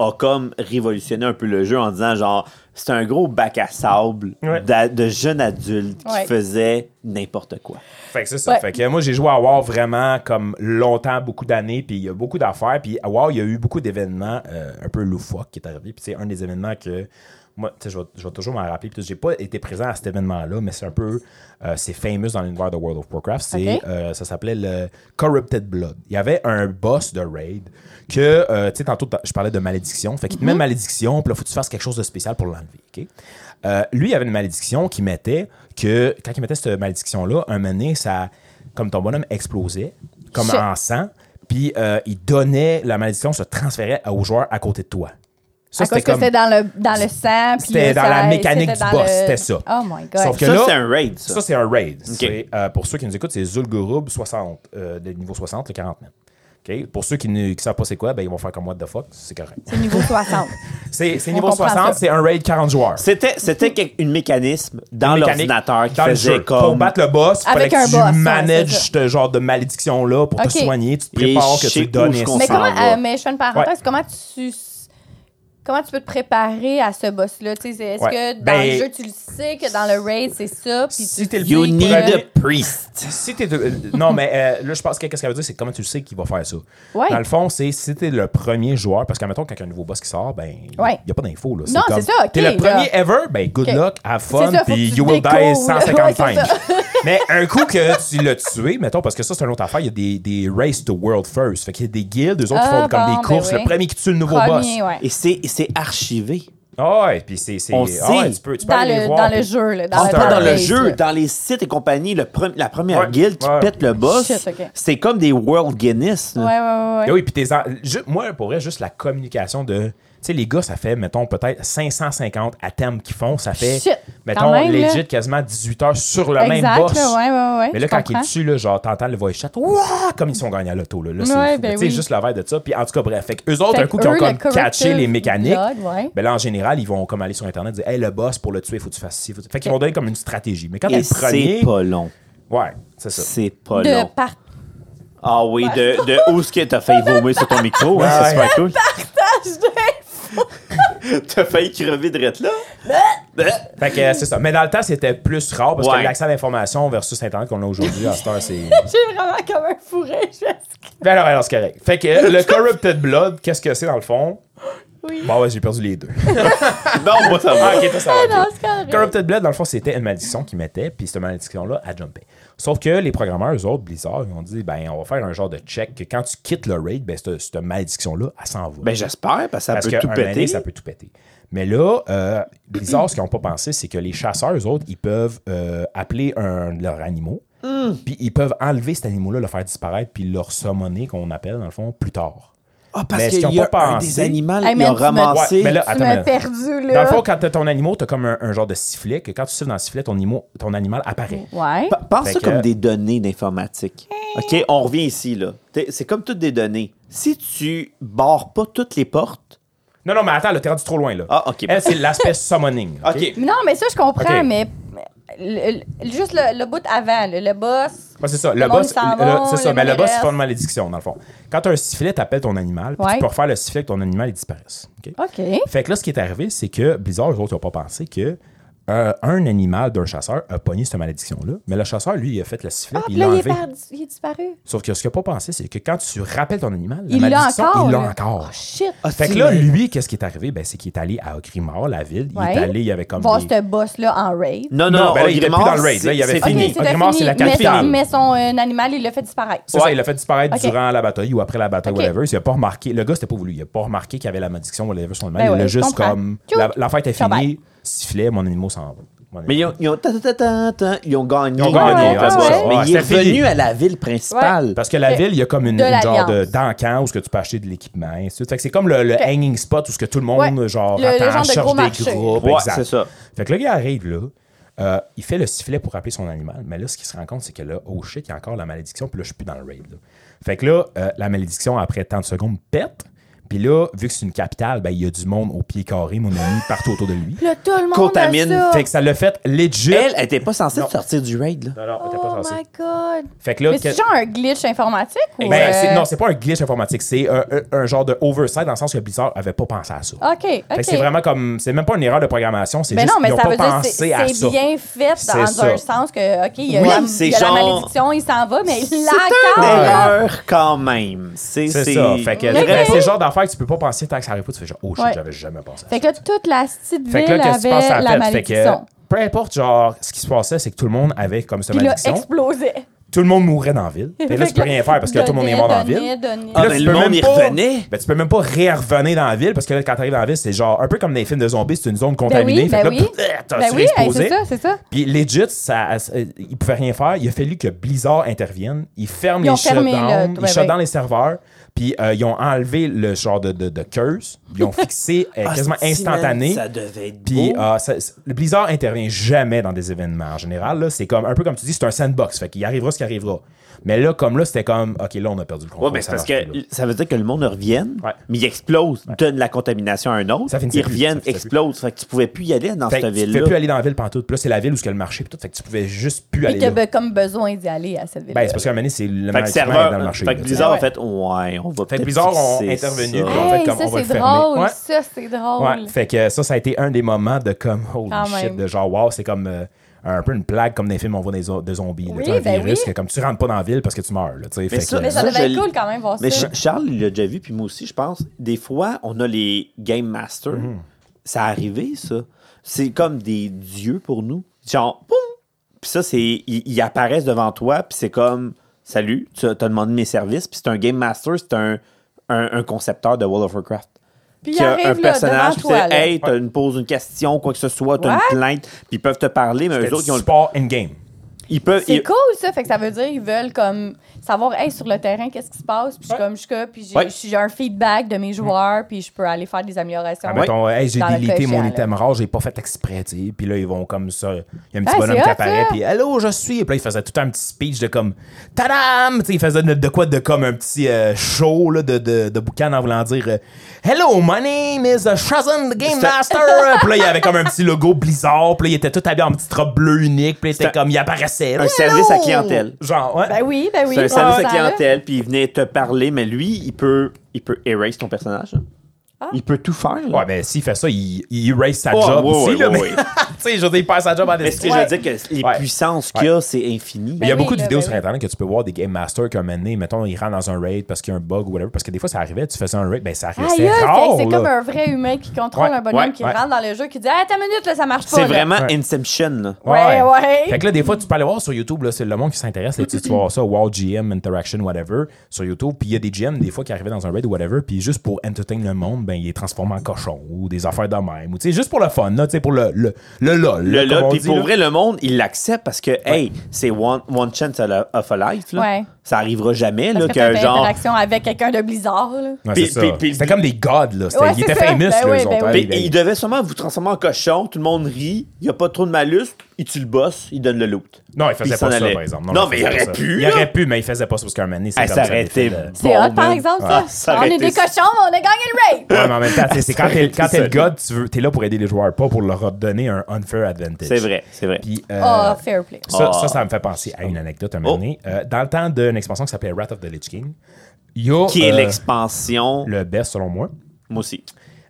Speaker 2: a comme révolutionné un peu le jeu en disant genre, c'est un gros bac à sable
Speaker 4: Ouais.
Speaker 2: d'a- de jeunes adultes qui
Speaker 3: Ouais.
Speaker 2: faisaient n'importe quoi.
Speaker 4: Fait que c'est ça.
Speaker 3: Ouais.
Speaker 4: Fait que moi, j'ai joué à WoW vraiment comme longtemps, beaucoup d'années, puis il y a beaucoup d'affaires. Puis à WoW, il y a eu beaucoup d'événements euh, un peu loufoques qui est arrivé. Puis c'est un des événements que moi, tu sais, je vais- je vais toujours m'en rappeler. Puis j'ai pas été présent à cet événement-là, mais c'est un peu, euh, c'est famous dans l'univers de World of Warcraft. C'est,
Speaker 3: Ok.
Speaker 4: euh, ça s'appelait le Corrupted Blood. Il y avait un boss de raid que, euh, tu sais, tantôt, t'as- je parlais de malédiction. Fait qu'il
Speaker 3: Mhm.
Speaker 4: te met une malédiction, puis là, faut que tu fasses quelque chose de spécial pour l'enlever. OK? Euh, lui, il avait une malédiction qui mettait que, quand il mettait cette malédiction-là, un mené, ça, comme ton bonhomme explosait, comme
Speaker 3: Shit.
Speaker 4: en sang, puis euh, il donnait, la malédiction se transférait au joueur à côté de toi. Ça,
Speaker 3: à cause que c'était dans le, dans le sang. puis
Speaker 4: c'était
Speaker 3: là,
Speaker 4: dans la
Speaker 3: ça-
Speaker 4: mécanique
Speaker 3: c'était
Speaker 4: du
Speaker 3: dans
Speaker 4: boss,
Speaker 3: le-
Speaker 4: c'était ça.
Speaker 3: Oh my God.
Speaker 4: Sauf que
Speaker 2: ça,
Speaker 4: là-
Speaker 2: c'est un raid, ça.
Speaker 4: Ça, c'est un raid. C'est, euh, pour ceux qui nous écoutent, c'est Zulgurub 60, euh, de niveau 60, le 40 OK? Pour ceux qui ne qui savent pas c'est quoi, ben, ils vont faire comme what the fuck, c'est correct.
Speaker 3: C'est niveau 60.
Speaker 4: C'est, c'est
Speaker 3: On
Speaker 4: niveau
Speaker 3: comprend
Speaker 4: 60,
Speaker 3: ça.
Speaker 4: c'est un raid 40 joueurs.
Speaker 2: C'était, c'était quelque- une mécanisme dans
Speaker 4: Une mécanique
Speaker 2: l'ordinateur qui
Speaker 4: dans le
Speaker 2: faisait
Speaker 4: jeu. Pour
Speaker 2: comme.
Speaker 4: battre le boss, il fallait
Speaker 3: Avec
Speaker 4: que
Speaker 3: un
Speaker 4: tu
Speaker 3: boss, ouais,
Speaker 4: manages
Speaker 3: c'est
Speaker 4: ce genre de malédiction-là pour
Speaker 3: Ok.
Speaker 4: te soigner, tu te
Speaker 2: Et
Speaker 4: prépares, que
Speaker 2: je sais
Speaker 4: tu le
Speaker 2: où
Speaker 4: donnes.
Speaker 2: ce
Speaker 4: et
Speaker 2: qu'on
Speaker 3: Mais
Speaker 4: ainsi de
Speaker 2: s'en
Speaker 3: comment,
Speaker 2: va.
Speaker 3: euh, mais je fais une parenthèse,
Speaker 4: Ouais.
Speaker 3: comment tu s- comment tu peux te préparer à ce boss-là? Tu sais, c'est- Est-ce
Speaker 4: Ouais.
Speaker 3: que dans
Speaker 4: Ben,
Speaker 3: le jeu, tu le sais que dans le raid, c'est ça? Puis
Speaker 4: Si
Speaker 3: tu
Speaker 4: t'es le
Speaker 3: sais
Speaker 2: You
Speaker 3: que-
Speaker 2: need
Speaker 4: premier-
Speaker 2: a priest.
Speaker 4: Si t'es- euh, non, mais euh, là, je pense que qu'est-ce qu'elle veut dire, c'est comment tu sais qu'il va faire ça.
Speaker 3: Ouais.
Speaker 4: Dans le fond, c'est si t'es le premier joueur, parce qu'à mettons, quand il y a un nouveau boss qui sort, ben, il
Speaker 3: Ouais.
Speaker 4: n'y a pas d'info. Là.
Speaker 3: Non,
Speaker 4: comme,
Speaker 3: c'est ça, ok,
Speaker 4: T'es le premier
Speaker 3: là.
Speaker 4: ever, ben, good
Speaker 3: Ok.
Speaker 4: luck, have fun,
Speaker 3: C'est ça, faut
Speaker 4: puis
Speaker 3: que tu
Speaker 4: you will die
Speaker 3: découvres.
Speaker 4: 150
Speaker 3: Ouais, c'est
Speaker 4: times. mais un coup que tu l'as tué, mettons, parce que ça, c'est une autre affaire, il y a des, des race to world first. Fait qu'il y a des guildes, eux autres qui
Speaker 3: Ah,
Speaker 4: font comme
Speaker 3: bon,
Speaker 4: des
Speaker 3: ben
Speaker 4: courses,
Speaker 3: oui.
Speaker 4: le premier qui tue le nouveau boss.
Speaker 3: Premier, ouais.
Speaker 2: Et c'est, et c'est archivé.
Speaker 4: Ah ouais, puis c'est. c'est-
Speaker 2: On
Speaker 4: ah ouais,
Speaker 2: sait.
Speaker 4: tu peux, tu peux
Speaker 3: Dans
Speaker 4: aller
Speaker 3: le,
Speaker 4: les voir.
Speaker 3: dans le
Speaker 4: puis-
Speaker 3: jeu, là,
Speaker 4: Ah,
Speaker 3: dans,
Speaker 4: c'est
Speaker 2: Pas
Speaker 4: pas
Speaker 2: dans le
Speaker 4: raid,
Speaker 2: jeu, dans les sites et compagnie, le pre- la première
Speaker 4: Ouais,
Speaker 2: guilde qui
Speaker 4: ouais.
Speaker 2: pète le boss,
Speaker 3: Shit, ok.
Speaker 2: c'est comme des World Guinness. là.
Speaker 3: Ouais, ouais, ouais.
Speaker 4: Ben
Speaker 3: ouais.
Speaker 4: oui, puis tes en- ju- moi, pour vrai, juste la communication de. Tu sais, les gars, ça fait, mettons, peut-être 550 items qu'ils font. Ça fait,
Speaker 3: Shit!
Speaker 4: mettons,
Speaker 3: Quand même, là.
Speaker 4: legit, quasiment 18 heures sur le même
Speaker 3: Exact,
Speaker 4: boss.
Speaker 3: là, ouais, ouais, ouais,
Speaker 4: Mais là,
Speaker 3: je
Speaker 4: quand
Speaker 3: comprends.
Speaker 4: ils tuent, là, genre, t'entends le voice chat, Ouah! comme ils sont gagnés à l'auto. Là, là, c'est
Speaker 3: Ouais,
Speaker 4: fou.
Speaker 3: ben
Speaker 4: Tu sais,
Speaker 3: oui.
Speaker 4: juste la verre de ça. Puis en tout cas, bref, fait que eux autres,
Speaker 3: Fait
Speaker 4: un coup,
Speaker 3: que
Speaker 4: qui ont
Speaker 3: eux,
Speaker 4: comme
Speaker 3: le
Speaker 4: catché les
Speaker 3: corrective
Speaker 4: mécaniques.
Speaker 3: blood, ouais.
Speaker 4: Ben là, en général, ils vont comme aller sur Internet dire, hey, le boss, pour le tuer, faut que tu fasses ci. faut que tu- Fait qu'ils vont donner comme une stratégie. Mais quand
Speaker 2: Et
Speaker 4: t'es le premier.
Speaker 2: c'est pas long.
Speaker 4: Ouais, c'est ça.
Speaker 2: C'est pas
Speaker 3: De
Speaker 2: long.
Speaker 3: par...
Speaker 2: Ah oui, de, de où est-ce que t'as failli vomir sur ton micro, hein,
Speaker 4: Ouais.
Speaker 2: c'est super cool. T'as failli crever de là?
Speaker 4: Fait que euh, c'est ça. Mais dans le temps, c'était plus rare parce
Speaker 2: Ouais.
Speaker 4: que l'accès à l'information versus Internet qu'on a aujourd'hui, à cette heure, c'est.
Speaker 3: J'ai vraiment comme un fourré. Je...
Speaker 4: Ben alors, alors, c'est correct. Fait que euh, le Corrupted Blood, qu'est-ce que c'est dans le fond?
Speaker 3: Oui.
Speaker 4: Bon, ouais, j'ai perdu les deux.
Speaker 2: Non, moi, ça
Speaker 4: Ah,
Speaker 2: va.
Speaker 4: ok, toi, ça va,
Speaker 3: Ah
Speaker 4: ok.
Speaker 3: non, c'est correct.
Speaker 4: Corrupted Blood, dans le fond, c'était une malédiction qu'ils mettaient, puis cette malédiction-là, elle jumpait. Sauf que les programmeurs, eux autres, Blizzard, ils ont dit, ben, on va faire un genre de check que quand tu quittes le raid, ben, cette, cette malédiction-là, elle s'en va.
Speaker 2: Ben, j'espère, parce que ça
Speaker 4: Parce
Speaker 2: peut
Speaker 4: que
Speaker 2: tout
Speaker 4: un année,
Speaker 2: péter.
Speaker 4: ça peut tout péter. Mais là, euh, Blizzard, ce qu'ils n'ont pas pensé, c'est que les chasseurs, eux autres, ils peuvent euh, appeler un de leurs animaux, puis ils peuvent enlever cet animal-là, le faire disparaître, puis le summoner, qu'on appelle, dans le fond, plus tard.
Speaker 2: Ah,
Speaker 4: Mais
Speaker 2: parce
Speaker 4: est-ce
Speaker 2: qu'il
Speaker 4: qu'ils
Speaker 2: y
Speaker 4: ont
Speaker 2: a
Speaker 4: pas
Speaker 2: un
Speaker 4: pensé?
Speaker 2: des animaux
Speaker 3: Hey,
Speaker 2: qui
Speaker 3: man,
Speaker 2: a
Speaker 3: tu me-
Speaker 2: ramassé.
Speaker 4: Ouais, mais là,
Speaker 3: Tu
Speaker 4: attends,
Speaker 3: m'as
Speaker 4: mais-
Speaker 3: perdu, là.
Speaker 4: Dans le fond, quand t'as ton animal, t'as comme un, un genre de sifflet, que quand tu siffles dans le sifflet, ton, imo- ton animal apparaît.
Speaker 3: Ouais.
Speaker 2: P- Pense
Speaker 4: Fait
Speaker 2: ça
Speaker 4: que-
Speaker 2: comme des données d'informatique. OK, on revient ici, là. T'es- C'est comme toutes des données. Si tu barres pas toutes les portes,
Speaker 4: Non, non, mais attends, là, t'es rendu trop loin, là.
Speaker 2: Ah, ok.
Speaker 4: Elle, c'est l'aspect summoning.
Speaker 2: OK.
Speaker 3: Mais Non, mais ça, je comprends,
Speaker 4: Ok.
Speaker 3: mais le- le- juste le, le bout avant, le, le boss.
Speaker 4: Ouais, c'est ça. Le,
Speaker 3: Le monde
Speaker 4: boss,
Speaker 3: s'en
Speaker 4: le-
Speaker 3: va,
Speaker 4: le- c'est ça.
Speaker 3: le
Speaker 4: Mais le
Speaker 3: monde
Speaker 4: boss,
Speaker 3: reste.
Speaker 4: c'est pas une malédiction, dans le fond. Quand t'as un sifflet, t'appelles ton animal, puis
Speaker 3: Ouais.
Speaker 4: tu peux refaire le sifflet que ton animal, il disparaisse. OK?
Speaker 3: OK.
Speaker 4: Fait que là, ce qui est arrivé, c'est que Blizzard, eux autres, ils ont pas pensé que euh, un animal d'un chasseur a pogné cette malédiction-là. Mais le chasseur, lui, il a fait le sifflet,
Speaker 3: Ah, puis
Speaker 4: puis il
Speaker 3: là,
Speaker 4: l'a
Speaker 3: il est,
Speaker 4: enlevé.
Speaker 3: perdu, il est disparu.
Speaker 4: Sauf que ce qu'il a pas pensé, c'est que quand tu rappelles ton animal, la
Speaker 3: Il l'a
Speaker 4: malédiction,
Speaker 3: encore.
Speaker 4: il l'a
Speaker 3: là.
Speaker 4: encore.
Speaker 3: Oh, shit.
Speaker 2: Ah,
Speaker 4: Fait que là, lui, qu'est-ce qui est arrivé? Ben, c'est qu'il est allé à Ogrimmar, la ville. Il
Speaker 3: Ouais.
Speaker 4: est allé, il y avait comme
Speaker 3: Voir
Speaker 4: des-
Speaker 3: ce boss-là en raid.
Speaker 2: non,
Speaker 4: Non,
Speaker 2: non,
Speaker 4: ben là, il était plus
Speaker 2: Ogrimmar,
Speaker 4: dans le raid,
Speaker 2: c'est-
Speaker 4: là, il avait
Speaker 2: c'est
Speaker 3: Ok,
Speaker 4: fini.
Speaker 3: c'était
Speaker 4: Ogrimmar, c'est la
Speaker 3: Ah, Mais son-
Speaker 4: capitale.
Speaker 3: Mais son euh, animal, il l'a fait disparaître.
Speaker 4: C'est ça, il l'a fait disparaître
Speaker 3: Ok.
Speaker 4: durant la bataille ou après la bataille,
Speaker 3: Ok.
Speaker 4: whatever. Il a pas remarqué. Le gars, c'était pas voulu. Il a pas remarqué qu'il y avait la malédiction, whatever, sur le mal.
Speaker 3: Ben
Speaker 4: il
Speaker 3: ouais,
Speaker 4: l'a
Speaker 3: je
Speaker 4: juste
Speaker 3: comprends.
Speaker 4: comme.
Speaker 3: Tchouk.
Speaker 4: La, la fête est
Speaker 3: Ciao,
Speaker 4: finie. Sifflet, mon animal s'en va.
Speaker 2: Mais
Speaker 4: Mon animal.
Speaker 2: ils ont, ils ont, ta- ta- ta- ta- ils ont gagné.
Speaker 4: Ils ont gagné, hein,
Speaker 2: le
Speaker 3: ouais,
Speaker 2: combat.
Speaker 3: ouais,
Speaker 4: ouais.
Speaker 2: Mais il est
Speaker 4: C'était fini.
Speaker 2: revenu à la ville principale.
Speaker 4: Parce que la
Speaker 3: Ok.
Speaker 4: ville, il y a comme une,
Speaker 3: De
Speaker 4: une genre de
Speaker 3: l'Alliance.
Speaker 4: d'encan où ce que tu peux acheter de l'équipement. et ainsi de suite. Fait que c'est comme le, le
Speaker 3: Ok.
Speaker 4: hanging spot où ce que tout le monde,
Speaker 3: Ouais.
Speaker 4: genre,
Speaker 3: Le- le
Speaker 4: attend,
Speaker 3: genre de
Speaker 4: cherche
Speaker 3: gros
Speaker 4: des
Speaker 3: marché.
Speaker 4: groupes.
Speaker 2: Ouais,
Speaker 4: exact.
Speaker 2: c'est ça.
Speaker 4: Fait que le gars arrive là. euh, il fait le sifflet pour appeler son animal, mais là, ce qu'il se rend compte, c'est que là, oh shit, il y a encore la malédiction, puis là, je suis plus dans le raid. là. Fait que là, euh, la malédiction, après tant de secondes, pète. Puis là, vu que c'est une capitale, ben, il y a du monde au pied carré, mon ami, partout autour de lui.
Speaker 3: Puis là, tout le monde.
Speaker 2: Contamine,
Speaker 3: a ça.
Speaker 4: Fait que ça l'a fait legit.
Speaker 2: Elle, elle était pas censée
Speaker 4: Non.
Speaker 2: sortir du raid, là.
Speaker 4: Non, non, t'as
Speaker 3: Oh
Speaker 4: pas censé.
Speaker 3: my God.
Speaker 4: Fait que là,
Speaker 3: mais c'est
Speaker 4: que-
Speaker 3: genre un glitch informatique ou.
Speaker 4: Ben, c'est-
Speaker 3: euh,
Speaker 4: non, c'est pas un glitch informatique, c'est un, un- un genre de oversight dans le sens que Blizzard avait pas pensé à ça.
Speaker 3: OK, Ah, OK.
Speaker 4: Fait que c'est vraiment comme. C'est même pas une erreur de programmation, c'est
Speaker 3: Mais
Speaker 4: juste
Speaker 3: non, mais
Speaker 4: qu'ils ont
Speaker 3: ça
Speaker 4: pas
Speaker 3: veut dire que
Speaker 4: pensé
Speaker 3: c'est
Speaker 4: à
Speaker 3: c'est
Speaker 4: ça.
Speaker 3: bien fait dans
Speaker 4: C'est
Speaker 3: un
Speaker 4: ça.
Speaker 3: sens que, OK, il y a,
Speaker 2: Oui,
Speaker 3: la,
Speaker 2: c'est
Speaker 3: il y a la
Speaker 2: genre-
Speaker 3: malédiction, il s'en va, mais il
Speaker 2: C'est
Speaker 3: l'a
Speaker 2: un
Speaker 3: encore. là.
Speaker 2: erreur quand même. C'est
Speaker 4: C'est ça. Fait que
Speaker 3: Ok.
Speaker 4: ben, c'est le genre d'affaire que tu peux pas penser tant que ça arrive pas, tu fais genre, oh shit,
Speaker 3: Ouais.
Speaker 4: j'avais jamais pensé à
Speaker 3: Fait
Speaker 4: ça.
Speaker 3: que là, toute la petite
Speaker 4: Fait
Speaker 3: ville
Speaker 4: que là, qu'est-ce qui se passe
Speaker 3: avait
Speaker 4: à
Speaker 3: la
Speaker 4: la fête? Fait que euh,
Speaker 3: malédiction.
Speaker 4: peu importe, genre, ce qui se passait, c'est que tout le monde avait comme ce
Speaker 3: Puis là,
Speaker 4: malédiction.
Speaker 3: explosait.
Speaker 4: Tout le monde mourait dans la ville. Et là, tu peux rien faire parce que tout le monde est mort dans la ville.
Speaker 2: Ah,
Speaker 4: Puis là,
Speaker 2: ben, le
Speaker 4: tu peux
Speaker 2: monde
Speaker 4: même
Speaker 2: y
Speaker 4: pas-
Speaker 2: revenait.
Speaker 4: Ben, tu peux même pas ré-revenir dans la ville parce que là, quand t'arrives dans la ville, c'est genre un peu comme dans les films de zombies, c'est une zone contaminée.
Speaker 3: oui, ben
Speaker 4: fait que là,
Speaker 3: oui.
Speaker 4: pff, t'as
Speaker 3: Ben oui, hey,
Speaker 4: surexposé.
Speaker 3: c'est ça, c'est ça.
Speaker 4: Puis legit, ça, ça- ils pouvaient rien faire. Il a fallu que Blizzard intervienne. Ils ferment
Speaker 3: Ils ont
Speaker 4: les
Speaker 3: fermé
Speaker 4: shutdowns,
Speaker 3: le-
Speaker 4: ils
Speaker 3: ouais,
Speaker 4: shutdown
Speaker 3: ouais.
Speaker 4: les serveurs. Puis euh, ils ont enlevé le genre de, de, de curse. Ils ont fixé euh, quasiment instantané.
Speaker 2: Ah, Ça devait être
Speaker 4: Puis
Speaker 2: beau.
Speaker 4: euh, ça- ça- le Blizzard intervient jamais dans des événements en général. là. C'est comme un peu comme tu dis, c'est un sandbox. Fait qu'il arrivera ce qui arrivera. Mais là, comme là, c'était comme OK, là, on a perdu le contrôle.
Speaker 2: Ouais, mais
Speaker 4: ça
Speaker 2: c'est parce
Speaker 4: marche plus,
Speaker 2: que
Speaker 4: là.
Speaker 2: ça veut dire que le monde revienne,
Speaker 4: Ouais.
Speaker 2: mais il explose, donne la contamination à un autre.
Speaker 4: Ça finissait
Speaker 2: ils
Speaker 4: plus,
Speaker 2: reviennent,
Speaker 4: ça finissait
Speaker 2: explosent. Fait que tu pouvais plus y aller dans
Speaker 4: Fait que
Speaker 2: cette
Speaker 4: tu pouvais plus
Speaker 2: ville-là.
Speaker 4: aller dans la ville pantoute. Puis là, c'est la ville où ce que le marché puis tout. Fait que tu pouvais juste plus
Speaker 3: Et
Speaker 4: aller
Speaker 3: qu'il
Speaker 4: là.
Speaker 3: avait comme besoin d'y aller à cette ville.
Speaker 4: Ben, c'est parce qu'à un moment donné, c'est le
Speaker 2: Fait que
Speaker 4: management
Speaker 2: serveur,
Speaker 4: dans le
Speaker 2: fait
Speaker 4: marché.
Speaker 2: que
Speaker 4: là, tu sais.
Speaker 2: Blizzard
Speaker 3: Ouais.
Speaker 2: a fait ouais, on va
Speaker 4: Fait
Speaker 2: peut-être
Speaker 4: que Blizzard ont
Speaker 2: fixer
Speaker 4: intervenu.
Speaker 2: ça.
Speaker 4: puis ont fait
Speaker 3: Hey,
Speaker 4: comme,
Speaker 3: ça,
Speaker 4: on va le
Speaker 3: c'est
Speaker 4: fermer.
Speaker 3: drôle.
Speaker 4: Ouais.
Speaker 3: Ça, c'est drôle. Ah,
Speaker 4: Ouais, fait que ça, ça a été un des moments de comme, holy
Speaker 3: Quand
Speaker 4: shit,
Speaker 3: même.
Speaker 4: de genre, wow, c'est comme euh, un peu une plague comme dans les films, on voit des, zo- de zombies. là,
Speaker 3: Oui,
Speaker 4: tu sais, un
Speaker 3: ben
Speaker 4: virus
Speaker 3: oui.
Speaker 4: que comme tu rentres pas dans la ville parce que tu meurs. Là, tu sais, fait
Speaker 2: ça,
Speaker 4: que,
Speaker 3: Mais ça,
Speaker 2: Ça,
Speaker 3: devait
Speaker 2: je
Speaker 3: être cool
Speaker 2: l'ai-
Speaker 3: quand même voir
Speaker 2: Mais
Speaker 3: Ah, ça.
Speaker 2: Ch- Charles, il l'a déjà vu, puis moi aussi, je pense. Des fois, on a les Game Masters.
Speaker 4: Mhm.
Speaker 2: Ça a arrivé, ça. C'est comme des dieux pour nous. Genre, poum! Puis ça, c'est. Ils, ils apparaissent devant toi, puis c'est comme Salut, tu as t'as demandé mes services, puis c'est un Game Master, c'est un, un, un concepteur de World of Warcraft.
Speaker 3: Puis
Speaker 2: qui
Speaker 3: il
Speaker 2: a
Speaker 3: arrive
Speaker 2: un
Speaker 3: là,
Speaker 2: personnage
Speaker 3: devant
Speaker 2: qui
Speaker 3: toi.
Speaker 2: dit
Speaker 3: là.
Speaker 2: Hey, t'as une pause, une question, quoi que ce soit, t'as
Speaker 3: What?
Speaker 2: une plainte, puis ils peuvent te parler, mais
Speaker 4: C'était
Speaker 2: eux
Speaker 4: du
Speaker 2: autres, ils ont le-
Speaker 4: sport in-game.
Speaker 2: Ils peuvent.
Speaker 3: C'est
Speaker 2: ils-
Speaker 3: cool ça, fait que ça veut dire qu'ils veulent comme savoir hey, sur le terrain qu'est-ce qui se passe, puis je suis comme jusqu'à, puis j'ai
Speaker 2: Ouais.
Speaker 3: j'ai un feedback de mes joueurs, puis je peux aller faire des améliorations.
Speaker 4: Ah, mettons, hey, j'ai
Speaker 3: Dans le
Speaker 4: délité mon
Speaker 3: cochon,
Speaker 4: item rare, j'ai pas fait exprès, tu sais. Puis là, ils vont comme ça. Il y a un
Speaker 3: Ah,
Speaker 4: petit
Speaker 3: c'est
Speaker 4: bonhomme
Speaker 3: hot,
Speaker 4: qui apparaît,
Speaker 3: ça.
Speaker 4: puis Allô, je suis. Puis là, il faisait tout un petit speech de comme Tadam! Tu sais, il faisait de, de quoi de comme un petit euh, show là, de, de, de boucan en voulant dire euh, Hello, my name is uh, Shazam the Game
Speaker 2: C'était-
Speaker 4: Master. puis là, il y avait comme un petit logo Blizzard. Puis là, il était tout habillé en petite robe bleue unique. Puis là, c'était
Speaker 2: C'était-
Speaker 4: comme il apparaissait.
Speaker 2: Un service à clientèle.
Speaker 4: Genre, ouais.
Speaker 3: Ben oui, ben oui.
Speaker 2: C'est un
Speaker 3: pour
Speaker 2: service à
Speaker 3: ça, là.
Speaker 2: clientèle, puis il venait te parler, mais lui, il peut, il peut erase ton personnage. ben, hein.
Speaker 3: Ah.
Speaker 2: Il peut tout faire. là.
Speaker 4: Ouais, mais s'il fait ça, il, il erase sa
Speaker 2: Oh,
Speaker 4: job
Speaker 2: ouais,
Speaker 4: aussi.
Speaker 2: ouais,
Speaker 4: là,
Speaker 2: ouais,
Speaker 4: mais-
Speaker 2: ouais.
Speaker 4: tu sais, je veux dire, il perd sa job en
Speaker 2: Mais ce que
Speaker 4: estime.
Speaker 2: je veux dire, que les
Speaker 4: Ouais.
Speaker 2: puissances qu'il y a, c'est infini.
Speaker 4: Mais il y a
Speaker 3: Ben oui,
Speaker 4: beaucoup de
Speaker 3: là,
Speaker 4: vidéos
Speaker 3: ben
Speaker 4: sur
Speaker 3: oui.
Speaker 4: Internet que tu peux voir des Game Masters qui, un moment donné, mettons, ils rentrent dans un raid parce qu'il y a un bug ou whatever. Parce que des fois, ça arrivait, tu faisais un raid, ben ça arrivait.
Speaker 3: Aïe,
Speaker 4: C'est
Speaker 3: aïe,
Speaker 4: rare.
Speaker 3: fait que c'est
Speaker 4: là.
Speaker 3: comme un vrai humain qui contrôle
Speaker 4: Ouais,
Speaker 3: un bonhomme
Speaker 4: ouais,
Speaker 3: qui
Speaker 4: ouais.
Speaker 3: rentre dans le jeu qui dit Ah, ta minute, là, ça marche pas.
Speaker 2: C'est
Speaker 3: là.
Speaker 2: vraiment
Speaker 4: Ouais.
Speaker 2: Inception. Là.
Speaker 3: Ouais, ouais.
Speaker 4: Fait que là, des fois, tu peux aller voir sur YouTube, là, c'est le monde qui s'intéresse, là, tu tu vas voir ça, Wow GM, Interaction, whatever, sur YouTube. Puis il y a des GM, des fois, qui arrivaient dans un raid ou whatever, puis juste pour entertain le monde, ben, il est transformé en cochon ou des affaires de même. Ou tu sais, juste pour le fun, là, tu sais, pour le, le, le lol.
Speaker 2: Le,
Speaker 4: là,
Speaker 2: là,
Speaker 4: comme on
Speaker 2: puis
Speaker 4: dit,
Speaker 2: pour
Speaker 4: là.
Speaker 2: vrai, le monde, il l'accepte parce que, hey, c'est one, one chance of a life. là.
Speaker 3: Ouais.
Speaker 2: Ça arrivera jamais
Speaker 3: Parce
Speaker 2: là,
Speaker 3: que t'as
Speaker 2: que
Speaker 3: fait
Speaker 2: genre.
Speaker 3: interaction avec quelqu'un de Blizzard. Là.
Speaker 4: Ouais,
Speaker 2: Puis-
Speaker 4: c'est ça.
Speaker 2: puis- puis-
Speaker 4: C'était comme des gods, là. C'était-
Speaker 3: Ouais,
Speaker 4: ils étaient
Speaker 3: c'est ça.
Speaker 4: famous,
Speaker 3: Ben
Speaker 4: là,
Speaker 3: oui,
Speaker 4: eux
Speaker 3: ben
Speaker 4: autres.
Speaker 3: oui.
Speaker 4: hein,
Speaker 2: Puis, il devait sûrement vous transformer en cochon, tout le monde rit, il n'y a pas trop de malus, il tue le boss, il donne le loot.
Speaker 4: Non, il faisait
Speaker 2: Puis
Speaker 4: pas
Speaker 2: s'en
Speaker 4: ça,
Speaker 2: allait.
Speaker 4: par exemple.
Speaker 2: Non,
Speaker 4: il
Speaker 2: mais il
Speaker 4: faisait pas
Speaker 2: aurait
Speaker 4: ça.
Speaker 2: pu,
Speaker 4: Il
Speaker 2: là.
Speaker 4: aurait pu, mais il faisait pas ça parce qu'à un moment donné, c'est
Speaker 2: Hey,
Speaker 4: comme
Speaker 2: Ah, ça
Speaker 4: ça,
Speaker 2: aurait
Speaker 4: des
Speaker 2: été
Speaker 4: fois, de-
Speaker 3: C'est
Speaker 2: bon,
Speaker 3: hot, par
Speaker 2: man.
Speaker 3: exemple,
Speaker 2: Ah,
Speaker 3: ça.
Speaker 2: ça
Speaker 3: on
Speaker 2: aurait
Speaker 3: est
Speaker 2: été-
Speaker 3: des cochons, mais on a gagné le raid.
Speaker 4: Ouais, mais en même temps, tu sais, c'est quand t'es quand t'es le
Speaker 2: Ça-
Speaker 4: god, tu veux, t'es là pour aider les joueurs, pas pour leur donner un unfair advantage.
Speaker 2: C'est vrai, c'est vrai.
Speaker 4: Puis, euh,
Speaker 3: Ah, fair play.
Speaker 4: Ça,
Speaker 2: Ah.
Speaker 4: ça, ça me fait penser à une anecdote à un
Speaker 2: Oh.
Speaker 4: moment donné. Euh, dans le temps d'une expansion qui s'appelait Wrath of the Lich King, il y a,
Speaker 2: Qui est
Speaker 4: euh,
Speaker 2: l'expansion,
Speaker 4: le best selon moi.
Speaker 2: moi aussi.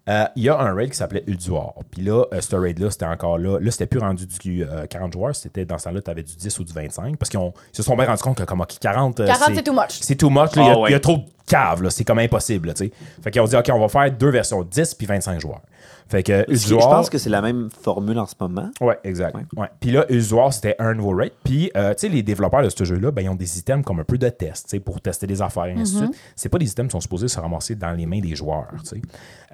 Speaker 4: Euh, Il y a un raid qui s'appelait Ulduar. Puis là, euh, ce raid-là, c'était encore là. Là, c'était plus rendu du euh, 40 joueurs. C'était dans ce temps-là, tu avais du 10 ou du 25. Parce qu'ils ont- ils se sont bien rendus compte que comme, OK, 40, euh,
Speaker 3: 40, c'est too much.
Speaker 4: C'est too much. là. Il y a-
Speaker 2: Ah ouais.
Speaker 4: il y, a trop de caves. là. C'est comme impossible. là, tu sais. fait qu'ils ont dit, OK, on va faire deux versions, 10 puis 25 joueurs. Fait que
Speaker 2: Je
Speaker 4: Ulduar-
Speaker 2: pense que c'est la même formule en ce moment.
Speaker 4: Ouais, exact. Ouais. Puis là, Usual, c'était un nouveau rate. Puis, euh, tu sais, les développeurs de ce jeu-là, ben, ils ont des items comme un peu de test, tu sais, pour tester des affaires et ainsi
Speaker 2: Mhm.
Speaker 4: de suite. C'est pas des items qui sont supposés se ramasser dans les mains des joueurs, tu sais.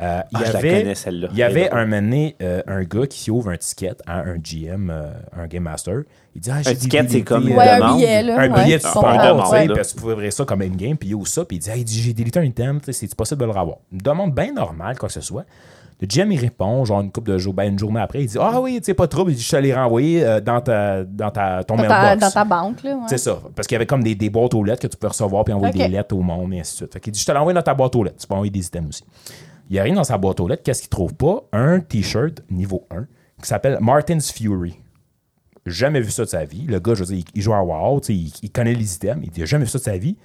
Speaker 4: Euh, il y
Speaker 2: Ah, je la
Speaker 4: avait-
Speaker 2: connais, celle-là.
Speaker 4: Il y avait
Speaker 2: Elle est
Speaker 4: un moment donné, euh, un gars qui ouvre un ticket à un GM, euh, un Game Master. Il dit, ah, j'ai des
Speaker 2: ticket, c'est
Speaker 4: DVD,
Speaker 2: comme
Speaker 4: euh,
Speaker 2: une
Speaker 3: Ouais, un
Speaker 2: demande. Ah,
Speaker 3: billet, là.
Speaker 4: un
Speaker 3: ouais.
Speaker 4: billet de
Speaker 3: Je
Speaker 4: support,
Speaker 3: comprends.
Speaker 2: demande,
Speaker 4: tu sais,
Speaker 2: là.
Speaker 4: parce que tu pouvais ouvrir ça comme in-game, puis il ouvre ça, puis il dit, hey, j'ai délité un item, tu sais, c'est-tu possible de le revoir? Une demande bien normale, quoi que ce soit. Le GM, il répond, genre une couple de jours, ben une journée après, il dit, ah oui, tu sais, pas de trouble, il dit, je te l'ai renvoyé euh, dans, ta, dans ta, ton
Speaker 3: Dans ta,
Speaker 4: mailbox.
Speaker 3: dans ta banque, là. Ouais.
Speaker 4: C'est ça. Parce qu'il y avait comme des, des boîtes aux lettres que tu peux recevoir puis envoyer
Speaker 3: Ok.
Speaker 4: des lettres au monde et ainsi de suite. Fait qu'il dit Je te l'envoie dans ta boîte aux lettres. Tu peux envoyer des items aussi. Il arrive dans sa boîte aux lettres. Qu'est-ce qu'il trouve pas Un t-shirt niveau 1 qui s'appelle Martin's Fury. Jamais vu ça de sa vie. Le gars, je veux dire, il, il joue à WoW, tu sais, il, il connaît les items. Il dit Jamais vu ça de sa vie.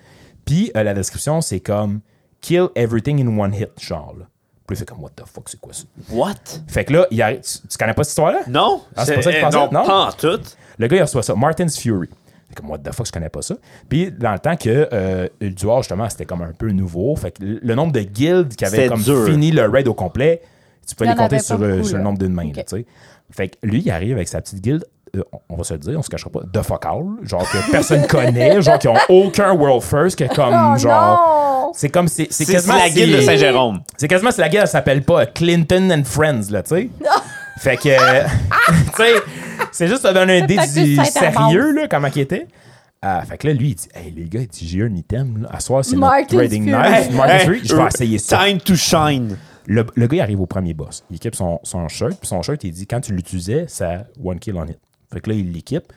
Speaker 4: Puis euh, la description, c'est comme Kill everything in one hit, genre. là. Puis il fait comme What the fuck, c'est quoi ça
Speaker 2: What?
Speaker 4: Fait que là, il arrive- tu, tu connais pas cette histoire-là
Speaker 2: Non?
Speaker 4: Ah, c'est pas ça que je
Speaker 2: eh,
Speaker 4: pensais,
Speaker 2: Non,
Speaker 4: non?
Speaker 2: pas en tout.
Speaker 4: Le gars, il reçoit ça. Martin's Fury. Fait Comme, what the fuck, je connais pas ça. Puis, dans le temps que euh, Ulduar, justement, c'était comme un peu nouveau, fait que le le nombre de guildes qui avaient
Speaker 2: C'était
Speaker 4: comme
Speaker 2: dur.
Speaker 4: fini le raid au complet, tu peux
Speaker 3: Il y
Speaker 4: les
Speaker 3: en
Speaker 4: compter
Speaker 3: avait pas
Speaker 4: sur, euh,
Speaker 3: beaucoup,
Speaker 4: sur
Speaker 3: là.
Speaker 4: le nombre d'une main.
Speaker 3: Ok.
Speaker 4: là, tu sais. fait que lui, il arrive avec sa petite guilde, euh, on- on va se le dire, on se cachera pas, de fuck all, genre que personne connaît, genre qui ont aucun world first, que comme,
Speaker 3: Oh,
Speaker 4: genre.
Speaker 3: non!
Speaker 4: C'est comme, c'est c'est
Speaker 2: C'est
Speaker 4: quasiment.
Speaker 2: la
Speaker 4: si-
Speaker 2: guilde de Saint-Jérôme.
Speaker 4: c'est quasiment si la guerre s'appelle pas Clinton and Friends, là, tu sais.
Speaker 3: Ah!
Speaker 4: fait que. euh, tu sais, c'est juste te donner un dé
Speaker 3: Fait que
Speaker 4: du
Speaker 3: c'est ta base.
Speaker 4: sérieux, là, comment qu'il était. Ah, fait que là, lui, il dit Hey, les gars, il dit, j'ai un item, là. À soir, c'est notre
Speaker 3: Martin's
Speaker 4: trading
Speaker 3: Fury.
Speaker 4: knife. Martin's Fury, je vais
Speaker 2: Eh,
Speaker 4: essayer ça.
Speaker 2: Time to shine.
Speaker 4: Le, le gars, il arrive au premier boss. Il équipe son, son shirt, puis son shirt, il dit Quand tu l'utilisais, ça one kill on it. Fait que là, il l'équipe,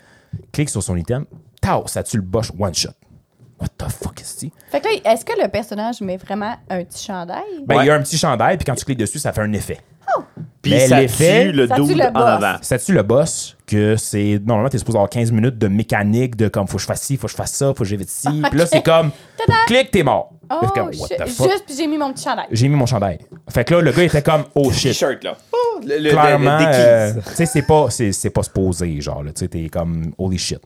Speaker 4: clique sur son item, tao, ça tue le boss one shot. What the fuck is this?
Speaker 3: Fait que là, est-ce que le personnage met vraiment un petit chandail?
Speaker 4: Ben,
Speaker 2: Ouais.
Speaker 4: il y a un petit chandail, puis quand tu cliques dessus, ça fait un effet.
Speaker 2: Puis
Speaker 4: Mais
Speaker 2: ça
Speaker 4: l'effet-
Speaker 2: tue le
Speaker 3: Ça tue
Speaker 2: dude
Speaker 3: le
Speaker 2: en
Speaker 3: boss.
Speaker 2: avant.
Speaker 4: Sais-tu le boss que c'est. Normalement, t'es supposé avoir 15 minutes de mécanique, de comme faut que je fasse ci, faut que je fasse ça, faut que j'évite ci. Puis là, c'est comme. Clique, t'es mort.
Speaker 3: Ah, Oh,
Speaker 4: Fait comme, What
Speaker 3: shit.
Speaker 4: the fuck?
Speaker 3: juste, puis j'ai mis mon petit chandail.
Speaker 4: J'ai mis mon chandail. Fait que là, le gars, il était comme, oh shit.
Speaker 2: T-shirt, là. Oh, le- le- le-
Speaker 4: Clairement,
Speaker 2: le déguise.
Speaker 4: euh, tu sais, c'est pas, c'est, c'est pas se poser, genre, là. Tu sais, t'es comme, holy shit.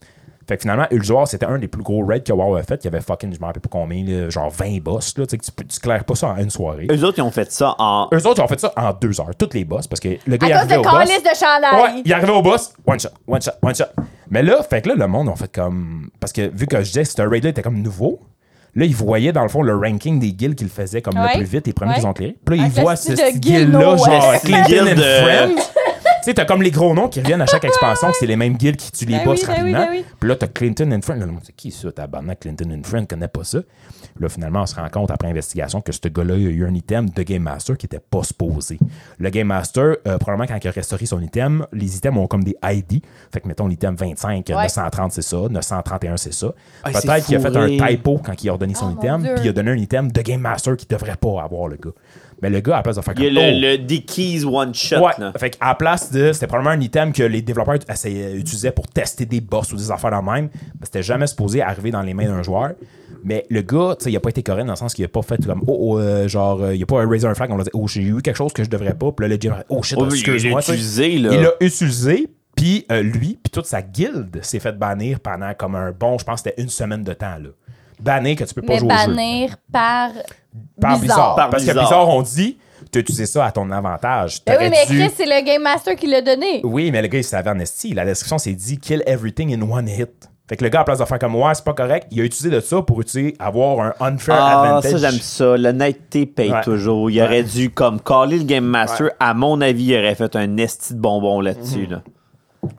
Speaker 4: Fait que finalement, Ulzuar, c'était un des plus gros raids que WoW a fait. Il y avait fucking, je me rappelle pas combien, là, genre 20 boss, là. Tu sais, que tu, peux- tu claires pas ça en une soirée.
Speaker 2: Eux autres, ils ont fait ça en.
Speaker 4: Eux autres, ils ont fait ça en deux heures, toutes les boss, parce que le gars
Speaker 3: À
Speaker 4: il
Speaker 3: cause
Speaker 4: arrivait
Speaker 3: de
Speaker 4: au boss.
Speaker 3: calice de chandail.
Speaker 4: Ouais, il arrivait au boss, one shot, one shot, one shot. Mais là, fait que là, le monde, on fait comme. Parce que vu que je disais, c'était un raid-là, il était comme nouveau. Là, ils voyaient, dans le fond, le ranking des guilds qu'ils faisaient comme
Speaker 3: Ouais.
Speaker 4: le plus vite, les premiers
Speaker 3: Ouais. Ah,
Speaker 4: qu'ils ont clairés. Puis là, ils
Speaker 3: Avec le
Speaker 4: voient ce
Speaker 3: style de
Speaker 4: petit
Speaker 3: guild
Speaker 4: guild-là,
Speaker 3: no-
Speaker 4: genre
Speaker 2: Ouais.
Speaker 4: Clinton
Speaker 2: Guild
Speaker 4: and
Speaker 2: de-
Speaker 4: Friends. Tu sais, t'as comme les gros noms qui reviennent à chaque expansion, que c'est les mêmes guilds qui tuent les
Speaker 3: Ben
Speaker 4: boss
Speaker 3: oui, ben oui,
Speaker 4: rapidement.
Speaker 3: ben oui.
Speaker 4: Puis là, t'as Clinton and Friend. Là, le monde dit, qui ça, tabarnak, Clinton and Friend, connaît pas ça. Là, finalement, on se rend compte après investigation que ce gars-là, il a eu un item de Game Master qui était pas supposé. Le Game Master, euh, probablement, quand il a restauré son item, les items ont comme des ID. Fait que, mettons, l'item 25, euh,
Speaker 3: Ouais.
Speaker 4: 930, c'est ça. 931, c'est ça.
Speaker 2: Ah, c'est
Speaker 4: Peut-être qu'il a fait un
Speaker 2: fourré.
Speaker 4: typo quand il a ordonné son
Speaker 3: Ah, mon
Speaker 4: item,
Speaker 3: Dieu.
Speaker 4: puis il a donné un item de Game Master qu'il devrait pas avoir, le gars. Mais le gars, à la place de faire
Speaker 2: Il y a
Speaker 4: comme,
Speaker 2: le,
Speaker 4: Oh!
Speaker 2: le déguise one shot.
Speaker 4: Ouais.
Speaker 2: là.
Speaker 4: Fait qu'à la place de. C'était probablement un item que les développeurs essayaient- utilisaient pour tester des boss ou des affaires dans le même. mais C'était jamais supposé arriver dans les mains d'un joueur. Mais le gars, tu sais, il a pas été correct dans le sens qu'il a pas fait comme, oh, oh, euh, genre, euh, il a pas raisé un flag, on l'a dit, oh, j'ai eu quelque chose que je devrais pas, puis là, le gym, oh shit,
Speaker 2: Oh, il l'a
Speaker 4: excuse-moi. tu sais.
Speaker 2: utilisé, là.
Speaker 4: Il l'a utilisé, puis euh, lui, puis toute sa guilde s'est fait bannir pendant comme un bon, je pense, que c'était une semaine de temps, là. Bannir que tu peux pas
Speaker 3: Mais
Speaker 4: jouer au jeu.
Speaker 3: bannir par. Ben
Speaker 4: Par
Speaker 3: Bizarre.
Speaker 4: bizarre.
Speaker 2: Par
Speaker 4: Parce
Speaker 2: bizarre.
Speaker 4: que bizarre, on dit, tu utilisé ça à ton avantage.
Speaker 3: Ben oui,
Speaker 4: T'aurais
Speaker 3: mais
Speaker 4: dû-
Speaker 3: Chris, c'est le Game Master qui l'a donné.
Speaker 4: Oui, mais le gars, il savait en esti. La description, c'est dit kill everything in one hit. Fait que le gars, à place de faire comme ouais, c'est pas correct, il a utilisé de ça pour utiliser, avoir un unfair
Speaker 2: Ah,
Speaker 4: advantage.
Speaker 2: ça, j'aime ça. L'honnêteté paye
Speaker 4: Ouais.
Speaker 2: toujours. Il aurait dû, comme, caller le Game Master. À mon avis, il aurait fait un esti de bonbon là-dessus, là.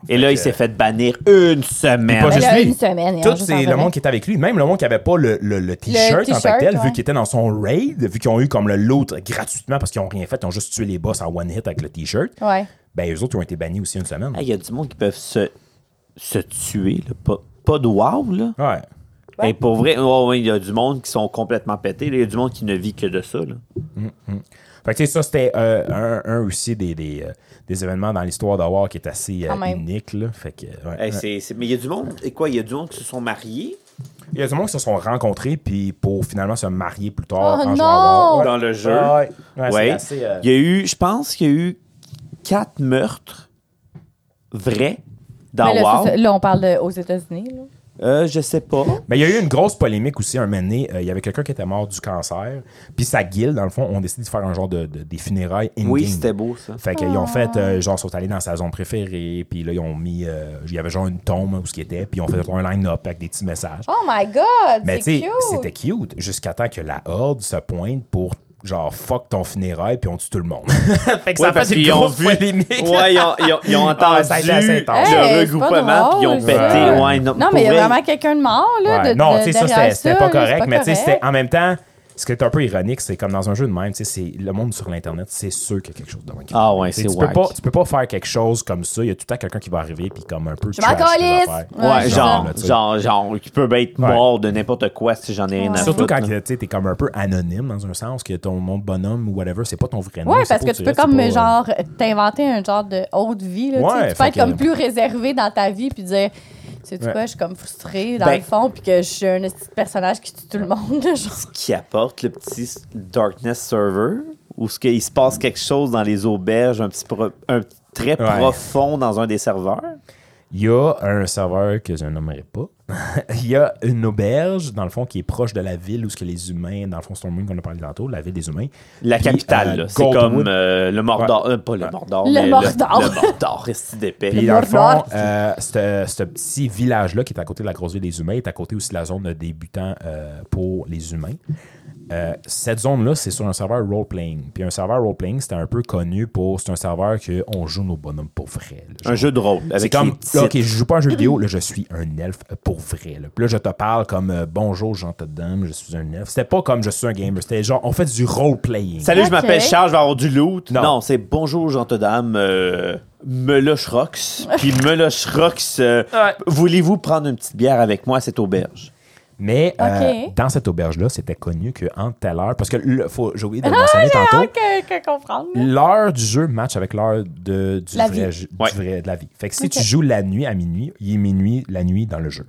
Speaker 2: Et là, il
Speaker 4: que-
Speaker 2: s'est Mhm. fait bannir une semaine.
Speaker 4: Pas
Speaker 3: Mais
Speaker 4: juste
Speaker 3: là,
Speaker 4: lui.
Speaker 3: une semaine. et on
Speaker 4: Tout
Speaker 3: juste en
Speaker 4: c'est le
Speaker 3: revenait.
Speaker 4: monde qui était avec lui, même le monde qui avait pas le, le- le t-shirt en tant
Speaker 3: t-shirt,
Speaker 4: que tel,
Speaker 3: ouais.
Speaker 4: vu qu'il était dans son raid, vu qu'ils ont eu comme le loot gratuitement parce qu'ils ont rien fait, ils ont juste tué les boss en one hit avec le t-shirt.
Speaker 3: Ouais.
Speaker 4: Ben, eux autres ils ont été bannis aussi une semaine.
Speaker 2: Hey, Ah, Il y a du monde qui peuvent se, se tuer, là. Pas, pas de wow, là.
Speaker 4: Ouais.
Speaker 2: Et pour vrai, ouais, ouais, il y a du monde qui sont complètement pétés. là. Il y a du monde qui ne vit que de ça, là.
Speaker 4: Fait que, tu sais, ça, c'était euh, un, un aussi des, des, euh, des événements dans l'histoire d'Awar qui est assez euh,
Speaker 3: Quand même.
Speaker 4: unique, là. Fait que, euh, ouais,
Speaker 2: Hey, c'est- c'est- Mais il y a du monde. Et quoi, il y a du monde qui se sont mariés
Speaker 4: Il y a du monde qui se sont rencontrés puis pour finalement se marier plus tard.
Speaker 3: Oh
Speaker 4: en
Speaker 3: non!
Speaker 4: jouant à War.
Speaker 2: dans le jeu.
Speaker 4: Ouais, ouais, c'est
Speaker 2: Ouais.
Speaker 4: assez, euh,
Speaker 2: Il y a eu, je pense qu'il y a eu quatre meurtres vrais
Speaker 4: Ah,
Speaker 2: dans
Speaker 3: Mais là,
Speaker 2: WoW.
Speaker 3: c'est ça. Là, on parle de- aux États-Unis. là.
Speaker 2: Euh, je sais pas.
Speaker 4: Mais il y a eu une grosse polémique aussi un moment donné. Euh, il y avait quelqu'un qui était mort du cancer. Puis sa guilde, dans le fond, ont décidé de faire un genre de, de- des funérailles in
Speaker 2: Oui, c'était beau ça.
Speaker 4: Fait qu'ils ont fait,
Speaker 3: Ah.
Speaker 4: euh, genre, sont allés dans sa zone préférée, puis là, ils ont mis, euh, il y avait genre une tombe où ce qui était, puis ils ont fait un line-up avec des petits messages.
Speaker 3: Oh my God!
Speaker 4: Mais tu
Speaker 3: c'est
Speaker 4: sais,
Speaker 3: cute!
Speaker 4: c'était cute, jusqu'à temps que la horde se pointe pour, genre, fuck ton funérail, puis on tue tout le monde. fait que
Speaker 2: Ouais,
Speaker 4: ça a
Speaker 2: parce
Speaker 4: fait une
Speaker 2: qu'ils ont
Speaker 4: grosse
Speaker 2: vu-
Speaker 4: polémique.
Speaker 2: Ouais, ils ont, ils ont- ils ont entendu
Speaker 4: Ah, ça a été assez intense.
Speaker 2: le
Speaker 3: Hey, c'est pas
Speaker 2: regroupement, puis ils ont
Speaker 3: drôle,
Speaker 2: pété.
Speaker 3: ça.
Speaker 2: Ouais, non,
Speaker 3: Non,
Speaker 2: pour
Speaker 3: mais il y a
Speaker 2: vrai,
Speaker 3: vraiment quelqu'un de mort, là.
Speaker 4: Ouais.
Speaker 3: de-
Speaker 4: non,
Speaker 3: de-
Speaker 4: tu sais, ça,
Speaker 3: derrière
Speaker 4: c'était- c'était
Speaker 3: là,
Speaker 4: pas
Speaker 3: c'est
Speaker 4: correct, mais tu sais, c'était-
Speaker 3: correct.
Speaker 4: en même temps, ce qui est un peu ironique, c'est comme dans un jeu de même, tu sais, c'est- le monde sur l'Internet, c'est sûr qu'il y a quelque chose de manqué.
Speaker 2: Ah ouais,
Speaker 4: Tu sais,
Speaker 2: c'est
Speaker 4: tu peux
Speaker 2: wack.
Speaker 4: pas Tu peux pas faire quelque chose comme ça, il y a tout le temps quelqu'un qui va arriver, puis comme un peu.
Speaker 3: Je m'en
Speaker 4: trash tes
Speaker 3: calisse!
Speaker 4: affaires.
Speaker 3: Ouais,
Speaker 2: Ouais,
Speaker 3: c'est
Speaker 2: genre,
Speaker 4: là, tu sais.
Speaker 2: genre, genre, tu peux être mort de n'importe quoi si j'en ai rien à foutre.
Speaker 4: Surtout quand
Speaker 2: là.
Speaker 4: tu sais, t'es comme un peu anonyme dans un sens, que ton nom de bonhomme ou whatever, c'est pas ton vrai nom.
Speaker 3: Ouais,
Speaker 4: c'est
Speaker 3: parce
Speaker 4: pas
Speaker 3: que
Speaker 4: où
Speaker 3: tu peux
Speaker 4: restes,
Speaker 3: comme,
Speaker 4: c'est pas, euh,
Speaker 3: genre, t'inventer un genre de haute vie, là. tu sais.
Speaker 4: Ouais,
Speaker 3: tu peux
Speaker 4: fait
Speaker 3: être comme
Speaker 4: que-
Speaker 3: plus réservé dans ta vie, puis dire. C'est
Speaker 4: Ouais.
Speaker 3: quoi, je suis comme frustrée dans
Speaker 4: Ben-
Speaker 3: le fond, puis que je suis un petit personnage qui tue tout le monde. là, genre.
Speaker 2: qui apporte le petit Darkness Server, où ce qu'il se passe quelque chose dans les auberges, un petit pro- un petit- très
Speaker 4: Ouais.
Speaker 2: profond dans un des serveurs.
Speaker 4: Il y a un serveur que je nommerai pas. Il y a une auberge, dans le fond, qui est proche de la ville où ce que les humains, dans le fond, Stormwind qu'on a parlé tantôt, la ville des humains.
Speaker 2: La
Speaker 4: Puis,
Speaker 2: capitale,
Speaker 4: euh,
Speaker 2: là, c'est
Speaker 4: Goldwood.
Speaker 2: comme euh, le Mordor, euh, pas le Mordor,
Speaker 3: Le
Speaker 2: mais
Speaker 3: Mordor.
Speaker 2: le, Mordor, reste d'épais.
Speaker 4: Puis
Speaker 3: Le
Speaker 4: dans le fond,
Speaker 3: Mordor.
Speaker 4: euh, ce ce petit village-là qui est à côté de la grosse ville des humains est à côté aussi de la zone de débutants euh, pour les humains. Euh, cette zone-là, c'est sur un serveur role-playing. Puis un serveur role-playing, c'était un peu connu pour. C'est un serveur qu'on joue nos bonhommes pour vrai. là.
Speaker 2: un jeu de rôle
Speaker 4: C'est
Speaker 2: avec
Speaker 4: comme,
Speaker 2: les
Speaker 4: là,
Speaker 2: titres.
Speaker 4: ok, je joue pas à un jeu vidéo, là, je suis un elfe pour vrai. Là. Puis là, je te parle comme euh, bonjour, Jean Tadam, je suis un elfe. C'était pas comme je suis un gamer, c'était genre, on fait du role-playing.
Speaker 2: Salut, je
Speaker 3: Ok.
Speaker 2: m'appelle Charles, je vais avoir du loot. Non,
Speaker 4: Non.
Speaker 2: c'est bonjour, Jean-Todame, euh, Meloche Rox. Puis Meloche Rox, euh, voulez-vous prendre une petite bière avec moi à cette auberge?
Speaker 4: Mais euh,
Speaker 3: Ok.
Speaker 4: dans cette auberge-là, c'était connu qu'en telle heure, parce que le- faut- j'ai oublié de
Speaker 3: Ah,
Speaker 4: le mentionner tantôt,
Speaker 3: Ok, ok, comprendre.
Speaker 4: l'heure du jeu match avec l'heure de, du,
Speaker 3: La
Speaker 4: vrai,
Speaker 3: vie.
Speaker 4: jeu- du
Speaker 2: Ouais.
Speaker 4: vrai- de la vie. Fait que si
Speaker 3: Ok.
Speaker 4: tu joues la nuit à minuit, il est minuit la nuit dans le jeu.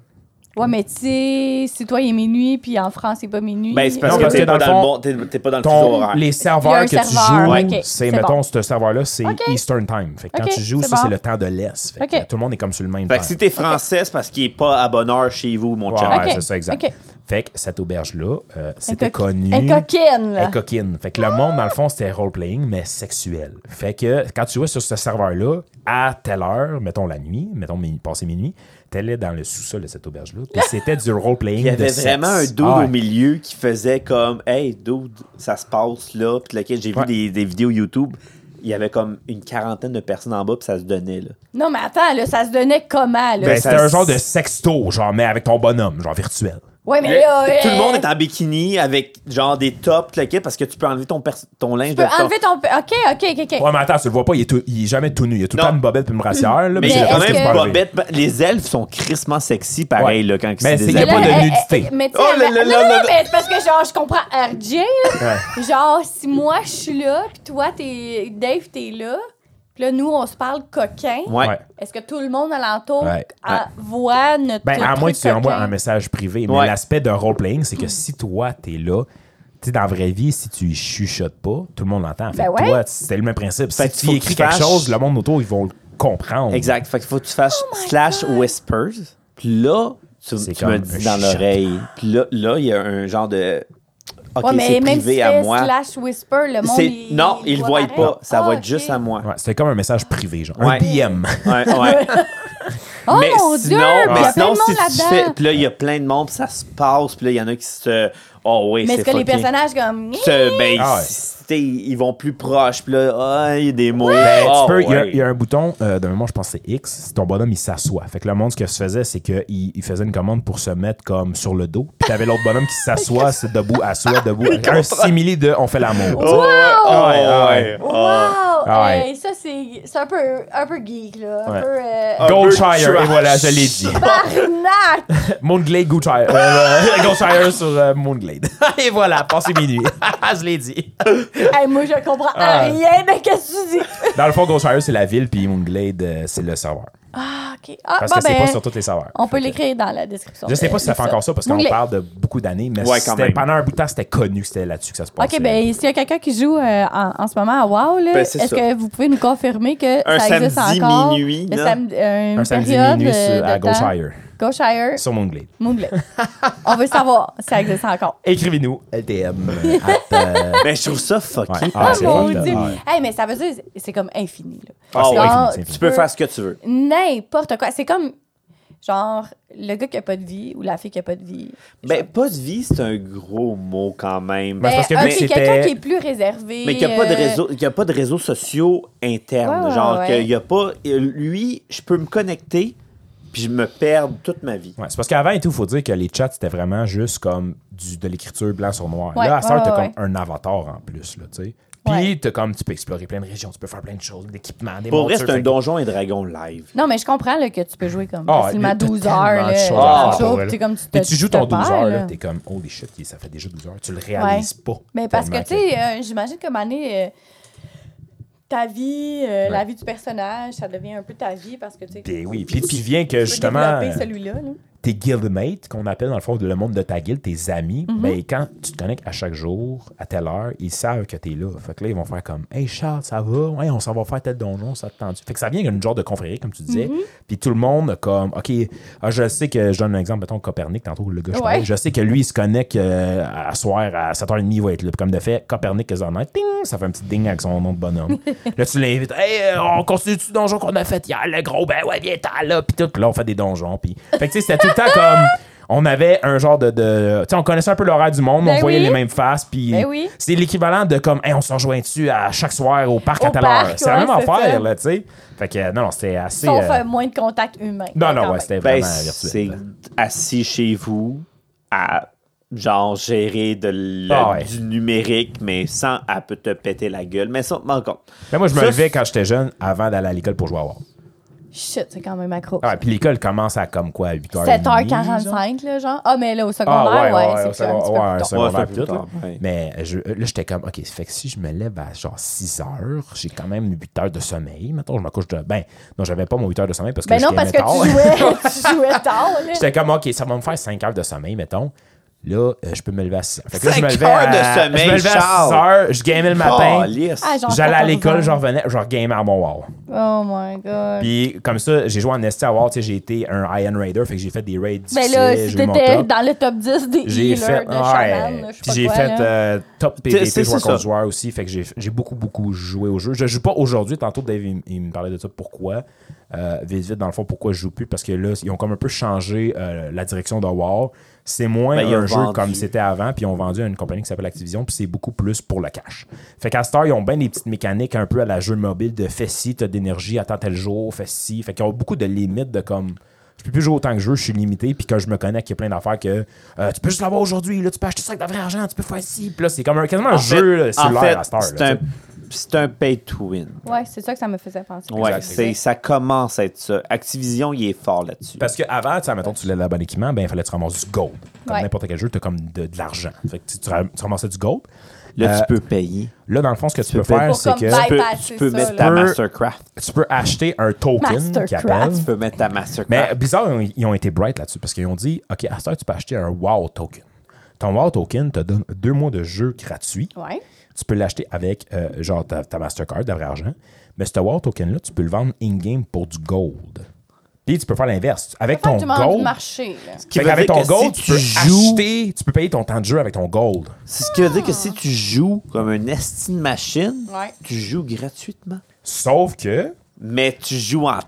Speaker 3: Ouais, mais tu sais, si toi, il est minuit, puis en France, c'est pas minuit.
Speaker 2: Ben, c'est parce
Speaker 4: Non,
Speaker 2: que
Speaker 4: parce
Speaker 2: t'es
Speaker 4: que
Speaker 2: pas,
Speaker 4: dans
Speaker 2: dans le
Speaker 4: le
Speaker 2: bon, t'es- t'es pas dans le fuseau
Speaker 4: Ton,
Speaker 2: horaire.
Speaker 3: Il y
Speaker 4: les
Speaker 3: a un
Speaker 4: serveurs que
Speaker 3: serveur,
Speaker 4: tu joues,
Speaker 3: ok,
Speaker 4: c'est,
Speaker 3: c'est
Speaker 4: mettons,
Speaker 3: bon.
Speaker 4: ce serveur-là, c'est
Speaker 3: Ok.
Speaker 4: Eastern Time. Fait que
Speaker 3: Ok,
Speaker 4: quand tu joues,
Speaker 3: c'est
Speaker 4: ça, c'est
Speaker 3: bon.
Speaker 4: le temps de l'Est. Fait que
Speaker 3: Ok.
Speaker 4: tout le monde est comme sur le même
Speaker 2: Fait
Speaker 4: temps.
Speaker 2: que si t'es français, c'est parce qu'il est pas à bonne heure chez vous, mon chum.
Speaker 4: Ouais,
Speaker 3: Ok,
Speaker 4: c'est ça, exact.
Speaker 3: ok.
Speaker 4: Fait que cette auberge-là, euh, c'était
Speaker 3: coqui-
Speaker 4: connu.
Speaker 3: un coquine, là.
Speaker 4: Un coquine. Fait que le monde, dans le fond, c'était role-playing, mais sexuel. Fait que quand tu vas sur ce serveur-là, à telle heure, mettons la nuit, mettons min- passé minuit, t'allais dans le sous-sol de cette auberge-là. Puis c'était du role-playing.
Speaker 2: Il y avait
Speaker 4: de sexe.
Speaker 2: vraiment un dude
Speaker 4: Ah ouais.
Speaker 2: au milieu qui faisait comme Hey, dude, ça se passe là. Puis lequel j'ai vu
Speaker 4: Ouais.
Speaker 2: des, des vidéos YouTube. Il y avait comme une quarantaine de personnes en bas, puis ça se donnait. Là.
Speaker 3: Non, mais attends, là, ça se donnait comment, là?
Speaker 4: Ben,
Speaker 2: ça-
Speaker 4: c'était un genre de sexto, genre, mais avec ton bonhomme, genre virtuel.
Speaker 3: ouais, mais là,
Speaker 2: Tout le
Speaker 3: euh,
Speaker 2: monde est en bikini avec genre des tops, puis lequel, parce que tu peux enlever ton, pers- ton linge
Speaker 3: Tu peux
Speaker 2: de
Speaker 3: enlever ton. Ok, ok, ok, ok.
Speaker 4: Ouais, mais attends, tu le vois pas, il est, tout- il est jamais tout nu. Il a tout le
Speaker 2: Non.
Speaker 4: temps une bobette puis une brassière. Là, mais
Speaker 2: Mais
Speaker 4: c'est
Speaker 2: c'est
Speaker 3: est-ce
Speaker 4: parce
Speaker 2: quand
Speaker 4: que
Speaker 2: même
Speaker 4: c'est pas
Speaker 2: pas
Speaker 4: arrivé.
Speaker 2: bête. ben, Les elfes sont crissement sexy, pareil,
Speaker 4: Ouais.
Speaker 2: là, quand ils
Speaker 4: Mais
Speaker 2: se
Speaker 4: c'est- il y a
Speaker 2: déshabillent.
Speaker 4: pas de
Speaker 3: eh, eh,
Speaker 4: nudité.
Speaker 3: eh, Mais tu sais,
Speaker 2: Oh là
Speaker 3: mais-
Speaker 2: là
Speaker 3: non,
Speaker 2: là
Speaker 3: non,
Speaker 2: là.
Speaker 3: mais c'est parce que genre, je comprends RJ. là. Genre, si moi je suis là, puis toi, t'es Dave, t'es là, Puis là, nous, on se parle coquin.
Speaker 2: Ouais.
Speaker 4: Ouais.
Speaker 3: Est-ce que tout le monde alentour
Speaker 4: Ouais.
Speaker 3: à- voit notre.
Speaker 4: Ben, à
Speaker 3: truc
Speaker 4: moins que tu
Speaker 3: coquin?
Speaker 4: envoies un message privé. Mais
Speaker 2: Ouais.
Speaker 4: l'aspect d'un role-playing, c'est que si toi, t'es là, tu sais, dans la vraie vie, si tu y chuchotes pas, tout le monde l'entend. Fait
Speaker 3: Ben
Speaker 4: que
Speaker 3: ouais.
Speaker 4: toi, c'est le même principe.
Speaker 2: Fait que
Speaker 4: si tu
Speaker 2: faut
Speaker 4: y
Speaker 2: que
Speaker 4: écris
Speaker 2: tu
Speaker 4: quelque
Speaker 2: fasses-
Speaker 4: chose, le monde autour, ils vont le comprendre.
Speaker 2: Exact. Fait qu'il faut que tu fasses
Speaker 3: Oh
Speaker 2: slash whispers. Puis là, tu,
Speaker 4: C'est
Speaker 2: tu me
Speaker 4: comme
Speaker 2: dis
Speaker 4: un
Speaker 2: dans
Speaker 4: chuchotement.
Speaker 2: l'oreille. Puis là, là, il y a un genre de. Ok,
Speaker 3: Ouais,
Speaker 2: c'est
Speaker 3: mais même si
Speaker 2: privé
Speaker 3: tu
Speaker 2: à
Speaker 3: fais
Speaker 2: moi.
Speaker 3: slash whisper, le monde.
Speaker 2: C'est- non, ils le voient
Speaker 3: voit pareil.
Speaker 2: pas. Ça
Speaker 3: Ah,
Speaker 2: va être juste
Speaker 3: ok.
Speaker 2: à moi.
Speaker 4: Ouais, c'était comme un message privé, genre
Speaker 2: Ouais.
Speaker 4: un DM.
Speaker 2: Ouais, ouais.
Speaker 3: Oh
Speaker 2: mais
Speaker 3: mon
Speaker 2: sinon,
Speaker 3: Dieu!
Speaker 2: mais
Speaker 3: il y
Speaker 2: sinon,
Speaker 3: a plein de
Speaker 2: si
Speaker 3: monde
Speaker 2: tu
Speaker 3: là-dedans.
Speaker 2: fais. Puis là, il y a plein de monde, puis ça se passe. Puis là, il y en a qui se. Oh oui,
Speaker 3: Mais
Speaker 2: c'est
Speaker 3: est-ce que les
Speaker 2: fucking-
Speaker 3: personnages, comme.
Speaker 2: se- ben,
Speaker 4: Ah ouais.
Speaker 2: si t'es- ils vont plus proches. Puis là, ah, il y a des mots.
Speaker 4: Ben,
Speaker 2: Oh,
Speaker 4: tu peux, il y a-
Speaker 2: ouais.
Speaker 4: il y, a un bouton, euh, d'un moment, je pense que c'est X, si ton bonhomme, il s'assoit. Fait que le monde, ce que se faisait, c'est qu'il il faisait une commande pour se mettre comme sur le dos. Puis t'avais l'autre bonhomme qui s'assoit, c'est debout, assoit, debout. un simili de on fait l'amour.
Speaker 2: Oh, ouais, oh,
Speaker 4: Ouais,
Speaker 2: ouais.
Speaker 3: Wow!
Speaker 4: Ah ouais.
Speaker 3: hey, ça, c'est c'est un peu, un peu geek, là. Un
Speaker 4: Ouais.
Speaker 3: peu. euh,
Speaker 4: Goldshire, et voilà, je l'ai dit.
Speaker 3: Barnac!
Speaker 4: Moonglade, Goldshire. Euh, euh, Goldshire sur euh, Moonglade. et voilà, passé minuit. je l'ai dit.
Speaker 3: Hey, moi, je comprends
Speaker 4: Ah.
Speaker 3: rien de ce que tu dis.
Speaker 4: Dans le fond, Goldshire, c'est la ville, puis Moonglade, euh, c'est le serveur.
Speaker 3: Ah, OK. Ah,
Speaker 4: Parce
Speaker 3: bon,
Speaker 4: que c'est
Speaker 3: ben,
Speaker 4: pas sur tous les serveurs.
Speaker 3: On peut
Speaker 4: Fait que-
Speaker 3: l'écrire dans la description.
Speaker 4: Je sais pas si ça fait encore ça parce qu'on
Speaker 3: Donc, les-
Speaker 4: parle de beaucoup d'années, mais
Speaker 2: Ouais, quand
Speaker 4: c'était-
Speaker 2: même.
Speaker 4: pendant un bout de temps, c'était connu que c'était là-dessus que ça se passait.
Speaker 3: OK, ben s'il y a quelqu'un qui joue euh, en, en ce moment à WoW, là,
Speaker 2: Ben, c'est
Speaker 3: est-ce
Speaker 2: ça.
Speaker 3: que vous pouvez nous confirmer que
Speaker 2: Un
Speaker 3: ça existe
Speaker 2: samedi
Speaker 3: encore?
Speaker 2: minuit,
Speaker 3: le
Speaker 2: là.
Speaker 3: samedi, euh, une
Speaker 4: un samedi
Speaker 3: période
Speaker 4: minuit
Speaker 3: euh,
Speaker 4: sur-
Speaker 3: de
Speaker 4: à
Speaker 3: temps.
Speaker 4: Goshire,
Speaker 3: Goshire,
Speaker 4: sur Moonglade.
Speaker 3: Moonglade. On veut savoir si ça existe encore.
Speaker 4: Écrivez-nous, LTM. euh, at, euh,
Speaker 2: Ben, je trouve ça fucké.
Speaker 4: Ouais.
Speaker 2: parce
Speaker 4: Ah,
Speaker 3: Oh
Speaker 4: c'est
Speaker 3: mon
Speaker 4: fucked up.
Speaker 3: Dieu!
Speaker 4: Ouais.
Speaker 3: Hey, mais ça veut dire c'est- c'est comme infini. Là.
Speaker 2: Ah
Speaker 4: c'est
Speaker 2: ouais.
Speaker 4: infini, c'est
Speaker 3: tu
Speaker 4: infini.
Speaker 2: Tu peux faire ce que tu veux.
Speaker 3: N'importe quoi. C'est comme, genre, le gars qui a pas de vie ou la fille qui a pas de vie.
Speaker 2: Ben, pas de vie, c'est un gros mot quand même.
Speaker 4: Ben, c'est parce que
Speaker 3: Ben,
Speaker 4: vu
Speaker 3: ok,
Speaker 4: que c'était-
Speaker 3: quelqu'un qui est plus réservé.
Speaker 2: mais qu'il n'y a, pas de
Speaker 3: euh,
Speaker 2: réseau- qu'il y a pas de réseaux sociaux internes.
Speaker 3: Ouais, ouais,
Speaker 2: genre,
Speaker 3: ouais.
Speaker 2: qu'il y a pas. euh, Lui, je peux me connecter, puis je me perds toute ma vie.
Speaker 4: ouais, c'est parce qu'avant et tout, il faut dire que les chats, c'était vraiment juste comme du, de l'écriture blanc sur noir.
Speaker 3: Ouais,
Speaker 4: là, à ce heure,
Speaker 3: ouais,
Speaker 4: t'as
Speaker 3: ouais,
Speaker 4: comme un avatar en plus, là, tu sais. Puis,
Speaker 3: Ouais.
Speaker 4: t'as comme, tu peux explorer plein de régions, tu peux faire plein de choses, l'équipement, des
Speaker 2: Pour vrai,
Speaker 4: montures,
Speaker 2: c'est un
Speaker 4: fait que-
Speaker 2: donjon et dragon live.
Speaker 3: Non, mais je comprends là, que tu peux jouer comme
Speaker 4: Ah,
Speaker 3: facilement
Speaker 4: t'as
Speaker 3: 12
Speaker 4: tellement
Speaker 3: heures.
Speaker 4: de
Speaker 3: Là,
Speaker 4: choses à
Speaker 3: par jour,
Speaker 4: faire pour
Speaker 3: puis
Speaker 4: elle.
Speaker 3: t'es comme tu te
Speaker 4: Puis tu joues ton
Speaker 3: te perds,
Speaker 4: 12 heures, là,
Speaker 3: là.
Speaker 4: t'es comme, holy shit, ça fait déjà 12 heures. Tu le réalises pas.
Speaker 3: Mais parce que,
Speaker 4: Tellement
Speaker 3: tu sais, euh, j'imagine que Mané, euh, ta vie, euh, la vie du personnage, ça devient un peu ta vie parce que, tu sais, tu
Speaker 4: Ben oui, puis tu viens que
Speaker 3: peux
Speaker 4: justement.
Speaker 3: développer celui-là. là.
Speaker 4: tes guildmates, qu'on appelle dans le fond le monde de ta guilde, tes amis, ben, quand tu te connectes à chaque jour, à telle heure, ils savent que t'es là. Fait que là, ils vont faire comme Hey Charles, ça va? Hey, on s'en va faire tel donjon, ça te tente. Fait que ça vient d'une genre de confrérie, comme tu disais. Puis tout le monde, comme, OK, ah, je sais que, je donne un exemple, mettons Copernic, tantôt le gars, je
Speaker 3: Ouais.
Speaker 4: parlais, je sais que lui, il se connecte euh, à soir, à 7h30, il va être là. Puis comme de fait, Copernic is on night. Ting! ça fait un petit ding avec son nom de bonhomme. là, tu l'invites. Hey, euh, on continue-tu le donjon qu'on a fait hier, le gros? Ben ouais, viens, t'as là. Puis tout. Puis là, on fait des donjons. Puis. Fait que, tu sais, c'était tout le temps comme. On avait un genre de. de- tu sais, on connaissait un peu l'horaire du monde,
Speaker 3: Ben
Speaker 4: on voyait
Speaker 3: oui.
Speaker 4: les mêmes faces. Puis.
Speaker 3: Ben oui.
Speaker 4: C'est l'équivalent de comme, hey, on s'en joint dessus à chaque soir au parc
Speaker 3: Au
Speaker 4: à telle
Speaker 3: parc,
Speaker 4: heure. C'est la
Speaker 3: ouais,
Speaker 4: même
Speaker 3: c'est ça.
Speaker 4: affaire, là, tu sais. Fait que, euh, non, non, c'était assez.
Speaker 3: Sauf
Speaker 4: euh,
Speaker 3: euh, moins de contact humain.
Speaker 4: non,
Speaker 3: quand
Speaker 4: non, ouais,
Speaker 3: même.
Speaker 4: c'était
Speaker 2: Ben,
Speaker 4: vraiment
Speaker 2: c'est
Speaker 4: virtuel.
Speaker 2: assis chez vous à genre gérer de le-
Speaker 4: Ah ouais.
Speaker 2: du numérique, mais sans à peut te péter la gueule. Mais ça, encore.
Speaker 4: Mais Ben, moi, je me
Speaker 2: Ça,
Speaker 4: levais quand j'étais jeune avant d'aller à l'école pour jouer à War.
Speaker 3: Shit, c'est quand même accro.
Speaker 4: Ah, puis l'école commence à comme quoi, à 8h30.
Speaker 3: 7h45, là, genre. Ah, mais là, au secondaire,
Speaker 4: Ah, ouais,
Speaker 3: ouais,
Speaker 4: ouais,
Speaker 3: c'est
Speaker 4: au
Speaker 3: plus- un petit peu
Speaker 4: secondaire, ouais,
Speaker 3: plus
Speaker 4: au
Speaker 3: tard.
Speaker 4: secondaire.
Speaker 2: Ouais, c'est
Speaker 4: puis
Speaker 2: plus
Speaker 4: tout,
Speaker 2: tard,
Speaker 4: là.
Speaker 2: ouais.
Speaker 4: Mais je, là, j'étais comme, OK, fait que si je me lève à genre 6 heures, j'ai quand même 8 heures de sommeil. Maintenant, je me couche de. Ben, non, j'avais pas mon 8 heures de sommeil parce que
Speaker 3: Ben
Speaker 4: je
Speaker 3: non, parce
Speaker 4: gagnais
Speaker 3: que
Speaker 4: tard.
Speaker 3: tu jouais, tu jouais tard, là.
Speaker 4: J'étais comme, OK, ça va me faire 5 heures de sommeil, mettons. Là, euh, je peux me lever à 6 heures. Fait que là, je me
Speaker 2: Cinq
Speaker 4: levais
Speaker 2: heures
Speaker 4: à-
Speaker 2: de sommeil,
Speaker 4: Je me levais à
Speaker 2: Charles.
Speaker 4: 6 heures, je gamais le matin.
Speaker 2: Calisse.
Speaker 3: Ah, genre
Speaker 4: J'allais à
Speaker 3: 14
Speaker 4: l'école,
Speaker 3: heures.
Speaker 4: je revenais, je regamais à mon wow.
Speaker 3: Oh my God.
Speaker 4: Puis comme ça, j'ai joué en ST à WoW, tu sais, j'ai été un high-end raider, fait que j'ai fait des raids
Speaker 3: Ben
Speaker 4: difficiles,
Speaker 3: là,
Speaker 4: j'ai
Speaker 3: si
Speaker 4: eu mon
Speaker 3: t'étais
Speaker 4: top.
Speaker 3: dans le top 10 des
Speaker 4: J'ai
Speaker 3: healers
Speaker 4: fait,
Speaker 3: de
Speaker 4: ouais.
Speaker 3: shaman, là, je sais
Speaker 4: Puis
Speaker 3: pas
Speaker 4: j'ai
Speaker 3: quoi,
Speaker 4: fait
Speaker 3: là.
Speaker 4: euh, top
Speaker 2: C'est- c'est
Speaker 4: PvP joueur contre
Speaker 2: ça.
Speaker 4: joueur aussi. Fait que j'ai j'ai beaucoup, beaucoup joué au jeu. Je joue pas aujourd'hui. Tantôt, Dave, il, m- il me parlait de ça. Pourquoi Euh, Vite, vite, dans le fond, pourquoi je joue plus Parce que là, ils ont comme un peu changé euh, la direction de War. C'est moins
Speaker 2: Ben, ils
Speaker 4: un
Speaker 2: ont
Speaker 4: jeu
Speaker 2: vendu.
Speaker 4: comme c'était avant, puis ils ont vendu à une compagnie qui s'appelle Activision, puis c'est beaucoup plus pour le cash. Fait qu'à Star, ils ont bien des petites mécaniques un peu à la jeu mobile de fais ci, t'as d'énergie, attends tel jour, fais ci. Fait qu'ils ont beaucoup de limites de comme je peux plus jouer autant que je veux, je suis limité, puis quand je me connecte, il y a plein d'affaires que euh, tu peux juste l'avoir aujourd'hui, là, tu peux acheter ça avec de vrai argent, tu peux faire ci, puis là, c'est comme un, quasiment un
Speaker 2: En fait-
Speaker 4: jeu là,
Speaker 2: en
Speaker 4: cellulaire
Speaker 2: fait,
Speaker 4: à Star.
Speaker 2: c'est un- c'est un pay to win.
Speaker 3: Ouais, c'est ça que ça me faisait penser.
Speaker 2: Ouais,
Speaker 3: Exact.
Speaker 2: c'est- ça commence à être ça. Activision, il est fort là-dessus.
Speaker 4: Parce qu'avant, tu sais, mettons, tu voulais le bon équipement, ben, il fallait que tu ramasses du gold. Comme
Speaker 3: Ouais.
Speaker 4: n'importe quel jeu, tu as comme de, de l'argent. Fait que tu, tu ram- tu ramassais du gold.
Speaker 2: Là,
Speaker 4: Euh,
Speaker 2: tu peux payer.
Speaker 4: Là, dans le fond, ce que tu
Speaker 2: Tu
Speaker 4: peux
Speaker 2: peux-
Speaker 4: faire,
Speaker 3: Pour
Speaker 4: c'est
Speaker 3: comme
Speaker 4: que
Speaker 3: bypasser
Speaker 2: Tu peux,
Speaker 3: ça,
Speaker 2: tu peux mettre
Speaker 3: là.
Speaker 2: ta
Speaker 4: là.
Speaker 2: Mastercraft.
Speaker 4: tu peux acheter un token
Speaker 3: Mastercraft.
Speaker 4: qui appelle.
Speaker 2: Tu peux mettre ta Mastercraft.
Speaker 4: Mais bizarre, ils ont- ils ont été bright là-dessus parce qu'ils ont dit OK, à cette heure, tu peux acheter un WoW token. Ton WoW token te donne deux mois de jeu gratuit.
Speaker 3: Ouais.
Speaker 4: Tu peux l'acheter avec euh, genre ta, ta Mastercard, de vrai argent. Mais ce WoW token-là, tu peux le vendre in-game pour du gold. Puis tu peux faire l'inverse. Avec
Speaker 3: Faire
Speaker 4: ton
Speaker 3: du monde du
Speaker 4: gold.
Speaker 3: marché. là.
Speaker 2: Qui
Speaker 4: Fait
Speaker 2: veut
Speaker 4: qu'avec
Speaker 2: dire
Speaker 4: ton
Speaker 2: que
Speaker 4: gold,
Speaker 2: si
Speaker 4: tu peux
Speaker 2: tu joues-
Speaker 4: acheter, tu peux payer ton temps de jeu avec ton gold.
Speaker 2: C'est ce qui veut dire
Speaker 4: Ah.
Speaker 2: que si tu joues comme une estime machine,
Speaker 3: Ouais.
Speaker 2: tu joues gratuitement.
Speaker 4: Sauf que
Speaker 2: Mais tu joues en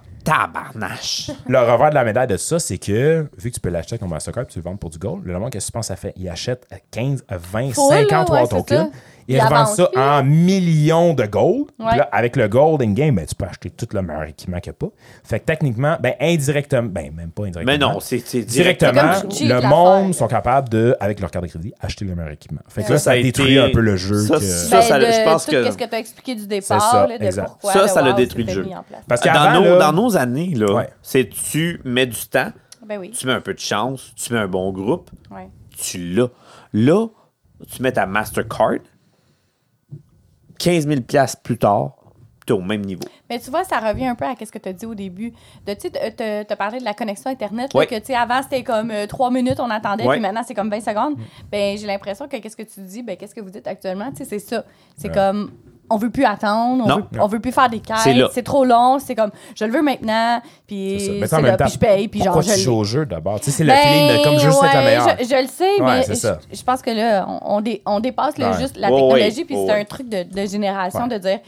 Speaker 2: tabarnache.
Speaker 4: le revers de la médaille de ça, c'est que vu que tu peux l'acheter avec ton Mastercard puis tu le vends pour du gold, le moment qu'est-ce que tu penses ça fait? Il achète 15, 20,
Speaker 3: Full, là,
Speaker 4: 50
Speaker 3: ouais,
Speaker 4: War
Speaker 3: c'est
Speaker 4: tokens.
Speaker 3: ça.
Speaker 4: Il
Speaker 3: Il
Speaker 4: revend
Speaker 3: avance,
Speaker 4: ça
Speaker 3: puis-
Speaker 4: en millions de gold. Puis
Speaker 3: Ouais.
Speaker 4: là, avec le gold in-game, ben, tu peux acheter tout le meilleur équipement qu'il n'y a pas. Fait que techniquement, ben, indirectement, ben, même pas indirectement.
Speaker 2: Mais non, c'est c'est
Speaker 4: Directement,
Speaker 3: C'est comme cheap,
Speaker 4: le
Speaker 3: l'affaire.
Speaker 4: monde sont capables de, avec leur carte de crédit, acheter le meilleur équipement. Fait que là, ça,
Speaker 2: Ça a
Speaker 4: détruit
Speaker 2: été-
Speaker 4: un peu le jeu.
Speaker 2: ça,
Speaker 4: que-
Speaker 2: c'est- Ça, ça,
Speaker 3: Ben, de
Speaker 2: je pense
Speaker 3: tout
Speaker 2: que-
Speaker 3: ce que tu as expliqué du
Speaker 4: C'est
Speaker 3: départ,
Speaker 4: ça,
Speaker 3: là, de
Speaker 4: exact.
Speaker 3: pourquoi
Speaker 2: Ça, ça
Speaker 3: le
Speaker 2: le
Speaker 3: wow
Speaker 2: détruit le
Speaker 3: s'était
Speaker 2: jeu.
Speaker 3: mis en place.
Speaker 4: Parce qu'avant,
Speaker 2: Dans nos,
Speaker 4: là-
Speaker 2: dans nos années, là,
Speaker 4: Ouais.
Speaker 2: c'est tu mets du temps,
Speaker 3: Ben oui.
Speaker 2: tu mets un peu de chance, tu mets un bon groupe,
Speaker 3: Ouais.
Speaker 2: tu l'as. Là, tu mets ta Mastercard, 15 000 piastres plus tard, tu es au même niveau.
Speaker 3: Mais tu vois, ça revient un peu à ce que tu as dit au début. Tu sais, tu as parlé de la connexion Internet, là,
Speaker 2: Ouais.
Speaker 3: que tu sais, avant, c'était comme euh, trois minutes, on attendait,
Speaker 2: Ouais.
Speaker 3: puis maintenant, c'est comme 20
Speaker 4: Mm.
Speaker 3: secondes. Ben, j'ai l'impression que qu'est-ce que tu dis, ben, qu'est-ce que vous dites actuellement, tu sais, c'est ça. C'est
Speaker 4: Ouais.
Speaker 3: comme, on veut plus attendre, on
Speaker 2: Non.
Speaker 3: veut, on veut plus faire des
Speaker 2: C'est là.
Speaker 3: quêtes, c'est trop long, c'est comme, je le veux maintenant, puis
Speaker 4: C'est ça.
Speaker 3: c'est
Speaker 4: Mais en
Speaker 3: là,
Speaker 4: même temps,
Speaker 3: puis je paye, puis genre,
Speaker 4: pourquoi
Speaker 3: je
Speaker 4: tu
Speaker 3: l'ai.
Speaker 4: joues au jeu d'abord? Tu sais, c'est le
Speaker 3: Ben,
Speaker 4: feeling de comme je veux juste être la
Speaker 3: ouais,
Speaker 4: meilleure.
Speaker 3: Je, je le sais,
Speaker 4: Ouais,
Speaker 3: mais
Speaker 4: c'est ça.
Speaker 3: je, je pense que là, on, on dé- on dépasse le
Speaker 4: Ouais.
Speaker 3: juste la
Speaker 2: Ouais,
Speaker 3: technologie,
Speaker 2: ouais,
Speaker 3: puis
Speaker 2: ouais,
Speaker 3: c'est
Speaker 2: ouais.
Speaker 3: un truc de, de génération
Speaker 4: Ouais.
Speaker 3: de dire,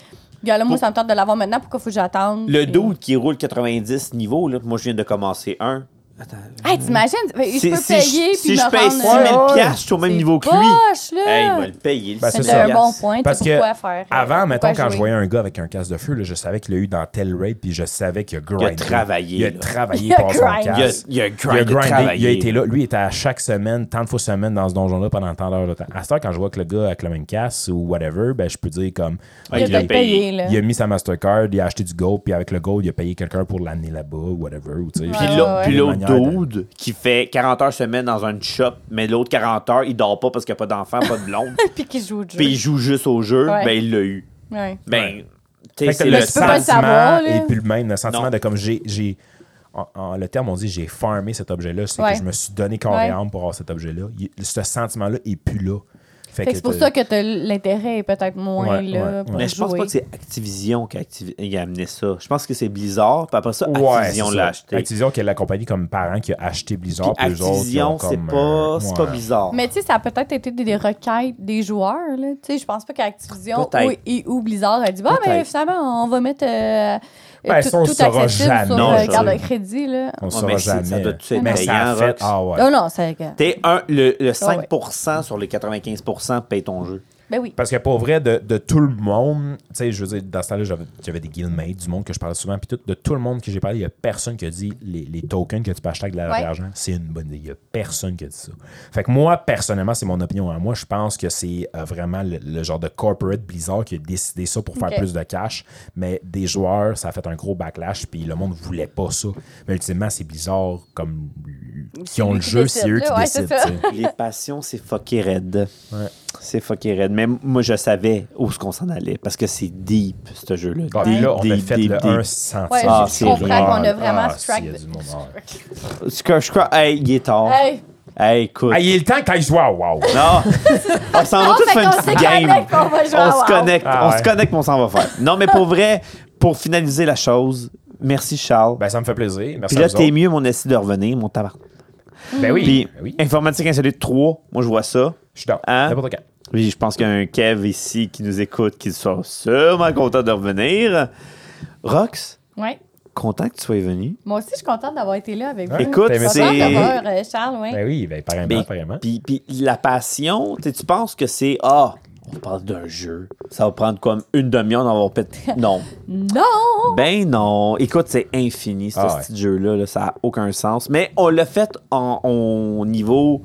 Speaker 3: gars, là, moi, ça me tente de l'avoir maintenant, pourquoi faut que j'attende?
Speaker 2: Le
Speaker 3: Puis-
Speaker 2: dude qui roule 90 niveaux, là, moi je viens de commencer un. Attends.
Speaker 3: Hey, t'imagines? Fait- Je
Speaker 2: Si-
Speaker 3: peux
Speaker 2: si
Speaker 3: payer, puis
Speaker 2: si
Speaker 3: me
Speaker 2: je paye
Speaker 3: rendre-
Speaker 2: 6 000
Speaker 4: Ouais, ouais.
Speaker 2: piastres, je suis au même
Speaker 3: C'est
Speaker 2: niveau que lui.
Speaker 3: poche, là.
Speaker 2: Hey, il va le payer. le
Speaker 4: Ben,
Speaker 2: 6
Speaker 4: c'est
Speaker 3: C'est
Speaker 2: 000
Speaker 4: ça.
Speaker 3: un bon
Speaker 2: piastres.
Speaker 3: point, t'as
Speaker 4: Parce
Speaker 3: pourquoi
Speaker 4: que
Speaker 3: faire. euh,
Speaker 4: avant, mettons,
Speaker 3: Pourquoi
Speaker 4: quand je
Speaker 3: jouer?
Speaker 4: voyais un gars avec un casque de feu, là, je savais qu'il l'a eu dans tel raid, puis je savais qu'il a grindé.
Speaker 2: travaillé,
Speaker 4: Il a
Speaker 2: là.
Speaker 4: travaillé
Speaker 3: Il a
Speaker 4: pour son
Speaker 3: grindé.
Speaker 2: Il a,
Speaker 4: casque.
Speaker 2: il a
Speaker 4: Il a
Speaker 2: grindé,
Speaker 4: grindé, il a
Speaker 2: travaillé.
Speaker 4: été là. Lui, il était à chaque semaine, tant de fois semaine dans ce donjon-là pendant tant d'heures de temps. À cette heure, quand je vois que le gars avec le même casque ou whatever, ben, je peux dire comme.
Speaker 2: Ouais,
Speaker 3: Il a
Speaker 4: ok,
Speaker 2: Ah, l'a
Speaker 3: peut-être payé, là.
Speaker 4: il a mis sa Mastercard, il a acheté du gold, puis avec le gold, il a payé quelqu'un pour l'amener là-bas, whatever. ou tu sais.
Speaker 2: Puis
Speaker 3: Ouais,
Speaker 2: là-
Speaker 3: Ah, ouais,
Speaker 2: puis
Speaker 4: ouais.
Speaker 2: l'autre
Speaker 4: Manière de-
Speaker 2: dude qui fait 40 heures semaine dans un shop, mais l'autre 40 heures, il dort pas parce qu'il n'y a pas d'enfant, pas de blonde.
Speaker 3: Puis qui joue au jeu.
Speaker 2: puis il joue juste au jeu,
Speaker 3: Ouais.
Speaker 2: ben il l'a eu.
Speaker 3: Ouais.
Speaker 2: Ben, tu
Speaker 4: Fait
Speaker 2: sais,
Speaker 4: que t'as
Speaker 2: c'est
Speaker 4: le
Speaker 2: le
Speaker 3: tu peux pas le
Speaker 2: sens.
Speaker 4: sentiment
Speaker 3: savoir, là.
Speaker 4: et puis le même le sentiment
Speaker 2: Non.
Speaker 4: de comme j'ai j'ai en, en- le terme on dit j'ai farmé cet objet là c'est
Speaker 3: Ouais.
Speaker 4: que je me suis donné corps
Speaker 3: Ouais.
Speaker 4: et âme pour avoir cet objet là ce sentiment là est plus là fait,
Speaker 3: Fait que c'est pour
Speaker 4: t'as-
Speaker 3: ça que t'as l'intérêt est peut-être moins
Speaker 4: Ouais,
Speaker 3: là.
Speaker 4: ouais,
Speaker 3: pour
Speaker 2: Mais je pense
Speaker 3: jouer.
Speaker 2: pas que c'est Activision qui a, activi- qui a amené ça. Je pense que c'est Blizzard, puis après ça,
Speaker 4: Ouais,
Speaker 2: Activision
Speaker 4: c'est
Speaker 2: l'a
Speaker 4: ça.
Speaker 2: acheté.
Speaker 4: Activision qui est la compagnie comme parent qui a acheté Blizzard
Speaker 2: Puis
Speaker 4: puis eux autres ils ont
Speaker 2: Activision, c'est
Speaker 4: comme,
Speaker 2: pas,
Speaker 4: euh,
Speaker 2: c'est pas
Speaker 4: ouais.
Speaker 2: bizarre.
Speaker 3: Mais tu sais, ça a peut-être été des, des requêtes des joueurs. Là. Tu sais, je pense pas qu'Activision ou,
Speaker 2: Peut-être.
Speaker 3: et- ou Blizzard a dit bah, mais
Speaker 2: Peut-être.
Speaker 3: finalement, on va mettre euh,
Speaker 4: Ben, ça, on le saura jamais,
Speaker 3: sur
Speaker 2: non,
Speaker 3: euh,
Speaker 2: je
Speaker 3: carte
Speaker 2: sais.
Speaker 3: de crédit. Là. Oh,
Speaker 4: on le
Speaker 2: Ouais,
Speaker 4: saura
Speaker 2: mais c'est-
Speaker 4: jamais
Speaker 2: ça doit tout être
Speaker 4: mais ça a
Speaker 2: payant,
Speaker 4: fait
Speaker 2: Rox.
Speaker 4: ah ouais
Speaker 3: Non, non, c'est.
Speaker 2: T'es un, le, le
Speaker 3: Ah ouais.
Speaker 2: 5 sur les 95 paye ton jeu.
Speaker 3: Ben oui.
Speaker 4: Parce que pour vrai, de, de tout le monde, tu sais, je veux dire, dans ce temps-là, j'avais- j'avais des guildmates, du monde que je parlais souvent, puis tout, de tout le monde que j'ai parlé, il n'y a personne qui a dit les, les tokens que tu peux acheter avec de la-
Speaker 3: Ouais.
Speaker 4: l'argent, c'est une bonne idée. Il n'y a personne qui a dit ça. Fait que moi, personnellement, c'est mon opinion à moi, je pense que c'est euh, vraiment le, le genre de corporate Blizzard qui a décidé ça pour faire
Speaker 3: Ok.
Speaker 4: plus de cash, mais des joueurs, ça a fait un gros backlash, puis le monde voulait pas ça. Mais ultimement, c'est Blizzard comme qui
Speaker 3: C'est
Speaker 4: ont
Speaker 3: lui
Speaker 4: le
Speaker 3: qui
Speaker 4: jeu,
Speaker 3: décide,
Speaker 4: c'est eux
Speaker 3: là,
Speaker 4: qui
Speaker 3: ouais, c'est
Speaker 4: décident.
Speaker 3: ça.
Speaker 4: tu sais.
Speaker 2: Les passions, c'est fucké raide.
Speaker 4: Ouais.
Speaker 2: C'est fucké raide. Mais moi, je savais où ce qu'on s'en allait parce que c'est deep, ce jeu-là.
Speaker 4: Ah,
Speaker 2: Deep,
Speaker 4: puis là, on a
Speaker 2: deep,
Speaker 4: fait
Speaker 2: deep,
Speaker 4: le
Speaker 2: deep.
Speaker 4: 1 sans
Speaker 3: Ouais,
Speaker 2: Ah,
Speaker 3: je
Speaker 2: c'est
Speaker 3: comprends qu'on a
Speaker 4: horrible.
Speaker 3: vraiment
Speaker 4: Ah,
Speaker 3: strike.
Speaker 4: s'il y a du monde, ah.
Speaker 2: Je crois, je crois- hey, il est tard. Hey,
Speaker 3: Hey!
Speaker 2: écoute.
Speaker 4: Ah, il est le temps que t'ailles jouer à WoW.
Speaker 2: Non, on s'en va
Speaker 3: Ah,
Speaker 2: tous
Speaker 3: fait
Speaker 2: faire une
Speaker 3: qu'on
Speaker 2: petite
Speaker 3: se
Speaker 2: game.
Speaker 3: connecte, on va jouer à
Speaker 2: On se
Speaker 3: WoW.
Speaker 2: connecte,
Speaker 4: Ah
Speaker 2: on
Speaker 4: ouais.
Speaker 2: se connecte, mais on s'en va faire. Non, mais pour vrai, pour finaliser la chose, merci Charles.
Speaker 4: Ben, ça me fait plaisir.
Speaker 2: Puis
Speaker 4: Merci
Speaker 2: là,
Speaker 4: à vous
Speaker 2: t'es
Speaker 4: autres.
Speaker 2: mieux, mon esti de revenir, mon tabac.
Speaker 4: Ben oui.
Speaker 2: Puis,
Speaker 4: ben oui.
Speaker 2: informatique insolite 3, moi, je vois ça.
Speaker 4: Je suis down.
Speaker 2: Hein?
Speaker 4: N'importe quand.
Speaker 2: Puis je pense qu'il y a un Kev ici qui nous écoute, qui sera sûrement content de revenir. Rox,
Speaker 3: Ouais.
Speaker 2: content que tu sois venu.
Speaker 3: Moi aussi, je suis contente d'avoir été là avec vous.
Speaker 4: Ouais,
Speaker 2: Écoute,
Speaker 4: t'as aimé
Speaker 3: Je
Speaker 4: ça?
Speaker 3: suis
Speaker 2: c'est-
Speaker 3: contente d'avoir euh, Charles, oui.
Speaker 4: Ben oui, ben, pareillement,
Speaker 2: Ben,
Speaker 4: pareillement.
Speaker 2: Puis, puis la passion, tu sais, tu penses que c'est Ah, on parle d'un jeu. Ça va prendre comme une demi-heure d'en avoir pété. Non.
Speaker 3: Non!
Speaker 2: Ben non. Écoute, c'est infini, ce
Speaker 4: Ah ouais.
Speaker 2: petit jeu-là. là. ça n'a aucun sens. Mais on l'a fait en, au niveau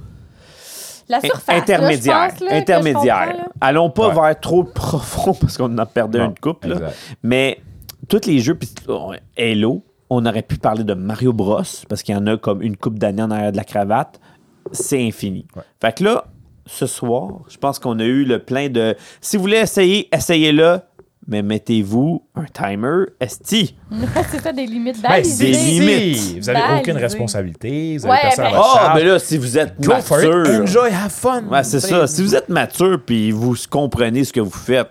Speaker 3: La
Speaker 2: in-
Speaker 3: surface. là, je
Speaker 2: intermédiaire.
Speaker 3: pense, là, que je
Speaker 2: intermédiaire.
Speaker 3: comprends, là.
Speaker 2: Allons pas
Speaker 4: Ouais.
Speaker 2: vers trop profond parce qu'on en a perdu
Speaker 4: Non,
Speaker 2: une coupe. là.
Speaker 4: exact.
Speaker 2: Mais tous les jeux, puis oh, Halo, on aurait pu parler de Mario Bros parce qu'il y en a comme une coupe d'années en arrière de la cravate. C'est infini. Fait que là, ce soir. Je pense qu'on a eu le plein de. Si vous voulez essayer, essayez-le. Mais mettez-vous un timer esti.
Speaker 3: c'est ça, des limites
Speaker 4: Ben,
Speaker 2: des
Speaker 4: c'est
Speaker 3: balisées.
Speaker 2: limites.
Speaker 4: easy. Vous n'avez aucune
Speaker 3: Balisé.
Speaker 4: responsabilité. Vous
Speaker 3: Ouais,
Speaker 4: avez personne à
Speaker 3: ben-
Speaker 4: votre
Speaker 2: Ah,
Speaker 4: charge.
Speaker 2: mais là, si vous êtes
Speaker 4: Go for it.
Speaker 2: mature.
Speaker 4: Enjoy, have fun.
Speaker 2: Ouais, c'est ça. Si vous êtes mature puis vous comprenez ce que vous faites,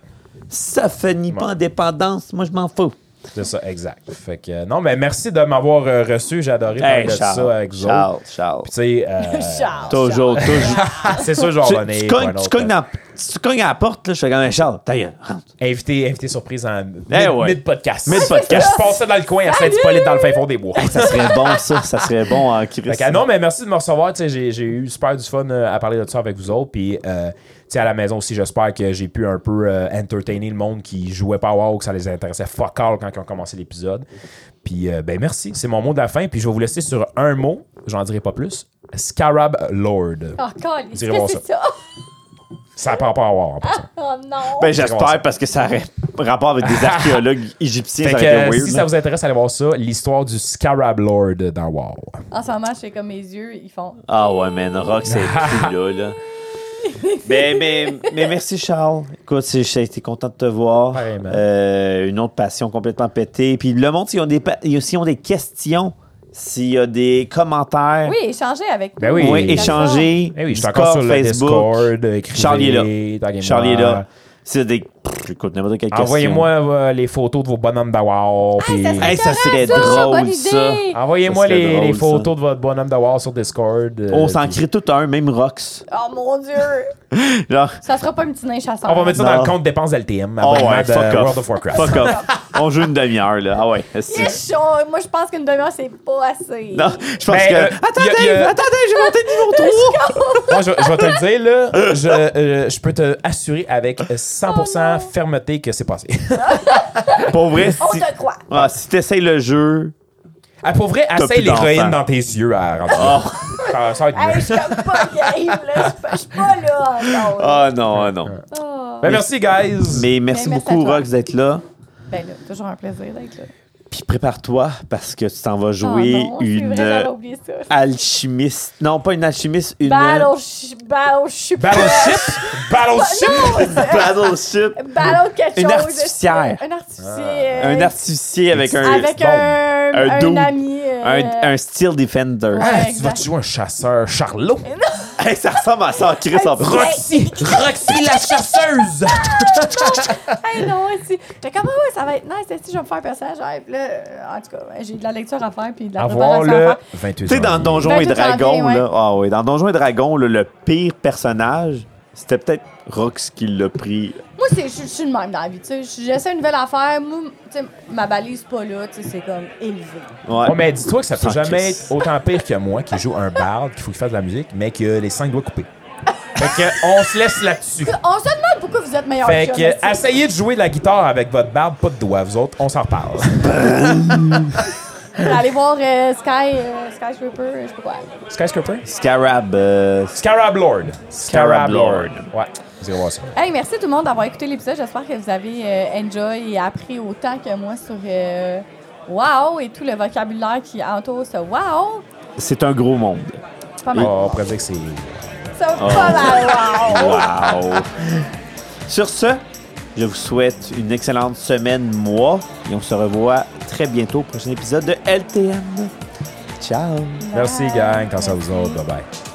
Speaker 2: ça finit pas en dépendance. Moi, je m'en fous.
Speaker 4: C'est ça, exact. Fait que, euh, non, mais merci de m'avoir euh, reçu. J'ai adoré parler
Speaker 2: Hey,
Speaker 4: de
Speaker 2: Charles,
Speaker 4: ça avec vous. autres.
Speaker 2: Charles, Charles.
Speaker 4: Puis, tu sais, euh,
Speaker 3: Charles,
Speaker 2: Toujours, toujours.
Speaker 4: c'est sûr, je vais
Speaker 2: tu,
Speaker 4: revenir
Speaker 2: tu
Speaker 4: pour un
Speaker 2: cognes, tu
Speaker 4: autre,
Speaker 2: cognes
Speaker 4: euh,
Speaker 2: dans- tu cognes à la porte, là, je fais comme un Charles, ta gueule, rentre.
Speaker 4: Invité, invité surprise en mid,
Speaker 2: Eh ouais.
Speaker 4: podcast Ah,
Speaker 2: Mid-podcast.
Speaker 4: Je passais dans le coin à Saint-Hippolyte dans le fin fond des bois.
Speaker 2: Ça serait bon, ça. Ça serait bon en
Speaker 4: Fait
Speaker 2: Christ.
Speaker 4: que, ah non, mais merci de me recevoir. Tu sais, J'ai j'ai eu super du fun euh, à parler de ça avec vous autres. Puis, euh, tu sais, à la maison aussi, j'espère que j'ai pu un peu euh, entertainer le monde qui jouait pas à WoW, que ça les intéressait fuck all quand ils ont commencé l'épisode. Puis, euh, ben merci. C'est mon mot de la fin. Puis, je vais vous laisser sur un mot. J'en dirai pas plus. Scarab Lord.
Speaker 3: Oh, câlisse, qu'est-ce
Speaker 4: Direz voir
Speaker 3: que c'est ça?
Speaker 4: Ça prend pas à WoW en passant.
Speaker 3: Oh non!
Speaker 2: Ben,
Speaker 4: C'est bon, ça.
Speaker 2: j'espère parce que ça aurait rapport avec des archéologues égyptiens.
Speaker 4: Fait
Speaker 2: Ça
Speaker 4: que,
Speaker 2: aurait été
Speaker 4: euh,
Speaker 2: weird.
Speaker 4: si
Speaker 2: là.
Speaker 4: ça vous intéresse, allez voir ça. L'histoire du Scarab Lord dans WoW.
Speaker 3: En ce moment, je fais comme mes yeux, ils font.
Speaker 2: Ah ouais, man, Rock, c'est plus là, là. Mais, mais, mais merci, Charles. Écoute, c'est- j'ai été content de te voir.
Speaker 4: Pareillement.
Speaker 2: Euh, une autre passion complètement pétée. Puis le monde, s'ils ont des, pa- s'ils ont des questions, s'il y a des commentaires,
Speaker 3: Oui, échangez avec
Speaker 4: Ben
Speaker 3: nous.
Speaker 4: oui.
Speaker 2: oui,
Speaker 4: D'accord.
Speaker 2: échanger.
Speaker 4: Eh oui, je suis
Speaker 2: Discord,
Speaker 4: encore sur le
Speaker 2: Facebook.
Speaker 4: Discord. euh, Écrivez,
Speaker 2: Charlie est
Speaker 4: taguez-moi.
Speaker 2: là. Charlie est là. S'il y a des. Pff, Écoute, n'importe quelle question.
Speaker 4: Envoyez-moi euh, les photos de vos bonhommes de WoW. puis-
Speaker 3: Ah, ça serait
Speaker 2: Hey, ça serait
Speaker 3: Ça, bonne
Speaker 2: drôle,
Speaker 3: idée.
Speaker 2: ça.
Speaker 4: Envoyez-moi
Speaker 2: Ça serait
Speaker 4: les,
Speaker 2: drôle,
Speaker 4: les
Speaker 2: ça.
Speaker 4: photos de votre bonhomme de WoW sur Discord. euh,
Speaker 2: On s'en
Speaker 4: puis-
Speaker 2: crée tout un, même Rox.
Speaker 3: Oh mon dieu!
Speaker 2: Genre,
Speaker 3: Ça sera pas un petit nain chasseur.
Speaker 4: On va mettre ça dans
Speaker 2: Non.
Speaker 4: le compte dépenses LTM.
Speaker 2: oh
Speaker 4: abonnement
Speaker 2: ouais,
Speaker 4: de
Speaker 2: fuck
Speaker 4: World of
Speaker 2: off.
Speaker 4: Warcraft.
Speaker 2: Fuck off. On joue une demi-heure, là. Ah ouais.
Speaker 3: Il est
Speaker 2: c'est-
Speaker 3: chaud. Moi, je pense qu'une demi-heure, c'est pas assez.
Speaker 2: Non, je pense
Speaker 4: Ben,
Speaker 2: que.
Speaker 4: euh,
Speaker 2: attendez,
Speaker 4: y a- y a-
Speaker 2: attendez, j'ai monté de niveau 3.
Speaker 4: Moi, je, je vais te le dire, là, je, euh, je peux te assurer avec 100%
Speaker 3: Oh non.
Speaker 4: fermeté que c'est passé.
Speaker 2: Pour vrai,
Speaker 3: On
Speaker 2: si,
Speaker 3: te croit.
Speaker 2: ah, si t'essayes le jeu,
Speaker 4: Ah, pour vrai, essaye
Speaker 2: plus
Speaker 4: l'héroïne
Speaker 2: d'enfants. Oh.
Speaker 4: dans tes yeux à rendre. Ça, ça va être mieux.
Speaker 3: Hey, je suis comme pas game, là. Je suis pas- Je suis pas là. Non,
Speaker 2: ah non, ah non.
Speaker 4: Ben, merci, guys.
Speaker 2: Mais merci
Speaker 3: Mais Ben, merci à
Speaker 2: beaucoup,
Speaker 3: toi.
Speaker 2: Rox, d'être là.
Speaker 3: Ben là, toujours un plaisir d'être là.
Speaker 2: Puis prépare-toi parce que tu t'en vas jouer
Speaker 3: oh, non,
Speaker 2: une euh,
Speaker 3: C'est vrai, j'avais oublié ça.
Speaker 2: alchimiste. Non, pas une alchimiste, une. euh,
Speaker 3: Battle, sh- battle, sh-
Speaker 4: Battleship!
Speaker 3: Bah,
Speaker 4: Battleship!
Speaker 2: Battleship.
Speaker 3: battle quelque
Speaker 2: Une
Speaker 3: chose.
Speaker 2: artificière. Ah.
Speaker 3: Un artificier. euh,
Speaker 2: Un artificier avec un.
Speaker 3: Ben, Avec un,
Speaker 2: Un
Speaker 3: un,
Speaker 2: dude.
Speaker 3: ami. euh,
Speaker 2: un, un Steel Defender.
Speaker 4: Ah, tu
Speaker 3: exact.
Speaker 4: vas jouer un chasseur charlot?
Speaker 2: Hey, ça ressemble à ça en Chris en plus.
Speaker 4: Roxy! Roxy la chasseuse!
Speaker 3: Hey, non, si. J'étais comme, ah ouais, ça va être nice. Si je vais me faire un personnage. Ouais, puis là, euh, en tout cas, j'ai de la lecture à faire puis de la
Speaker 4: Avoir
Speaker 3: préparation
Speaker 4: le
Speaker 3: à faire.
Speaker 4: 28
Speaker 2: Tu sais, dans
Speaker 4: janvier.
Speaker 2: Donjons et
Speaker 3: 28
Speaker 2: Dragons,
Speaker 3: janvier,
Speaker 2: là. Ah oui, dans Donjons et Dragons, là, le pire personnage, c'était peut-être Rox qui l'a pris.
Speaker 3: Moi, c'est- je je suis le même dans la vie. tu sais. J'essaie une nouvelle affaire. Moi, tu sais, ma balise pas là. tu sais, C'est comme élevé.
Speaker 2: Ouais.
Speaker 4: Oh, mais dis-toi que ça peut
Speaker 2: Sans
Speaker 4: jamais
Speaker 2: Chris.
Speaker 4: être autant pire que moi qui joue un bard, qu'il faut qu'il fasse de la musique, mais que les cinq doigts coupés. Fait que on se laisse là-dessus.
Speaker 3: On se demande pourquoi vous êtes meilleur
Speaker 4: Fait
Speaker 3: que
Speaker 4: que essayez de jouer de la guitare avec votre barbe, pas de doigts, vous autres, on s'en reparle.
Speaker 3: Allez voir euh, Sky, euh, Sky Stripper, euh, je sais pas quoi.
Speaker 4: Skyscraper?
Speaker 2: Scarab. euh,
Speaker 4: Scarab Lord.
Speaker 2: Scarab Lord.
Speaker 4: Ouais. Vous irez voir ça.
Speaker 3: Hey, merci tout le monde d'avoir écouté l'épisode. J'espère que vous avez euh, enjoy et appris autant que moi sur euh, Wow et tout le vocabulaire qui entoure ce Wow.
Speaker 2: c'est un gros monde.
Speaker 3: C'est Pas mal.
Speaker 4: Oh, on pourrait dire que c'est.
Speaker 3: C'est pas mal. Wow.
Speaker 2: Wow. Sur ce, je vous souhaite une excellente semaine, moi, et on se revoit très bientôt au prochain épisode de LTM. Ciao.
Speaker 4: Merci, gang. Quand ça vous autres. Bye bye.